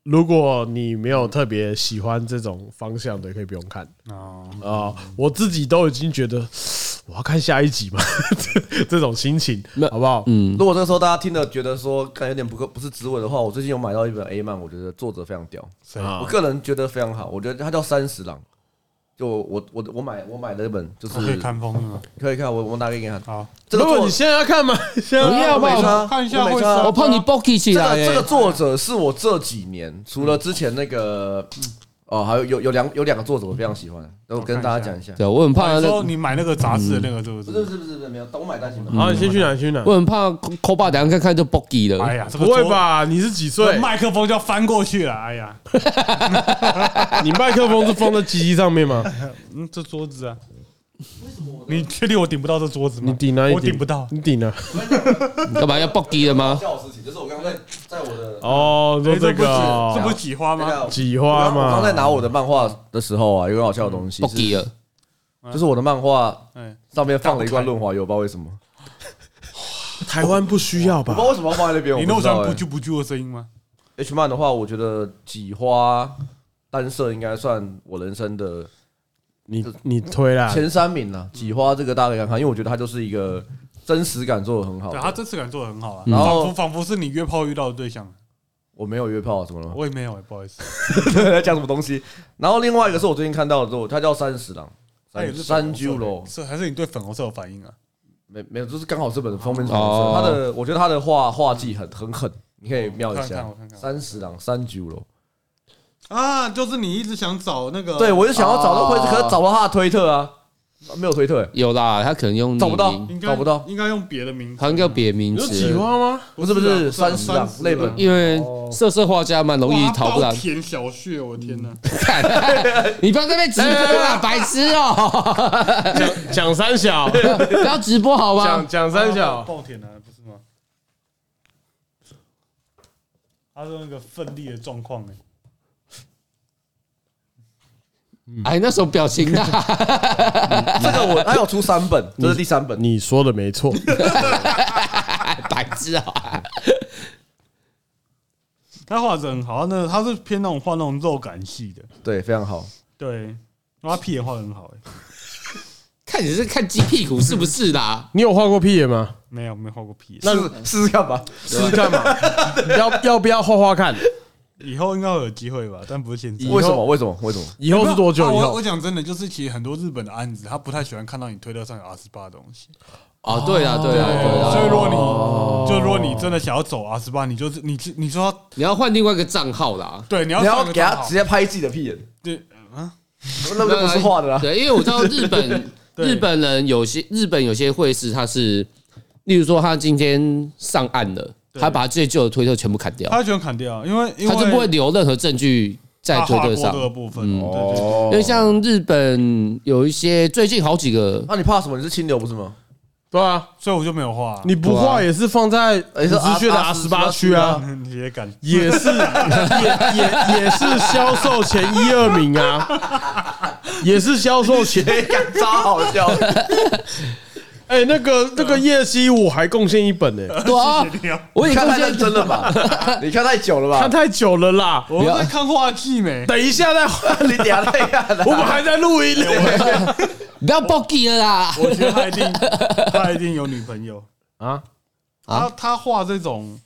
Speaker 3: 如果你没有特别喜欢这种方向的，可以不用看
Speaker 7: 哦，
Speaker 3: 啊、我自己都已经觉得我要看下一集嘛， 这这种心情
Speaker 1: 那
Speaker 3: 好不好？
Speaker 1: 嗯，
Speaker 4: 如果这个时候大家听了觉得说看有点不够不是滋味的话，我最近有买到一本 A 漫，我觉得作者非常屌，
Speaker 3: 啊
Speaker 4: 我个人觉得非常好，我觉得他叫三十郎。就我我我买我买了一本，就是
Speaker 7: 我可以看风了。
Speaker 4: 可以看我我拿给你看，
Speaker 7: 好，
Speaker 4: 这个
Speaker 3: 如果
Speaker 4: 作
Speaker 3: 你现在要看吗？现在
Speaker 1: 不嗯要
Speaker 4: 我没
Speaker 1: 吧，
Speaker 4: 差
Speaker 7: 看一下
Speaker 4: 我没
Speaker 7: 会
Speaker 4: 差
Speaker 7: 上
Speaker 1: 我怕你 block 起
Speaker 4: 这
Speaker 1: 来
Speaker 4: 个这
Speaker 1: 欸
Speaker 4: 个。作者是我这几年除了之前那个哦，还有有有两有两个作者我非常喜欢，嗯那我跟大家讲一下。
Speaker 1: 对，我很怕
Speaker 7: 你
Speaker 1: 那
Speaker 7: 说，你买那个杂志的那个是不
Speaker 4: 不是
Speaker 7: 是？
Speaker 4: 不是不是不是没有，我买单行嗯本。
Speaker 3: 好，你先去哪？你先去哪？
Speaker 1: 我很怕抠爸等下看看就 block
Speaker 7: 哎
Speaker 1: 了。
Speaker 7: 呀，这个
Speaker 3: 嗯不会
Speaker 7: 桌？
Speaker 3: 吧？你是几
Speaker 7: 这
Speaker 3: 岁？
Speaker 7: 麦克风就要翻过去了。哎呀，
Speaker 3: 你麦克风是放在机器上面 吗？
Speaker 7: 嗯，这桌子啊，你确定我顶不到这桌子吗？
Speaker 3: 你顶哪里？
Speaker 7: 我顶不到。
Speaker 3: 你顶啊！
Speaker 1: 干嘛要 block 了吗？
Speaker 4: 笑的事情就是我刚才在我的，
Speaker 3: 哦，
Speaker 7: 哎
Speaker 3: 就这
Speaker 7: 不是这
Speaker 3: 个
Speaker 7: 不
Speaker 3: 哦
Speaker 7: 是几花
Speaker 5: 嗯
Speaker 4: 等一下
Speaker 7: 吗？
Speaker 4: 我
Speaker 3: 几
Speaker 4: 我
Speaker 3: 花
Speaker 4: 刚我刚才
Speaker 3: 嘛？
Speaker 4: 拿我的漫画的时候啊，有个好笑的东西，是
Speaker 1: block 了，
Speaker 4: 就是我的漫画
Speaker 7: 嗯，
Speaker 5: 哎
Speaker 4: 上面放了一罐润滑油，我不知道为什么，
Speaker 3: 台湾不需要
Speaker 4: 我不知
Speaker 3: 吧
Speaker 4: 道？为什么要放在那边，我
Speaker 7: 你那
Speaker 4: 不
Speaker 7: 我
Speaker 4: 知
Speaker 7: 喜欢
Speaker 4: 道
Speaker 7: 不
Speaker 4: 欸。
Speaker 7: 啾不啾的声音吗？
Speaker 4: H man 的话，我觉得几花单色应该算我人生的
Speaker 8: 你你推
Speaker 3: 啊
Speaker 8: 啦，
Speaker 4: 前三名了。几花这个大家可以看看，因为我觉得它就是一个真实感做的很好
Speaker 5: 对。他这次感做的很好啊，
Speaker 3: 嗯
Speaker 4: 然后
Speaker 5: 仿佛仿佛是你约炮遇到的对象，啊
Speaker 4: 我没有约炮，怎么了吗？
Speaker 5: 我也没有欸，不好意思，
Speaker 4: 在讲什么东西？然后另外一个是我最近看到的，后，它叫三十郎，
Speaker 5: 他也是
Speaker 4: 三
Speaker 5: 九
Speaker 4: G 咯，
Speaker 5: 是还是你对粉红色有反应啊？
Speaker 4: 没没有，就是刚好这本封面是
Speaker 1: 哦
Speaker 4: 红色。他的我觉得他的画画技很很狠，你可以瞄一
Speaker 5: 看看
Speaker 4: 下
Speaker 5: 我看看
Speaker 4: 三十郎三 G 咯。
Speaker 5: 啊，就是你一直想找那个，
Speaker 4: 对，我就想要找到推特，
Speaker 1: 哦
Speaker 4: 可是找不到他的推特啊，没有推 特欸，
Speaker 1: 有啦，他可能用
Speaker 4: 找不到
Speaker 1: 匿名
Speaker 5: 应该
Speaker 4: 找不到
Speaker 5: 应该用别的名字，
Speaker 1: 他应该有别名
Speaker 3: 你说几
Speaker 1: 字，
Speaker 3: 花吗？
Speaker 4: 不是不
Speaker 5: 不是
Speaker 4: 是
Speaker 5: 啊
Speaker 4: 三十郎
Speaker 5: 30
Speaker 4: 那本，
Speaker 1: 因为色色画家蛮容易
Speaker 5: 哇
Speaker 1: 逃不了
Speaker 5: 暴。舔小穴，我的天哪！
Speaker 1: 看你不要在那边直播啦，白痴哦！
Speaker 3: 讲 讲三小，
Speaker 1: 不要直播好吗
Speaker 3: 讲？讲三
Speaker 5: 啊
Speaker 3: 小，
Speaker 5: 暴舔啊，不是吗？
Speaker 9: 他说那个奋力的状况哎，
Speaker 5: 欸
Speaker 1: 哎，那时候表情啊，
Speaker 4: 这个我他有出三本，这是第三本。
Speaker 3: 你说的没错，
Speaker 1: 白痴啊！
Speaker 5: 他画质很好，他那他是偏那种画那种肉感系的，
Speaker 4: 对，非常好。
Speaker 5: 对，然后他屁眼画的很好哎，
Speaker 1: 看你是看鸡屁股是不是啦？
Speaker 3: 你有画过屁眼吗？
Speaker 5: 没有没有画过屁眼，
Speaker 4: 那试试看吧，
Speaker 3: 试试看嘛， 要要不要画画看？
Speaker 5: 以后应该会有机会吧，但不是现在。
Speaker 4: 为什么？为什么？为什么？
Speaker 3: 以后是多久
Speaker 5: 啊
Speaker 3: 以
Speaker 5: 我
Speaker 3: 后
Speaker 5: 我？讲真的，就是其实很多日本的案子，他不太喜欢看到你推特上有 R 十八的东西。
Speaker 1: 哦，对啦，对啦，对
Speaker 4: 哦
Speaker 5: 所以
Speaker 1: 啦，
Speaker 5: 如果你就如果你真的想要走 R 十八，你就是你你说要
Speaker 1: 你要换另外一个账号啦。
Speaker 5: 对你要
Speaker 4: 你要
Speaker 5: 上
Speaker 4: 给
Speaker 5: 个
Speaker 4: 他
Speaker 5: 账号
Speaker 4: 直接拍自己的屁眼，
Speaker 5: 对啊，
Speaker 4: 那那不是画的啦。
Speaker 1: 对，因为我知道日 本
Speaker 5: 对
Speaker 1: 日本人有些日本有些会是他是，例如说他今天上岸了，
Speaker 5: 对
Speaker 1: 他把最旧的推特全部砍掉，
Speaker 5: 他喜欢砍掉，因为因
Speaker 1: 他
Speaker 5: 为
Speaker 1: 就不会留任何证据在
Speaker 5: 他
Speaker 1: 推
Speaker 5: 画
Speaker 1: 特
Speaker 5: 过
Speaker 1: 上
Speaker 5: 这。个部分，
Speaker 1: 嗯
Speaker 5: 对对对。
Speaker 4: 哦
Speaker 1: 因为像日本有一些最近好几个，
Speaker 4: 啊那你怕什么？你是清流不是吗？
Speaker 3: 对啊，
Speaker 5: 所以我就没有画，
Speaker 3: 你不画也是放在
Speaker 4: 也
Speaker 3: 紫
Speaker 4: 是
Speaker 3: 之穴的 R 十
Speaker 4: R18
Speaker 3: 八区啊，
Speaker 5: 你也敢
Speaker 3: 也是也也也是销售前一二名啊，也是销售前。
Speaker 4: 哎，干超好笑。
Speaker 3: 哎，那个那个夜西我还贡献一本呢，
Speaker 1: 对啊，我
Speaker 4: 你
Speaker 1: 也
Speaker 4: 看
Speaker 1: 贡
Speaker 4: 太认
Speaker 1: 献
Speaker 4: 真了吧？你看太久了
Speaker 3: 看
Speaker 4: 吧？
Speaker 3: 太久了啦。
Speaker 5: 我在看画技没？
Speaker 3: 等一下再换，
Speaker 4: 你等下再看
Speaker 3: 我们
Speaker 4: 啦。
Speaker 3: 还在录音呢。
Speaker 1: 你不要暴击了啦！
Speaker 5: 我觉得他一定他一定有女朋友
Speaker 3: 啊
Speaker 5: 啊！
Speaker 1: 啊
Speaker 5: 他他画这种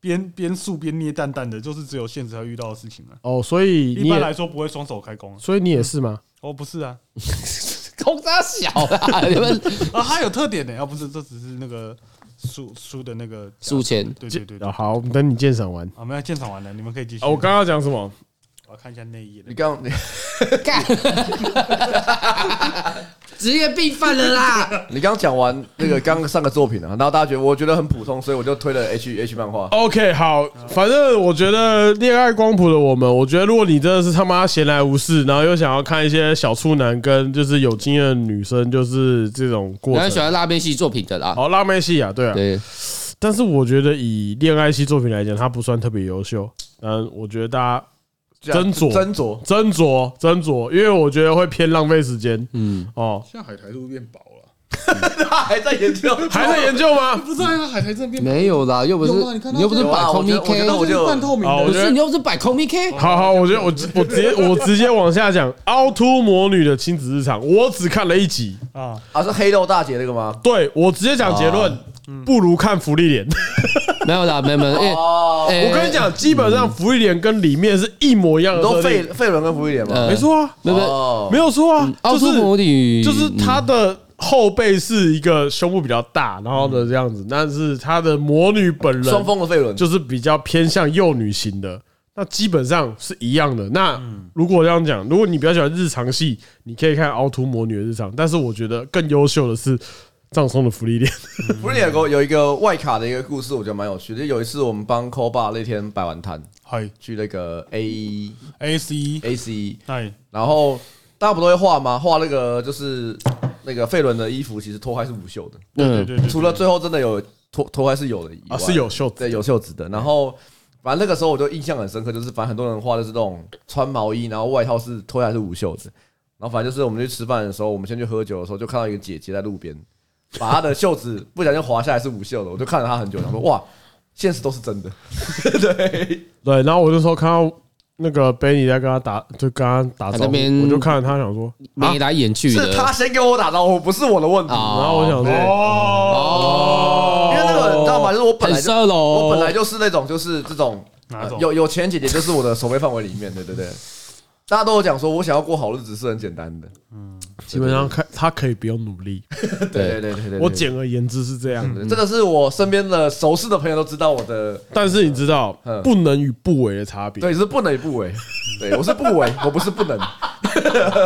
Speaker 5: 边边素边捏蛋蛋的，就是只有现实才会遇到的事情啊。
Speaker 3: 哦，所以你
Speaker 5: 一般来
Speaker 3: 也，
Speaker 5: 说不会双手开弓啊。
Speaker 3: 所以你也是吗？
Speaker 5: 哦，不是啊，
Speaker 1: 空差小啦， 你们
Speaker 5: 啊，他有特点的、啊，不是，这只是那个书书的那个
Speaker 1: 输钱
Speaker 5: 对对对对啊
Speaker 3: 哦，好，我们等你鉴赏完。
Speaker 5: 我们要鉴赏完了，你们可以继续。
Speaker 3: 哦，我刚刚讲什么？
Speaker 5: 我要看一下内页的
Speaker 4: 你。刚你
Speaker 1: 干，职业病犯了啦！
Speaker 4: 你刚讲完那个刚上个作品啊，然后大家觉得我觉得很普通，所以我就推了 H H 漫画。
Speaker 3: OK，好，反正我觉得恋爱光谱的我们，我觉得如果你真的是他妈闲来无事，然后又想要看一些小处男跟就是有经验的女生，就是这种
Speaker 1: 我
Speaker 3: 过
Speaker 1: 很喜
Speaker 3: 程。
Speaker 1: 欢辣妹系作品的啦，
Speaker 3: 好，辣妹戏啊，对啊。
Speaker 1: 对，
Speaker 3: 但是我觉得以恋爱系作品来讲，它不算特别优秀。嗯，我觉得大家
Speaker 4: 这
Speaker 3: 斟
Speaker 4: 样
Speaker 3: 酌
Speaker 4: 斟酌，
Speaker 3: 斟酌斟酌，因为我觉得会偏浪费时间。
Speaker 1: 嗯，
Speaker 3: 哦，
Speaker 5: 现在海苔是不是变薄了？
Speaker 4: 他还在研究，
Speaker 3: 还在研究吗？
Speaker 5: 不是啊，海苔真的变薄。
Speaker 1: 没有啦，又不是
Speaker 5: 有啊你看到
Speaker 1: 你又不是
Speaker 4: 有
Speaker 1: 摆
Speaker 4: 啊我
Speaker 1: 空
Speaker 4: 觉
Speaker 1: 咪
Speaker 4: 得我
Speaker 1: K，
Speaker 4: 觉得我就
Speaker 5: 半透明
Speaker 3: 好哦我
Speaker 1: 不
Speaker 3: 觉
Speaker 5: 的，
Speaker 3: 得哦
Speaker 1: 是你又不是摆空咪 K，
Speaker 3: 好好，我觉得我我直接我直接往下讲，《凹凸魔女的亲子日常》，我只看了一集。
Speaker 5: 啊，
Speaker 4: 啊是黑豆大姐那个吗？
Speaker 3: 对我直接讲结
Speaker 1: 啊
Speaker 3: 论，嗯不如看福利脸。
Speaker 1: 没有啦，没有没有，因为
Speaker 4: 哦，
Speaker 1: 哎嗯
Speaker 3: 我跟你，讲，基本上福利脸跟里面是一模一样的
Speaker 4: 都
Speaker 3: 设
Speaker 4: 费
Speaker 3: 定，
Speaker 4: 费伦跟福一点吗？
Speaker 1: 呃
Speaker 3: 没，错啊，
Speaker 1: 没有没有，
Speaker 4: 哦，
Speaker 3: 没有错啊，
Speaker 1: 奥
Speaker 3: 就
Speaker 1: 数
Speaker 3: 是
Speaker 1: 嗯魔女
Speaker 3: 就是他的后背是一个胸部比较大，然后呢这样子，但是他的魔女本
Speaker 4: 双
Speaker 3: 人
Speaker 4: 峰的费伦，
Speaker 3: 就是比较偏向幼女型的。那基本上是一样的。那如果这样讲，如果你比较喜欢日常系，你可以看《凹凸魔女的日常》，但是我觉得更优秀的是葬送的福利脸。
Speaker 4: 福一点有有一个外卡的一个故事，我觉得蛮有趣的。就有一次我们帮 c o b a 那天摆完摊，
Speaker 5: 嗨
Speaker 4: 去那个 A
Speaker 5: ，A C，
Speaker 4: A
Speaker 7: 哎
Speaker 4: C，
Speaker 5: 嗨，
Speaker 4: 然后大家不都会画吗？画那个就是那个费伦的衣服，其实脱开是无袖的，
Speaker 5: 对
Speaker 1: 嗯，
Speaker 5: 对对，
Speaker 4: 除了最后真的有脱脱开是有的以
Speaker 3: 啊，
Speaker 4: 外，
Speaker 3: 是有袖子
Speaker 4: 对有袖子的。然后反正那个时候我就印象很深刻，就是反正很多人画的是那种穿毛衣，然后外套是脱下来是无袖子。然后反正就是我们去吃饭的时候，我们先去喝酒的时候，就看到一个姐姐在路边，把她的袖子不小心滑下来是无袖的，我就看了她很久，想说哇，现实都是真的。对，
Speaker 3: 对，然后我就说看到那个 Benny 在跟他打，就跟他打
Speaker 1: 他
Speaker 3: 招
Speaker 1: 那
Speaker 3: 呼，
Speaker 1: 边
Speaker 3: 我就看着他想说，啊
Speaker 1: 眉来眼去的
Speaker 4: 是他先跟我打招呼，不是我的问题。
Speaker 1: 啊。
Speaker 3: 然后我想说，
Speaker 1: 哦
Speaker 4: 因为那个你知道吗？就是我本来
Speaker 1: 很
Speaker 4: 就
Speaker 1: solo，
Speaker 4: 我本来就是那种就是这种呃
Speaker 7: 哪种
Speaker 4: 有有钱姐姐就是我的守备范围里面的，对对对。大家都有讲说，我想要过好日子是很简单的，
Speaker 3: 基本上看他可以不用努力。
Speaker 4: 对对对对对对。
Speaker 3: 我简而言之是这样的，
Speaker 4: 嗯这个是我身边的熟识的朋友都知道我的，
Speaker 3: 但是你知道
Speaker 4: 嗯
Speaker 3: 不能与不为的差别。
Speaker 4: 对，是不能与 不为，对我是不为，我不是不能，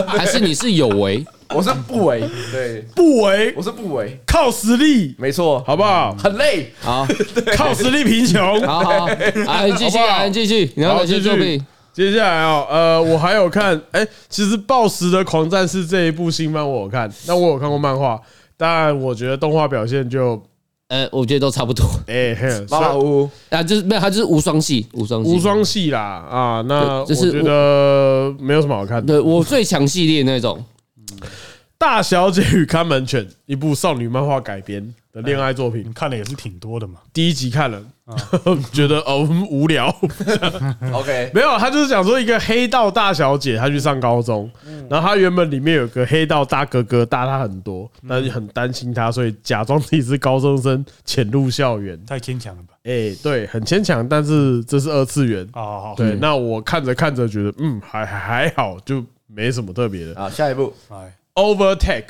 Speaker 1: 还是你是有为，
Speaker 4: 我是不为，对
Speaker 3: 不为
Speaker 4: 我是不为，
Speaker 3: 靠实力，
Speaker 4: 没错，
Speaker 3: 好 不好？
Speaker 4: 很累，
Speaker 1: 好，
Speaker 3: 靠实力贫穷。
Speaker 1: 好好，来继续，
Speaker 3: 好不好
Speaker 1: 来继续， 你要哪
Speaker 3: 好，
Speaker 1: 些
Speaker 3: 继
Speaker 1: 作
Speaker 3: 续
Speaker 1: 品？。
Speaker 3: 接下来哦，呃，我还有看，哎、其实《暴食的狂战士》这一部新番我有看，那我有看过漫画，但我觉得动画表现就，
Speaker 1: 呃，我觉得都差不多
Speaker 3: 哎、 嘿，
Speaker 4: 马马虎虎，
Speaker 1: 啊，就是没有，他就是无双系，无双系，
Speaker 3: 无双系啦，啊，那我
Speaker 1: 对就是
Speaker 3: 觉得没有什么好看的。
Speaker 1: 对我最强系列那种，
Speaker 3: 大小姐与看门犬》一部少女漫画改编的恋爱作
Speaker 1: 嗯
Speaker 3: 品
Speaker 7: 你，看的也是挺多的嘛。
Speaker 3: 第一集看了， 觉得哦无聊，
Speaker 7: 嗯
Speaker 4: OK，
Speaker 3: 没有，他就是讲说一个黑道大小姐，她去上高中，然后她原本里面有个黑道大哥哥大她很多，但是很担心她，所以假装自己是高中生潜入校园。
Speaker 7: 太牵强了吧？
Speaker 3: 哎，对，很牵强，但是这是二次元。
Speaker 5: 哦
Speaker 7: 好好好，
Speaker 3: 对，那我看着看着觉得，嗯，还还还好，就没什么特别的。
Speaker 4: 啊，下一步
Speaker 7: 哎，
Speaker 3: Overtake。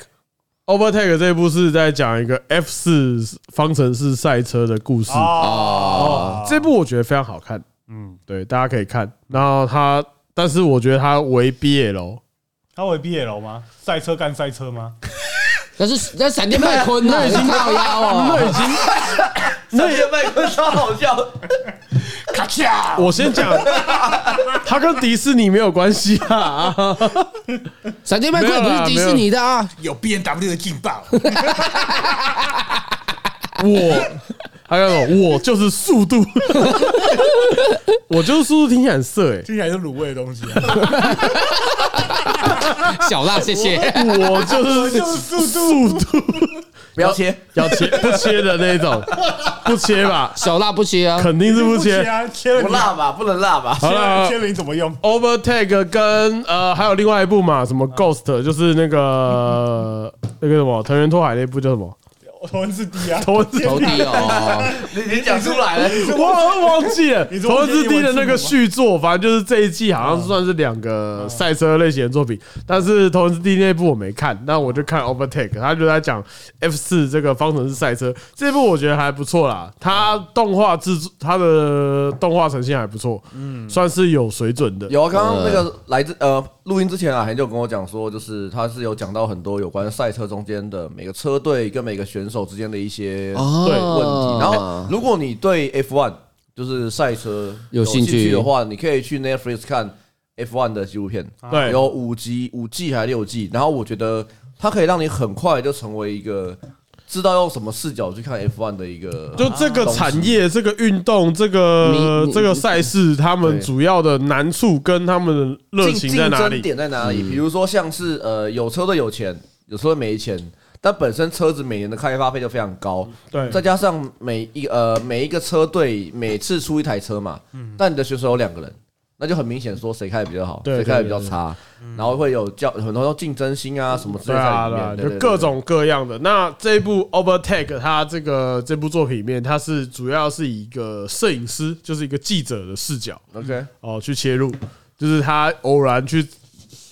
Speaker 3: Overtake 这一部是在讲一个 F 四方程式赛车的故事，
Speaker 4: 嗯
Speaker 7: 哦，
Speaker 3: 这部我觉得非常好看，
Speaker 7: 嗯，
Speaker 3: 对，大家可以看。然后它，但是我觉得它为 BL，
Speaker 7: 他会 BL 吗？赛车干赛车吗？
Speaker 1: 但是那闪电麦昆那已经靠腰
Speaker 3: 那
Speaker 1: 哦，
Speaker 3: 已经
Speaker 4: 闪电麦克超好笑，
Speaker 3: 我先 讲，它跟迪士尼没有关系啊。
Speaker 1: 闪电麦
Speaker 3: 没有
Speaker 1: 昆不
Speaker 3: 啦
Speaker 1: 是迪士尼的啊，
Speaker 5: 有 B N W 的劲 爆，
Speaker 3: 我还有我就是速 度，我就是速度，听起来很色哎、
Speaker 5: 听起来是卤味的东西啊。
Speaker 1: 小辣，谢谢。
Speaker 3: 我就是速度，速度
Speaker 4: 不要切，
Speaker 3: 要切不切的那种，不切吧，
Speaker 1: 小辣不切啊，
Speaker 3: 肯定是不
Speaker 5: 切
Speaker 3: 切。
Speaker 5: 啊，切了
Speaker 4: 不
Speaker 5: 你
Speaker 4: 辣吧，不能辣吧，
Speaker 3: 好了
Speaker 5: 切了你怎么用？
Speaker 3: ，Overtake 跟呃还有另外一部嘛，什么 Ghost，就是那 个那个什么藤原拓海那部叫什么？
Speaker 5: 我头文字 D 啊，
Speaker 3: 头文字 D
Speaker 1: 投递哦，
Speaker 4: 你你讲出来了，
Speaker 3: 我忘记 了《
Speaker 5: 是
Speaker 3: 头文字
Speaker 5: 忘记
Speaker 3: D》
Speaker 5: 英
Speaker 3: 的
Speaker 5: 文
Speaker 3: 那个续作，反正就是这一季好像算是两个赛车类型的作品，但是《头文字 D》那部我没看，那我就看《Overtake》，他就在讲 F 四这个方程式赛车，这部我觉得还不错啦，它动画制作，它的动画呈现还不错，嗯，算是有水准的。
Speaker 4: 有啊，刚
Speaker 1: 嗯
Speaker 4: 刚那个来自呃录音之前啊，很就跟我讲说，就是他是有讲到很多有关赛车中间的每个车队跟每个选手之间的一些
Speaker 1: 哦
Speaker 4: 对问题。然后，如果你对 F1 就是赛车
Speaker 1: 有兴
Speaker 4: 兴
Speaker 1: 趣
Speaker 4: 的话，你可以去 Netflix 看 F1 的纪录片，
Speaker 3: 对
Speaker 4: 有五集、五季还六季。然后我觉得它可以让你很快就成为一个知道用什么视角去看 F1 的一个，
Speaker 3: 就这个产业、这个运动、这个
Speaker 1: 你你
Speaker 3: 这个赛事，他们
Speaker 4: 对
Speaker 3: 主要的难处跟他们的热
Speaker 4: 竞
Speaker 3: 情
Speaker 4: 竞
Speaker 3: 在
Speaker 4: 争
Speaker 3: 哪里？嗯
Speaker 4: 点在哪里？比如说像是呃，有车队有钱，有车队没钱，但本身车子每年的开发费就非常高，
Speaker 3: 嗯对
Speaker 4: 再加上每一呃每一个车队每次出一台车嘛，
Speaker 3: 嗯
Speaker 4: 但你的选手有两个人，那就很明显说谁开的比较好，
Speaker 3: 对
Speaker 4: 谁开的比较
Speaker 3: 对对
Speaker 4: 差，然后会有较很多竞争心啊什么之
Speaker 3: 对
Speaker 4: 类在
Speaker 3: 啊，
Speaker 4: 里
Speaker 3: 对
Speaker 4: 面，
Speaker 3: 啊，
Speaker 4: 对
Speaker 3: 就
Speaker 4: 对对
Speaker 3: 各种各样的。那这一部《Overtake》，它这个这部作品里面，它是主要是以一个摄影师，就是一个记者的视角
Speaker 4: OK
Speaker 3: 哦去切入，就是他偶然去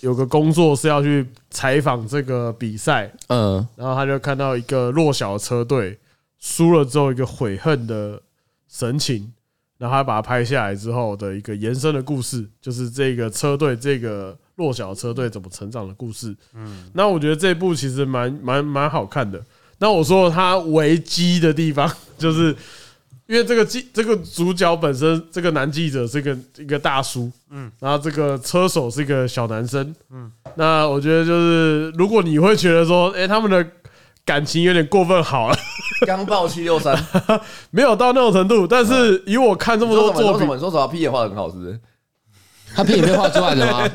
Speaker 3: 有个工作是要去采访这个比赛，
Speaker 1: 嗯，
Speaker 3: 然后他就看到一个弱小的车队输了之后一个悔恨的神情，然后他把它拍下来之后的一个延伸的故事，就是这个车队这个弱小的车队怎么成长的故事。嗯，那我觉得这部其实蛮蛮蛮好看的。那我说它危机的地方，就是因为这个记这个主角本身，这个男记者是一个一个大叔，嗯，然后这个车手是一个小男生，那我觉得就是，如果你会觉得说，哎、他们的感情有点过分好了，
Speaker 4: 刚爆七六三，
Speaker 3: 没有到那种程度。但是以我看这
Speaker 4: 你
Speaker 3: 么
Speaker 4: 说
Speaker 3: 多
Speaker 4: 什么？
Speaker 3: 作品，
Speaker 4: 你说什么？你说什么？屁也画的很好，是不是？
Speaker 1: 他屁眼被画出来的吗？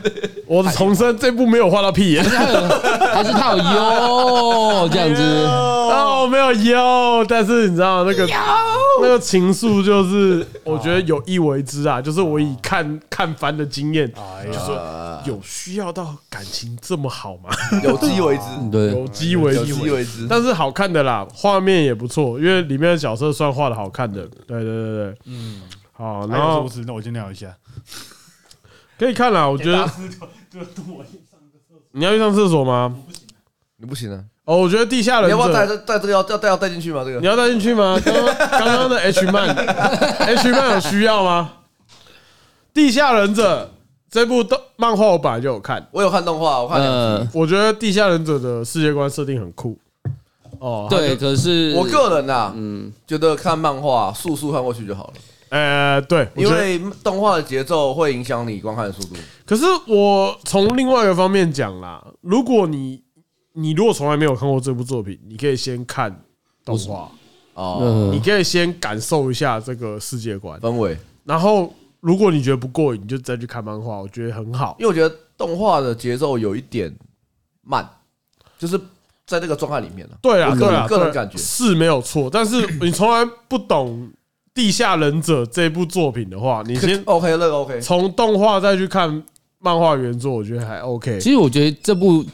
Speaker 3: 我重生这部没有画到屁眼，
Speaker 1: 还是他有还是他有哟这样子？
Speaker 3: 哦，没有有，但是你知道那个那个情愫，就是我觉得有意为之啊，就是我以看看番的经验，
Speaker 5: 啊
Speaker 7: 哎
Speaker 3: 就说有需要到感情这么好吗？
Speaker 4: 有机为之，
Speaker 1: 对，
Speaker 3: 有机为
Speaker 4: 嗯有
Speaker 3: 之
Speaker 4: 机为之。
Speaker 3: 但是好看的啦，画面也不错，因为里面的角色算画的好看的。对对对对，嗯，好，
Speaker 7: 还
Speaker 3: 然
Speaker 7: 有
Speaker 3: 后
Speaker 7: 如此，那我先聊一下。
Speaker 3: 可以看啦，我觉得你要去上厕所吗？
Speaker 4: 你不行啊！
Speaker 3: 哦，我觉得地下
Speaker 4: 你
Speaker 3: 忍
Speaker 4: 要不要带
Speaker 3: 者。
Speaker 4: 这带这个要要带要带进去吗？这
Speaker 3: 你
Speaker 4: 个
Speaker 3: 要带进去吗？刚刚刚刚的 H 漫，H 漫有需要吗？地下忍者这部动漫画我本来就有看，
Speaker 4: 我有看动画，我看两集
Speaker 1: 呃，
Speaker 3: 我觉得地下忍者的世界观设定很酷。哦，
Speaker 1: 对，可是
Speaker 4: 我个人呐，嗯，觉得看漫画速速看过去就好了，
Speaker 3: 呃，对，我
Speaker 4: 因
Speaker 3: 觉得
Speaker 4: 为动画的节奏会影响你观看的速度。
Speaker 3: 可是我从另外一个方面讲啦，如果你你如果从来没有看过这部作品，你可以先看动画，
Speaker 4: 哦，
Speaker 3: 你
Speaker 1: 嗯，
Speaker 3: 可以先感受一下这个世界观，
Speaker 4: 氛围，
Speaker 3: 然后如果你觉得不过瘾，你就再去看漫画，我觉得很好
Speaker 4: 因。为我觉得动画的节奏有一点慢，就是在这个状态里面了。啊
Speaker 3: 对啦，
Speaker 4: 我
Speaker 3: 对
Speaker 4: 个人
Speaker 3: 啦，
Speaker 4: 个人
Speaker 3: 对啦啊
Speaker 4: 感觉
Speaker 3: 是没有错，但是你从来不懂《地下忍者》这部作品的话，你先
Speaker 4: OK，那个 OK，
Speaker 3: 从动画再去看漫画原作，我觉得还 OK。
Speaker 1: 其实我觉得这部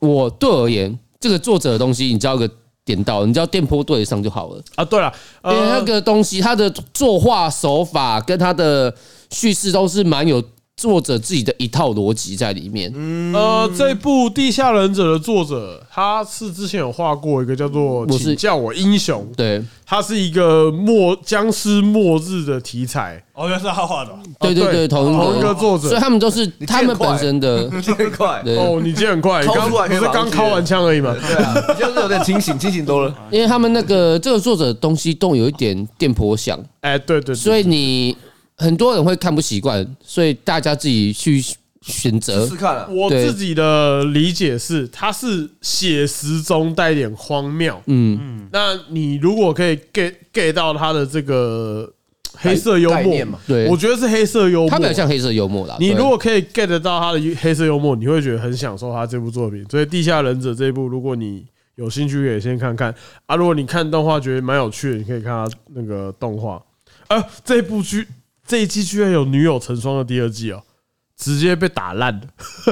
Speaker 1: 我对我而言，这个作者的东西，你只要有个点到，你只要电波对得上就好了。
Speaker 3: 啊，对了，
Speaker 1: 因为那
Speaker 3: 呃，
Speaker 1: 个东西，它的作画手法跟它的叙事都是蛮有作者自己的一套逻辑在里面。
Speaker 3: 呃，这部《地下忍者》的作者，他是之前有画过一个叫做
Speaker 4: 嗯
Speaker 3: 《
Speaker 1: 我是
Speaker 3: 请叫我英雄》，
Speaker 1: 对
Speaker 3: 它是一个末僵尸末日的题材。
Speaker 7: 哦，原来是他画的哦，
Speaker 1: 对对
Speaker 3: 对
Speaker 1: 对，同
Speaker 3: 同一个作者
Speaker 1: 所以他们都是
Speaker 4: 你见
Speaker 1: 他们
Speaker 4: 怪
Speaker 1: 本身的
Speaker 4: 很快。
Speaker 1: 对，
Speaker 3: 哦，你今天很 快，你
Speaker 4: 掏
Speaker 3: 刚
Speaker 4: 出来
Speaker 3: 不
Speaker 4: 可以
Speaker 3: 是
Speaker 4: 马上
Speaker 3: 刚
Speaker 4: 接
Speaker 3: 敲完枪而已吗？
Speaker 4: 对啊，你现在是有点清 醒，清醒多了。
Speaker 1: 因为他们那个这个作者的东西都有一点电波响，
Speaker 3: 哎，对对，对
Speaker 1: 所以你很多人会看不习惯，所以大家自己去选择
Speaker 4: 试。试看啊，
Speaker 3: 我
Speaker 1: 对
Speaker 3: 自己的理解是，它是写实中带一点荒谬。
Speaker 1: 嗯，
Speaker 3: 那你如果可以 get get 到它的这个黑色幽
Speaker 4: 概
Speaker 3: 默
Speaker 4: 念嘛，
Speaker 1: 对
Speaker 3: 我觉得是黑色幽默。
Speaker 1: 他比较像黑色幽默啦。
Speaker 3: 你
Speaker 1: 对
Speaker 3: 如果可以 get 到他的黑色幽默，你会觉得很享受他这部作品。所以《地下忍者》这一部，如果你有兴趣，可以先看看啊。如果你看动画觉得蛮有趣的，你可以看他那个动画。啊，这一部居这一季居然有女友成双的第二季哦，直接被打烂了。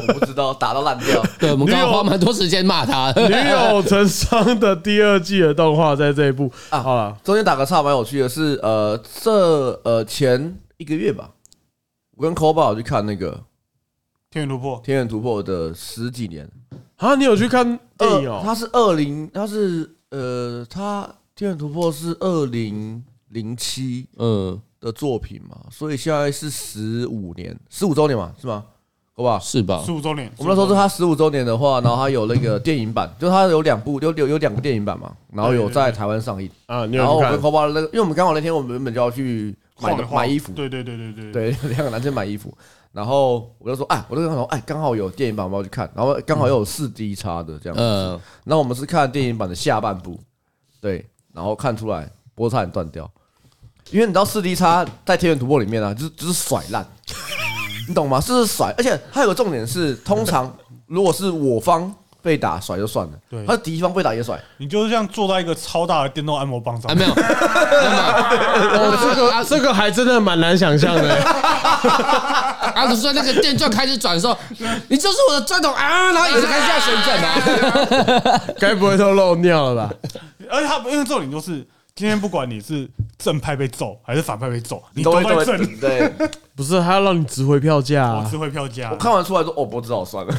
Speaker 4: 我不知道，打到烂 掉。
Speaker 1: 对我们刚
Speaker 3: 你
Speaker 1: 刚
Speaker 3: 有
Speaker 1: 花蛮多时间骂他，
Speaker 3: 女友成双的第二季的动画在这一部
Speaker 4: 啊
Speaker 3: 好了，
Speaker 4: 中间打个岔，蛮有趣的是，呃，这呃前一个月吧，我跟 Koba 有去看那个《
Speaker 7: 天元突破，
Speaker 4: 天元突破》的十几年
Speaker 3: 啊，你有去看电影
Speaker 4: 呃
Speaker 3: 哦？
Speaker 4: 它是二零，它是呃，它《天元突破》是二零零七
Speaker 1: 嗯，
Speaker 4: 的作品嘛，所以现在是十五年，十五周年嘛，是吗？Koba，
Speaker 1: 是吧
Speaker 7: 十？五周年，
Speaker 4: 我们那时候是他十五周年的话，然后他有那个电影版， 就是他有两部，有有有两个电影版嘛，然后有在台湾上映。
Speaker 3: 啊，你有
Speaker 4: 然后
Speaker 3: 去
Speaker 4: 我跟
Speaker 3: 看？
Speaker 4: Koba 那个，因为我们刚好那天我们原本就要去买
Speaker 7: 晃来晃
Speaker 4: 买衣服，
Speaker 7: 对对对对对，
Speaker 4: 对， 两个男生买衣服，然后我就说，哎，我就跟他说，哎，刚好有电影版，我们要去看，然后刚好又有四 D 差的这样，
Speaker 1: 嗯，
Speaker 4: 那我们是看电影版的下半部，对，然后看出来波差点断掉，因为你知道四 D 差在《天元突破》里面啊，就是就是甩烂，你懂吗？是甩，而且还有个重点是，通常如果是我方被打甩就算了，
Speaker 7: 对
Speaker 4: 他是敌方被打也甩，
Speaker 7: 你就是像坐在一个超大的电动按摩棒上
Speaker 1: 啊，没
Speaker 4: 哎
Speaker 7: 面，
Speaker 1: 有，
Speaker 3: 哦，这个这个还真的蛮难想象的。
Speaker 1: 阿祖说那个电钻开始转的时候，你就是我的钻头啊，然后也是开始要旋转啊。
Speaker 3: 该不会都漏尿了吧？
Speaker 7: 而且他因为这种就是今天不管你是正派被揍还是反派被揍，你
Speaker 4: 都
Speaker 7: 都
Speaker 4: 会
Speaker 7: 在
Speaker 4: 都
Speaker 7: 正，
Speaker 4: 对，
Speaker 3: 不是，他要让你值回票价、
Speaker 7: 我
Speaker 3: 啊
Speaker 7: 是。会票价
Speaker 4: 我。看完出来说，哦，脖子好酸了，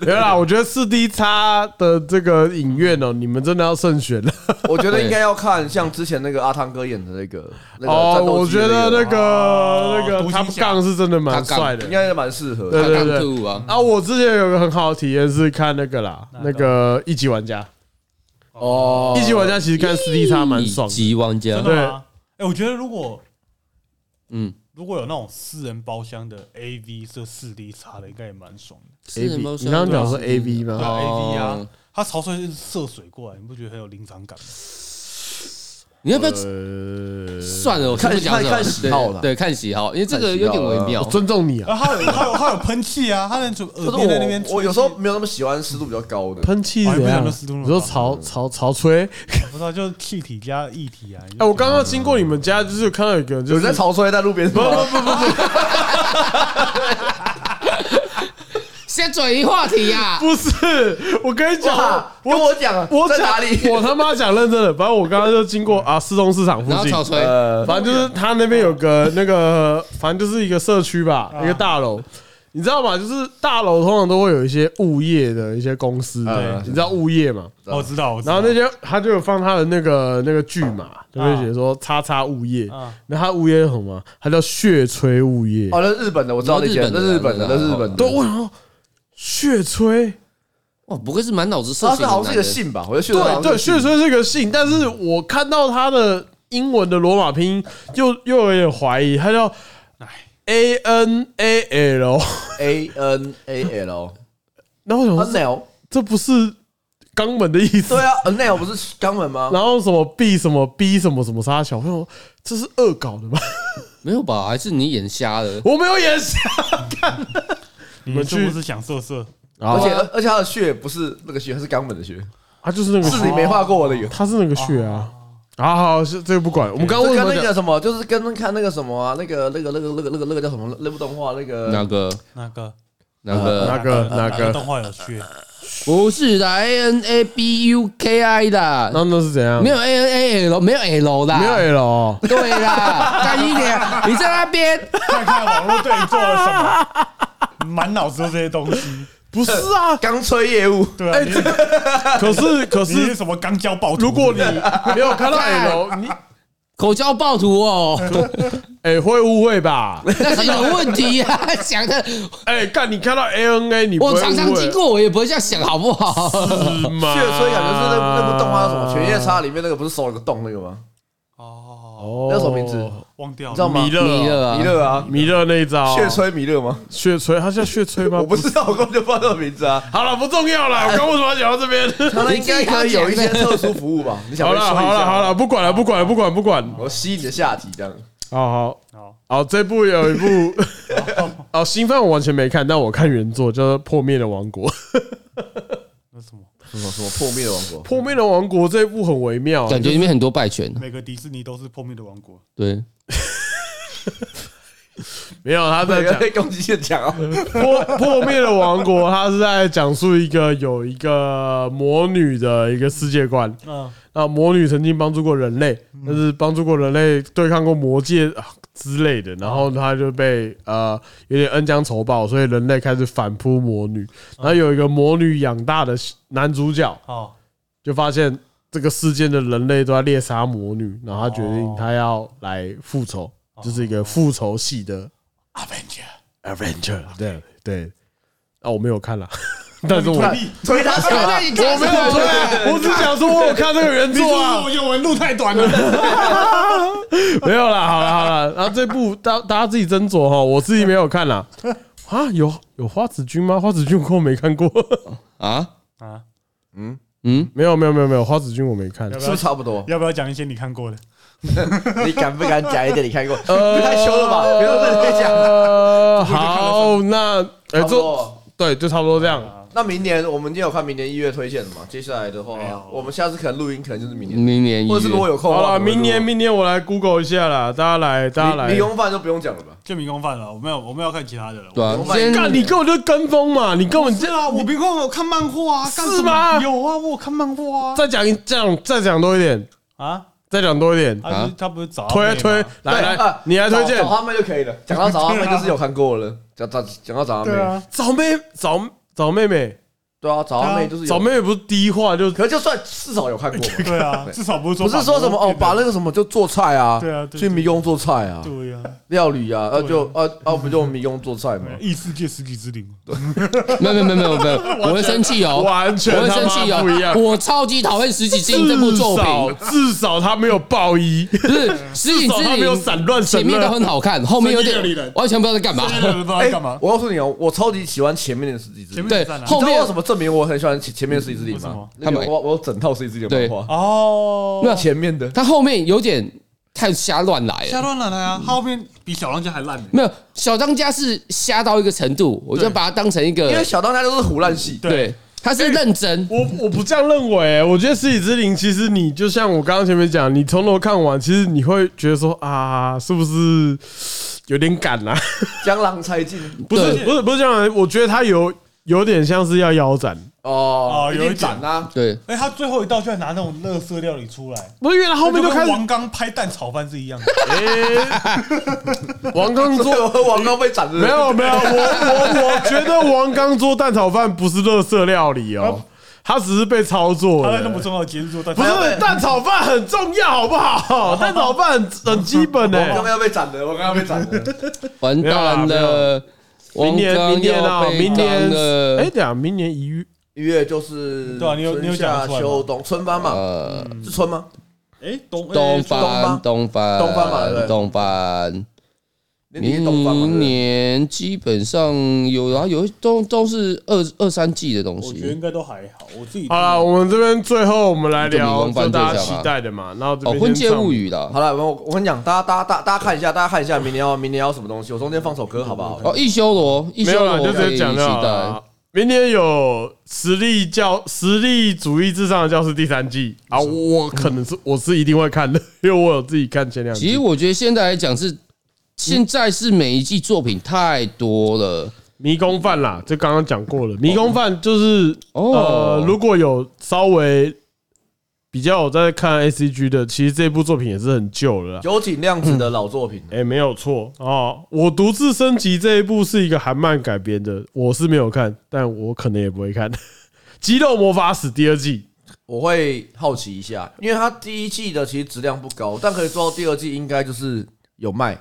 Speaker 3: 没有啦，我觉得四 D 叉的这个影院哦、你们真的要慎选了。
Speaker 4: 我觉得应该要看像之前那个阿汤哥演的那个，那个
Speaker 3: 哦，
Speaker 4: 战斗
Speaker 3: 我
Speaker 4: 机
Speaker 3: 觉
Speaker 4: 的
Speaker 3: 得那
Speaker 7: 哦
Speaker 3: 个那个
Speaker 7: 独
Speaker 3: 他
Speaker 7: 行侠
Speaker 3: 杠是真的蛮帅
Speaker 4: 应
Speaker 3: 的。
Speaker 4: 该蛮适合
Speaker 3: 对
Speaker 4: 的。
Speaker 3: 对对
Speaker 1: 杠兔啊，
Speaker 3: 啊，我之前有个很好的体验是看那个啦，
Speaker 7: 哪
Speaker 3: 那
Speaker 7: 个
Speaker 3: 个一级玩家，
Speaker 4: 哦
Speaker 3: 一级玩家其实看四 D 叉蛮爽
Speaker 1: 一
Speaker 3: 的。
Speaker 1: 级玩家
Speaker 7: 真，的吗？哎，我觉得如果
Speaker 1: 嗯，
Speaker 7: 如果有那种私人包厢的 AV 这四 D 差的，应该也蛮爽的。
Speaker 1: 是
Speaker 3: A B，
Speaker 1: 什么
Speaker 3: 你刚刚讲说 A B
Speaker 7: 对
Speaker 3: 吗？
Speaker 7: 啊，AV
Speaker 1: 哦
Speaker 7: 啊，他潮水射水过来，你不觉得很有临场感吗？
Speaker 1: 你要不要？算了，我
Speaker 4: 看
Speaker 1: 不讲
Speaker 4: 看
Speaker 1: 什么
Speaker 4: 看喜好啦
Speaker 1: 对，对看喜好，因为这个
Speaker 4: 看喜
Speaker 1: 有
Speaker 4: 好
Speaker 1: 点微
Speaker 4: 啦
Speaker 1: 妙
Speaker 3: 我。尊重你啊，
Speaker 5: 啊，他有他有他有喷气啊，他那种
Speaker 4: 可
Speaker 5: 耳边在那边
Speaker 4: 是
Speaker 5: 吹气，
Speaker 4: 我我有时候没有那么喜欢湿度比较高的，
Speaker 3: 喷气
Speaker 5: 哎
Speaker 3: 怎
Speaker 5: 不想
Speaker 3: 样？
Speaker 5: 就死定了
Speaker 3: 你说潮潮潮吹？
Speaker 5: 我不知道，就是气体加液体啊。
Speaker 3: 哎，我刚刚经过你们家，就是有看到有个人
Speaker 4: 有
Speaker 3: 就
Speaker 4: 人在
Speaker 3: 是
Speaker 4: 潮吹在路边是吗，
Speaker 1: 先转移话题啊呀、
Speaker 3: 不是？我跟你讲
Speaker 4: 哇，，
Speaker 3: 我
Speaker 4: 跟我讲啊，
Speaker 3: 我
Speaker 4: 在
Speaker 3: 讲
Speaker 4: 哪里？
Speaker 3: 我他妈讲认真的，反正我刚刚就经过啊，四中市场附
Speaker 1: 然后
Speaker 3: 近，
Speaker 1: 草吹，
Speaker 4: 呃，
Speaker 3: 反正就是他那边有个那个， 反正就是一个社区吧，
Speaker 1: 啊
Speaker 3: 一个大楼。你知道吗？就是大楼通常都会有一些物业的一些公司，
Speaker 4: 嗯
Speaker 3: 你知道物业嘛？
Speaker 5: 哦我知道，我知
Speaker 3: 然
Speaker 5: 道。
Speaker 3: 后那些他就有放他的那个那个剧嘛，就会写说“叉叉物业”，那他物业是什么吗？他叫血吹物业。
Speaker 4: 哦，那是日本的，我知道那
Speaker 1: 你说
Speaker 4: 间，那
Speaker 1: 日
Speaker 4: 日
Speaker 1: 本
Speaker 4: 本
Speaker 1: 的
Speaker 4: 的，
Speaker 1: 啊
Speaker 4: 那是日本的，
Speaker 3: 对，我想说血吹，
Speaker 1: 哇，不愧是满脑子色
Speaker 4: 他
Speaker 1: 情
Speaker 4: 是
Speaker 1: 的男人。
Speaker 4: 啊好像是一个姓啊吧，我就去了
Speaker 3: 对对，血吹是个姓，但是我看到他的英文的罗马拼音，又又有点怀疑，他叫 A N A L。
Speaker 4: A N A L
Speaker 3: 然 后我想说
Speaker 4: a，n l
Speaker 3: 这不是肛门的意思
Speaker 4: 啊对。啊 a n l 不是肛门吗？
Speaker 3: 然后什么 B 什么 B 什么什么杀小朋友，这是恶搞的吗？
Speaker 1: 没有吧？还是你眼瞎了？
Speaker 3: 我没有眼瞎。
Speaker 7: 你
Speaker 3: 们
Speaker 7: 们
Speaker 3: 去
Speaker 7: 是不是想色色？
Speaker 4: 而且
Speaker 3: 啊
Speaker 4: 而且他的血不是那个血，他是肛门的血，
Speaker 3: 他就是那个
Speaker 4: 是你
Speaker 3: 血，
Speaker 4: 没画过我的眼。
Speaker 3: 他是那个血啊。
Speaker 4: 哦
Speaker 3: 啊，好，是这个不管。我们刚刚
Speaker 4: 就
Speaker 3: 为什
Speaker 4: 跟
Speaker 3: 么
Speaker 4: 那
Speaker 3: 讲
Speaker 4: 个什么，就是跟看那个什么啊，那个那个那个那个那个那个叫什么那部动画那
Speaker 1: 哪
Speaker 4: 个
Speaker 1: 个？
Speaker 7: 那个
Speaker 1: 哪
Speaker 5: 呃
Speaker 1: 个？
Speaker 3: 哪呃个哪个？
Speaker 7: 动画有血？
Speaker 1: 不是的，A N A B U K I
Speaker 3: 然后
Speaker 1: 的，
Speaker 3: 那是怎样？
Speaker 1: 没有 A N A L，没有 L 的，
Speaker 3: 嗯没有 L 哦。
Speaker 1: 对啦， 干一点，你在那边，
Speaker 5: 看看网络对你做了什么，满脑子都这些东西。
Speaker 3: 不是啊，
Speaker 4: 钢吹业务，
Speaker 5: 对啊，你是
Speaker 3: 可是可
Speaker 5: 你是
Speaker 3: 是，
Speaker 5: 什么钢胶暴徒？
Speaker 3: 如 果你没有看到 L，你
Speaker 1: 口交暴徒哦，
Speaker 3: 哎会误 会吧？
Speaker 1: 那是你的问题 啊！想的，
Speaker 3: 哎，干你看到 ANA，你不会
Speaker 1: 我常常
Speaker 3: 误会
Speaker 1: 经过，我也不会这样想，好不好？
Speaker 3: 是吗？
Speaker 4: 血吹感觉是那那部动画叫什么《犬夜叉》里面那个不是手有个洞那个吗？
Speaker 7: 哦，
Speaker 3: 哦
Speaker 4: 那叫什么名字？
Speaker 5: 啊
Speaker 7: 忘掉
Speaker 4: 你
Speaker 7: 了。
Speaker 4: 知道吗
Speaker 3: 弥？勒
Speaker 1: 弥勒啊
Speaker 4: 弥，勒啊，
Speaker 3: 弥勒那一招，
Speaker 4: 血吹弥勒吗？
Speaker 3: 血锤，他叫血锤吗？
Speaker 4: 我不知道，我根本就不知道这个名 字啊。
Speaker 3: 好了，不重要了。我刚为什么要讲到这 边？
Speaker 4: 那应该可以有一些特殊服务吧？你想
Speaker 3: 好
Speaker 4: 不
Speaker 3: 了，
Speaker 4: 想说一
Speaker 3: 好了，
Speaker 4: 下？
Speaker 3: 好了，不管了，不管了，不管，不管。
Speaker 4: 我吸你的下体这样。
Speaker 3: 好好
Speaker 7: 好，
Speaker 3: 好，这部有一部， 哦，新番我完全没看，但我看原作叫做《破灭的王国》。《
Speaker 7: 那什么？
Speaker 4: 什么什么破灭的王国？
Speaker 3: 破灭的王国》这一部很微妙，
Speaker 1: 感觉里面很多败犬，
Speaker 7: 每个迪士尼都是破灭的王国。
Speaker 1: 对，
Speaker 3: 没有他在
Speaker 4: 对，
Speaker 3: 讲
Speaker 4: 被攻击性强啊！
Speaker 3: 破破灭的王国，他是在讲述一个有一个魔女的一个世界观。
Speaker 7: 嗯，
Speaker 3: 啊，魔女曾经帮助过人类，但是帮助过人类对抗过魔界啊之类的，然后她就被呃有点恩将仇报，所以人类开始反扑魔女。然后有一个魔女养大的男主角，
Speaker 7: 好，
Speaker 3: 就发现这个世间的人类都在猎杀魔女，然后他决定他要来复仇，
Speaker 5: 哦
Speaker 3: 就是一个复仇系的 Avenger。Avenger，对对，啊，我没有 看了，但是我
Speaker 4: 推推他干嘛？
Speaker 3: 我没有推啊，我只想说我有看这个原作啊。
Speaker 5: 有文路太短了，
Speaker 3: 没有啦，好了好了，然后这部大大家自己斟酌哈，我自己没有看啦。啊，有有花子君吗？花子君我没看过，
Speaker 1: 啊，
Speaker 7: 啊，
Speaker 1: 嗯，
Speaker 3: 没有没有没有没有，花子君我没看。
Speaker 4: 是不是差不 多？
Speaker 5: 要不要讲一些你看过的？
Speaker 4: 你敢不敢讲一点？你看过？不太羞了吧？不要乱讲啊。
Speaker 3: 呃，好，那哎，
Speaker 4: 差
Speaker 3: 这
Speaker 4: 不多
Speaker 3: 对，就差不多这样。
Speaker 4: 那明年我们也有看明年一月推荐的嘛？接下来的话，我们下次可能录音可能就是明年，
Speaker 1: 明年一
Speaker 4: 或者是如果
Speaker 1: 月，
Speaker 4: 有空
Speaker 3: 嗯
Speaker 4: 的
Speaker 3: 好
Speaker 4: 话，
Speaker 3: 了，
Speaker 4: 我们会录
Speaker 3: 明年明年我来 Google 一下啦，大家来大家
Speaker 4: 迷迷
Speaker 3: 来。
Speaker 4: 宫饭就不用讲了吧？
Speaker 7: 就迷宫饭了。我没有，我没有看其他的了。
Speaker 1: 对啊
Speaker 4: 我，买
Speaker 1: 先
Speaker 3: 干，你根本就跟风嘛，你根本
Speaker 7: 是
Speaker 3: 就
Speaker 7: 啊，我迷宫有看漫画啊，干什么
Speaker 3: 是吗
Speaker 7: 有啊，我有看漫画啊。
Speaker 3: 再讲一讲，再讲多一点，
Speaker 7: 啊，
Speaker 3: 再讲多一点，
Speaker 7: 他不是他不是找
Speaker 3: 推推来
Speaker 4: 对啊
Speaker 3: 来，你来推荐
Speaker 4: 找。找他们就可以了。讲到找他们就是有看过了， 讲找讲到找他
Speaker 7: 对
Speaker 4: 们，
Speaker 7: 啊，
Speaker 3: 找妹找找妹妹，
Speaker 4: 对啊，找他们就是有
Speaker 3: 找妹，妹不是第一话就
Speaker 4: 可就算至少有看过 嘛，
Speaker 7: 对啊，至少不是说
Speaker 4: 不是说什么哦，把
Speaker 7: 那
Speaker 4: 那个什么就做菜啊，
Speaker 7: 对啊对
Speaker 4: 去迷宫做菜啊，
Speaker 7: 对呀，
Speaker 4: 料理啊，呃
Speaker 7: 对啊
Speaker 4: 就呃呃不就迷宫做菜 嘛，
Speaker 7: 异世界十几之灵，
Speaker 1: 没有没有没有没有没有，我会生气哦，
Speaker 3: 完全
Speaker 1: 我会
Speaker 3: 他
Speaker 1: 生气
Speaker 3: 妈不一样
Speaker 1: 哦，。我超级讨厌十几之灵这部
Speaker 3: 至
Speaker 1: 作
Speaker 3: 少
Speaker 1: 品，
Speaker 3: 至少他没有暴衣，
Speaker 1: 不是十几
Speaker 3: 至
Speaker 1: 之
Speaker 3: 少他没有
Speaker 1: 灵
Speaker 3: 散乱
Speaker 1: 前
Speaker 3: 神
Speaker 1: 面都
Speaker 3: 乐。
Speaker 1: 很好看，后面有点
Speaker 7: 神乐里的
Speaker 1: 完全不知道在干嘛。
Speaker 3: 哎
Speaker 4: 哎
Speaker 7: 不知道在干嘛。
Speaker 4: 啊我告诉你哦，我超级喜欢前面的十几只
Speaker 7: 前，面
Speaker 1: 对
Speaker 7: 很赞，啊
Speaker 1: 后
Speaker 4: 你知道
Speaker 1: 面
Speaker 4: 为什么证明我很喜欢前前面是一
Speaker 5: 嗯
Speaker 4: 只灵
Speaker 7: 为什
Speaker 4: 嘛
Speaker 7: 么？
Speaker 4: 那个
Speaker 1: 他买
Speaker 4: 我我有整套是一只灵
Speaker 1: 对
Speaker 4: 的漫画，
Speaker 7: 哦，
Speaker 1: 那
Speaker 4: 前面的
Speaker 1: 他后面有点太瞎乱来
Speaker 7: 瞎
Speaker 1: 了。
Speaker 7: 乱来的呀，他后面比小当家还烂呢。
Speaker 1: 没有小当家是瞎到一个程度，我就把它当成一
Speaker 4: 因为
Speaker 1: 个
Speaker 4: 小当家就是胡乱戏，
Speaker 1: 对，他是认真，
Speaker 3: 我我不这样认为、我觉得《失己之灵》其实你就像我刚刚前面讲，你从头看完，其实你会觉得说啊，是不是有点赶啊？
Speaker 4: 江郎才尽
Speaker 3: 不是
Speaker 1: 对
Speaker 3: 不是不是这样，我觉得他有有点像是要腰斩，
Speaker 4: 哦
Speaker 5: 哦，
Speaker 4: 一
Speaker 5: 有一
Speaker 4: 定斩啊！
Speaker 1: 对
Speaker 5: 哎，他最后一道居然拿那种垃圾料理出来，
Speaker 3: 不是因为他后面就
Speaker 5: 那
Speaker 3: 开
Speaker 5: 跟
Speaker 3: 始
Speaker 5: 王刚拍蛋炒饭是一样的。
Speaker 3: 王刚
Speaker 4: 所以
Speaker 3: 做。
Speaker 4: 我王刚被斩的
Speaker 3: 欸没有没有，我我我觉得王刚做蛋炒饭不是垃圾料理哦，他只是被操作
Speaker 5: 他
Speaker 3: 了
Speaker 5: 在那。么哎重要的节日做蛋，
Speaker 3: 不是蛋炒饭很重要，好不好？蛋炒饭很很基本欸呢、
Speaker 4: 我刚刚要被斩的，我刚刚被斩 的。
Speaker 1: 完蛋
Speaker 3: 没有啦
Speaker 1: 了。
Speaker 3: 明年
Speaker 1: 王刚
Speaker 3: 明
Speaker 1: 要
Speaker 3: 年啊，
Speaker 1: 被
Speaker 3: 明
Speaker 1: 当
Speaker 3: 年
Speaker 1: 了
Speaker 3: 哎，等一下明年一月
Speaker 4: 一月就是
Speaker 5: 对啊你有
Speaker 4: 春
Speaker 5: 你有讲
Speaker 4: 夏
Speaker 5: 得出来吗
Speaker 4: 秋冬春番嘛，嗯
Speaker 1: 呃，
Speaker 4: 是春吗？
Speaker 7: 哎，东
Speaker 1: 东
Speaker 4: 吧
Speaker 1: 翻东翻
Speaker 4: 东翻嘛对不对
Speaker 1: 东翻，
Speaker 4: 你是冬番嘛？对
Speaker 1: 明
Speaker 4: 不对
Speaker 1: 年基本上有啊，有都都是二二三季的东
Speaker 5: 我觉得
Speaker 1: 西
Speaker 5: 应。该都还好，我自己
Speaker 3: 好了，我们这边最后我们来聊
Speaker 1: 就迷宫
Speaker 3: 就
Speaker 1: 饭
Speaker 3: 大家
Speaker 1: 店上
Speaker 3: 期
Speaker 1: 啊
Speaker 3: 待的嘛，然后这
Speaker 1: 哦，《
Speaker 3: 边
Speaker 1: 婚
Speaker 3: 先
Speaker 1: 介
Speaker 3: 上
Speaker 1: 物语》啦，
Speaker 4: 好了，我我跟你讲，大家大家大家大家看一下，大家看一下明年要明年要什么东西，我中间放首歌好不好？
Speaker 1: 哦，《一修罗》，一
Speaker 3: 哎没
Speaker 1: 修
Speaker 3: 有了，就
Speaker 1: 罗可
Speaker 3: 直
Speaker 1: 以
Speaker 3: 接
Speaker 1: 期
Speaker 3: 讲到
Speaker 1: 待
Speaker 3: 了。。明年有实力教实力主义至上的教师第三季啊，我可能是 我是一定会看的， 因为我有自己看前两
Speaker 1: 其实
Speaker 3: 季。
Speaker 1: 我觉得现在来讲是，现在是每一季作品太多了。
Speaker 3: 迷宫饭啦，这刚刚讲过了，迷宫饭就是呃
Speaker 1: 哦，，
Speaker 3: 如果有稍微比较有在看 A C G 的，其实这部作品也是很旧了啦。
Speaker 4: 酒井亮子的老作品，啊
Speaker 3: 哎、没有错哦。我独自升级这一部是一个韩漫改编的，我是没有看，但我可能也不会看《 肌肉魔法使》第二季。
Speaker 4: 我会好奇一下，因为它第一季的其实质量不高，但可以做到第二季应该就是有卖。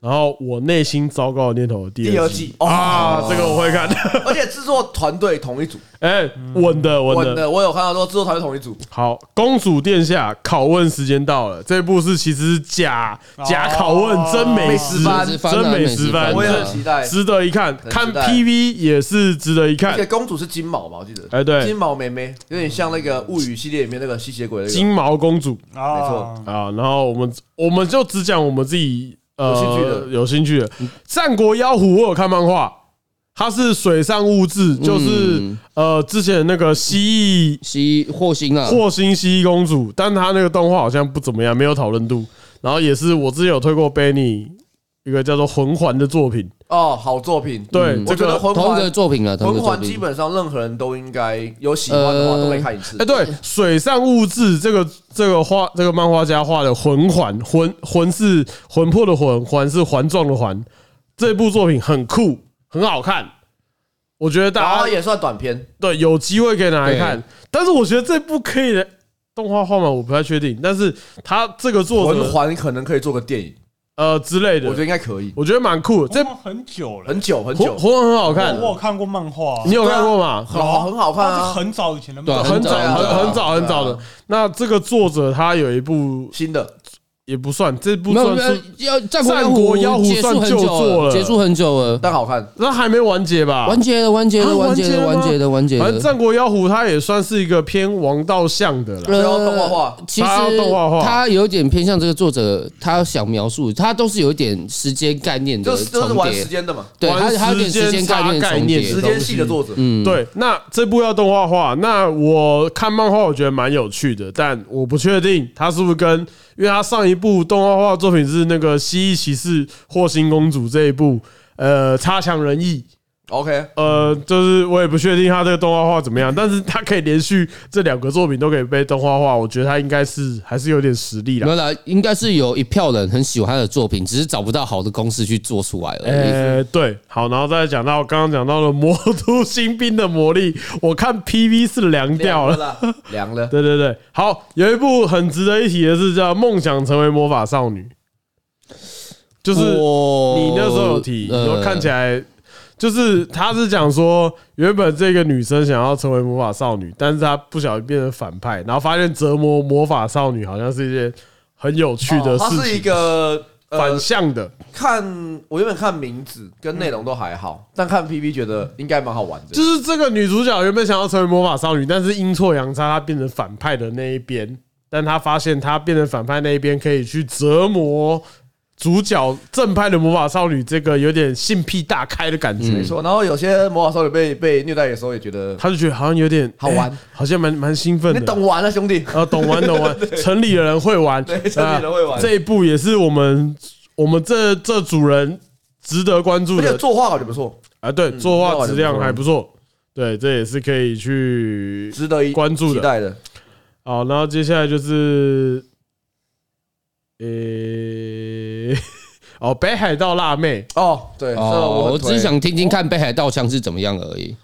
Speaker 3: 然后我内心糟糕的念头的第
Speaker 4: 第
Speaker 3: 二
Speaker 4: 二
Speaker 3: 季
Speaker 4: 季哦，
Speaker 3: 啊，这个我会看。
Speaker 4: 而且制作团队同一组，
Speaker 3: 哎，稳的稳
Speaker 4: 稳
Speaker 3: 的。
Speaker 4: 的，我有看到说制作团队同一组，
Speaker 3: 好，公主殿下，拷问时间到了。这部是其实是假假拷问，真美
Speaker 4: 美
Speaker 3: 食
Speaker 4: 食番
Speaker 1: 美食番啊
Speaker 3: 真美
Speaker 1: 美
Speaker 3: 食
Speaker 1: 食
Speaker 3: 番
Speaker 1: 番，
Speaker 4: 我也很期待。
Speaker 3: 值得一看。
Speaker 4: 很期
Speaker 3: 看
Speaker 4: 待
Speaker 3: PV 也是值得一
Speaker 4: 而
Speaker 3: 看
Speaker 4: 且。公主是金毛吧，我记得，
Speaker 3: 哎，对
Speaker 4: 金，毛妹妹有点像那个物语系列里面那个吸血鬼那个。
Speaker 3: 金毛公主。
Speaker 5: 啊
Speaker 4: 没错
Speaker 3: 啊，然后我们我们就只讲我们自己呃
Speaker 4: 有兴趣的
Speaker 3: 有兴趣的。战国妖狐我有看漫画，它是水上物质，就是、
Speaker 1: 嗯
Speaker 3: 呃之前那个蜥蜴
Speaker 1: 西霍星啊，
Speaker 3: 霍星蜥蜴公主，但它那个动画好像不怎么样，没有讨论度。然后也是我之前有推过 Benny 一个叫做《魂环》的作品，
Speaker 4: 哦，好作品。
Speaker 3: 对、
Speaker 1: 嗯
Speaker 3: 这
Speaker 4: 我觉得
Speaker 3: 个。
Speaker 4: 魂
Speaker 1: 同一个
Speaker 4: 环，
Speaker 1: 作品啊，同一
Speaker 4: 魂
Speaker 1: 个作
Speaker 4: 环基
Speaker 1: 品。
Speaker 4: 本上任何人都应该有喜欢的话
Speaker 1: 呃
Speaker 4: 都可以看一次
Speaker 3: 哎，。对，水上物质这个这个画这个漫画家画的魂环魂魂是魂魄的魂，环是环状的环。这部作品很酷，很好看，我觉得
Speaker 4: 然
Speaker 3: 大
Speaker 4: 后
Speaker 3: 家
Speaker 4: 也算短片，
Speaker 3: 对有机会可以拿来看。但是我觉得这部可以的动画画嘛，我不太确定。但是他这个作
Speaker 4: 魂
Speaker 3: 者
Speaker 4: 环可能可以做个电影，
Speaker 3: 呃之类
Speaker 4: 我觉得
Speaker 3: 的，
Speaker 4: 应该可以。
Speaker 3: 我觉得蛮酷的。
Speaker 5: 这
Speaker 3: 这
Speaker 5: 很久了，
Speaker 4: 很久很
Speaker 3: 魂
Speaker 4: 久，
Speaker 3: 魂环很好看
Speaker 5: 我，我有看过漫画啊，哦
Speaker 3: 你有看过吗？
Speaker 4: 好很好看
Speaker 5: 它是
Speaker 4: 啊，
Speaker 5: 很早以前的
Speaker 1: 对
Speaker 5: 漫
Speaker 1: 啊
Speaker 5: 画，
Speaker 3: 很
Speaker 1: 很
Speaker 3: 早
Speaker 1: 早
Speaker 3: 很很早很早的
Speaker 4: 对。
Speaker 3: 那这个作者他有一部
Speaker 4: 新的
Speaker 3: 也不算，这部
Speaker 1: 没有
Speaker 3: 算
Speaker 1: 没有
Speaker 3: 是，
Speaker 1: 要战
Speaker 3: 战
Speaker 1: 国
Speaker 3: 国妖狐
Speaker 1: 结束很
Speaker 3: 算旧
Speaker 1: 久
Speaker 3: 作了
Speaker 1: 了，结束很久了，
Speaker 4: 但好看，
Speaker 3: 那还没完结吧？
Speaker 1: 完结了，完结
Speaker 3: 啊
Speaker 1: 了，完结了，
Speaker 3: 完
Speaker 1: 完
Speaker 3: 结
Speaker 1: 结了，完结
Speaker 3: 反正
Speaker 1: 了。
Speaker 3: 《战国妖狐》它也算是一个偏王道向的啦。
Speaker 4: 然后动画化，
Speaker 1: 呃其实
Speaker 3: 他要动画化
Speaker 1: 他有点偏向这个作者，他想描述，他都是有一点时间概念的
Speaker 4: 就是就是
Speaker 1: 重
Speaker 4: 玩时
Speaker 1: 叠，
Speaker 4: 间的嘛，
Speaker 1: 对，
Speaker 3: 玩
Speaker 1: 他他有点时间概念的重
Speaker 3: 时
Speaker 1: 叠
Speaker 4: 时，间系的作者，
Speaker 1: 嗯，
Speaker 3: 对，那这部要动画化，那我看漫画我觉得蛮有趣的，但我不确定它是不是跟，因为它上一部动画化作品是那个《蜥蜴骑士霍星公主》这一部，呃，差强人意。
Speaker 4: OK，
Speaker 3: 呃，就是我也不确定它这个动画化怎么样，但是它可以连续这两个作品都可以被动画化，我觉得它应该是还是有点实力啦
Speaker 1: 没。有啦，应该是有一票人很喜欢他的作品，只是找不到好的公司去做出来而已。
Speaker 3: 呃，对，好，然后再讲到刚刚讲到了《魔都新兵的魔力》，我看 PV 是凉掉了。
Speaker 4: 啦，凉了，
Speaker 3: 对对对，好，有一部很值得一提的是叫《梦想成为魔法少女》，就是
Speaker 1: 我
Speaker 3: 你那时候有提，
Speaker 1: 呃
Speaker 3: 然后看起来就是他是讲说，原本这个女生想要成为魔法少女，但是她不小心变成反派，然后发现折磨魔法少女好像是一件很有趣的
Speaker 4: 它
Speaker 3: 事
Speaker 4: 哦是一
Speaker 3: 情。
Speaker 4: 个呃
Speaker 3: 反向的，
Speaker 4: 看我原本看名字跟内容都还好，但看 PV 觉得应该蛮好玩的
Speaker 3: 嗯就。是这个女主角原本想要成为魔法少女，但是阴错阳差，她变成反派的那一边，但她发现她变成反派那一边可以去折磨主角正派的魔法少女，这个有点性癖大开的感觉
Speaker 4: 没。错，然后有些魔法少女被被虐待的时候也觉得
Speaker 3: 嗯她就觉得好像有点
Speaker 4: 好玩
Speaker 3: 哎好像蛮蛮兴奋嗯
Speaker 4: 你
Speaker 3: 的。
Speaker 4: 懂玩了、兄弟。
Speaker 3: 啊，懂玩懂玩，城里的人会玩，
Speaker 4: 对城里人会玩
Speaker 3: 啊这一步也是我们我们这这组人值得关注
Speaker 4: 而且
Speaker 3: 的
Speaker 4: 作画嗯我觉得不错，
Speaker 3: 啊。对，作
Speaker 4: 那
Speaker 3: 画
Speaker 4: 我
Speaker 3: 质
Speaker 4: 就不
Speaker 3: 量
Speaker 4: 错
Speaker 3: 还不错，对，这也是可以去
Speaker 4: 值得一
Speaker 3: 关注
Speaker 4: 期
Speaker 3: 的。
Speaker 4: 待的。
Speaker 3: 好，然后接下来就是，呃，哦，北海道辣妹，
Speaker 4: 哦，对，
Speaker 1: 哦，我
Speaker 4: 我
Speaker 1: 只是想听听看北海道腔是怎么样而已。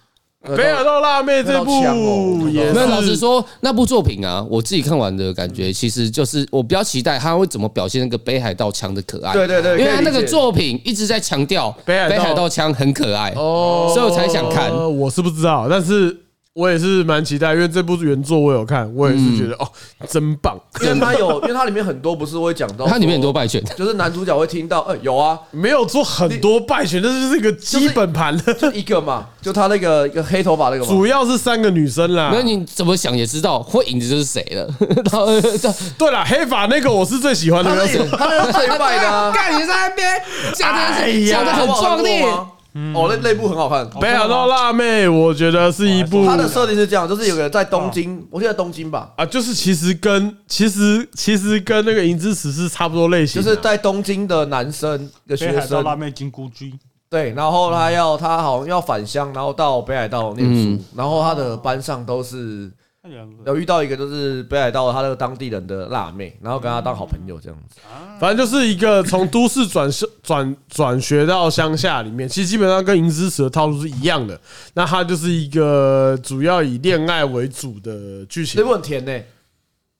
Speaker 4: 呃
Speaker 3: 北海道辣妹这
Speaker 4: 那道枪
Speaker 3: 部
Speaker 4: 哦
Speaker 3: 也
Speaker 4: 那
Speaker 1: 没
Speaker 4: 道
Speaker 1: 有，老
Speaker 3: 是
Speaker 1: 实说，那部作品啊，我自己看完的感觉，其实就是我比较期待他会怎么表现那个北海道腔的可爱。
Speaker 4: 对对对，
Speaker 1: 因为他
Speaker 4: 可以
Speaker 1: 那
Speaker 4: 理
Speaker 1: 个
Speaker 4: 解
Speaker 1: 作品一直在强调
Speaker 3: 北海道
Speaker 1: 北海道腔很可爱，
Speaker 3: 哦
Speaker 1: 所以我才想看
Speaker 3: 呃我是不知道，但是我也是蛮期待，因为这部原作我有看，我也
Speaker 1: 嗯
Speaker 3: 是觉得、哦，真棒。
Speaker 4: 因为它有，因为它里面很多不是会讲到，
Speaker 1: 它里面很多败犬。
Speaker 4: 就是男主角会听到，呃，有啊，
Speaker 3: 没有做很多败犬，但是这个基本盘的，
Speaker 4: 就一个嘛，就他那个一个黑头发那个嘛，
Speaker 3: 主要是三个女生啦。
Speaker 1: 那你怎么想也知道，会赢的就是谁了。 然后这
Speaker 3: 对了，黑发那个我是最喜欢的，
Speaker 4: 他
Speaker 3: 没有
Speaker 4: 那
Speaker 3: 错
Speaker 4: 个他那个最坏 的啊，
Speaker 1: 哎干你在那边讲
Speaker 3: 哎
Speaker 1: 的
Speaker 3: 呀
Speaker 1: 讲的很壮烈，
Speaker 4: 哦，那那部很好看。
Speaker 3: 北海道辣妹，我觉得是一部
Speaker 4: 它的设定是这样，就是有个在东京，我记得东京吧，
Speaker 3: 啊，就是其实跟其实其实跟那个《银之匙》是差不多类型啊
Speaker 4: 就
Speaker 3: 的，
Speaker 4: 是在东京的男生一
Speaker 7: 北
Speaker 4: 个学
Speaker 7: 海道辣
Speaker 4: 生，
Speaker 7: 妹金菇居，
Speaker 4: 对，然后他要他好像要返乡，然后到北海道念
Speaker 1: 嗯
Speaker 4: 书，然后他的班上都是
Speaker 7: 那两个
Speaker 4: 有遇到一个就是北海道他那个当地人的辣妹，然后跟他当好朋友这样子，
Speaker 3: 反正就是一个从都市转学转转学到乡下里面，其实基本上跟银之匙的套路是一样的。那它就是一个主要以恋爱为主的剧情啊
Speaker 4: 这。部很甜呢、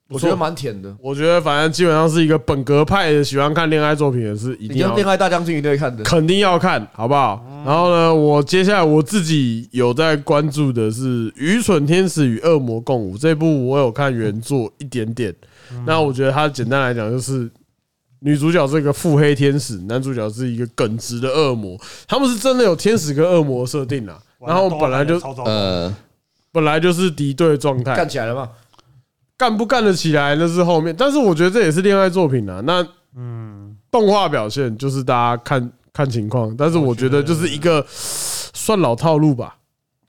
Speaker 4: 我觉得蛮甜的。
Speaker 3: 我觉得反正基本上是一个本格派的喜欢看恋爱作品的是一
Speaker 4: 你
Speaker 3: 定
Speaker 4: 跟
Speaker 3: 要
Speaker 4: 《恋爱大将军》一定会看的，
Speaker 3: 肯定要看，好不好？然后呢，我接下来我自己有在关注的是《愚蠢天使与恶魔共舞》这部，我有看原作一点点。那我觉得它简单来讲就是。女主角是一个腹黑天使，男主角是一个耿直的恶魔。他们是真的有天使跟恶魔的设定啊，然后本来就
Speaker 7: 超糟糕
Speaker 1: 呃，
Speaker 3: 本来就是敌对状态，
Speaker 4: 干起来了嘛？
Speaker 3: 干不干得起来那是后面，但是我觉得这也是恋爱作品啊。那嗯，动画表现就是大家看看情况，但是我觉得就是一个算老套路吧。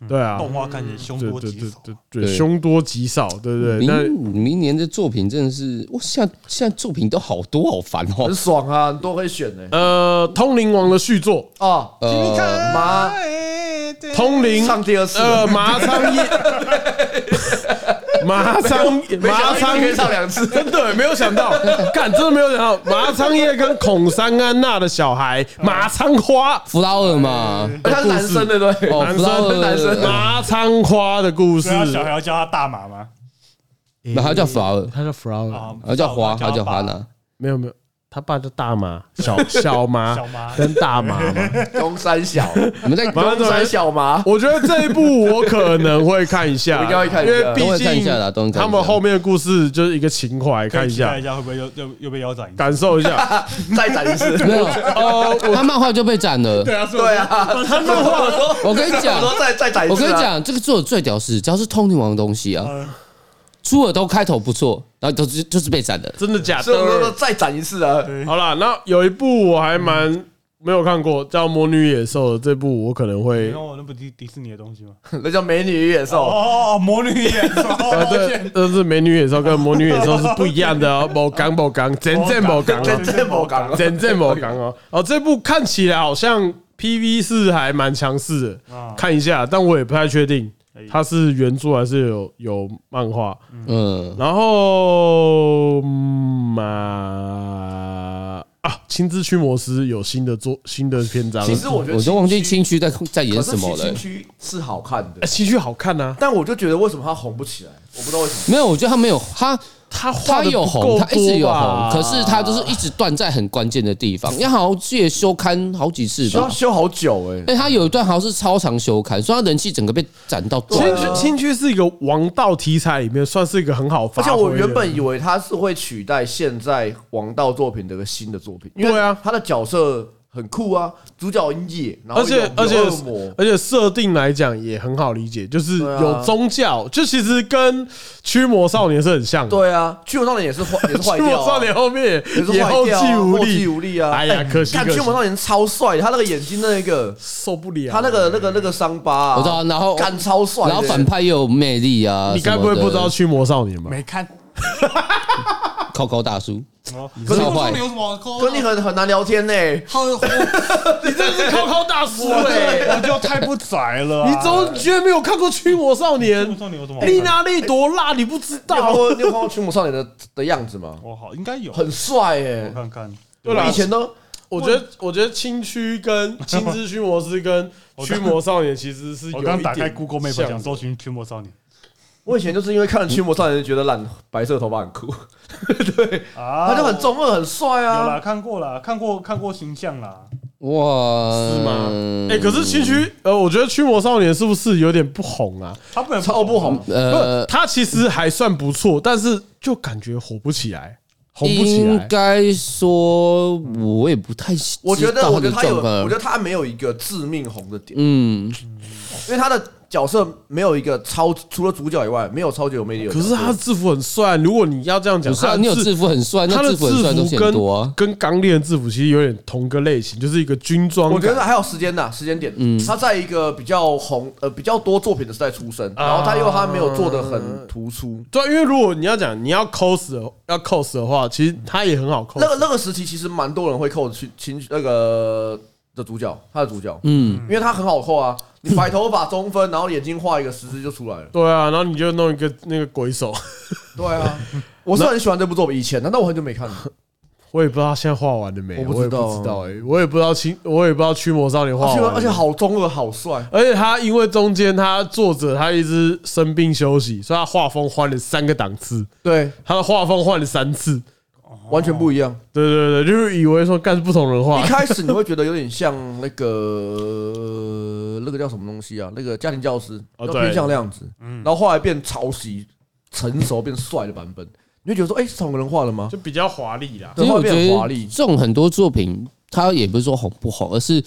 Speaker 3: 对啊，
Speaker 7: 动画看起来凶
Speaker 3: 对
Speaker 7: 多
Speaker 3: 对
Speaker 7: 吉少，
Speaker 3: 对
Speaker 4: 啊
Speaker 3: 对对，
Speaker 1: 对
Speaker 3: 凶多吉少，对不对？那
Speaker 4: 嗯
Speaker 1: 明明年的作品真的是，哇，现在现在作品都好多，好烦哦
Speaker 4: 很。爽啊，很多可以选呢、
Speaker 3: 呃，《通灵王》的续作，
Speaker 4: 哦，
Speaker 1: 呃，
Speaker 5: 啊
Speaker 4: 麻
Speaker 5: 哎
Speaker 3: 《通灵》
Speaker 4: 唱第二次，
Speaker 3: 呃，麻 仓叶，麻仓
Speaker 4: 没想到
Speaker 3: 麻仓
Speaker 4: 一天可以唱两次，
Speaker 3: 真的没有想 到，干真的没有想到，麻仓叶跟孔山安娜的小孩
Speaker 4: 嗯
Speaker 3: 麻仓花，
Speaker 1: 弗劳尔嘛，
Speaker 4: 他是男生的对不对，
Speaker 1: 哦，
Speaker 3: 哎男
Speaker 1: 弗劳
Speaker 3: 生
Speaker 1: 尔，
Speaker 3: 男生麻仓花的故事
Speaker 7: 所以，
Speaker 5: 啊
Speaker 7: 他小孩要叫他大马吗？
Speaker 1: 没有，他叫弗劳尔，
Speaker 3: 哎嗯他叫 flower，
Speaker 7: 啊，
Speaker 1: 他叫花，他叫花
Speaker 7: 呢，
Speaker 1: 呢。
Speaker 3: 没有没有，他爸叫大麻，小 小麻
Speaker 7: 小麻
Speaker 3: 跟大麻嘛。
Speaker 4: 中山小，
Speaker 1: 我们在
Speaker 3: 麻
Speaker 4: 中山小麻，
Speaker 3: 我觉得这一部我可能会看一下，
Speaker 4: 我一定要看一
Speaker 3: 因
Speaker 4: 下
Speaker 3: 为毕
Speaker 1: 都会看一下
Speaker 3: 竟
Speaker 1: 啦，都会看一下
Speaker 3: 他们后面的故事就是一个情怀，
Speaker 7: 可
Speaker 3: 看
Speaker 7: 以
Speaker 3: 一
Speaker 7: 期待
Speaker 3: 下
Speaker 7: 一，下会不会又又又被腰斩一次？
Speaker 3: 感受一 下。
Speaker 4: 啊再展一次，
Speaker 1: 没有哦，
Speaker 3: 啊
Speaker 1: 他漫画就被斩了。
Speaker 7: 啊，
Speaker 4: 对啊，他漫画说，
Speaker 1: 我跟你讲
Speaker 4: 我，说再再展一次，啊
Speaker 1: 我跟你，
Speaker 3: 啊
Speaker 1: 讲，这个做的最屌是，只要是通灵王的东西
Speaker 7: 嗯
Speaker 1: 啊，出耳都开头不错，然后都是就是被斩的。
Speaker 3: 真的假
Speaker 4: 所以我说
Speaker 3: 的？
Speaker 4: 再展一次啊，
Speaker 3: 好啦，那有一部我还蛮没有看过，叫《魔女野兽》这部，我可能会
Speaker 7: 然后那不是迪士尼的东西吗？
Speaker 4: 那叫美女与野兽，
Speaker 7: 哦，魔女眼
Speaker 3: 啊，
Speaker 7: 哦，
Speaker 3: 对，但是美女野兽跟魔女野兽是不一样的哦，某港某港，真正某港哦
Speaker 4: 真，正我讲了，
Speaker 3: 真正某港哦。哦，这部看起来好像 PV 是还蛮强势的，
Speaker 7: 啊
Speaker 3: 看一下，但我也不太确定它是原著还是有有漫画。
Speaker 1: 嗯，
Speaker 3: 然后嘛啊，青之驱魔师有新的作新的篇章了，
Speaker 4: 其实我觉得
Speaker 1: 我都忘记清区在在演
Speaker 4: 可
Speaker 1: 什
Speaker 4: 是
Speaker 1: 么
Speaker 4: 其实
Speaker 1: 了
Speaker 4: 新。区是好看的
Speaker 3: 哎，，情绪好看啊，
Speaker 4: 但我就觉得为什么他红不起来，我不知道为什么。
Speaker 1: 没有，我觉得他没有他，
Speaker 3: 他画
Speaker 1: 他
Speaker 3: 的
Speaker 1: 有
Speaker 3: 不
Speaker 1: 红，
Speaker 3: 够
Speaker 1: 他一直
Speaker 3: 多
Speaker 1: 有红，
Speaker 3: 吧
Speaker 1: 可是他就是一直断在很关键的地方。你好像记得休刊好几次
Speaker 4: 修
Speaker 1: 吧？
Speaker 4: 修好久哎，
Speaker 1: 哎，他有一段好像是超长休刊，所以他人气整个被斩到断。
Speaker 3: 兴趣兴趣是一个王道题材里面算是一个很好发
Speaker 4: 而
Speaker 3: 挥的，
Speaker 4: 且我原本以为他是会取代现在王道作品的一个新的作品，因为
Speaker 3: 对啊
Speaker 4: 他的角色很酷啊，主角很野，然后
Speaker 3: 而且
Speaker 4: 有
Speaker 3: 而且
Speaker 4: 有恶魔，
Speaker 3: 而且设定来讲也很好理解，就是
Speaker 4: 对啊
Speaker 3: 有宗教，就其实跟驱魔少年是很像的。
Speaker 4: 对 啊，驱魔少年也是坏，也是坏
Speaker 3: 驱魔
Speaker 4: 掉
Speaker 3: 少
Speaker 4: 啊，
Speaker 3: 年后面
Speaker 4: 也是
Speaker 3: 也
Speaker 4: 坏
Speaker 3: 后
Speaker 4: 掉
Speaker 3: 继
Speaker 4: 啊，
Speaker 3: 无
Speaker 4: 后继
Speaker 3: 力，
Speaker 4: 无力啊。
Speaker 3: 哎呀，可惜
Speaker 4: 看
Speaker 3: 可
Speaker 4: 驱
Speaker 3: 惜
Speaker 4: 魔，少年超帅，他那个眼睛那个，
Speaker 3: 受不了。
Speaker 4: 他那个那个那个伤疤啊，
Speaker 1: 我知道，然后
Speaker 4: 干超帅的，
Speaker 1: 然后反派又有魅力啊，
Speaker 3: 你该不会不知道驱魔少 年吧？
Speaker 7: 没看。
Speaker 1: 扣扣大叔？
Speaker 7: 可是
Speaker 1: 超坏
Speaker 7: 你有什么
Speaker 3: 啊
Speaker 7: 抠？
Speaker 4: 跟你很很难聊天呢，
Speaker 7: 好，我
Speaker 3: 考考大叔哎，
Speaker 5: 我就太不宅了 啊。
Speaker 3: 你怎么居然没有看过驱魔少
Speaker 5: 我
Speaker 3: 年？
Speaker 5: 说你有什么好看？
Speaker 3: 丽娜莉多辣，你不知
Speaker 4: 你有看
Speaker 3: 道？
Speaker 4: 过你有看过驱魔少年的的样子吗？
Speaker 5: 我好应该有，
Speaker 4: 很帅哎
Speaker 5: 我，看看。
Speaker 3: 对
Speaker 4: 啊我
Speaker 3: 啦
Speaker 4: 以，前都
Speaker 3: 我觉得我觉得青区跟青之驱魔师 跟驱魔少年其实是有
Speaker 5: 我
Speaker 3: 一
Speaker 5: 刚打
Speaker 3: 点
Speaker 5: 开 Google Map
Speaker 3: 像
Speaker 5: 想搜寻《驱魔少年
Speaker 4: 我以前就是因为看了《驱魔少年》，就觉得染白色头发很酷，对，》
Speaker 5: 啊
Speaker 4: 他就很中二，很帅
Speaker 5: 有啦，
Speaker 4: 啊。
Speaker 5: 看过啦，看过看过形象啦。
Speaker 1: 哇，
Speaker 3: 是吗？
Speaker 1: 嗯
Speaker 3: 哎、可是新区呃，我觉得驱魔少年是不是有点不红啊？
Speaker 5: 他本人
Speaker 4: 超不红，
Speaker 3: 呃
Speaker 1: 呃，，
Speaker 3: 他其实还算不错，但是就感觉火不起来，红不起
Speaker 1: 应
Speaker 3: 来。
Speaker 1: 该说我也不太知
Speaker 4: 我觉得，
Speaker 1: 道
Speaker 4: 我
Speaker 1: 他的
Speaker 4: 觉得他有，
Speaker 1: 状
Speaker 4: 我觉
Speaker 1: 况。
Speaker 4: 得他没有一个致命红的点，
Speaker 1: 嗯，
Speaker 4: 因为他的角色没有一个超，除了主角以外，没有超级有魅力的角
Speaker 3: 可
Speaker 4: 色。
Speaker 3: 是他的制服很帅，如果你要这样讲，
Speaker 1: 不是啊，
Speaker 3: 他
Speaker 1: 你有
Speaker 3: 制
Speaker 1: 制服很帅，那
Speaker 3: 他的
Speaker 1: 制服很帅
Speaker 3: 制
Speaker 1: 东
Speaker 3: 服
Speaker 1: 西
Speaker 3: 跟
Speaker 1: 很多啊。
Speaker 3: 跟刚练的制服其实有点同个类型，就是一个军装感。
Speaker 4: 我觉得还有时间呐，时间点。
Speaker 3: 嗯
Speaker 4: 他在一个比较红，呃，比较多作品的时代出生，然后他又他没有做的很突出。
Speaker 3: 对啊，因为如果你要讲你要 cos 的要 cos 的话，其实他也很好 cos。
Speaker 4: 那个那个时期，其实蛮多人会扣去亲那个的主角，他的主角，
Speaker 1: 嗯，
Speaker 4: 因为他很好扣啊。你白头发中分，然后眼睛画一个十字就出来了。
Speaker 3: 对啊，然后你就弄一个那个鬼手，
Speaker 4: 对啊， 我是很喜欢这部作品，以前，但是我很久没看了。
Speaker 3: 我也不知道他现在画完了没，
Speaker 4: 我
Speaker 3: 我
Speaker 4: 不知道啊
Speaker 3: 也不知道哎，我也不知道青，我也不知道驱魔少年画
Speaker 4: 而
Speaker 3: 完
Speaker 4: 且
Speaker 3: 了没，
Speaker 4: 而且好中二，好帅。
Speaker 3: 而且他因为中间他作者他一直生病休息，所以他画风换了三个档次，
Speaker 4: 对，
Speaker 3: 他的画风换了三次。
Speaker 4: 完全不一样。
Speaker 3: 对对对，就是以为说干是不同人画
Speaker 4: 一，开始你会觉得有点像那个那个叫什么东西啊？那个家庭教师，
Speaker 3: 哦
Speaker 4: 就
Speaker 3: 对
Speaker 4: 偏向那样子。然后后来变抄袭成熟变帅的版本，你会觉得说，哎，是同个人画的吗？
Speaker 3: 就比较华丽啦。
Speaker 1: 其
Speaker 4: 对
Speaker 1: 实
Speaker 4: 画
Speaker 1: 我
Speaker 4: 面
Speaker 1: 觉
Speaker 4: 很华丽
Speaker 1: 得。这种很多作品，他也不是说红不红，而是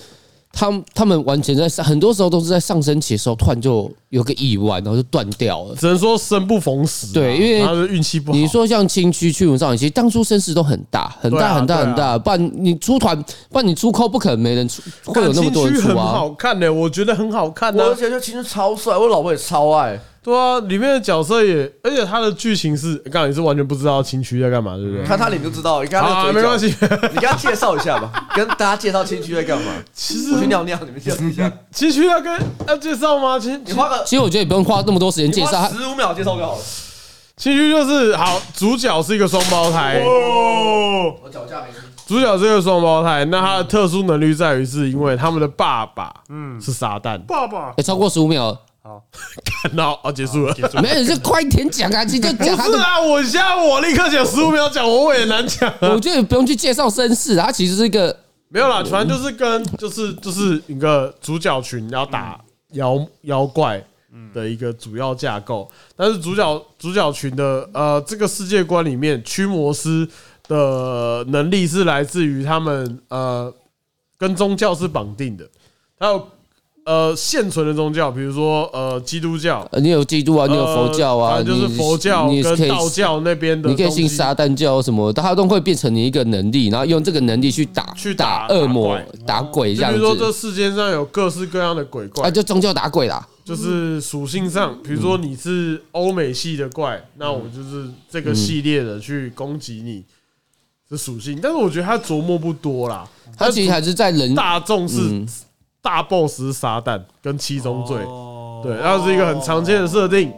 Speaker 1: 他们他们完全在上很多时候都是在上升期的时候，突然就有个意外，然后就断掉了。
Speaker 3: 只能说生不逢时啊、
Speaker 1: 对因为
Speaker 3: 他的运气不好。
Speaker 1: 你说像青区、驱蚊少女，其实当初声势都很大，很
Speaker 3: 对啊
Speaker 1: 大、很大、
Speaker 3: 对啊
Speaker 1: 很大。不然你出团，不然你出扣，不可能没人出，会有那么多人
Speaker 3: 感情剧
Speaker 1: 出
Speaker 3: 很
Speaker 1: 啊。
Speaker 3: 好看呢、我觉得很好看
Speaker 4: 我
Speaker 3: 呢、
Speaker 4: 而且就其实超帅，我老婆也超爱。
Speaker 3: 对啊，里面的角色也，而且他的剧情是，刚才你是完全不知道青区在干嘛，对不对？
Speaker 4: 看他脸就知道，你看
Speaker 3: 好、
Speaker 4: 他
Speaker 3: 啊，
Speaker 4: 那个
Speaker 3: 没
Speaker 4: 嘴角
Speaker 3: 关，系。
Speaker 4: 你给他介绍一下吧，跟大家介绍千区在干嘛。
Speaker 3: 其
Speaker 4: 我去
Speaker 3: 实
Speaker 4: 尿尿，你们介绍一下。
Speaker 3: 青区要跟要介绍吗？青
Speaker 4: 你花个
Speaker 1: 其实我觉得也不用花那么多时间介绍，他
Speaker 4: 十五秒介绍就好了。
Speaker 3: 青区就是好，主角是一个双胞胎。
Speaker 4: 我脚架没事。
Speaker 3: 主角是个双胞胎，那他的特殊能力在于是因为他们的爸爸，嗯，是撒旦，
Speaker 7: 爸爸
Speaker 1: 也哎超过十五秒，
Speaker 3: 然后哦结束了，
Speaker 1: 没有，就快点讲啊！其实就讲他
Speaker 3: 不是
Speaker 1: 的，
Speaker 3: 啊，我现在我立刻讲十五秒讲，我也难讲啊，
Speaker 1: 我觉得也不用去介绍绅士，他其实是一个
Speaker 3: 没有啦，反正就是跟就是就是一个主角群要打妖妖怪的一个主要架构，但是主角主角群的呃这个世界观里面，驱魔师的能力是来自于他们呃跟宗教是绑定的，还有呃现存的宗教，比如说呃基督教。
Speaker 1: 呃你有基督啊，你有佛教啊，
Speaker 3: 呃反正就是
Speaker 1: 你
Speaker 3: 佛教
Speaker 1: 你也是可
Speaker 3: 跟
Speaker 1: 以
Speaker 3: 道教那边的
Speaker 1: 你
Speaker 3: 东
Speaker 1: 可
Speaker 3: 西，
Speaker 1: 以信撒旦教什么，它都会变成你一个能力，然后用这个能力去打
Speaker 3: 去打
Speaker 1: 打恶魔
Speaker 3: 打、
Speaker 1: 打鬼这
Speaker 3: 就
Speaker 1: 样
Speaker 3: 比如说，这
Speaker 1: 子。
Speaker 3: 世界上有各式各样的鬼怪
Speaker 1: 啊，，就宗教打鬼啦，
Speaker 3: 就是属性上，比如说你是欧美系的怪，
Speaker 1: 嗯
Speaker 3: 那我就是这个系列的去攻击你的属性。但是我觉得他琢磨不多啦，
Speaker 1: 它其实还是在人
Speaker 3: 大众是
Speaker 1: 嗯
Speaker 3: 大 boss 是撒旦跟七宗罪，对，那是一个很常见的设定。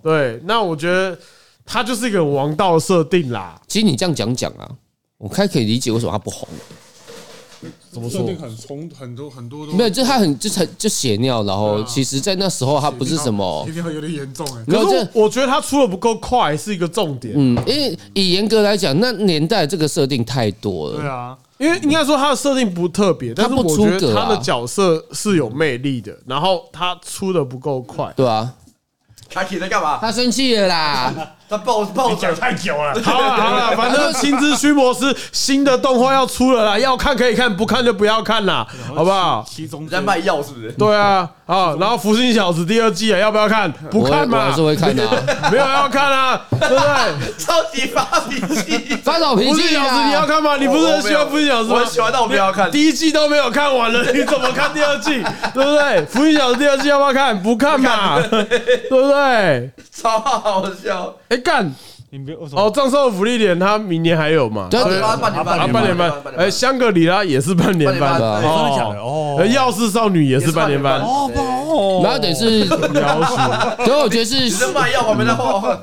Speaker 3: 对，那我觉得它就是一个王道的设定啦。
Speaker 1: 其实你这样讲讲啊，我开始可以理解为什么它不红了。
Speaker 3: 怎么
Speaker 7: 设
Speaker 3: 说？
Speaker 7: 定很冲，很多很多都
Speaker 1: 没有，就他很就是很就血尿，然后
Speaker 3: 啊
Speaker 1: 其实，在那时候他不是什么
Speaker 7: 一，定会有点严重哎。
Speaker 1: 没有
Speaker 3: 可
Speaker 1: 这
Speaker 3: 是。我觉得他出的不够快是一个重点，
Speaker 1: 嗯，因为以严格来讲，那年代这个设定太多
Speaker 7: 对
Speaker 1: 了。
Speaker 7: 啊，
Speaker 3: 因为应该说他的设定不特别，但是
Speaker 1: 他不
Speaker 3: 我觉
Speaker 1: 出
Speaker 3: 得
Speaker 1: 格啊
Speaker 3: 他的角色是有魅力的，然后他出的不够快。
Speaker 1: 对啊，
Speaker 4: 凯奇在干嘛？
Speaker 1: 他生气了啦！
Speaker 4: 他抱抱着
Speaker 5: 讲太久了，
Speaker 3: 好了好了，反正《新之驱魔师》新的动画要出了啦，要看可以看，不看就不要看啦，好不好？
Speaker 7: 其中
Speaker 4: 在卖药是 不是？
Speaker 3: 对啊，啊，然后《福星小子》第二季啊，要不要看？不
Speaker 1: 我
Speaker 3: 看
Speaker 1: 我还
Speaker 3: 嘛
Speaker 1: 是，会看的、 啊，
Speaker 3: 没有要看啊，对不 对？
Speaker 4: 超级发脾气。
Speaker 1: 发老脾
Speaker 3: 《福星
Speaker 1: 气
Speaker 3: 小子》你要
Speaker 1: 啊！
Speaker 3: 看吗？你不是很喜欢《福星小子》
Speaker 4: 我
Speaker 3: 吗
Speaker 4: 很？喜欢，但我不要看。
Speaker 3: 第一季都没有看完了，你怎么看第二季？对不对？《福星小子》第二季要不要看？不看嘛，对不对？
Speaker 4: 超好笑。
Speaker 3: 哎干
Speaker 5: 你别我
Speaker 3: 哦，藏兽福利点它明年还有嘛？
Speaker 1: 对啊
Speaker 3: 所以
Speaker 4: 啊半年半
Speaker 3: 啊，半年半，哎，香格里拉也是半年半
Speaker 4: 半年半
Speaker 1: 对啊
Speaker 5: 真的假的？
Speaker 3: 哦，
Speaker 5: 哦
Speaker 3: 呃，药师少女也是半年 半，
Speaker 5: 哦不哦，
Speaker 1: 然后等于是， 所以我觉得是
Speaker 4: 你在卖药旁边在画画，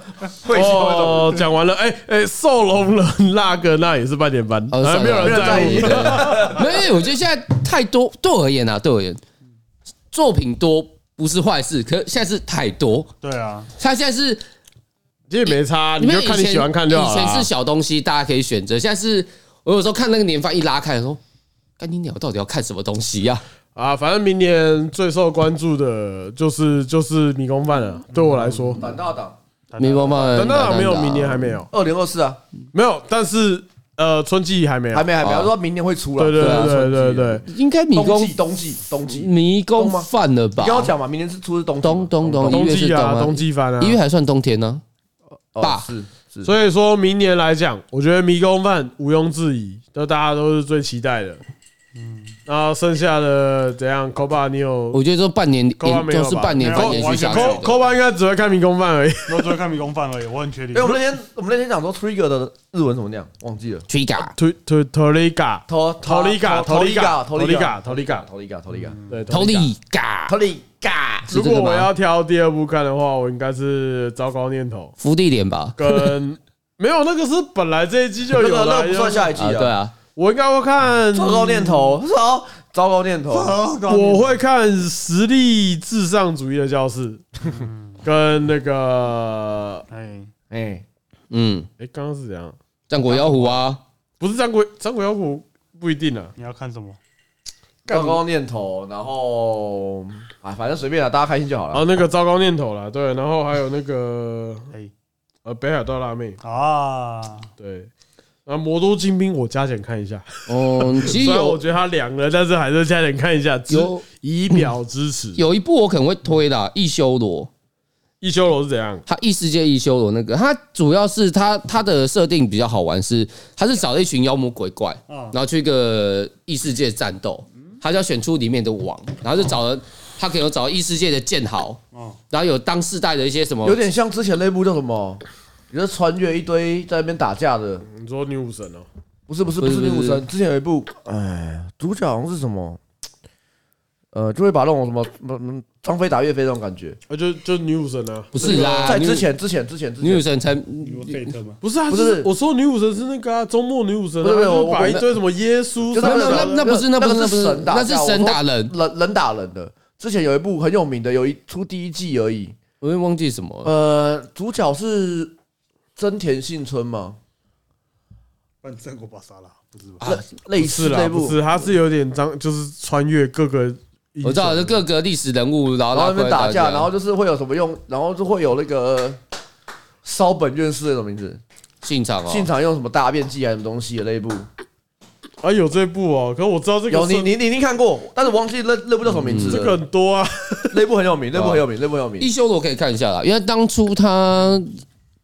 Speaker 4: 会心会肿。
Speaker 3: 哦，讲完了，哎哎，兽龙人那个那也是半年半，
Speaker 1: 哦
Speaker 3: 哎没有
Speaker 1: 算了
Speaker 3: 人在
Speaker 4: 没
Speaker 3: 意
Speaker 4: 有人在意。
Speaker 1: 没有，我觉得现在太多，对我而言啊，对我而言，作品多不是坏事，可现在是太多，
Speaker 7: 对啊，
Speaker 1: 他现在是
Speaker 3: 其实没差，你
Speaker 1: 因为
Speaker 3: 就看你
Speaker 1: 以前
Speaker 3: 喜欢看就好
Speaker 1: 以前
Speaker 3: 了啊
Speaker 1: 是。小东西，大家可以选择，现在是我有时候看那个年番一拉开，说干你鸟到底要看什么东西呀、
Speaker 3: 啊，反正明年最受关注的就是就是迷宫饭了，对我来说，
Speaker 4: 胆大党，
Speaker 1: 迷茫漫，
Speaker 3: 等到
Speaker 1: 嗯
Speaker 3: 没有，明年还没有，
Speaker 4: 哦二零二四啊，
Speaker 3: 没有，但是呃，春季还没有
Speaker 4: 还，没还没，
Speaker 1: 哦
Speaker 4: 他说明年会出了。
Speaker 3: 啊对对
Speaker 4: 啊
Speaker 3: 对对对，对
Speaker 4: 春，
Speaker 1: 应该迷
Speaker 4: 季冬
Speaker 1: 宫
Speaker 4: 季冬季冬季，
Speaker 1: 迷宫犯了吧
Speaker 4: 你？跟我讲嘛，明年是出是冬季
Speaker 1: 冬冬冬
Speaker 3: 啊冬季啊，冬
Speaker 1: 冬
Speaker 3: 季番啊
Speaker 1: 一，月还算冬天呢、
Speaker 4: 哦
Speaker 1: 吧
Speaker 4: 是是，
Speaker 3: 所以说明年来讲，我觉得迷宫饭毋庸置疑，都大家都是最期待的。嗯，然后剩下的怎样？Koba 你有
Speaker 1: 我觉得说半年
Speaker 3: 高安没有
Speaker 1: 就是
Speaker 3: 吧
Speaker 1: 半年
Speaker 7: 没有
Speaker 1: 半延续
Speaker 7: 完全
Speaker 1: 下去
Speaker 7: 高
Speaker 1: 的。
Speaker 3: ？Koba 应该只会看迷宫饭 而已。
Speaker 7: 然后就会看迷宫饭而已，哎我很确定
Speaker 4: 因哎为。我们那天我们那天讲说 trigger 的日文怎么讲，忘记了。
Speaker 1: Trigger，
Speaker 3: To To Toriga。
Speaker 4: 头
Speaker 3: 头里嘎，头里嘎，头
Speaker 4: 头
Speaker 3: 里
Speaker 4: 里
Speaker 3: 嘎，
Speaker 4: 嘎，
Speaker 3: 头里嘎，
Speaker 4: 头里嘎，头里嘎，
Speaker 3: 对，
Speaker 1: 头里嘎
Speaker 4: 头，里嘎，
Speaker 1: 是
Speaker 3: 如
Speaker 1: 这
Speaker 3: 果
Speaker 1: 个
Speaker 3: 我
Speaker 1: 吗？
Speaker 3: 要挑第二部看的话，我应该是《糟糕念头
Speaker 1: 伏地脸吧？》
Speaker 3: 跟 没有那个是本来这一季就
Speaker 4: 那
Speaker 3: 有的，
Speaker 4: 个那个不算
Speaker 3: 就是
Speaker 4: 下一季
Speaker 1: 啊，对
Speaker 4: 啊。
Speaker 1: 啊，
Speaker 3: 我应该会看，
Speaker 4: 糟糕念头，糟糟糕念 头，
Speaker 7: 啊
Speaker 3: 我会看实力至上主义的教室，跟那个
Speaker 7: 哎，
Speaker 4: 哎，
Speaker 1: 嗯，
Speaker 3: 哎，刚刚是怎样？
Speaker 1: 战国妖狐 啊，
Speaker 3: 不是张国张国妖狐不一定啊，
Speaker 7: 你要看什么？
Speaker 4: 糟糕念头，然后啊，反正随便啊，大家开心就好
Speaker 3: 然后
Speaker 4: 了。
Speaker 3: 那个糟糕念头啦，对，然后还有那个
Speaker 7: 哎
Speaker 3: 呃北海道辣妹，
Speaker 7: 啊，
Speaker 3: 对，然后魔都精兵我加减看一下，
Speaker 1: 哦，其实
Speaker 3: 虽然我
Speaker 1: 有
Speaker 3: 觉得它凉了，但是还是加减看一下，支
Speaker 1: 有
Speaker 3: 以表支持。
Speaker 1: 有一部我可能会推的《一修罗》，
Speaker 3: 一修罗是怎样？
Speaker 1: 它异世界一修罗那个，它主要是它它的设定比较好玩，是它是找了一群妖魔鬼怪，然后去一个异世界战斗，它就要选出里面的王，然后就找了他可能有找异世界的剑豪，然后有当世代的一些什么
Speaker 4: 哦有点像之前那部叫什么，你是穿越一堆在那边打架的，
Speaker 3: 你说女武神哦，
Speaker 4: 不是不是
Speaker 1: 不
Speaker 4: 不
Speaker 1: 是
Speaker 4: 是那
Speaker 1: 不
Speaker 4: 武
Speaker 1: 是
Speaker 4: 神，之前有一部，哎，主角好像是什么，呃，就会把那种什么什么张飞打岳飞那种感觉。
Speaker 3: 啊就就女武神啊，
Speaker 1: 不是啦，
Speaker 4: 在之
Speaker 1: 女
Speaker 4: 前之前之前之
Speaker 1: 女武神
Speaker 4: 前，
Speaker 1: 才
Speaker 7: 你有费特吗？
Speaker 3: 不是啊，
Speaker 4: 不
Speaker 3: 就是是我说女武神是那个啊，周末女武神啊，
Speaker 4: 不是不是
Speaker 3: 就
Speaker 4: 我
Speaker 3: 把一堆什么耶稣
Speaker 4: 就
Speaker 3: 什
Speaker 4: 是
Speaker 3: 么
Speaker 1: 没有
Speaker 3: 的，
Speaker 1: 那那不是
Speaker 4: 那
Speaker 1: 那不是
Speaker 4: 那
Speaker 1: 那不是
Speaker 4: 神打架，
Speaker 1: 那是神打人
Speaker 4: 我说人人打人的。之前有一部很有名的，有一出第一季而已，
Speaker 1: 我有点忘记什么了，
Speaker 4: 呃，主角是真田幸村嘛，
Speaker 7: 半战国巴萨拉不是吧？
Speaker 1: 啊
Speaker 4: 类
Speaker 3: 是
Speaker 4: 似
Speaker 3: 啦，
Speaker 4: 这
Speaker 3: 不
Speaker 4: 部，
Speaker 3: 是，他是有点张，就是穿越各个英雄，
Speaker 1: 我知道是各个历史人物，然后
Speaker 4: 然后
Speaker 1: 拉
Speaker 4: 那边
Speaker 1: 过来
Speaker 4: 打架，然后
Speaker 1: 架
Speaker 4: 就是会有什么用，然后就会有那个呃烧本院士那种名字，
Speaker 1: 现场哦，
Speaker 4: 现场用什么大便剂还是什么东西的那一部，
Speaker 3: 啊有这部哦，可我知道这个
Speaker 4: 有你
Speaker 3: 是
Speaker 4: 你你一定看过，但是我忘记那那部叫什么名字
Speaker 3: 这个
Speaker 4: 了，
Speaker 3: 很多啊，
Speaker 4: 那部很有名，那部很有名，那部很有
Speaker 1: 一
Speaker 4: 名，
Speaker 1: 修罗可以看一下啦，因为当初他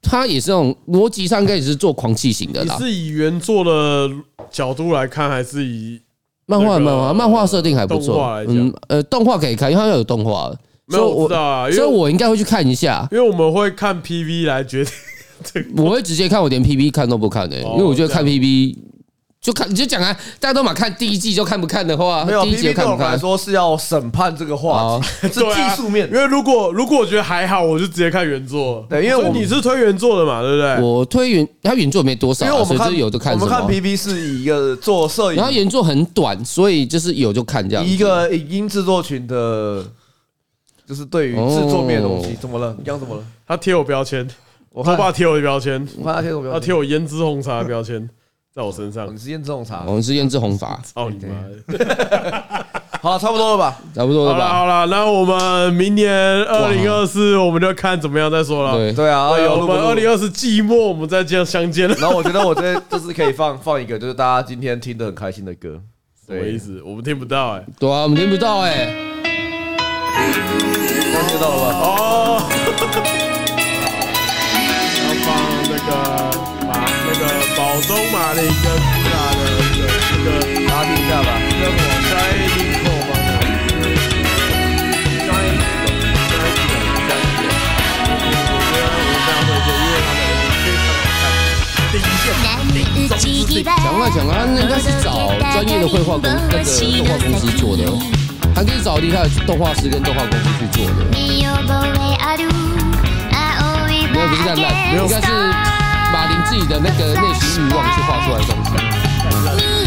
Speaker 1: 他也是那种逻辑上应该也是做狂气型的
Speaker 3: 你
Speaker 1: 啦。
Speaker 3: 是以原作的角度来看，还是以
Speaker 1: 漫画
Speaker 3: 那个
Speaker 1: 漫画漫画设定还不
Speaker 3: 动
Speaker 1: 错
Speaker 3: 画来，讲
Speaker 1: 嗯呃，动画可以看，因为它有动画了，
Speaker 3: 没有
Speaker 1: 所以
Speaker 3: 我知道啊？因
Speaker 1: 所以
Speaker 3: 为
Speaker 1: 我应该会去看一 下，
Speaker 3: 因为我们会看 PV 来决定，
Speaker 1: 我会直接看，我连 P P 看都不看的、
Speaker 3: 哦
Speaker 1: 因为我觉得看
Speaker 3: 这
Speaker 1: P P 就看你就讲啊，大家都嘛看第一季就看不看的话，
Speaker 4: 没有
Speaker 1: 啊第一
Speaker 4: P
Speaker 1: 季就
Speaker 4: P 对
Speaker 1: 看不
Speaker 4: 我们来
Speaker 1: 看？
Speaker 4: 说是要审判这个话题， 是
Speaker 3: 对
Speaker 4: 技
Speaker 3: 啊
Speaker 4: 术面
Speaker 3: 因。为如果如果我觉得还好，我就直接看原作了。
Speaker 4: 对因为
Speaker 3: 所以
Speaker 4: 我们
Speaker 3: 你是推原作的嘛，对不对？
Speaker 1: 我推原他原作没多少
Speaker 4: 因
Speaker 1: 啊、
Speaker 4: 为我
Speaker 1: 所
Speaker 4: 们
Speaker 1: 以就
Speaker 4: 看
Speaker 1: 有的看
Speaker 4: 我
Speaker 1: 什
Speaker 4: 们看
Speaker 1: 么。啊
Speaker 4: P P 是以一个做摄
Speaker 1: 然后
Speaker 4: 影，
Speaker 1: 原作很短，所以就是有就看这样。
Speaker 4: 以一个影音制作群的，就是对于制作面的东西
Speaker 1: 哦，
Speaker 4: 怎么了？你刚刚怎么了？
Speaker 3: 他贴我标签，
Speaker 4: 我
Speaker 1: 哎
Speaker 3: 头
Speaker 4: 看
Speaker 3: 爸贴我的标签，
Speaker 4: 我看他贴什么标
Speaker 3: 他
Speaker 4: 签？
Speaker 3: 贴我胭脂红茶的标签，在我 身上
Speaker 4: 你。是验这种茶
Speaker 1: 我？们是胭脂红法，
Speaker 3: 哦，你妈的！
Speaker 4: 好了，差不多了吧？
Speaker 1: 差不多
Speaker 3: 好
Speaker 1: 了
Speaker 3: 了
Speaker 1: 吧？
Speaker 3: 好了，那我们明年二零二四，我们就看怎么样再说了。
Speaker 1: 对，
Speaker 4: 对啊，
Speaker 3: 对，
Speaker 4: 有
Speaker 3: 我
Speaker 4: 录不
Speaker 3: 们二
Speaker 4: 录
Speaker 3: 零？二四季末我们再见相见了。
Speaker 4: 然后我觉得我这这次可以放放一个，就是大家今天听得很开心的歌。
Speaker 3: 什么意
Speaker 4: 对，
Speaker 3: 思？我们听不到哎。
Speaker 1: 对啊，我们听不到哎、
Speaker 4: 知道了吧？
Speaker 3: 哦，要放那个马那个宝中马林跟布达的那个那个
Speaker 4: 大家听一下吧。
Speaker 3: 叫什么 Shining Cold 吗？
Speaker 1: 讲啊讲啊，那应该是找专业的绘画公那个动画公司做的，哦他就是找厉害的动画师跟动画公司去做的。
Speaker 10: 見覚えある青い
Speaker 1: 没有不是这样烂，应该是马林自己的那个内心欲望去画出来的东西。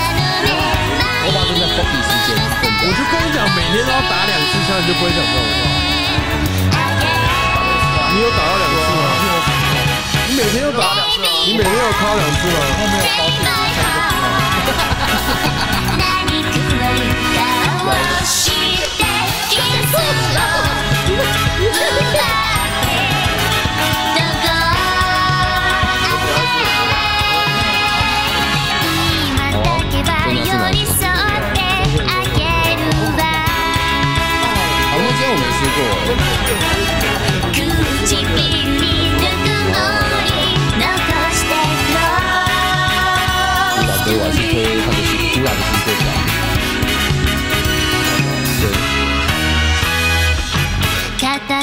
Speaker 1: 我把这个 copy 时间混
Speaker 3: 我就跟你讲，每天都要打两次枪，你就不会讲这种话。你有打到两次吗？你每天有打两次吗？你每天有敲两次吗？
Speaker 10: 寄り添ってあげるわ
Speaker 1: 好像今天我没吃过，
Speaker 10: 「唇にぬくもり残して
Speaker 1: 主打歌我还是推他的新主打的新歌曲啊。
Speaker 10: く」「肩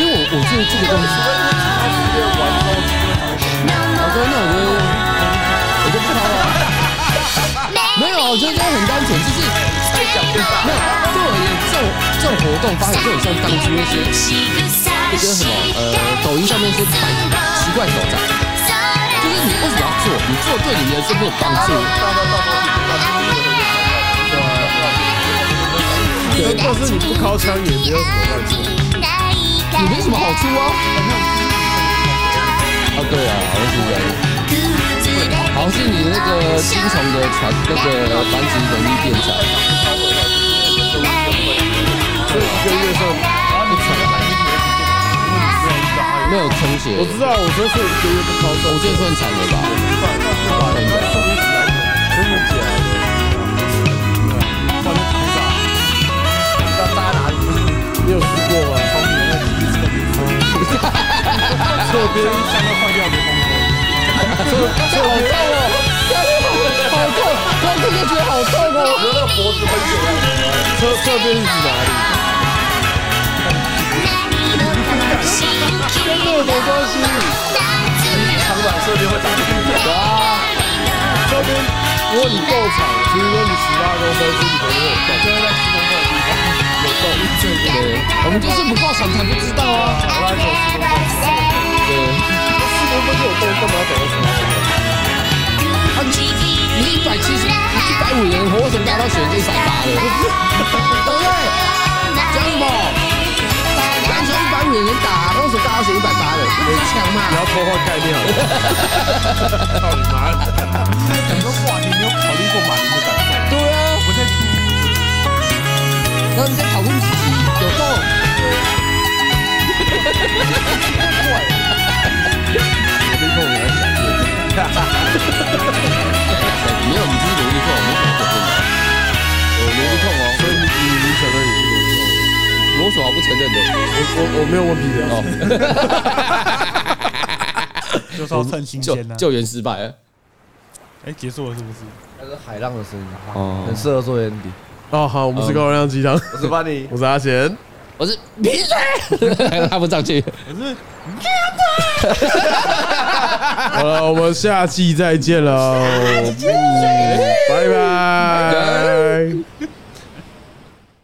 Speaker 1: 觉得这个东西，我说那我就我就不好玩。没有，我觉得这个很单纯，就是没有对我而言，这种这种活动发展就很像当初那些那些什么呃，抖音上面那些拍奇怪手掌，就是你为什么要做？你做对你人生没有帮助。
Speaker 3: 但是你不敲枪也没有什么关系。
Speaker 1: 也没什么好处啊。啊，对啊，好像是这样。好像是你那个精虫的传那个繁殖能力变强，没有充血。我
Speaker 3: 我知道，我说是一个月不敲
Speaker 1: 我觉得算惨了吧。
Speaker 3: 你有试过吗？侧边
Speaker 1: 好痛哦！好痛，光听就觉得好痛哦。
Speaker 3: 侧侧边是指哪里？侧边，如果你够长，比如说你十八公分，是你可能会有洞。现在在十公分的地方有洞，
Speaker 1: 对，我们就是不够爽才不知道啊。对，
Speaker 3: 十公分就有洞，干嘛要走到十公分？
Speaker 1: 你一百七十，一百五人活，为什么达到选就一百八了？对不对？讲什么？篮球一百五也能打，为什么大家选一百八的？不是强嘛？
Speaker 3: 偷换概念好了。操你妈！
Speaker 7: 整个话题没有考虑过马林的感受。
Speaker 1: 对啊，
Speaker 7: 我在听
Speaker 1: 然后你再讨论自己。有够。没有，你就是萝莉控，没什么可辩的。我萝莉控哦，所以你你承认你是萝莉控？我有什么好不承认的？
Speaker 3: 我我没有问题的。
Speaker 1: 哦
Speaker 5: 就是要趁新鲜
Speaker 1: 救
Speaker 5: 呐。
Speaker 1: 救援失败了。
Speaker 5: 哎，结束了是不是？
Speaker 4: 那是海浪的声音，
Speaker 1: 哦
Speaker 4: 很适合做 Andy。
Speaker 3: 哦，好，我们是高热量鸡汤，
Speaker 4: 我是把你
Speaker 3: 我是阿贤。
Speaker 1: 我是闭嘴， 拉不上去。
Speaker 3: 好了，我们下期再见喽，拜拜。